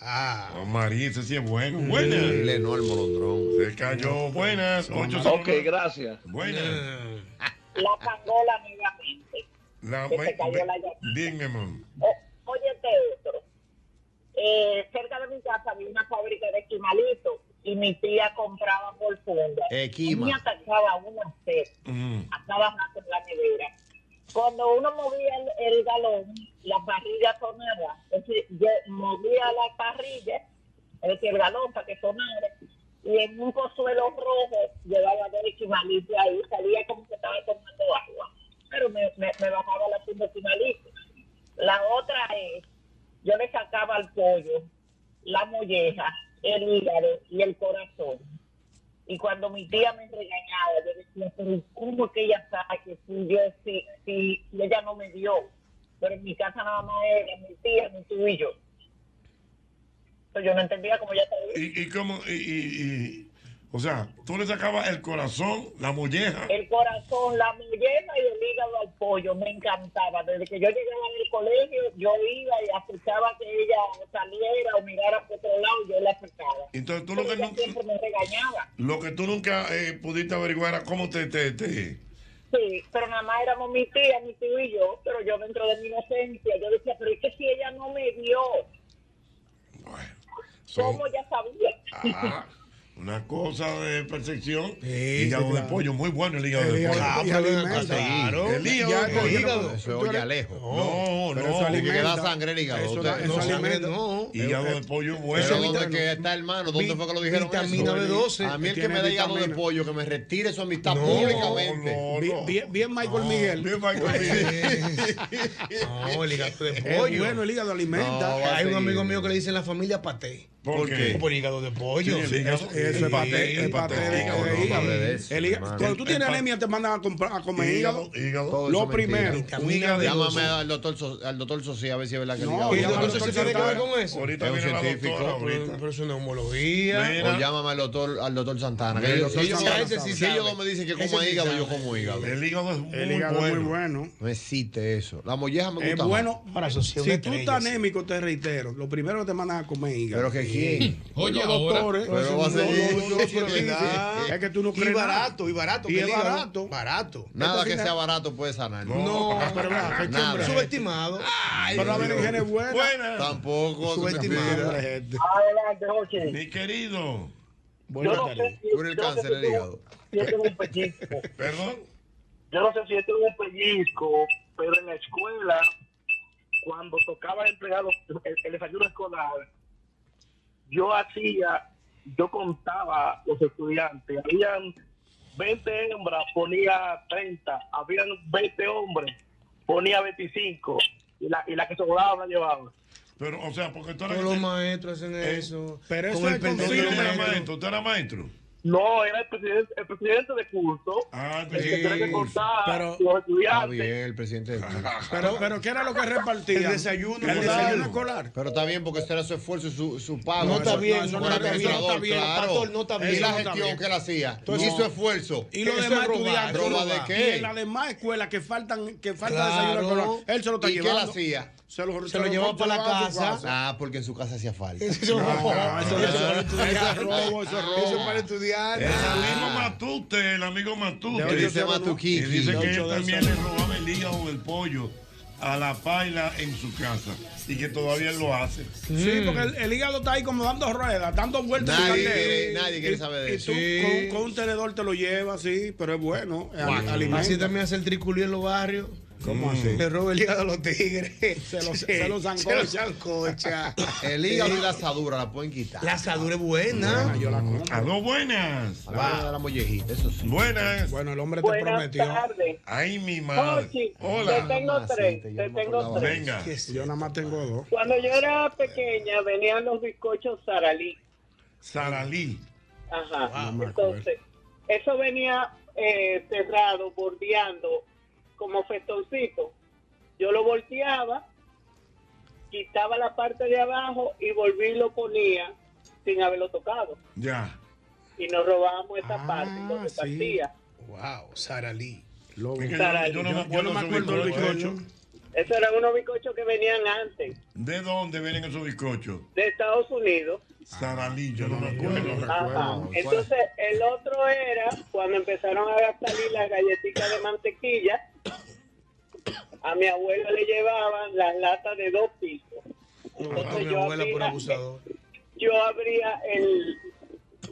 [SPEAKER 29] Ah.
[SPEAKER 19] Juan María, ese sí es bueno.
[SPEAKER 27] Y
[SPEAKER 19] Buenas.
[SPEAKER 27] le no al molondrón.
[SPEAKER 19] Se cayó. Buenas. Ocho
[SPEAKER 12] Ok, gracias.
[SPEAKER 19] Buenas.
[SPEAKER 23] La cangola nuevamente.
[SPEAKER 19] La,
[SPEAKER 23] Que se cayó la llave.
[SPEAKER 19] Dime, mam.
[SPEAKER 23] Óyete otro. Eh, cerca de mi casa había una fábrica de esquimalitos y mi tía compraba por funda.
[SPEAKER 27] Esquima.
[SPEAKER 23] Tenía tachaba una sed, a cada rato en la nevera. Cuando uno movía el, el galón, la parrilla sonaba. Entonces yo movía la parrilla, es decir, el galón para que sonara. Y en un pozuelo rojo llevaba dos esquimalitos ahí, salía como que estaba tomando agua. Pero me, me, me bajaba la funda de esquimalitos. La otra es, yo le sacaba al pollo, la molleja, el hígado y el corazón. Y cuando mi tía me regañaba, yo decía, pero ¿cómo es que ella sabe que si yo, si, si, si ella no me dio? Pero en mi casa nada más era mi tía, mi tío y yo. Entonces yo no entendía cómo ella sabía.
[SPEAKER 19] Y, y cómo, y, y- y- o sea, tú le sacabas el corazón, la molleja.
[SPEAKER 23] El corazón, la mullena y el hígado al pollo, me encantaba. Desde que yo llegaba del colegio, yo iba y escuchaba que ella saliera o mirara por otro lado y yo la sacaba.
[SPEAKER 19] Entonces tú lo
[SPEAKER 23] Pero
[SPEAKER 19] que,
[SPEAKER 23] ella
[SPEAKER 19] nu-
[SPEAKER 23] siempre me regañaba.
[SPEAKER 19] lo que tú nunca eh, pudiste averiguar era cómo te... te, te-
[SPEAKER 23] Sí, pero nada más éramos mi tía, mi tío y yo, pero yo dentro de mi inocencia, yo decía, pero es que si ella no me dio,
[SPEAKER 19] son-
[SPEAKER 23] ¿cómo ya sabía?
[SPEAKER 19] Ah,
[SPEAKER 23] [LAUGHS]
[SPEAKER 19] una cosa de percepción.
[SPEAKER 29] Sí,
[SPEAKER 19] hígado
[SPEAKER 29] sí,
[SPEAKER 19] de
[SPEAKER 29] claro.
[SPEAKER 19] pollo, muy bueno el hígado
[SPEAKER 11] El
[SPEAKER 19] de
[SPEAKER 11] hígado-
[SPEAKER 19] pollo.
[SPEAKER 11] Ah,
[SPEAKER 19] El
[SPEAKER 11] y alimenta.
[SPEAKER 19] hígado, el hígado,
[SPEAKER 11] Ya,
[SPEAKER 19] de
[SPEAKER 11] el
[SPEAKER 19] pollo.
[SPEAKER 11] hígado.
[SPEAKER 27] Eso es
[SPEAKER 11] Tú
[SPEAKER 27] olla
[SPEAKER 11] eres-
[SPEAKER 27] lejos.
[SPEAKER 19] No,
[SPEAKER 11] Pero
[SPEAKER 19] no,
[SPEAKER 11] eso
[SPEAKER 27] Porque que
[SPEAKER 11] alimenta.
[SPEAKER 27] da sangre el hígado.
[SPEAKER 11] Eso
[SPEAKER 27] Usted-
[SPEAKER 11] da- eso
[SPEAKER 27] no,
[SPEAKER 11] alimenta.
[SPEAKER 29] sangre no.
[SPEAKER 19] Hígado de pollo
[SPEAKER 27] Pero
[SPEAKER 19] bueno.
[SPEAKER 27] ¿dónde que está, hermano? ¿Dónde
[SPEAKER 29] Vi-
[SPEAKER 27] fue que lo dijeron
[SPEAKER 29] vitamina
[SPEAKER 27] eso?
[SPEAKER 29] B12.
[SPEAKER 27] A mí el que
[SPEAKER 29] Tiene
[SPEAKER 27] me da hígado de
[SPEAKER 29] vitamina.
[SPEAKER 27] pollo, que me retire su amistad
[SPEAKER 29] No,
[SPEAKER 27] públicamente.
[SPEAKER 29] Bien, bien- bien Michael
[SPEAKER 14] Ah,
[SPEAKER 29] Miguel.
[SPEAKER 19] Bien, Michael
[SPEAKER 29] No, el hígado de
[SPEAKER 11] Es
[SPEAKER 29] pollo.
[SPEAKER 11] bueno, el hígado alimenta.
[SPEAKER 27] No, va a
[SPEAKER 29] Hay un
[SPEAKER 27] seguir.
[SPEAKER 29] amigo mío que le dice en la familia paté.
[SPEAKER 19] ¿Por qué?
[SPEAKER 29] Por hígado de pollo.
[SPEAKER 19] Sí, el hígado-
[SPEAKER 11] Eso es paté, es paté de
[SPEAKER 19] hígado,
[SPEAKER 11] de
[SPEAKER 19] no,
[SPEAKER 11] hígado.
[SPEAKER 27] hable de eso,
[SPEAKER 11] El hígado-
[SPEAKER 27] hermano.
[SPEAKER 11] Cuando tú
[SPEAKER 19] El
[SPEAKER 11] tienes
[SPEAKER 19] pa-
[SPEAKER 11] anemia, te mandan a, comprar, a comer hígado.
[SPEAKER 19] Hígado, hígado.
[SPEAKER 27] Todo eso
[SPEAKER 11] Lo
[SPEAKER 27] es
[SPEAKER 11] primero.
[SPEAKER 27] mentira.
[SPEAKER 19] Un hígado de
[SPEAKER 27] Llámame
[SPEAKER 19] pollo.
[SPEAKER 27] al doctor, So- al doctor Socia a ver si es verdad que el
[SPEAKER 11] No,
[SPEAKER 27] hígado-
[SPEAKER 11] y el
[SPEAKER 27] Llámame al
[SPEAKER 11] doctor
[SPEAKER 27] doctor
[SPEAKER 11] Socia-
[SPEAKER 29] tiene que ver con eso?
[SPEAKER 19] Ahorita
[SPEAKER 27] Es un
[SPEAKER 19] viene la
[SPEAKER 27] científico,
[SPEAKER 19] doctora.
[SPEAKER 29] Pero,
[SPEAKER 19] Ahorita.
[SPEAKER 29] pero es una homología.
[SPEAKER 27] O
[SPEAKER 19] Mira,
[SPEAKER 27] llámame al doctor, al doctor Santana. Que
[SPEAKER 11] El
[SPEAKER 27] ellos,
[SPEAKER 11] doctor
[SPEAKER 27] ellos-
[SPEAKER 11] Santana
[SPEAKER 27] si
[SPEAKER 11] sabe.
[SPEAKER 27] si ellos dos me dicen que
[SPEAKER 29] Ese
[SPEAKER 27] coma
[SPEAKER 29] sí
[SPEAKER 27] hígado,
[SPEAKER 29] sabe.
[SPEAKER 27] yo como hígado.
[SPEAKER 19] el hígado es muy
[SPEAKER 11] El hígado es
[SPEAKER 19] bueno.
[SPEAKER 11] muy bueno.
[SPEAKER 27] No existe eso. La molleja me
[SPEAKER 11] Es
[SPEAKER 27] gusta
[SPEAKER 11] bueno.
[SPEAKER 27] más.
[SPEAKER 29] Ahora, eso sí, una
[SPEAKER 11] Si tú
[SPEAKER 29] estrella,
[SPEAKER 11] estás
[SPEAKER 29] sí.
[SPEAKER 11] anémico, te reitero, lo primero que te mandan a comer hígado.
[SPEAKER 27] Pero que quién.
[SPEAKER 11] Oye,
[SPEAKER 29] ahora.
[SPEAKER 11] doctores.
[SPEAKER 27] Pero va a
[SPEAKER 11] los
[SPEAKER 27] seguir.
[SPEAKER 17] no, no, pero
[SPEAKER 29] sí,
[SPEAKER 17] verdad.
[SPEAKER 29] sí.
[SPEAKER 17] Es que tú no
[SPEAKER 29] Y
[SPEAKER 17] crees nada.
[SPEAKER 29] barato, y barato.
[SPEAKER 17] Y
[SPEAKER 29] que
[SPEAKER 17] es
[SPEAKER 29] el hígado,
[SPEAKER 17] barato.
[SPEAKER 29] Barato.
[SPEAKER 27] Nada
[SPEAKER 29] Entonces,
[SPEAKER 27] que sea barato puede sanar.
[SPEAKER 29] No, pero
[SPEAKER 27] nada.
[SPEAKER 29] verdad, subestimado.
[SPEAKER 17] Pero la berenjena es buena.
[SPEAKER 27] Tampoco.
[SPEAKER 19] Subestimado.
[SPEAKER 10] Adelante, Jorge.
[SPEAKER 19] Mi querido.
[SPEAKER 27] Buenas
[SPEAKER 19] Yo no
[SPEAKER 27] tardes.
[SPEAKER 19] sé si-
[SPEAKER 27] Cura el
[SPEAKER 19] yo no
[SPEAKER 27] cáncer
[SPEAKER 19] sé
[SPEAKER 27] del
[SPEAKER 19] si tú-
[SPEAKER 27] hígado.
[SPEAKER 10] si esto es un pellizco.
[SPEAKER 19] Perdón.
[SPEAKER 10] Yo no sé si esto es un pellizco, pero en la escuela, cuando tocaba entregar los- el, el desayuno escolar, yo hacía, yo contaba los estudiantes. Habían 20 hembras, ponía 30. Habían 20 hombres, ponía 25. Y la, y la que sobraba la llevaba.
[SPEAKER 19] Pero, o sea, porque tú
[SPEAKER 29] Todos los maestros hacen Eh, eso.
[SPEAKER 19] Pero
[SPEAKER 29] Con el perdón del
[SPEAKER 19] era
[SPEAKER 29] maestro.
[SPEAKER 19] maestro. ¿Usted era maestro?
[SPEAKER 10] No, era el presidente, el presidente de curso.
[SPEAKER 19] Ah,
[SPEAKER 10] el que
[SPEAKER 19] sí.
[SPEAKER 10] tenía que contar
[SPEAKER 17] Pero-
[SPEAKER 10] los
[SPEAKER 27] Está
[SPEAKER 10] estudiantes.
[SPEAKER 27] bien, el presidente. del
[SPEAKER 29] [LAUGHS]
[SPEAKER 27] club.
[SPEAKER 17] Pero, pero ¿qué era lo que repartían?
[SPEAKER 27] El desayuno
[SPEAKER 17] El
[SPEAKER 27] escolar.
[SPEAKER 17] desayuno escolar.
[SPEAKER 27] Pero está bien porque ese era su esfuerzo y su, su pago.
[SPEAKER 29] No está
[SPEAKER 27] Eso-
[SPEAKER 29] bien,
[SPEAKER 27] eso
[SPEAKER 29] no está
[SPEAKER 27] era
[SPEAKER 29] bien,
[SPEAKER 27] administrador,
[SPEAKER 29] no está bien,
[SPEAKER 27] claro.
[SPEAKER 29] pastor, no está bien,
[SPEAKER 27] Y la
[SPEAKER 29] no está
[SPEAKER 27] gestión
[SPEAKER 29] bien.
[SPEAKER 27] que él hacía.
[SPEAKER 29] Entonces-
[SPEAKER 27] y su esfuerzo.
[SPEAKER 17] Y los
[SPEAKER 27] Eso es
[SPEAKER 17] demás
[SPEAKER 27] robar.
[SPEAKER 17] estudiantes.
[SPEAKER 27] ¿Roba de
[SPEAKER 17] Y en
[SPEAKER 27] qué?
[SPEAKER 17] las demás escuelas que faltan, que falta
[SPEAKER 27] Claro.
[SPEAKER 17] desayuno escolar, él se lo está
[SPEAKER 27] ¿Y qué
[SPEAKER 17] llevando.
[SPEAKER 27] él hacía?
[SPEAKER 17] Se lo,
[SPEAKER 27] Se lo llevaba para la
[SPEAKER 17] llevaba a su
[SPEAKER 27] casa. Ah, porque en su casa hacía falta.
[SPEAKER 17] Ah, eso- eso- eso es robo, eso es robo.
[SPEAKER 29] Eso es para estudiar.
[SPEAKER 19] El amigo Matute, el amigo
[SPEAKER 27] De
[SPEAKER 19] Matute.
[SPEAKER 27] ocho cero, ¿no?
[SPEAKER 19] Matuquiqui. Y dice
[SPEAKER 27] De
[SPEAKER 19] que
[SPEAKER 27] ocho
[SPEAKER 19] él
[SPEAKER 27] de
[SPEAKER 19] también
[SPEAKER 27] esa.
[SPEAKER 19] le robaba el hígado del pollo a la paila en su casa. Y que todavía él lo hace.
[SPEAKER 17] Sí, porque el, el hígado está ahí como dando ruedas, dando vueltas.
[SPEAKER 27] Mm. Nadie
[SPEAKER 17] en el caldero.
[SPEAKER 27] quiere- nadie quiere
[SPEAKER 17] Y-
[SPEAKER 27] saber de
[SPEAKER 17] y
[SPEAKER 27] eso.
[SPEAKER 17] tú
[SPEAKER 27] Sí.
[SPEAKER 17] con, con un tenedor te lo llevas, sí, pero es bueno. es al- alimento.
[SPEAKER 29] Así también hace el triculí en los barrios.
[SPEAKER 17] ¿Cómo así?
[SPEAKER 29] Le roba el hígado a los tigres. Se
[SPEAKER 17] lo- se lo zancocha.
[SPEAKER 29] Se lo zancocha.
[SPEAKER 27] El hígado y la asadura la pueden quitar.
[SPEAKER 29] La asadura es
[SPEAKER 19] Ah,
[SPEAKER 29] buena.
[SPEAKER 17] yo la compro.
[SPEAKER 19] A dos buenas.
[SPEAKER 27] La vaina de la mollejita, eso sí.
[SPEAKER 19] Buenas.
[SPEAKER 17] Bueno, el hombre
[SPEAKER 19] te
[SPEAKER 17] prometió.
[SPEAKER 10] tardes.
[SPEAKER 19] Ay, mi madre.
[SPEAKER 10] Ochi,
[SPEAKER 19] Hola.
[SPEAKER 10] te tengo tres, te tengo tres.
[SPEAKER 19] Venga.
[SPEAKER 17] Yo nada más tengo dos.
[SPEAKER 10] Cuando yo era pequeña venían los bizcochos Saralí.
[SPEAKER 19] Saralí.
[SPEAKER 10] Ajá.
[SPEAKER 19] Ah, No me acuerdo.
[SPEAKER 10] Entonces, eso venía eh, cerrado, bordeando, como festoncito. Yo lo volteaba, quitaba la parte de abajo y volví y lo ponía sin haberlo tocado.
[SPEAKER 19] Ya.
[SPEAKER 10] Y nos robáamos
[SPEAKER 19] Ah,
[SPEAKER 10] esa parte, lo repartía.
[SPEAKER 29] Wow, Sara Lee.
[SPEAKER 19] Es que yo-
[SPEAKER 10] Saralí.
[SPEAKER 19] Yo no me acuerdo de esos
[SPEAKER 29] del
[SPEAKER 19] bizcochos.
[SPEAKER 10] Eso eran unos bizcochos que venían antes,
[SPEAKER 19] ¿De dónde vienen esos bizcochos?
[SPEAKER 10] de Estados Unidos.
[SPEAKER 19] Saralí, yo
[SPEAKER 29] Ah,
[SPEAKER 19] no me acuerdo.
[SPEAKER 10] Ajá. Entonces, el otro era cuando empezaron a salir las galletitas de mantequilla. A mi abuela le llevaban las latas de dos pisos.
[SPEAKER 29] Mató a mi abuela por abusador.
[SPEAKER 10] Yo abría el,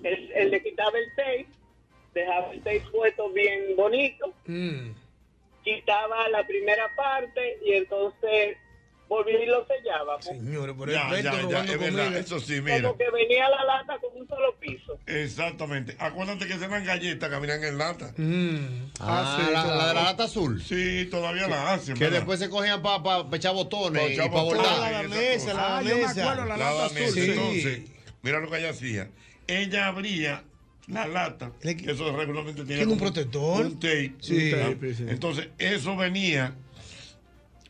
[SPEAKER 10] el, el- le quitaba el tape, dejaba el tape puesto bien bonito,
[SPEAKER 29] Mm.
[SPEAKER 10] quitaba la primera parte y entonces volví y lo sellábamos.
[SPEAKER 29] Señores, por
[SPEAKER 19] Ya,
[SPEAKER 29] el
[SPEAKER 19] ya, ya, es verdad. Eso sí, mira.
[SPEAKER 10] Como que venía la lata con un solo piso.
[SPEAKER 19] Exactamente. Acuérdate que se dan galletas que venían en lata.
[SPEAKER 29] Mm.
[SPEAKER 27] Ah, la, la de la lata azul.
[SPEAKER 19] Sí, todavía la hacen.
[SPEAKER 27] Que
[SPEAKER 19] ¿verdad?
[SPEAKER 27] después se cogían para echar botones
[SPEAKER 19] Pa'
[SPEAKER 27] y
[SPEAKER 19] echar
[SPEAKER 27] para
[SPEAKER 19] botones,
[SPEAKER 27] bordar.
[SPEAKER 19] esa cosa.
[SPEAKER 29] la Ah, yo me mesa. acuerdo, la lata azul,
[SPEAKER 19] mesa.
[SPEAKER 29] sí.
[SPEAKER 19] Entonces, mira lo que ella hacía. Ella abría la lata. que eso regularmente tiene
[SPEAKER 29] Tiene un
[SPEAKER 19] como
[SPEAKER 29] protector.
[SPEAKER 19] Un tape.
[SPEAKER 29] Sí.
[SPEAKER 19] Un
[SPEAKER 29] Un tape,
[SPEAKER 19] tape.
[SPEAKER 17] pues,
[SPEAKER 19] Entonces, eso venía.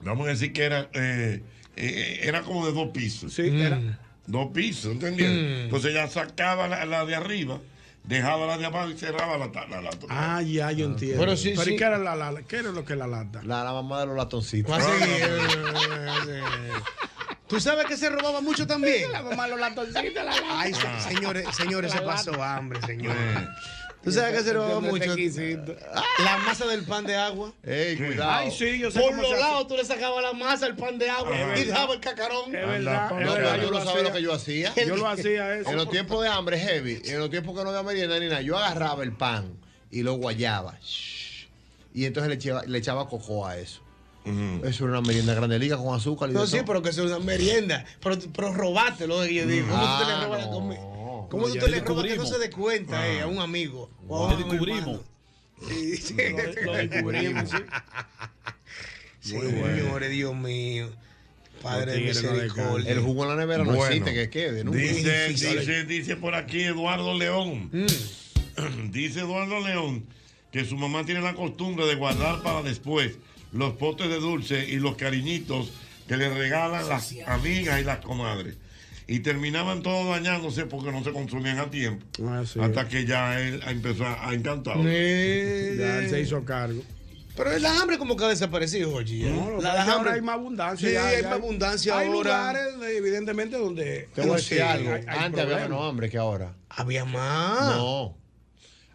[SPEAKER 19] Vamos a decir que era, eh, eh, era como de dos pisos.
[SPEAKER 17] Sí,
[SPEAKER 29] Mm.
[SPEAKER 17] era.
[SPEAKER 19] Dos pisos, ¿entendieron? Entonces ella sacaba la, la de arriba, dejaba la de abajo y cerraba la, ta- la lata.
[SPEAKER 17] Ah, ya, yo entiendo.
[SPEAKER 27] Pero sí, sí.
[SPEAKER 17] ¿y ¿qué era, la, la- qué era lo que la lata? Ah,
[SPEAKER 27] La, la mamá de los latoncitos.
[SPEAKER 29] Más ¿Tú sabes que se robaba mucho
[SPEAKER 17] [LAUGHS]
[SPEAKER 29] también?
[SPEAKER 17] La mamá los latoncitos, la lata.
[SPEAKER 29] Ay, se-
[SPEAKER 17] Ah.
[SPEAKER 29] señores, señores, se
[SPEAKER 17] La lata.
[SPEAKER 29] pasó hambre, señores.
[SPEAKER 19] Eh.
[SPEAKER 29] ¿Tú sabes que se robaba
[SPEAKER 17] Este
[SPEAKER 29] mucho?
[SPEAKER 17] exquisito.
[SPEAKER 29] La masa del pan de agua.
[SPEAKER 27] Ey, cuidado.
[SPEAKER 29] Ay,
[SPEAKER 17] sí, yo sé
[SPEAKER 29] Por
[SPEAKER 17] cómo
[SPEAKER 29] los
[SPEAKER 17] se hace. Ah.
[SPEAKER 29] lados tú le sacabas la masa, el pan de agua
[SPEAKER 27] Ajá.
[SPEAKER 29] y dejaba el cacarón.
[SPEAKER 17] Es
[SPEAKER 27] Anda,
[SPEAKER 17] verdad.
[SPEAKER 27] no,
[SPEAKER 17] es
[SPEAKER 27] pero
[SPEAKER 17] verdad,
[SPEAKER 27] yo no
[SPEAKER 17] lo
[SPEAKER 27] sabía lo
[SPEAKER 17] hacía.
[SPEAKER 27] que yo hacía.
[SPEAKER 17] Yo lo hacía eso.
[SPEAKER 27] En los tiempos de hambre heavy, en los tiempos que no había merienda ni nada, yo agarraba el pan y lo guayaba. shh, Y entonces le echaba, le echaba cocoa a eso. Eso era una merienda grande liga con azúcar y
[SPEAKER 29] No,
[SPEAKER 27] de
[SPEAKER 29] sí,
[SPEAKER 27] todo.
[SPEAKER 29] pero que se usan merienda. Pero, pero robátelo, eh, yo digo. ¿Cómo tú te le
[SPEAKER 27] Ah,
[SPEAKER 29] robas la
[SPEAKER 27] no.
[SPEAKER 29] comida? ¿Cómo
[SPEAKER 27] No,
[SPEAKER 29] tú
[SPEAKER 27] ya
[SPEAKER 29] te le robas que no
[SPEAKER 27] descubrimos.
[SPEAKER 29] se dé cuenta
[SPEAKER 17] Ah.
[SPEAKER 29] eh, a un amigo? o a un hermano? Sí, sí.
[SPEAKER 17] Lo- lo descubrimos, sí.
[SPEAKER 29] Señores, Dios mío. Padre de
[SPEAKER 27] Los tigres no
[SPEAKER 29] misericordia.
[SPEAKER 27] descansan. El jugo en la nevera no
[SPEAKER 19] Bueno.
[SPEAKER 27] existe que quede, ¿no?
[SPEAKER 19] Dice, dice, dice por aquí Eduardo León.
[SPEAKER 29] Mm.
[SPEAKER 19] [CLEARS THROAT] dice Eduardo León que su mamá tiene la costumbre de guardar para después los potes de dulce y los cariñitos que le regalan las amigas y las comadres. Y terminaban todos dañándose porque no se consumían a tiempo.
[SPEAKER 29] Ah,
[SPEAKER 19] Hasta que ya él empezó a encantar.
[SPEAKER 17] Ya él se hizo cargo.
[SPEAKER 29] Pero el hambre como que ha desaparecido, Jochi. ¿eh?
[SPEAKER 17] No, lo que
[SPEAKER 29] La
[SPEAKER 17] pasa es que
[SPEAKER 29] alambre-
[SPEAKER 17] ahora hay más abundancia.
[SPEAKER 29] Sí,
[SPEAKER 17] ya,
[SPEAKER 29] hay
[SPEAKER 17] ya
[SPEAKER 29] más abundancia
[SPEAKER 17] hay
[SPEAKER 29] ahora.
[SPEAKER 17] lugares, eh, evidentemente, donde.
[SPEAKER 27] Te voy a
[SPEAKER 17] Sí,
[SPEAKER 27] decir algo.
[SPEAKER 17] hay- hay
[SPEAKER 27] antes había
[SPEAKER 17] problemas.
[SPEAKER 27] menos hambre que ahora.
[SPEAKER 29] Había más.
[SPEAKER 27] No.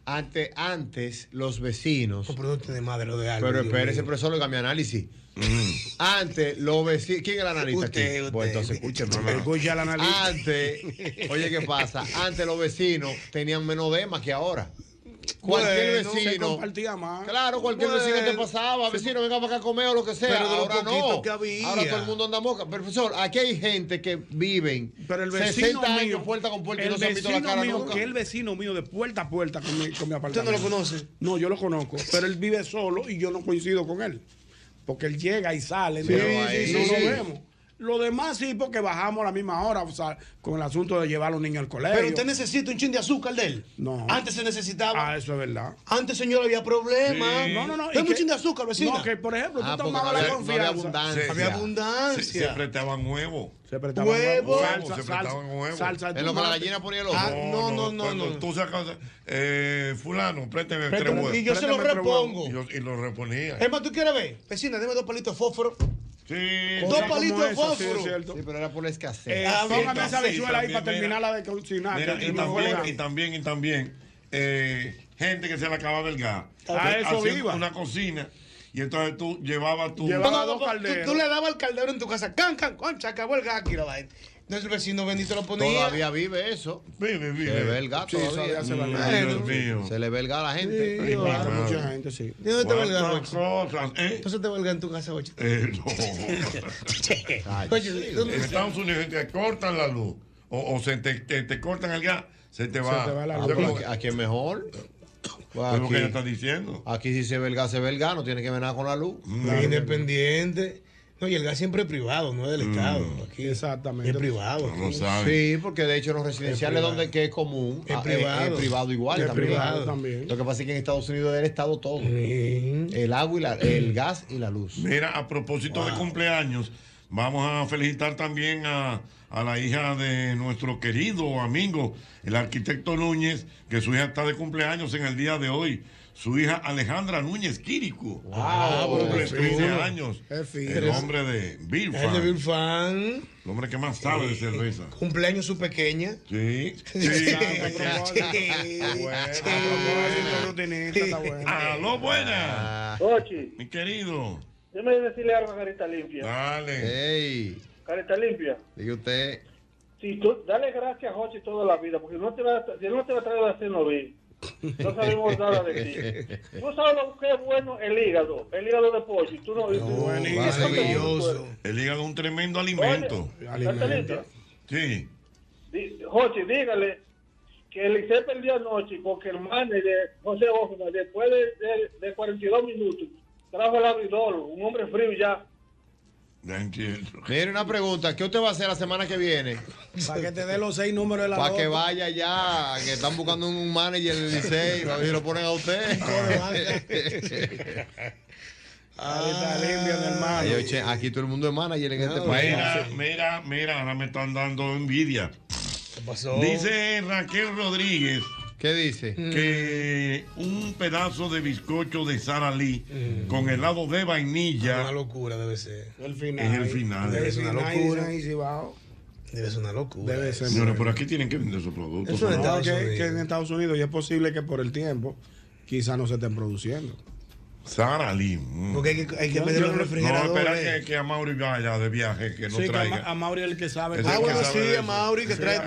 [SPEAKER 27] Antes, antes los vecinos.
[SPEAKER 17] Oh,
[SPEAKER 29] No, pero no tiene madre lo de algo.
[SPEAKER 27] Pero
[SPEAKER 29] Dios
[SPEAKER 27] espérese,
[SPEAKER 29] mío.
[SPEAKER 27] profesor, oiga mi análisis.
[SPEAKER 17] Mm.
[SPEAKER 27] Antes, los vecinos. ¿Quién era el analista aquí? Bueno, entonces escúcheme.
[SPEAKER 17] Escucha al analista.
[SPEAKER 27] Antes, oye, ¿qué pasa? Antes los vecinos tenían menos demas que ahora. Cualquier
[SPEAKER 17] Bueno, se
[SPEAKER 27] vecino.
[SPEAKER 17] compartía más.
[SPEAKER 27] Claro, cualquier vecino te pasaba, vecino, venga para acá a comer o lo que sea.
[SPEAKER 29] Pero de lo
[SPEAKER 27] ahora no.
[SPEAKER 29] poquito que había.
[SPEAKER 27] Ahora todo el mundo anda moca. Pero, Profesor, aquí hay gente que viven
[SPEAKER 17] Pero el vecino
[SPEAKER 27] 60 años
[SPEAKER 17] mío,
[SPEAKER 27] puerta con puerta y
[SPEAKER 17] el
[SPEAKER 27] no se han visto la
[SPEAKER 17] vecino
[SPEAKER 27] cara
[SPEAKER 17] mío,
[SPEAKER 27] nunca.
[SPEAKER 17] que es el vecino mío de puerta a puerta con mi, con mi apartamento.
[SPEAKER 29] lo conoce?
[SPEAKER 17] No, yo lo conozco, pero él vive solo y yo no coincido con él. Porque él llega y sale,
[SPEAKER 29] Sí,
[SPEAKER 17] pero
[SPEAKER 29] sí,
[SPEAKER 17] ahí
[SPEAKER 29] sí,
[SPEAKER 17] no
[SPEAKER 29] sí,
[SPEAKER 17] lo
[SPEAKER 29] sí.
[SPEAKER 17] vemos. Lo demás sí, porque bajamos a la misma hora, o sea, con el asunto de llevar a los niños al colegio.
[SPEAKER 29] Pero usted necesita un chin de azúcar de él.
[SPEAKER 17] No.
[SPEAKER 29] Antes se necesitaba.
[SPEAKER 17] Ah, eso es verdad.
[SPEAKER 29] Antes, señor, había problemas.
[SPEAKER 17] Sí. No, no, no, y
[SPEAKER 29] Dame
[SPEAKER 17] que-
[SPEAKER 29] un chin de azúcar, vecina.
[SPEAKER 17] No, que, por ejemplo, tú
[SPEAKER 29] Ah, porque
[SPEAKER 17] tomabas
[SPEAKER 29] no
[SPEAKER 17] la
[SPEAKER 29] había- no había
[SPEAKER 17] confianza.
[SPEAKER 29] abundancia. Había abundancia.
[SPEAKER 19] Se, se prestaban huevos.
[SPEAKER 17] Se
[SPEAKER 19] prestaban
[SPEAKER 29] Huevo.
[SPEAKER 19] huevos.
[SPEAKER 29] Salsa,
[SPEAKER 19] se
[SPEAKER 29] salsa,
[SPEAKER 19] prestaban huevos.
[SPEAKER 29] salsa de En lo que la tomate. gallina ponía el ojo. Ah, no, no, no,
[SPEAKER 19] cuando
[SPEAKER 29] no.
[SPEAKER 19] Tú sacas, eh, fulano, préstame tres
[SPEAKER 29] Préstame,
[SPEAKER 19] huevos.
[SPEAKER 29] y yo se los
[SPEAKER 19] Préstame tres
[SPEAKER 29] repongo.
[SPEAKER 19] huevos. Y, yo- y los reponía.
[SPEAKER 29] Es más, ¿tú quieres ver? Vecina, deme dos palitos de fósforo.
[SPEAKER 19] Sí.
[SPEAKER 29] Dos palitos de fósforo.
[SPEAKER 27] Sí, pero era por la escasez.
[SPEAKER 17] Eh,
[SPEAKER 29] Ah,
[SPEAKER 17] póngame
[SPEAKER 29] sí,
[SPEAKER 17] esa
[SPEAKER 29] sí,
[SPEAKER 17] habichuela ahí
[SPEAKER 19] también,
[SPEAKER 17] para terminarla de cocinar.
[SPEAKER 19] Mira,
[SPEAKER 17] que
[SPEAKER 19] y,
[SPEAKER 17] no juega.
[SPEAKER 19] también, y también, y también, eh, gente que se le acababa el gas.
[SPEAKER 17] A
[SPEAKER 19] Eh,
[SPEAKER 17] eso
[SPEAKER 19] hacían
[SPEAKER 17] iba.
[SPEAKER 19] Una cocina. Y entonces tú llevabas tu.
[SPEAKER 29] No, no, tú- Tú, tú le dabas al caldero en tu casa. Can, can, concha, acabó el gas aquí la vaina. Entonces el vecino bendito lo ponía.
[SPEAKER 27] Todavía vive eso.
[SPEAKER 19] Vive,
[SPEAKER 27] Se le ve el gato.
[SPEAKER 29] Sí, todavía se va el
[SPEAKER 27] Bueno,
[SPEAKER 29] gato.
[SPEAKER 27] Se le ve el gato a la gente.
[SPEAKER 29] Sí, claro, mucha
[SPEAKER 17] gente, sí.
[SPEAKER 29] ¿Y dónde te va el gas,
[SPEAKER 19] Cuántas cosas, eh?
[SPEAKER 29] Entonces te va el gas en tu casa,
[SPEAKER 17] [LAUGHS]
[SPEAKER 29] ocho.
[SPEAKER 19] Eh, no.
[SPEAKER 29] Oye, sí, ¿dónde
[SPEAKER 19] en
[SPEAKER 29] está?
[SPEAKER 19] Estados Unidos te cortan la luz o, o se te, te- te cortan el gas, [LAUGHS] se te va.
[SPEAKER 27] Ah,
[SPEAKER 19] Entonces,
[SPEAKER 27] pero
[SPEAKER 19] como-
[SPEAKER 27] aquí- aquí es mejor. Pues
[SPEAKER 19] Es lo
[SPEAKER 27] aquí-
[SPEAKER 19] que ella está diciendo. Mm.
[SPEAKER 27] Aquí si se ve el gas, se ve el gas, no tiene que ver nada con la luz.
[SPEAKER 29] Claro. Independiente. No, y el gas siempre es privado, no es
[SPEAKER 19] Mm.
[SPEAKER 29] del Estado. Aquí Exactamente. Es privado.
[SPEAKER 27] No lo sabe. Sí, porque de hecho los residenciales
[SPEAKER 29] Es privado.
[SPEAKER 27] donde que es común
[SPEAKER 29] Es
[SPEAKER 27] ah,
[SPEAKER 29] privado.
[SPEAKER 27] es privado igual
[SPEAKER 29] Es
[SPEAKER 27] también.
[SPEAKER 29] privado también.
[SPEAKER 27] Lo que pasa es que en Estados Unidos es el Estado todo. El agua y la- el gas y la luz.
[SPEAKER 19] Mira, a propósito de cumpleaños, vamos a felicitar también a, a la hija de nuestro querido amigo, el arquitecto Núñez, que su hija está de cumpleaños en el día de hoy. Su hija Alejandra Núñez Quirico.
[SPEAKER 29] Ah, pero
[SPEAKER 19] Cumple
[SPEAKER 29] qué
[SPEAKER 19] 13
[SPEAKER 29] chulo.
[SPEAKER 19] años.
[SPEAKER 29] Qué fino.
[SPEAKER 19] El hombre de
[SPEAKER 29] El de
[SPEAKER 19] Bilfan.
[SPEAKER 29] Bill Fan.
[SPEAKER 19] El hombre que más sabe de cerveza.
[SPEAKER 29] Cumpleaños su pequeña.
[SPEAKER 19] Sí.
[SPEAKER 29] [LAUGHS] Sí.
[SPEAKER 19] Aló, buena.
[SPEAKER 12] Ochi,
[SPEAKER 19] Mi querido.
[SPEAKER 12] déjame decirle algo a Carita Limpia.
[SPEAKER 27] Ah.
[SPEAKER 19] Dale.
[SPEAKER 27] Ey,
[SPEAKER 12] Carita Limpia,
[SPEAKER 27] diga usted.
[SPEAKER 12] si tú, dale gracias a Ochi toda la vida, porque no te va, a- si él no te va a traer a hacer no bien. No sabemos nada de ti. Tú sabes lo que es bueno el hígado, el hígado de pollo. y Tú no, y tú- eso te-
[SPEAKER 19] El hígado es un tremendo alimento.
[SPEAKER 12] Carita Limpia,
[SPEAKER 19] Sí.
[SPEAKER 12] di- Jochi, dígale que el Licey perdió anoche porque el manager de José Osma, después de, de- de 42 minutos, trajo el abridor, un hombre frío ya.
[SPEAKER 27] Mire, una pregunta, ¿qué usted va a hacer la semana que viene?
[SPEAKER 17] Para que te dé los seis números de la
[SPEAKER 27] Para
[SPEAKER 17] loto.
[SPEAKER 27] que vaya ya, que están buscando un manager en el Licey, a ver si lo ponen a
[SPEAKER 17] [LAUGHS]
[SPEAKER 27] usted.
[SPEAKER 17] Carita limpia, mi hermano.
[SPEAKER 27] Ay, oye, aquí todo el mundo es manager en este país.
[SPEAKER 19] Mira, mira, mira, ahora me están dando envidia.
[SPEAKER 29] ¿Qué pasó?
[SPEAKER 19] Dice Raquel Rodríguez.
[SPEAKER 27] ¿Qué dice?
[SPEAKER 17] Mm.
[SPEAKER 19] Que un pedazo de bizcocho de Sara Lee
[SPEAKER 17] Mm.
[SPEAKER 19] con helado de vainilla.
[SPEAKER 29] Una locura debe ser.
[SPEAKER 17] El
[SPEAKER 19] Es el final.
[SPEAKER 29] Debe ser una locura.
[SPEAKER 17] Ahí sí, bajo.
[SPEAKER 29] Debe ser una locura.
[SPEAKER 17] Debe ser.
[SPEAKER 19] Señores, por aquí tienen que vender sus productos.
[SPEAKER 17] Eso es
[SPEAKER 19] ¿no?
[SPEAKER 17] que, que en Estados Unidos y es posible que por el tiempo quizás no se estén produciendo.
[SPEAKER 19] Sara Lee. mm.
[SPEAKER 17] Porque hay que- hay que
[SPEAKER 19] Yo-
[SPEAKER 17] pedir
[SPEAKER 19] yo
[SPEAKER 17] los
[SPEAKER 19] no- No,
[SPEAKER 17] refrigeradores.
[SPEAKER 19] espera que, que a Mauri vaya de viaje, que no
[SPEAKER 17] Sí, que a, Ma-
[SPEAKER 19] traiga.
[SPEAKER 17] a Mauri es el que
[SPEAKER 19] Es
[SPEAKER 17] sabe.
[SPEAKER 19] el
[SPEAKER 17] todo.
[SPEAKER 19] que sabe de eso.
[SPEAKER 17] Sí, a Mauri- a Mauri
[SPEAKER 19] Mauri
[SPEAKER 17] que
[SPEAKER 19] que
[SPEAKER 17] tiene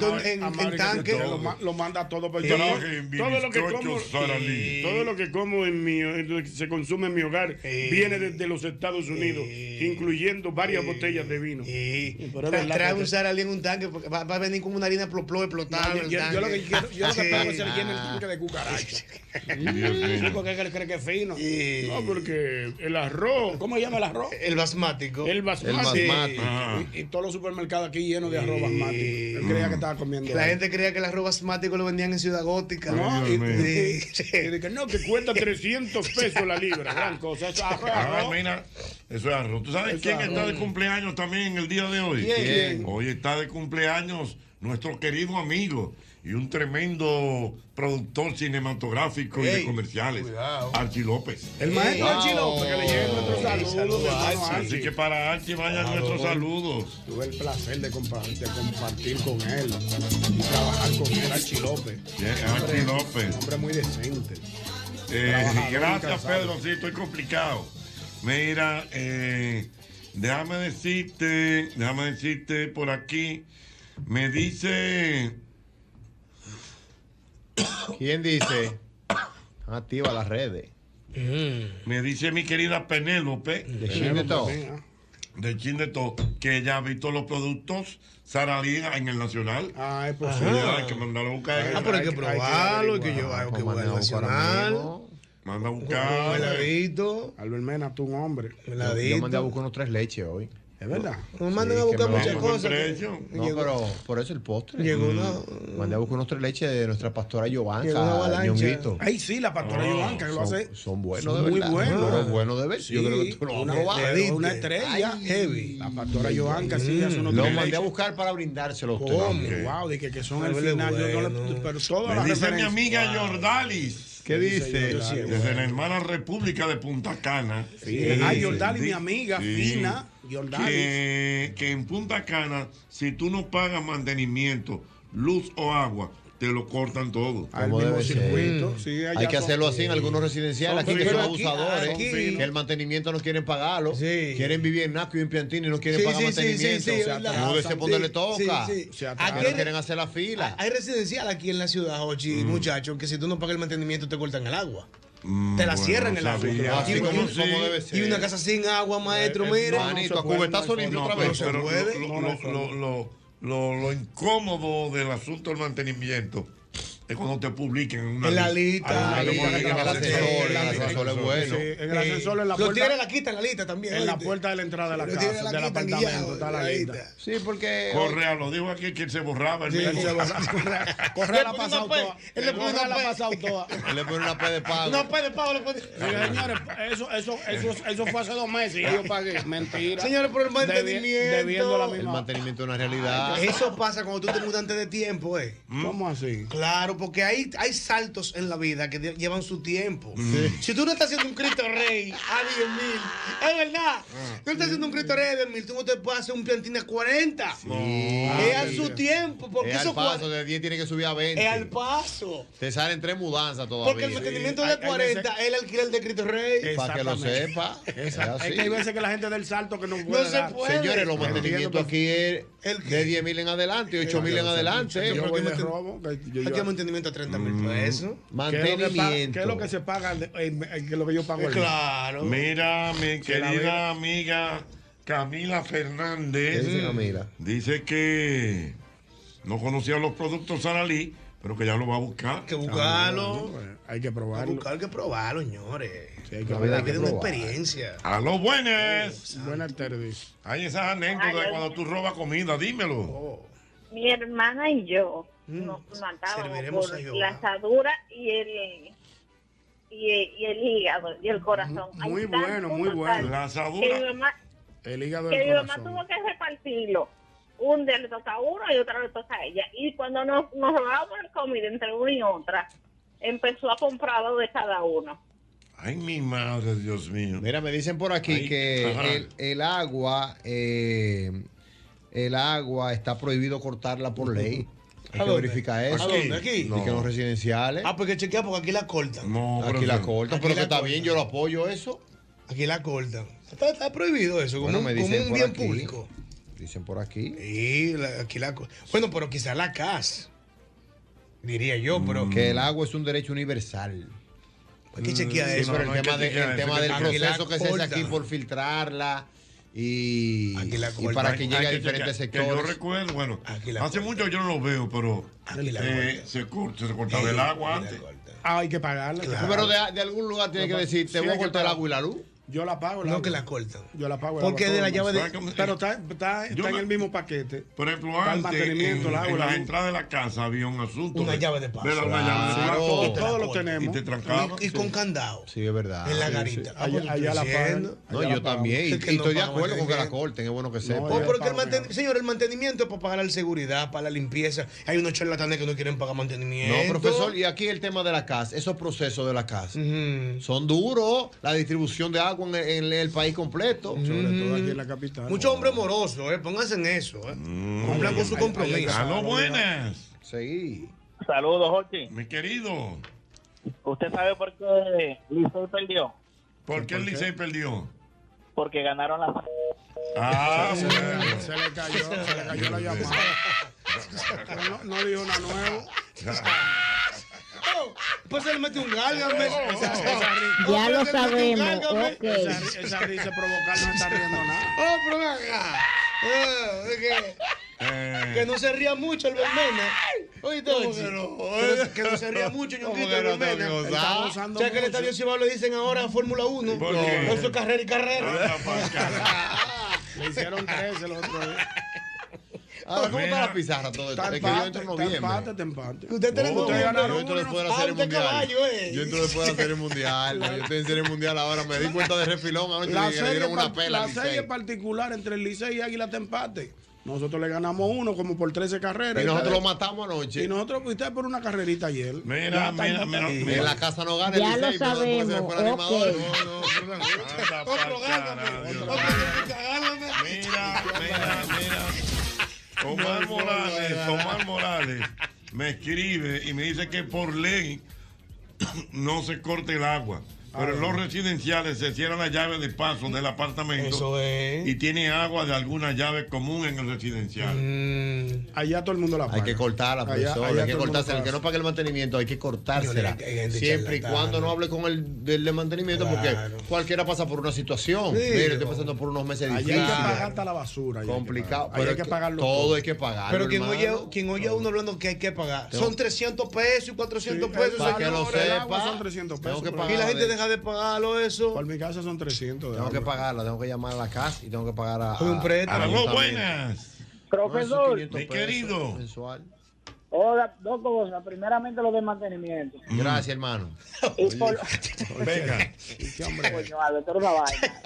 [SPEAKER 19] todo.
[SPEAKER 17] Lo, ma- lo manda todo. pero
[SPEAKER 19] Sí.
[SPEAKER 17] yo no-
[SPEAKER 19] Trabaja en
[SPEAKER 17] todo lo que
[SPEAKER 19] bizcochos,
[SPEAKER 17] como,
[SPEAKER 19] Sara Lee.
[SPEAKER 17] todo lo que como en mi, en- se consume en mi hogar viene desde los Estados Unidos, incluyendo varias botellas de vino. Pero es
[SPEAKER 29] Tra-
[SPEAKER 17] verdad
[SPEAKER 29] Trae
[SPEAKER 17] que-
[SPEAKER 29] un Saralí en un tanque porque va, va a venir con una harina plop plop explotada.
[SPEAKER 17] Yo-
[SPEAKER 29] en el
[SPEAKER 17] yo, yo lo que
[SPEAKER 29] tanque.
[SPEAKER 17] quiero, yo lo que
[SPEAKER 29] Sí.
[SPEAKER 17] tengo es que le llene el tanque de cucarachas. Sí, porque él cree que es fino. No, porque el arroz, ¿cómo se llama el arroz?
[SPEAKER 29] El basmático.
[SPEAKER 17] El basmati.
[SPEAKER 29] El basmati. Ajá.
[SPEAKER 17] Y, y todos los supermercados aquí llenos de arroz basmati. Él creía que estaba comiendo.
[SPEAKER 29] La
[SPEAKER 17] algo.
[SPEAKER 29] gente creía que el arroz basmático lo vendían en Ciudad Gótica.
[SPEAKER 17] No,
[SPEAKER 29] Sí.
[SPEAKER 17] y, y- y dije, no, que
[SPEAKER 29] [LAUGHS]
[SPEAKER 17] cuesta 300 pesos la libra. Gran cosa. Eso, arroz,
[SPEAKER 19] Ah,
[SPEAKER 17] arroz.
[SPEAKER 19] mira, eso es arroz. ¿Tú sabes
[SPEAKER 17] Eso
[SPEAKER 19] quién
[SPEAKER 17] es
[SPEAKER 19] está
[SPEAKER 17] arroz.
[SPEAKER 19] de cumpleaños también el día de hoy?
[SPEAKER 17] ¿Quién? ¿Quién?
[SPEAKER 19] Hoy está de cumpleaños nuestro querido amigo, y un tremendo productor cinematográfico y de comerciales, Archie López.
[SPEAKER 17] El maestro
[SPEAKER 19] Wow.
[SPEAKER 17] Archie López, que le lleguen nuestros
[SPEAKER 19] Ey,
[SPEAKER 17] saludos,
[SPEAKER 19] saludos,
[SPEAKER 17] hermano
[SPEAKER 19] Archie.
[SPEAKER 17] Archie.
[SPEAKER 19] Así que para Archie vayan
[SPEAKER 17] Claro.
[SPEAKER 19] nuestros saludos.
[SPEAKER 17] Tuve el placer de, compa- de compartir con él y trabajar con él, Archie López.
[SPEAKER 19] Bien,
[SPEAKER 17] Un hombre-
[SPEAKER 19] Archie López.
[SPEAKER 17] Un hombre muy decente.
[SPEAKER 19] Eh,
[SPEAKER 17] Trabajador
[SPEAKER 19] [LAUGHS] gracias,
[SPEAKER 17] incansable.
[SPEAKER 19] Pedro. Sí, estoy complicado. Mira, eh, déjame decirte, déjame decirte por aquí. Me dice.
[SPEAKER 27] ¿Quién dice? Activa las redes.
[SPEAKER 29] Mm.
[SPEAKER 19] Me dice mi querida Penélope. De
[SPEAKER 27] Chin de Todo.
[SPEAKER 19] De Chin de Todo, que ella ha visto los productos Sara Lía en el Nacional. Ay, pues
[SPEAKER 29] sí.
[SPEAKER 19] Hay que mandarlo a buscar.
[SPEAKER 29] Ah, pero hay que probarlo, hay que yo hay que voy al nacional.
[SPEAKER 19] Manda a
[SPEAKER 29] Un
[SPEAKER 19] buscar.
[SPEAKER 29] heladito.
[SPEAKER 17] Albermena, tú un hombre.
[SPEAKER 27] Yo mandé a buscar unos tres leches hoy.
[SPEAKER 17] Es verdad.
[SPEAKER 29] Nos mandan a buscar muchas cosas.
[SPEAKER 27] No,
[SPEAKER 29] Llegó-
[SPEAKER 27] pero por eso el postre.
[SPEAKER 29] Llegó
[SPEAKER 27] Mm.
[SPEAKER 29] una-
[SPEAKER 27] Mandé a buscar unos tres leches de nuestra pastora
[SPEAKER 29] Llegó una
[SPEAKER 27] Giovanca,
[SPEAKER 29] avalancha.
[SPEAKER 27] Ñonguito.
[SPEAKER 17] Ay, sí, la pastora
[SPEAKER 27] Ah,
[SPEAKER 17] Iván, que lo
[SPEAKER 27] son-
[SPEAKER 17] hace.
[SPEAKER 27] Son buenos
[SPEAKER 17] son
[SPEAKER 27] de
[SPEAKER 17] muy
[SPEAKER 27] verdad.
[SPEAKER 17] buenos.
[SPEAKER 27] Pero buenos de ver. Yo
[SPEAKER 17] Sí,
[SPEAKER 27] creo que tú lo vas
[SPEAKER 17] una-
[SPEAKER 27] a probar.
[SPEAKER 17] le diste una estrella heavy. La pastora Giovanca, sí,
[SPEAKER 29] Mm.
[SPEAKER 17] hace unos
[SPEAKER 27] Lo
[SPEAKER 17] tres
[SPEAKER 27] mandé a
[SPEAKER 17] leches.
[SPEAKER 27] buscar para brindárselo a usted.
[SPEAKER 17] ¿Cómo?
[SPEAKER 27] Ok.
[SPEAKER 17] Wow, dije que son el
[SPEAKER 27] Huele
[SPEAKER 17] final. yo no le-
[SPEAKER 27] bueno.
[SPEAKER 17] pero todas
[SPEAKER 19] Me
[SPEAKER 17] las
[SPEAKER 19] dice mi
[SPEAKER 17] referencias.
[SPEAKER 19] amiga
[SPEAKER 17] Wow.
[SPEAKER 19] Yordalis.
[SPEAKER 17] ¿Qué dice? Yordalis?
[SPEAKER 19] Desde la hermana República de Punta Cana.
[SPEAKER 17] Sí. Ay, Yordalis, mi amiga fina, Yordalis.
[SPEAKER 19] Que, que en Punta Cana, si tú no pagas mantenimiento, luz o agua, te lo cortan todo.
[SPEAKER 27] Al Como mismo debe ser.
[SPEAKER 29] Mm.
[SPEAKER 27] circuito, sí, allá Hay que son- hacerlo así en algunos residenciales, aquí que son abusadores, que el mantenimiento no quieren pagarlo, quieren vivir en Naco y en Piantini y no quieren
[SPEAKER 29] Sí,
[SPEAKER 27] pagar
[SPEAKER 29] sí, sí, sí,
[SPEAKER 27] mantenimiento.
[SPEAKER 29] sí,
[SPEAKER 27] Se
[SPEAKER 29] es verdad.
[SPEAKER 27] Múdese
[SPEAKER 29] Sí,
[SPEAKER 27] por donde le
[SPEAKER 29] sí,
[SPEAKER 27] toca.
[SPEAKER 29] sí. Se atrasan.
[SPEAKER 27] Aquí no quieren hacer la fila. Mm.
[SPEAKER 29] Hay residencial aquí en la ciudad, Jochi, muchachos, que si tú no pagas el mantenimiento te cortan el agua. Te la
[SPEAKER 27] Mm, bueno,
[SPEAKER 29] cierran el
[SPEAKER 27] no
[SPEAKER 29] agua.
[SPEAKER 27] sabía.
[SPEAKER 29] Y,
[SPEAKER 27] Así
[SPEAKER 29] una-
[SPEAKER 27] como
[SPEAKER 29] y-
[SPEAKER 27] sí.
[SPEAKER 29] y una casa sin agua, maestro,
[SPEAKER 19] Eh, eh,
[SPEAKER 29] mire.
[SPEAKER 19] no, no se puede, no hay forma. No, pero lo- lo- lo- lo- lo- lo incómodo del asunto del mantenimiento es cuando te publiquen en una
[SPEAKER 29] En la
[SPEAKER 19] Ah,
[SPEAKER 29] lista.
[SPEAKER 19] te
[SPEAKER 29] En el
[SPEAKER 19] publiquen en el ascensor,
[SPEAKER 29] ascensor,
[SPEAKER 19] en el ascensor es bueno.
[SPEAKER 17] Sí, en el ascensor, en la
[SPEAKER 29] Los
[SPEAKER 17] puerta-
[SPEAKER 29] tigres la quitan la lista también.
[SPEAKER 17] En la
[SPEAKER 29] ¿oíste?
[SPEAKER 17] puerta de la entrada de la
[SPEAKER 29] Los tigres
[SPEAKER 17] casa,
[SPEAKER 29] la
[SPEAKER 17] del
[SPEAKER 29] quitan
[SPEAKER 17] apartamento,
[SPEAKER 29] guiado,
[SPEAKER 17] está la lista.
[SPEAKER 29] Sí, porque.
[SPEAKER 19] Correa lo dijo aquí que se borraba el
[SPEAKER 29] Sí,
[SPEAKER 19] mismo.
[SPEAKER 29] se
[SPEAKER 19] [LAUGHS]
[SPEAKER 29] borraba.
[SPEAKER 17] Correa la pasa
[SPEAKER 27] pues,
[SPEAKER 17] autoa.
[SPEAKER 29] Él le pone
[SPEAKER 17] Correa
[SPEAKER 29] una
[SPEAKER 17] la
[SPEAKER 29] P.
[SPEAKER 17] pasa autoa.
[SPEAKER 27] Él le pone una P de pago.
[SPEAKER 17] No puede, Pablo. Señores, eso, eso, eso, eso fue hace dos meses y yo pagué. Mentira.
[SPEAKER 29] Señores, por el
[SPEAKER 17] Debi-
[SPEAKER 29] mantenimiento.
[SPEAKER 17] Debiendo la
[SPEAKER 27] El
[SPEAKER 17] misma.
[SPEAKER 27] mantenimiento es una realidad.
[SPEAKER 29] Eso pasa cuando tú te mudas antes de tiempo, ¿eh?
[SPEAKER 27] ¿Mm?
[SPEAKER 17] ¿Cómo así?
[SPEAKER 29] Claro, porque hay, hay saltos en la vida que de- llevan su tiempo. Si tú no estás haciendo un Cristo Rey a 10 mil, es verdad. Tú no estás haciendo un Cristo Rey a 10 mil, tú no te puedes hacer un plantín a 40. Es a su tiempo, porque
[SPEAKER 27] es
[SPEAKER 29] eso
[SPEAKER 27] al paso,
[SPEAKER 29] cua-
[SPEAKER 27] de 10 tiene que subir a
[SPEAKER 29] es al
[SPEAKER 27] 20.
[SPEAKER 29] paso.
[SPEAKER 27] Te salen tres mudanzas todavía.
[SPEAKER 29] Porque el mantenimiento
[SPEAKER 17] hay-
[SPEAKER 29] de
[SPEAKER 17] hay veces-
[SPEAKER 29] 40 es el alquiler de Cristo Rey.
[SPEAKER 27] Para que lo
[SPEAKER 17] Exactamente.
[SPEAKER 27] sepa. Es
[SPEAKER 17] Exacto.
[SPEAKER 27] así.
[SPEAKER 17] Es que hay veces que la gente del salto que no puede.
[SPEAKER 29] se
[SPEAKER 17] dar.
[SPEAKER 29] puede.
[SPEAKER 27] Señores, los mantenimientos aquí es de 10 mil en adelante, 8 mil en
[SPEAKER 17] Yo
[SPEAKER 27] adelante.
[SPEAKER 17] voy de
[SPEAKER 27] manten-
[SPEAKER 17] robo, que yo- yo-
[SPEAKER 29] Aquí hay mantenimiento a 30 mil pesos.
[SPEAKER 17] ¿Qué es lo que paga- ¿Qué es lo
[SPEAKER 27] Mantenimiento.
[SPEAKER 17] que se paga? de- eh, eh, ¿Qué es lo que yo pago? el-
[SPEAKER 19] Mira, mi
[SPEAKER 17] Se la
[SPEAKER 19] querida amiga Camila Fernández.
[SPEAKER 27] ¿Qué dice Camila?
[SPEAKER 19] Dice que no conocía los productos Saralí, pero que ya lo va a buscar. Ah, Que
[SPEAKER 29] buscarlo.
[SPEAKER 17] hay que
[SPEAKER 29] A
[SPEAKER 17] probarlo.
[SPEAKER 29] buscar hay que probarlo, señores.
[SPEAKER 17] hay
[SPEAKER 29] La
[SPEAKER 19] probarlo.
[SPEAKER 29] verdad que es una
[SPEAKER 19] Probar.
[SPEAKER 29] experiencia.
[SPEAKER 19] A los buenas.
[SPEAKER 17] Buenas tardes.
[SPEAKER 19] Hay esas anécdotas de cuando tú robas comida, dímelo.
[SPEAKER 17] Oh.
[SPEAKER 23] Mi hermana y yo nos matábamos
[SPEAKER 19] Mm, serviremos
[SPEAKER 23] por
[SPEAKER 19] a Jehová.
[SPEAKER 23] la asadura y el, y, el- y el hígado y el corazón. Hay
[SPEAKER 19] Mm, muy
[SPEAKER 23] tanto
[SPEAKER 19] bueno, muy
[SPEAKER 23] matar
[SPEAKER 19] bueno. La asadura.
[SPEAKER 23] Que mi mamá,
[SPEAKER 17] El hígado
[SPEAKER 23] que
[SPEAKER 19] del
[SPEAKER 23] mi mamá
[SPEAKER 19] corazón.
[SPEAKER 23] tuvo que repartirlo. Un día le toca a uno y otra le toca a ella. Y cuando nos, nos robábamos el comida entre una y otra, empezó a comprarlo de cada uno.
[SPEAKER 19] Ay, mi madre, Dios mío.
[SPEAKER 27] Mira, me dicen por aquí
[SPEAKER 19] Ay, ajá.
[SPEAKER 27] que el, el agua, eh, el agua está prohibido cortarla por ley. Hay
[SPEAKER 29] ¿A
[SPEAKER 27] que
[SPEAKER 29] dónde?
[SPEAKER 27] verificar
[SPEAKER 29] ¿A
[SPEAKER 27] eso.
[SPEAKER 29] dónde? ¿Aquí?
[SPEAKER 27] Y que en los residenciales.
[SPEAKER 29] Ah, porque chequea, porque aquí la cortan.
[SPEAKER 27] aquí la cortan, pero que está bien, yo lo apoyo eso.
[SPEAKER 29] Aquí la cortan. Está, está prohibido eso, como,
[SPEAKER 27] Bueno,
[SPEAKER 29] un-
[SPEAKER 27] me
[SPEAKER 29] como
[SPEAKER 27] dicen
[SPEAKER 29] un
[SPEAKER 27] por
[SPEAKER 29] bien
[SPEAKER 27] aquí.
[SPEAKER 29] público.
[SPEAKER 27] Dicen por aquí.
[SPEAKER 29] Sí, la- aquí la co- Bueno, pero quizá la CAS. Diría yo, pero.
[SPEAKER 27] Mm. Que el agua es un derecho universal.
[SPEAKER 29] Hay que chequear eso.
[SPEAKER 27] pero
[SPEAKER 29] No, no
[SPEAKER 27] el
[SPEAKER 29] hay
[SPEAKER 27] tema,
[SPEAKER 29] que
[SPEAKER 27] de-
[SPEAKER 29] chequear
[SPEAKER 27] el
[SPEAKER 29] eso,
[SPEAKER 27] tema
[SPEAKER 29] que
[SPEAKER 27] del
[SPEAKER 29] aquí la
[SPEAKER 27] proceso que se hace
[SPEAKER 29] cortan.
[SPEAKER 27] aquí por filtrarla y, y
[SPEAKER 19] cortan.
[SPEAKER 27] para
[SPEAKER 19] Hay-
[SPEAKER 27] que llegue
[SPEAKER 19] hay
[SPEAKER 27] a
[SPEAKER 19] que
[SPEAKER 27] diferentes
[SPEAKER 19] chequear, que yo
[SPEAKER 27] sectores.
[SPEAKER 19] recuerdo, bueno,
[SPEAKER 27] la
[SPEAKER 19] hace mucho yo no lo veo, pero
[SPEAKER 29] la
[SPEAKER 19] eh, se, cor- se cortaba el agua antes.
[SPEAKER 17] Ah, hay que pagarla.
[SPEAKER 27] Pero de, de algún lugar tiene que decir, te voy a cortar el agua y la luz.
[SPEAKER 17] Yo la pago.
[SPEAKER 29] No, que
[SPEAKER 17] agua.
[SPEAKER 29] la cortan.
[SPEAKER 17] Yo la pago. el
[SPEAKER 29] Porque
[SPEAKER 17] agua,
[SPEAKER 29] de la
[SPEAKER 17] todo,
[SPEAKER 29] llave de-
[SPEAKER 17] ¿sabes cómo- Pero está, está-
[SPEAKER 29] Yo
[SPEAKER 17] está en
[SPEAKER 29] me-
[SPEAKER 17] el mismo paquete.
[SPEAKER 19] Por ejemplo,
[SPEAKER 17] Para el
[SPEAKER 19] antes, en,
[SPEAKER 17] mantenimiento, el agua,
[SPEAKER 19] en
[SPEAKER 17] la
[SPEAKER 19] la
[SPEAKER 17] luz.
[SPEAKER 19] entrada de la casa había un asunto.
[SPEAKER 29] Una llave de paso.
[SPEAKER 19] Era una llave de
[SPEAKER 29] Claro,
[SPEAKER 19] paso.
[SPEAKER 29] todos Todos lo
[SPEAKER 19] Y
[SPEAKER 29] tenemos.
[SPEAKER 19] te trancaban.
[SPEAKER 29] Y- y con candado.
[SPEAKER 27] Sí, es verdad.
[SPEAKER 29] En la garita. Ah, pues,
[SPEAKER 27] Allá, allá la
[SPEAKER 29] estoy
[SPEAKER 27] pagan.
[SPEAKER 29] diciendo.
[SPEAKER 27] No,
[SPEAKER 29] Allá
[SPEAKER 27] yo
[SPEAKER 29] la pagan.
[SPEAKER 27] también. Y,
[SPEAKER 29] Es que
[SPEAKER 27] y
[SPEAKER 29] no
[SPEAKER 27] estoy de
[SPEAKER 29] pagan
[SPEAKER 27] acuerdo con que la
[SPEAKER 29] mantenimiento.
[SPEAKER 27] corten, es bueno que sepa.
[SPEAKER 29] Oh, pero que el manten- Señor, el mantenimiento es para pagar la seguridad, para la limpieza. Hay unos charlatanes que no quieren pagar mantenimiento.
[SPEAKER 27] No, profesor, y aquí el tema de la casa, esos procesos de la casa. Son duros, la distribución de agua en el, en el país completo.
[SPEAKER 19] Sobre todo aquí en
[SPEAKER 17] la capital.
[SPEAKER 29] Muchos hombres morosos, eh, pónganse en eso. Eh. Cumplan con su compromiso.
[SPEAKER 19] Aló, Ah, buenas.
[SPEAKER 27] Sí.
[SPEAKER 12] Saludos, Jorge.
[SPEAKER 19] Mi querido.
[SPEAKER 12] ¿Usted sabe por qué Licey perdió?
[SPEAKER 19] ¿Por qué el Licey perdió?
[SPEAKER 12] Porque ganaron la...
[SPEAKER 19] Ah, [LAUGHS]
[SPEAKER 17] Se
[SPEAKER 19] bueno.
[SPEAKER 17] le- se le cayó, se le cayó la llamada. Pero no, no dijo nada nuevo.
[SPEAKER 29] Pues él mete un gálgame.
[SPEAKER 17] Oh, pero
[SPEAKER 29] lo
[SPEAKER 17] que mete un
[SPEAKER 29] sabemos,
[SPEAKER 17] gálgame.
[SPEAKER 29] ok.
[SPEAKER 17] Esa, ri- esa risa provocar no está riendo nada.
[SPEAKER 29] Oh, pero ven acá. Eh, es que- Que no se ría mucho el Bermena. Oíste,
[SPEAKER 19] Oye,
[SPEAKER 29] que no- que no- que no se ría mucho,
[SPEAKER 19] ¿Cómo
[SPEAKER 29] ñonquito,
[SPEAKER 19] que
[SPEAKER 29] el
[SPEAKER 19] no está
[SPEAKER 29] Bermena.
[SPEAKER 19] gozando?
[SPEAKER 29] Está
[SPEAKER 19] gozando
[SPEAKER 29] Ya que el
[SPEAKER 19] mucho.
[SPEAKER 29] Estadio Cibao le dicen ahora Fórmula 1.
[SPEAKER 19] ¿Por qué?
[SPEAKER 29] Eso es carrera y carrera.
[SPEAKER 17] Le hicieron tres el otro día.
[SPEAKER 27] [LAUGHS] Ahora, ¿cómo está la pizarra todo esto?
[SPEAKER 17] Está
[SPEAKER 27] Es que yo entro en
[SPEAKER 17] empate, está empate,
[SPEAKER 27] noviembre.
[SPEAKER 17] está empate.
[SPEAKER 29] Ustedes tienen
[SPEAKER 27] Oh,
[SPEAKER 29] un
[SPEAKER 27] yo
[SPEAKER 29] ganaron
[SPEAKER 27] entro después de
[SPEAKER 29] uno.
[SPEAKER 27] la serie
[SPEAKER 29] Ah, usted
[SPEAKER 27] mundial.
[SPEAKER 29] caballo, eh.
[SPEAKER 27] Yo entro después de la serie mundial. Yo estoy en serie mundial ahora. Me di cuenta de refilón. Anoche
[SPEAKER 17] La
[SPEAKER 27] que le
[SPEAKER 17] serie,
[SPEAKER 27] dieron una
[SPEAKER 17] par-
[SPEAKER 27] pela.
[SPEAKER 17] la
[SPEAKER 27] al Licey.
[SPEAKER 17] serie particular entre el Licey y Águila te empate. Nosotros le ganamos uno como por 13 carreras.
[SPEAKER 27] Y nosotros
[SPEAKER 17] ustedes-
[SPEAKER 27] lo matamos anoche.
[SPEAKER 17] Y nosotros fuiste por una carrerita ayer.
[SPEAKER 19] Mira,
[SPEAKER 17] Ya está
[SPEAKER 19] mira, mira,
[SPEAKER 17] empatado.
[SPEAKER 19] mira.
[SPEAKER 27] En la casa no gana el
[SPEAKER 17] Ya lo
[SPEAKER 27] Licey, perdón, porque se me fue el
[SPEAKER 17] sabemos,
[SPEAKER 27] animador.
[SPEAKER 17] ok.
[SPEAKER 27] No, no,
[SPEAKER 19] Otro gálgame. Mira, mira, mira. Omar Morales, Omar Morales me escribe y me dice que por ley [CLEARS THROAT] no se corte el agua. Pero en los residenciales se cierra la llave de paso del apartamento y tiene agua de alguna llave común en el residencial.
[SPEAKER 17] Mm. Allá todo el mundo la
[SPEAKER 27] Hay que cortarla,
[SPEAKER 19] Allá-
[SPEAKER 27] profesor.
[SPEAKER 19] allá
[SPEAKER 27] hay que
[SPEAKER 19] todo el mundo
[SPEAKER 27] cortársela. El
[SPEAKER 19] pasa.
[SPEAKER 27] que no pague el mantenimiento, hay que cortársela.
[SPEAKER 29] Hay gente
[SPEAKER 27] Siempre y
[SPEAKER 29] charlatana.
[SPEAKER 27] cuando no hable con el del de mantenimiento,
[SPEAKER 29] Claro.
[SPEAKER 27] porque cualquiera pasa por una situación.
[SPEAKER 17] Sí,
[SPEAKER 27] Mire,
[SPEAKER 17] yo-
[SPEAKER 27] estoy pasando por unos meses
[SPEAKER 17] Allá hay que
[SPEAKER 27] difíciles.
[SPEAKER 17] pagar hasta la basura. allá hay que
[SPEAKER 27] Complicado.
[SPEAKER 17] pagar.
[SPEAKER 27] Pero
[SPEAKER 17] Allá
[SPEAKER 27] es
[SPEAKER 17] hay que
[SPEAKER 27] que
[SPEAKER 17] pagarlo
[SPEAKER 27] todo hay que pagarlo,
[SPEAKER 29] Pero quien oye,
[SPEAKER 27] hermano.
[SPEAKER 29] quien oye a uno hablando que hay que pagar.
[SPEAKER 27] Tengo-
[SPEAKER 29] Son 300 pesos y 400
[SPEAKER 17] Sí,
[SPEAKER 29] pesos.
[SPEAKER 17] para que
[SPEAKER 29] señores.
[SPEAKER 17] lo
[SPEAKER 29] El
[SPEAKER 17] sepa.
[SPEAKER 29] agua son 300
[SPEAKER 17] Tengo
[SPEAKER 29] pesos,
[SPEAKER 17] que
[SPEAKER 29] pero- Y la
[SPEAKER 17] pagar
[SPEAKER 29] gente
[SPEAKER 17] de-
[SPEAKER 29] deja de pagarlo eso.
[SPEAKER 17] Por mi casa son 300. de
[SPEAKER 27] Tengo que
[SPEAKER 17] agua.
[SPEAKER 27] pagarla, tengo que llamar a la casa y tengo que pagar a.
[SPEAKER 17] Con un préstamo.
[SPEAKER 27] a-
[SPEAKER 17] Aló,
[SPEAKER 27] también.
[SPEAKER 19] buenas.
[SPEAKER 27] Son
[SPEAKER 12] Profesor,
[SPEAKER 27] esos 500
[SPEAKER 19] Mi
[SPEAKER 27] pesos
[SPEAKER 19] querido.
[SPEAKER 27] mensual.
[SPEAKER 12] hola, dos cosas. Primeramente lo de mantenimiento.
[SPEAKER 27] Mm. Gracias, hermano.
[SPEAKER 12] Y
[SPEAKER 27] [LAUGHS]
[SPEAKER 12] por,
[SPEAKER 19] Venga.
[SPEAKER 12] Coño, Alberto, era una vaina.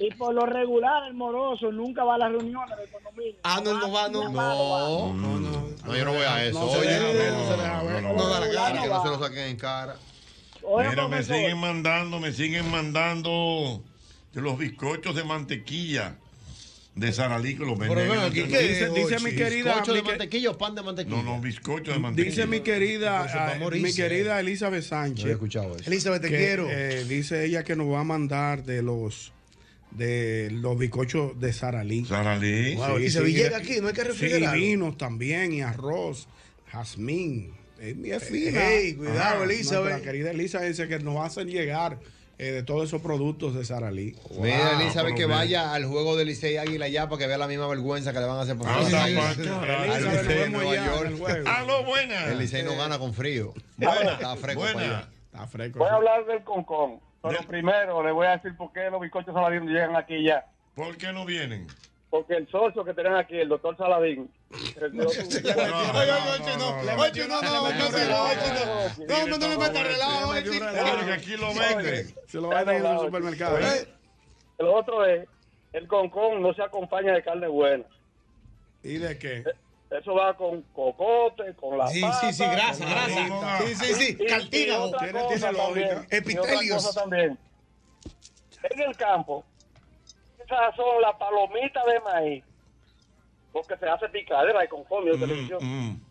[SPEAKER 12] Y por lo regular, el moroso nunca va a las reuniones de condominio.
[SPEAKER 29] Ah, no, no va, no.
[SPEAKER 27] No, no, yo no voy a eso.
[SPEAKER 29] No se deja
[SPEAKER 27] Oye,
[SPEAKER 29] ver, no se deja ver. No da la cara.
[SPEAKER 27] Que no se lo saquen en cara.
[SPEAKER 19] Mira, me siguen mandando, me siguen mandando de los bizcochos de mantequilla de Saralí que los venden.
[SPEAKER 17] ven aquí, ¿qué Dice- es, dice mi Ochi? querida-
[SPEAKER 27] ¿Bizcocho
[SPEAKER 17] mi
[SPEAKER 27] de
[SPEAKER 17] que-
[SPEAKER 27] mantequilla o pan de mantequilla?
[SPEAKER 19] No, no, bizcochos de mantequilla.
[SPEAKER 17] Dice mi querida,
[SPEAKER 27] Ah, Eso está
[SPEAKER 17] eh,
[SPEAKER 27] morirse,
[SPEAKER 17] mi querida Elizabeth
[SPEAKER 27] No
[SPEAKER 17] Sánchez.
[SPEAKER 27] había escuchado eso.
[SPEAKER 29] Elizabeth, te
[SPEAKER 17] que,
[SPEAKER 29] quiero.
[SPEAKER 17] eh, dice ella que nos va a mandar de los de los bizcochos de Saralí.
[SPEAKER 19] Saralí.
[SPEAKER 29] Wow, y se llega aquí, no hay que refrigerar.
[SPEAKER 17] Y vinos también, y arroz, jazmín. Es, es fina.
[SPEAKER 29] Ey, Eh, cuidado, Elizabeth.
[SPEAKER 17] nuestra querida Elizabeth dice que nos hacen llegar eh, de todos esos productos de Saralí.
[SPEAKER 27] Mira, Elizabeth, que vaya al juego de Licey Águila ya para que vea la misma vergüenza que le van a hacer pasar.
[SPEAKER 19] Ah, está
[SPEAKER 27] Al
[SPEAKER 19] pa'
[SPEAKER 27] Licey
[SPEAKER 19] carajo.
[SPEAKER 27] al
[SPEAKER 19] Elizabeth, nos
[SPEAKER 27] Licey de
[SPEAKER 19] vemos
[SPEAKER 27] Nueva
[SPEAKER 19] allá en el
[SPEAKER 27] York.
[SPEAKER 19] juego. Aló, buenas.
[SPEAKER 27] El Licey no gana con frío.
[SPEAKER 19] Buena,
[SPEAKER 27] Está fresco
[SPEAKER 19] buena.
[SPEAKER 27] para allá.
[SPEAKER 17] Está fresco.
[SPEAKER 12] Voy a hablar del concón. Pero primero le voy a decir por qué los bizcochos saladinos llegan aquí ya.
[SPEAKER 19] ¿Por qué no vienen?
[SPEAKER 12] Porque el socio que tenían aquí, el doctor
[SPEAKER 19] [LAUGHS]
[SPEAKER 12] Saladín. retiró su-
[SPEAKER 29] Oye, oye, oye, no. Oye, no, no, no, se la oye, no. No, hombre, no le meta relajo, oye.
[SPEAKER 19] Porque aquí lo venden.
[SPEAKER 17] Se lo van a ir en el supermercado.
[SPEAKER 12] Oye, El otro es, el concón no se acompaña de carne buena.
[SPEAKER 17] ¿Y de qué?
[SPEAKER 12] Eso va con cocote, con la
[SPEAKER 29] Sí,
[SPEAKER 12] pata,
[SPEAKER 29] sí, sí, grasa,
[SPEAKER 12] con
[SPEAKER 29] grasa. Sí, sí, sí,
[SPEAKER 12] Y- y
[SPEAKER 29] cartílago.
[SPEAKER 12] otra
[SPEAKER 29] Tiene-
[SPEAKER 12] cosa
[SPEAKER 29] tiene lógica.
[SPEAKER 12] también, y otra
[SPEAKER 29] Epitelios.
[SPEAKER 12] cosa también. En el campo, esas son las palomitas de maíz. Porque se hace picadera y conforme de televisión.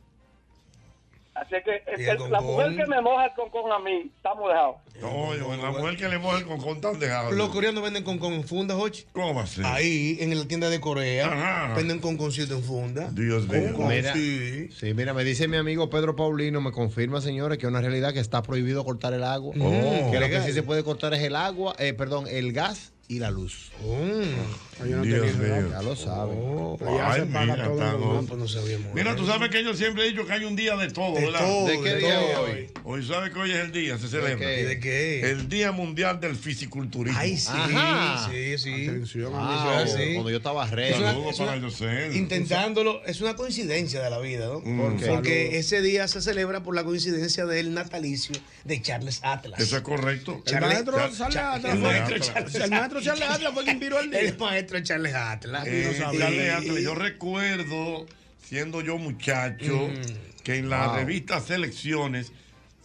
[SPEAKER 12] Así que es
[SPEAKER 19] Mm, Y
[SPEAKER 12] que
[SPEAKER 19] el
[SPEAKER 12] la
[SPEAKER 19] concón.
[SPEAKER 12] mujer que me moja el concón a mí, estamos dejados.
[SPEAKER 19] Oye, la mujer que le moja el concón tan dejado.
[SPEAKER 29] Los coreanos venden con con en funda, Jochi.
[SPEAKER 19] ¿Cómo así?
[SPEAKER 29] Ahí, en la tienda de Corea,
[SPEAKER 19] Ajá.
[SPEAKER 29] venden con concito en funda.
[SPEAKER 19] Dios
[SPEAKER 29] Con
[SPEAKER 19] mío.
[SPEAKER 29] con,
[SPEAKER 27] Mira,
[SPEAKER 29] sí.
[SPEAKER 27] sí. mira, me dice mi amigo Pedro Paulino, me confirma, señores, que es una realidad que está prohibido cortar el agua.
[SPEAKER 29] Oh.
[SPEAKER 27] que lo que
[SPEAKER 29] Legal.
[SPEAKER 27] sí se puede cortar es el agua, eh, perdón, el gas y la luz.
[SPEAKER 29] Mm.
[SPEAKER 17] Oye, no no
[SPEAKER 19] Dios
[SPEAKER 17] tenía
[SPEAKER 19] mío.
[SPEAKER 17] rato.
[SPEAKER 19] Ya
[SPEAKER 27] lo saben.
[SPEAKER 17] Allá
[SPEAKER 19] Ay,
[SPEAKER 17] se paga
[SPEAKER 19] mira,
[SPEAKER 17] todo en
[SPEAKER 19] tan
[SPEAKER 17] los
[SPEAKER 19] ojo.
[SPEAKER 17] campos, no sabíamos.
[SPEAKER 19] Mira, tú sabes que yo siempre he dicho que hay un día de todo,
[SPEAKER 17] De
[SPEAKER 19] ¿verdad?
[SPEAKER 17] todo, ¿De qué de día todo.
[SPEAKER 19] hoy? Hoy sabes que hoy es el día, se celebra.
[SPEAKER 17] qué? ¿De qué?
[SPEAKER 19] El Día Mundial del Fisiculturismo. Eh,
[SPEAKER 17] Ay, sí,
[SPEAKER 19] Ajá.
[SPEAKER 17] sí, sí. Atención,
[SPEAKER 19] Ah,
[SPEAKER 17] amigo.
[SPEAKER 19] sí.
[SPEAKER 27] Cuando yo estaba re.
[SPEAKER 19] Es una-
[SPEAKER 27] Saludos
[SPEAKER 19] es una-
[SPEAKER 29] Intentándolo, es una coincidencia de la vida, ¿no?
[SPEAKER 19] ¿Por qué?
[SPEAKER 29] Porque ese día se celebra por la coincidencia del natalicio de Charles Atlas.
[SPEAKER 19] Eso es correcto.
[SPEAKER 29] El maestro Charles Atlas.
[SPEAKER 19] El maestro
[SPEAKER 29] Charles-
[SPEAKER 19] Charles-
[SPEAKER 29] El maestro Charles Atlas fue quien viró el día. El maestro Charles Atlas.
[SPEAKER 19] Eh,
[SPEAKER 29] Tú no sabes.
[SPEAKER 19] Charles Atlas, yo recuerdo, siendo yo muchacho, que en la
[SPEAKER 29] Wow.
[SPEAKER 19] revista Selecciones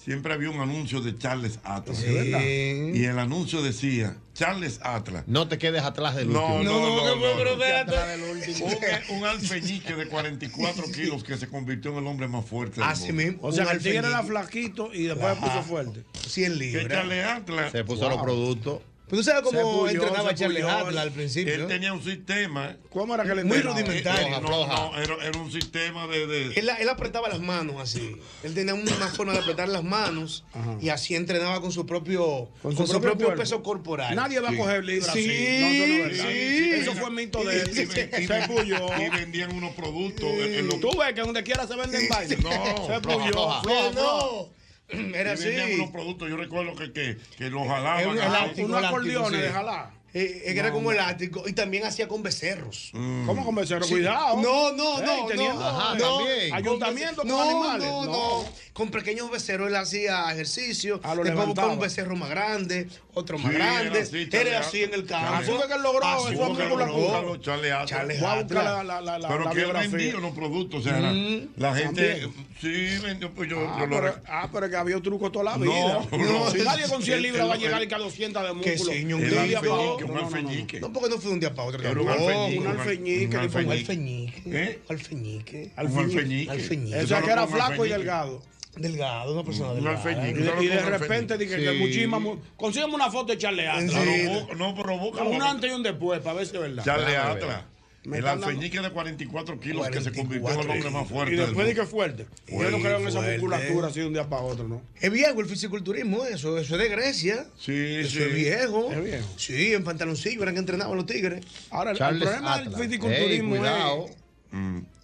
[SPEAKER 19] siempre había un anuncio de Charles Atlas.
[SPEAKER 27] Sí.
[SPEAKER 19] Y el anuncio decía, Charles Atlas.
[SPEAKER 27] No te quedes atrás del
[SPEAKER 19] No, no,
[SPEAKER 27] último.
[SPEAKER 19] no, no, no, no.
[SPEAKER 27] espérate.
[SPEAKER 19] Un, un alfeñique de 44 kilos que se convirtió en el hombre más fuerte. del
[SPEAKER 29] Así
[SPEAKER 19] mundo.
[SPEAKER 29] mismo.
[SPEAKER 17] O sea, que el tigre era
[SPEAKER 29] alfeñique.
[SPEAKER 17] flaquito y después se puso
[SPEAKER 29] Ajá.
[SPEAKER 17] fuerte.
[SPEAKER 29] 100
[SPEAKER 19] Que Charles Atlas.
[SPEAKER 27] Se puso los productos.
[SPEAKER 29] Pero tú sabes
[SPEAKER 19] Se
[SPEAKER 29] cómo
[SPEAKER 19] puyó,
[SPEAKER 29] entrenaba
[SPEAKER 19] se
[SPEAKER 29] Charles
[SPEAKER 19] puyó.
[SPEAKER 29] Atlas al principio.
[SPEAKER 19] Él tenía un sistema. Eh,
[SPEAKER 17] ¿Cómo era que le
[SPEAKER 29] Muy
[SPEAKER 17] entrenaba?
[SPEAKER 29] rudimentario.
[SPEAKER 19] No, no, era, era un sistema de. de-
[SPEAKER 29] Él, él apretaba las manos así. Él tenía una forma de apretar las manos y así entrenaba con su propio, con su propio,
[SPEAKER 17] cuerpo.
[SPEAKER 29] peso corporal.
[SPEAKER 17] Nadie va a coger libras
[SPEAKER 29] Sí,
[SPEAKER 17] así. No, eso no es
[SPEAKER 29] sí,
[SPEAKER 17] verdad.
[SPEAKER 29] sí.
[SPEAKER 17] Eso fue mito de él.
[SPEAKER 19] Y- y-
[SPEAKER 17] Se puyó.
[SPEAKER 19] Y vendían unos productos. en los-
[SPEAKER 17] Tú ves que donde quiera se venden vainas.
[SPEAKER 19] No,
[SPEAKER 17] [LAUGHS]
[SPEAKER 19] floja,
[SPEAKER 17] se puyó.
[SPEAKER 19] floja.
[SPEAKER 17] Fue,
[SPEAKER 19] Floja,
[SPEAKER 17] no.
[SPEAKER 19] y vendían unos productos. Yo recuerdo que, que, que los jalaban.
[SPEAKER 29] Era un
[SPEAKER 19] así.
[SPEAKER 29] elástico,
[SPEAKER 17] Unos
[SPEAKER 29] elástico,
[SPEAKER 17] acordeones
[SPEAKER 29] sí.
[SPEAKER 17] de jalar.
[SPEAKER 29] Eh, eh, que era
[SPEAKER 17] No,
[SPEAKER 29] como
[SPEAKER 17] no.
[SPEAKER 29] elástico y también hacía con becerros.
[SPEAKER 19] Mm.
[SPEAKER 17] ¿Cómo con becerro?
[SPEAKER 29] Sí.
[SPEAKER 17] Cuidado.
[SPEAKER 29] No, no,
[SPEAKER 17] Ey,
[SPEAKER 29] no.
[SPEAKER 17] teniendo-
[SPEAKER 29] no,
[SPEAKER 17] Ajá,
[SPEAKER 29] no.
[SPEAKER 17] también. Ayuntamiento con
[SPEAKER 29] no,
[SPEAKER 17] animales.
[SPEAKER 29] No, no,
[SPEAKER 17] No. Ah,
[SPEAKER 29] Con pequeños becerros él hacía ejercicio.
[SPEAKER 17] lo
[SPEAKER 29] después buscaba un
[SPEAKER 17] levantaba.
[SPEAKER 29] becerro más grande, otro más
[SPEAKER 19] Sí, era
[SPEAKER 29] grande. Era
[SPEAKER 19] así,
[SPEAKER 29] así,
[SPEAKER 19] Charles
[SPEAKER 29] en el campo.
[SPEAKER 19] Atlas. Así
[SPEAKER 29] Así
[SPEAKER 19] fue
[SPEAKER 29] fue
[SPEAKER 19] que
[SPEAKER 29] que lo
[SPEAKER 19] logró,
[SPEAKER 29] logró.
[SPEAKER 19] Carlos Charles Atlas.
[SPEAKER 29] Charles
[SPEAKER 19] Voy a buscar
[SPEAKER 29] Atlas.
[SPEAKER 17] la- la- la-
[SPEAKER 19] Pero
[SPEAKER 17] la
[SPEAKER 19] que él
[SPEAKER 17] biografía.
[SPEAKER 19] vendía unos productos. O sea, era-
[SPEAKER 17] Mm.
[SPEAKER 19] la gente.
[SPEAKER 17] También.
[SPEAKER 19] Sí, vendió. Pues yo,
[SPEAKER 17] Ah,
[SPEAKER 19] yo lo
[SPEAKER 17] pero, ah, pero que había truco toda la
[SPEAKER 19] No,
[SPEAKER 17] vida.
[SPEAKER 19] no.
[SPEAKER 17] Si nadie con 100
[SPEAKER 19] El-
[SPEAKER 17] libras va a
[SPEAKER 19] el-
[SPEAKER 17] llegar y que a 200 de músculo.
[SPEAKER 29] Que sí, un
[SPEAKER 19] El
[SPEAKER 29] día para
[SPEAKER 19] alfeñique,
[SPEAKER 29] otro.
[SPEAKER 19] un alfeñique.
[SPEAKER 29] No, porque no fue de un día para otro.
[SPEAKER 19] Era un
[SPEAKER 29] tampoco.
[SPEAKER 19] alfeñique,
[SPEAKER 29] Un
[SPEAKER 19] un al-
[SPEAKER 29] alfeñique.
[SPEAKER 19] un
[SPEAKER 29] le fue Un
[SPEAKER 19] alfeñique.
[SPEAKER 29] alfeñique.
[SPEAKER 19] ¿Eh?
[SPEAKER 29] Alfeñique.
[SPEAKER 19] Un alfeñique.
[SPEAKER 29] Alfeñique.
[SPEAKER 17] O sea, que era flaco y delgado.
[SPEAKER 29] Delgado, una persona
[SPEAKER 19] Un
[SPEAKER 29] delgada.
[SPEAKER 17] Y,
[SPEAKER 19] alfeñique.
[SPEAKER 17] ¿eh? y de repente dije que
[SPEAKER 19] Sí.
[SPEAKER 17] muchísimas. mu- Consígueme una foto de Charles Atlas.
[SPEAKER 19] Claro, bu- No, pero búscalo.
[SPEAKER 17] Un antes y un después, para ver si es verdad.
[SPEAKER 19] Charles
[SPEAKER 17] Déjame ver.
[SPEAKER 19] Atlas.
[SPEAKER 17] Me
[SPEAKER 19] El
[SPEAKER 17] están dando-
[SPEAKER 19] alfeñique de 44 kilos que se convirtió en el hombre más fuerte.
[SPEAKER 17] Y
[SPEAKER 19] del
[SPEAKER 17] después dije
[SPEAKER 19] mundo.
[SPEAKER 17] fuerte. Yo
[SPEAKER 19] Fuerte,
[SPEAKER 17] no creo en esa
[SPEAKER 19] fuerte.
[SPEAKER 17] musculatura así de un día para otro, ¿no?
[SPEAKER 29] Es viejo el fisiculturismo, ¿eh? eso, eso es de Grecia.
[SPEAKER 19] Sí,
[SPEAKER 29] eso
[SPEAKER 19] sí.
[SPEAKER 29] es viejo.
[SPEAKER 17] Es viejo.
[SPEAKER 29] Sí, en pantaloncillo eran que entrenaban los tigres.
[SPEAKER 17] Ahora, el- el Charles problema del Atlas. fisiculturismo Ey, cuidado. es-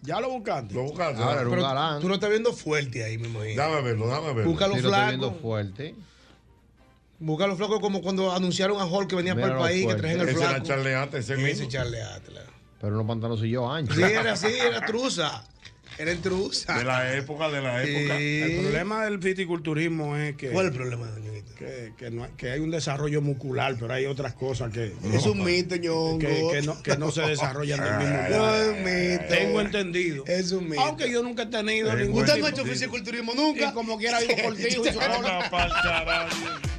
[SPEAKER 17] Ya lo buscaste.
[SPEAKER 19] Mm. Lo buscaste.
[SPEAKER 27] Ahora era un
[SPEAKER 29] Pero
[SPEAKER 27] galán.
[SPEAKER 29] tú lo estás viendo fuerte ahí, me imagino.
[SPEAKER 19] Dame a verlo, dame a verlo.
[SPEAKER 29] Búscalo
[SPEAKER 27] Sí, lo estoy viendo
[SPEAKER 29] flaco.
[SPEAKER 27] fuerte.
[SPEAKER 29] Búscalo flaco como cuando anunciaron a Hulk que venía para el
[SPEAKER 27] Míralo
[SPEAKER 29] país, que
[SPEAKER 27] fuerte.
[SPEAKER 29] trajeron el
[SPEAKER 27] Ese
[SPEAKER 29] flaco.
[SPEAKER 27] era
[SPEAKER 19] Charles Atlas, ese
[SPEAKER 29] mismo. Charles Atlas.
[SPEAKER 27] Pero unos pantaloncillos anchos.
[SPEAKER 29] Sí, era así, era truza. Era intrusa.
[SPEAKER 19] De la época, de la época.
[SPEAKER 17] El problema del fisiculturismo es que.
[SPEAKER 29] ¿Cuál es el problema, doña
[SPEAKER 17] que, que, no hay, que hay un desarrollo muscular, pero hay otras cosas que.
[SPEAKER 29] Es un mito, ñongo.
[SPEAKER 17] Que, que no, que no se desarrollan del mismo
[SPEAKER 29] No, es un mito.
[SPEAKER 17] Tengo entendido.
[SPEAKER 29] Es un mito.
[SPEAKER 17] Aunque yo nunca he tenido ningún.
[SPEAKER 29] Usted no
[SPEAKER 17] tipo-
[SPEAKER 29] ha hecho fisiculturismo nunca. [LAUGHS]
[SPEAKER 17] Y como quiera vivo cortijo y su
[SPEAKER 29] Una
[SPEAKER 17] corona.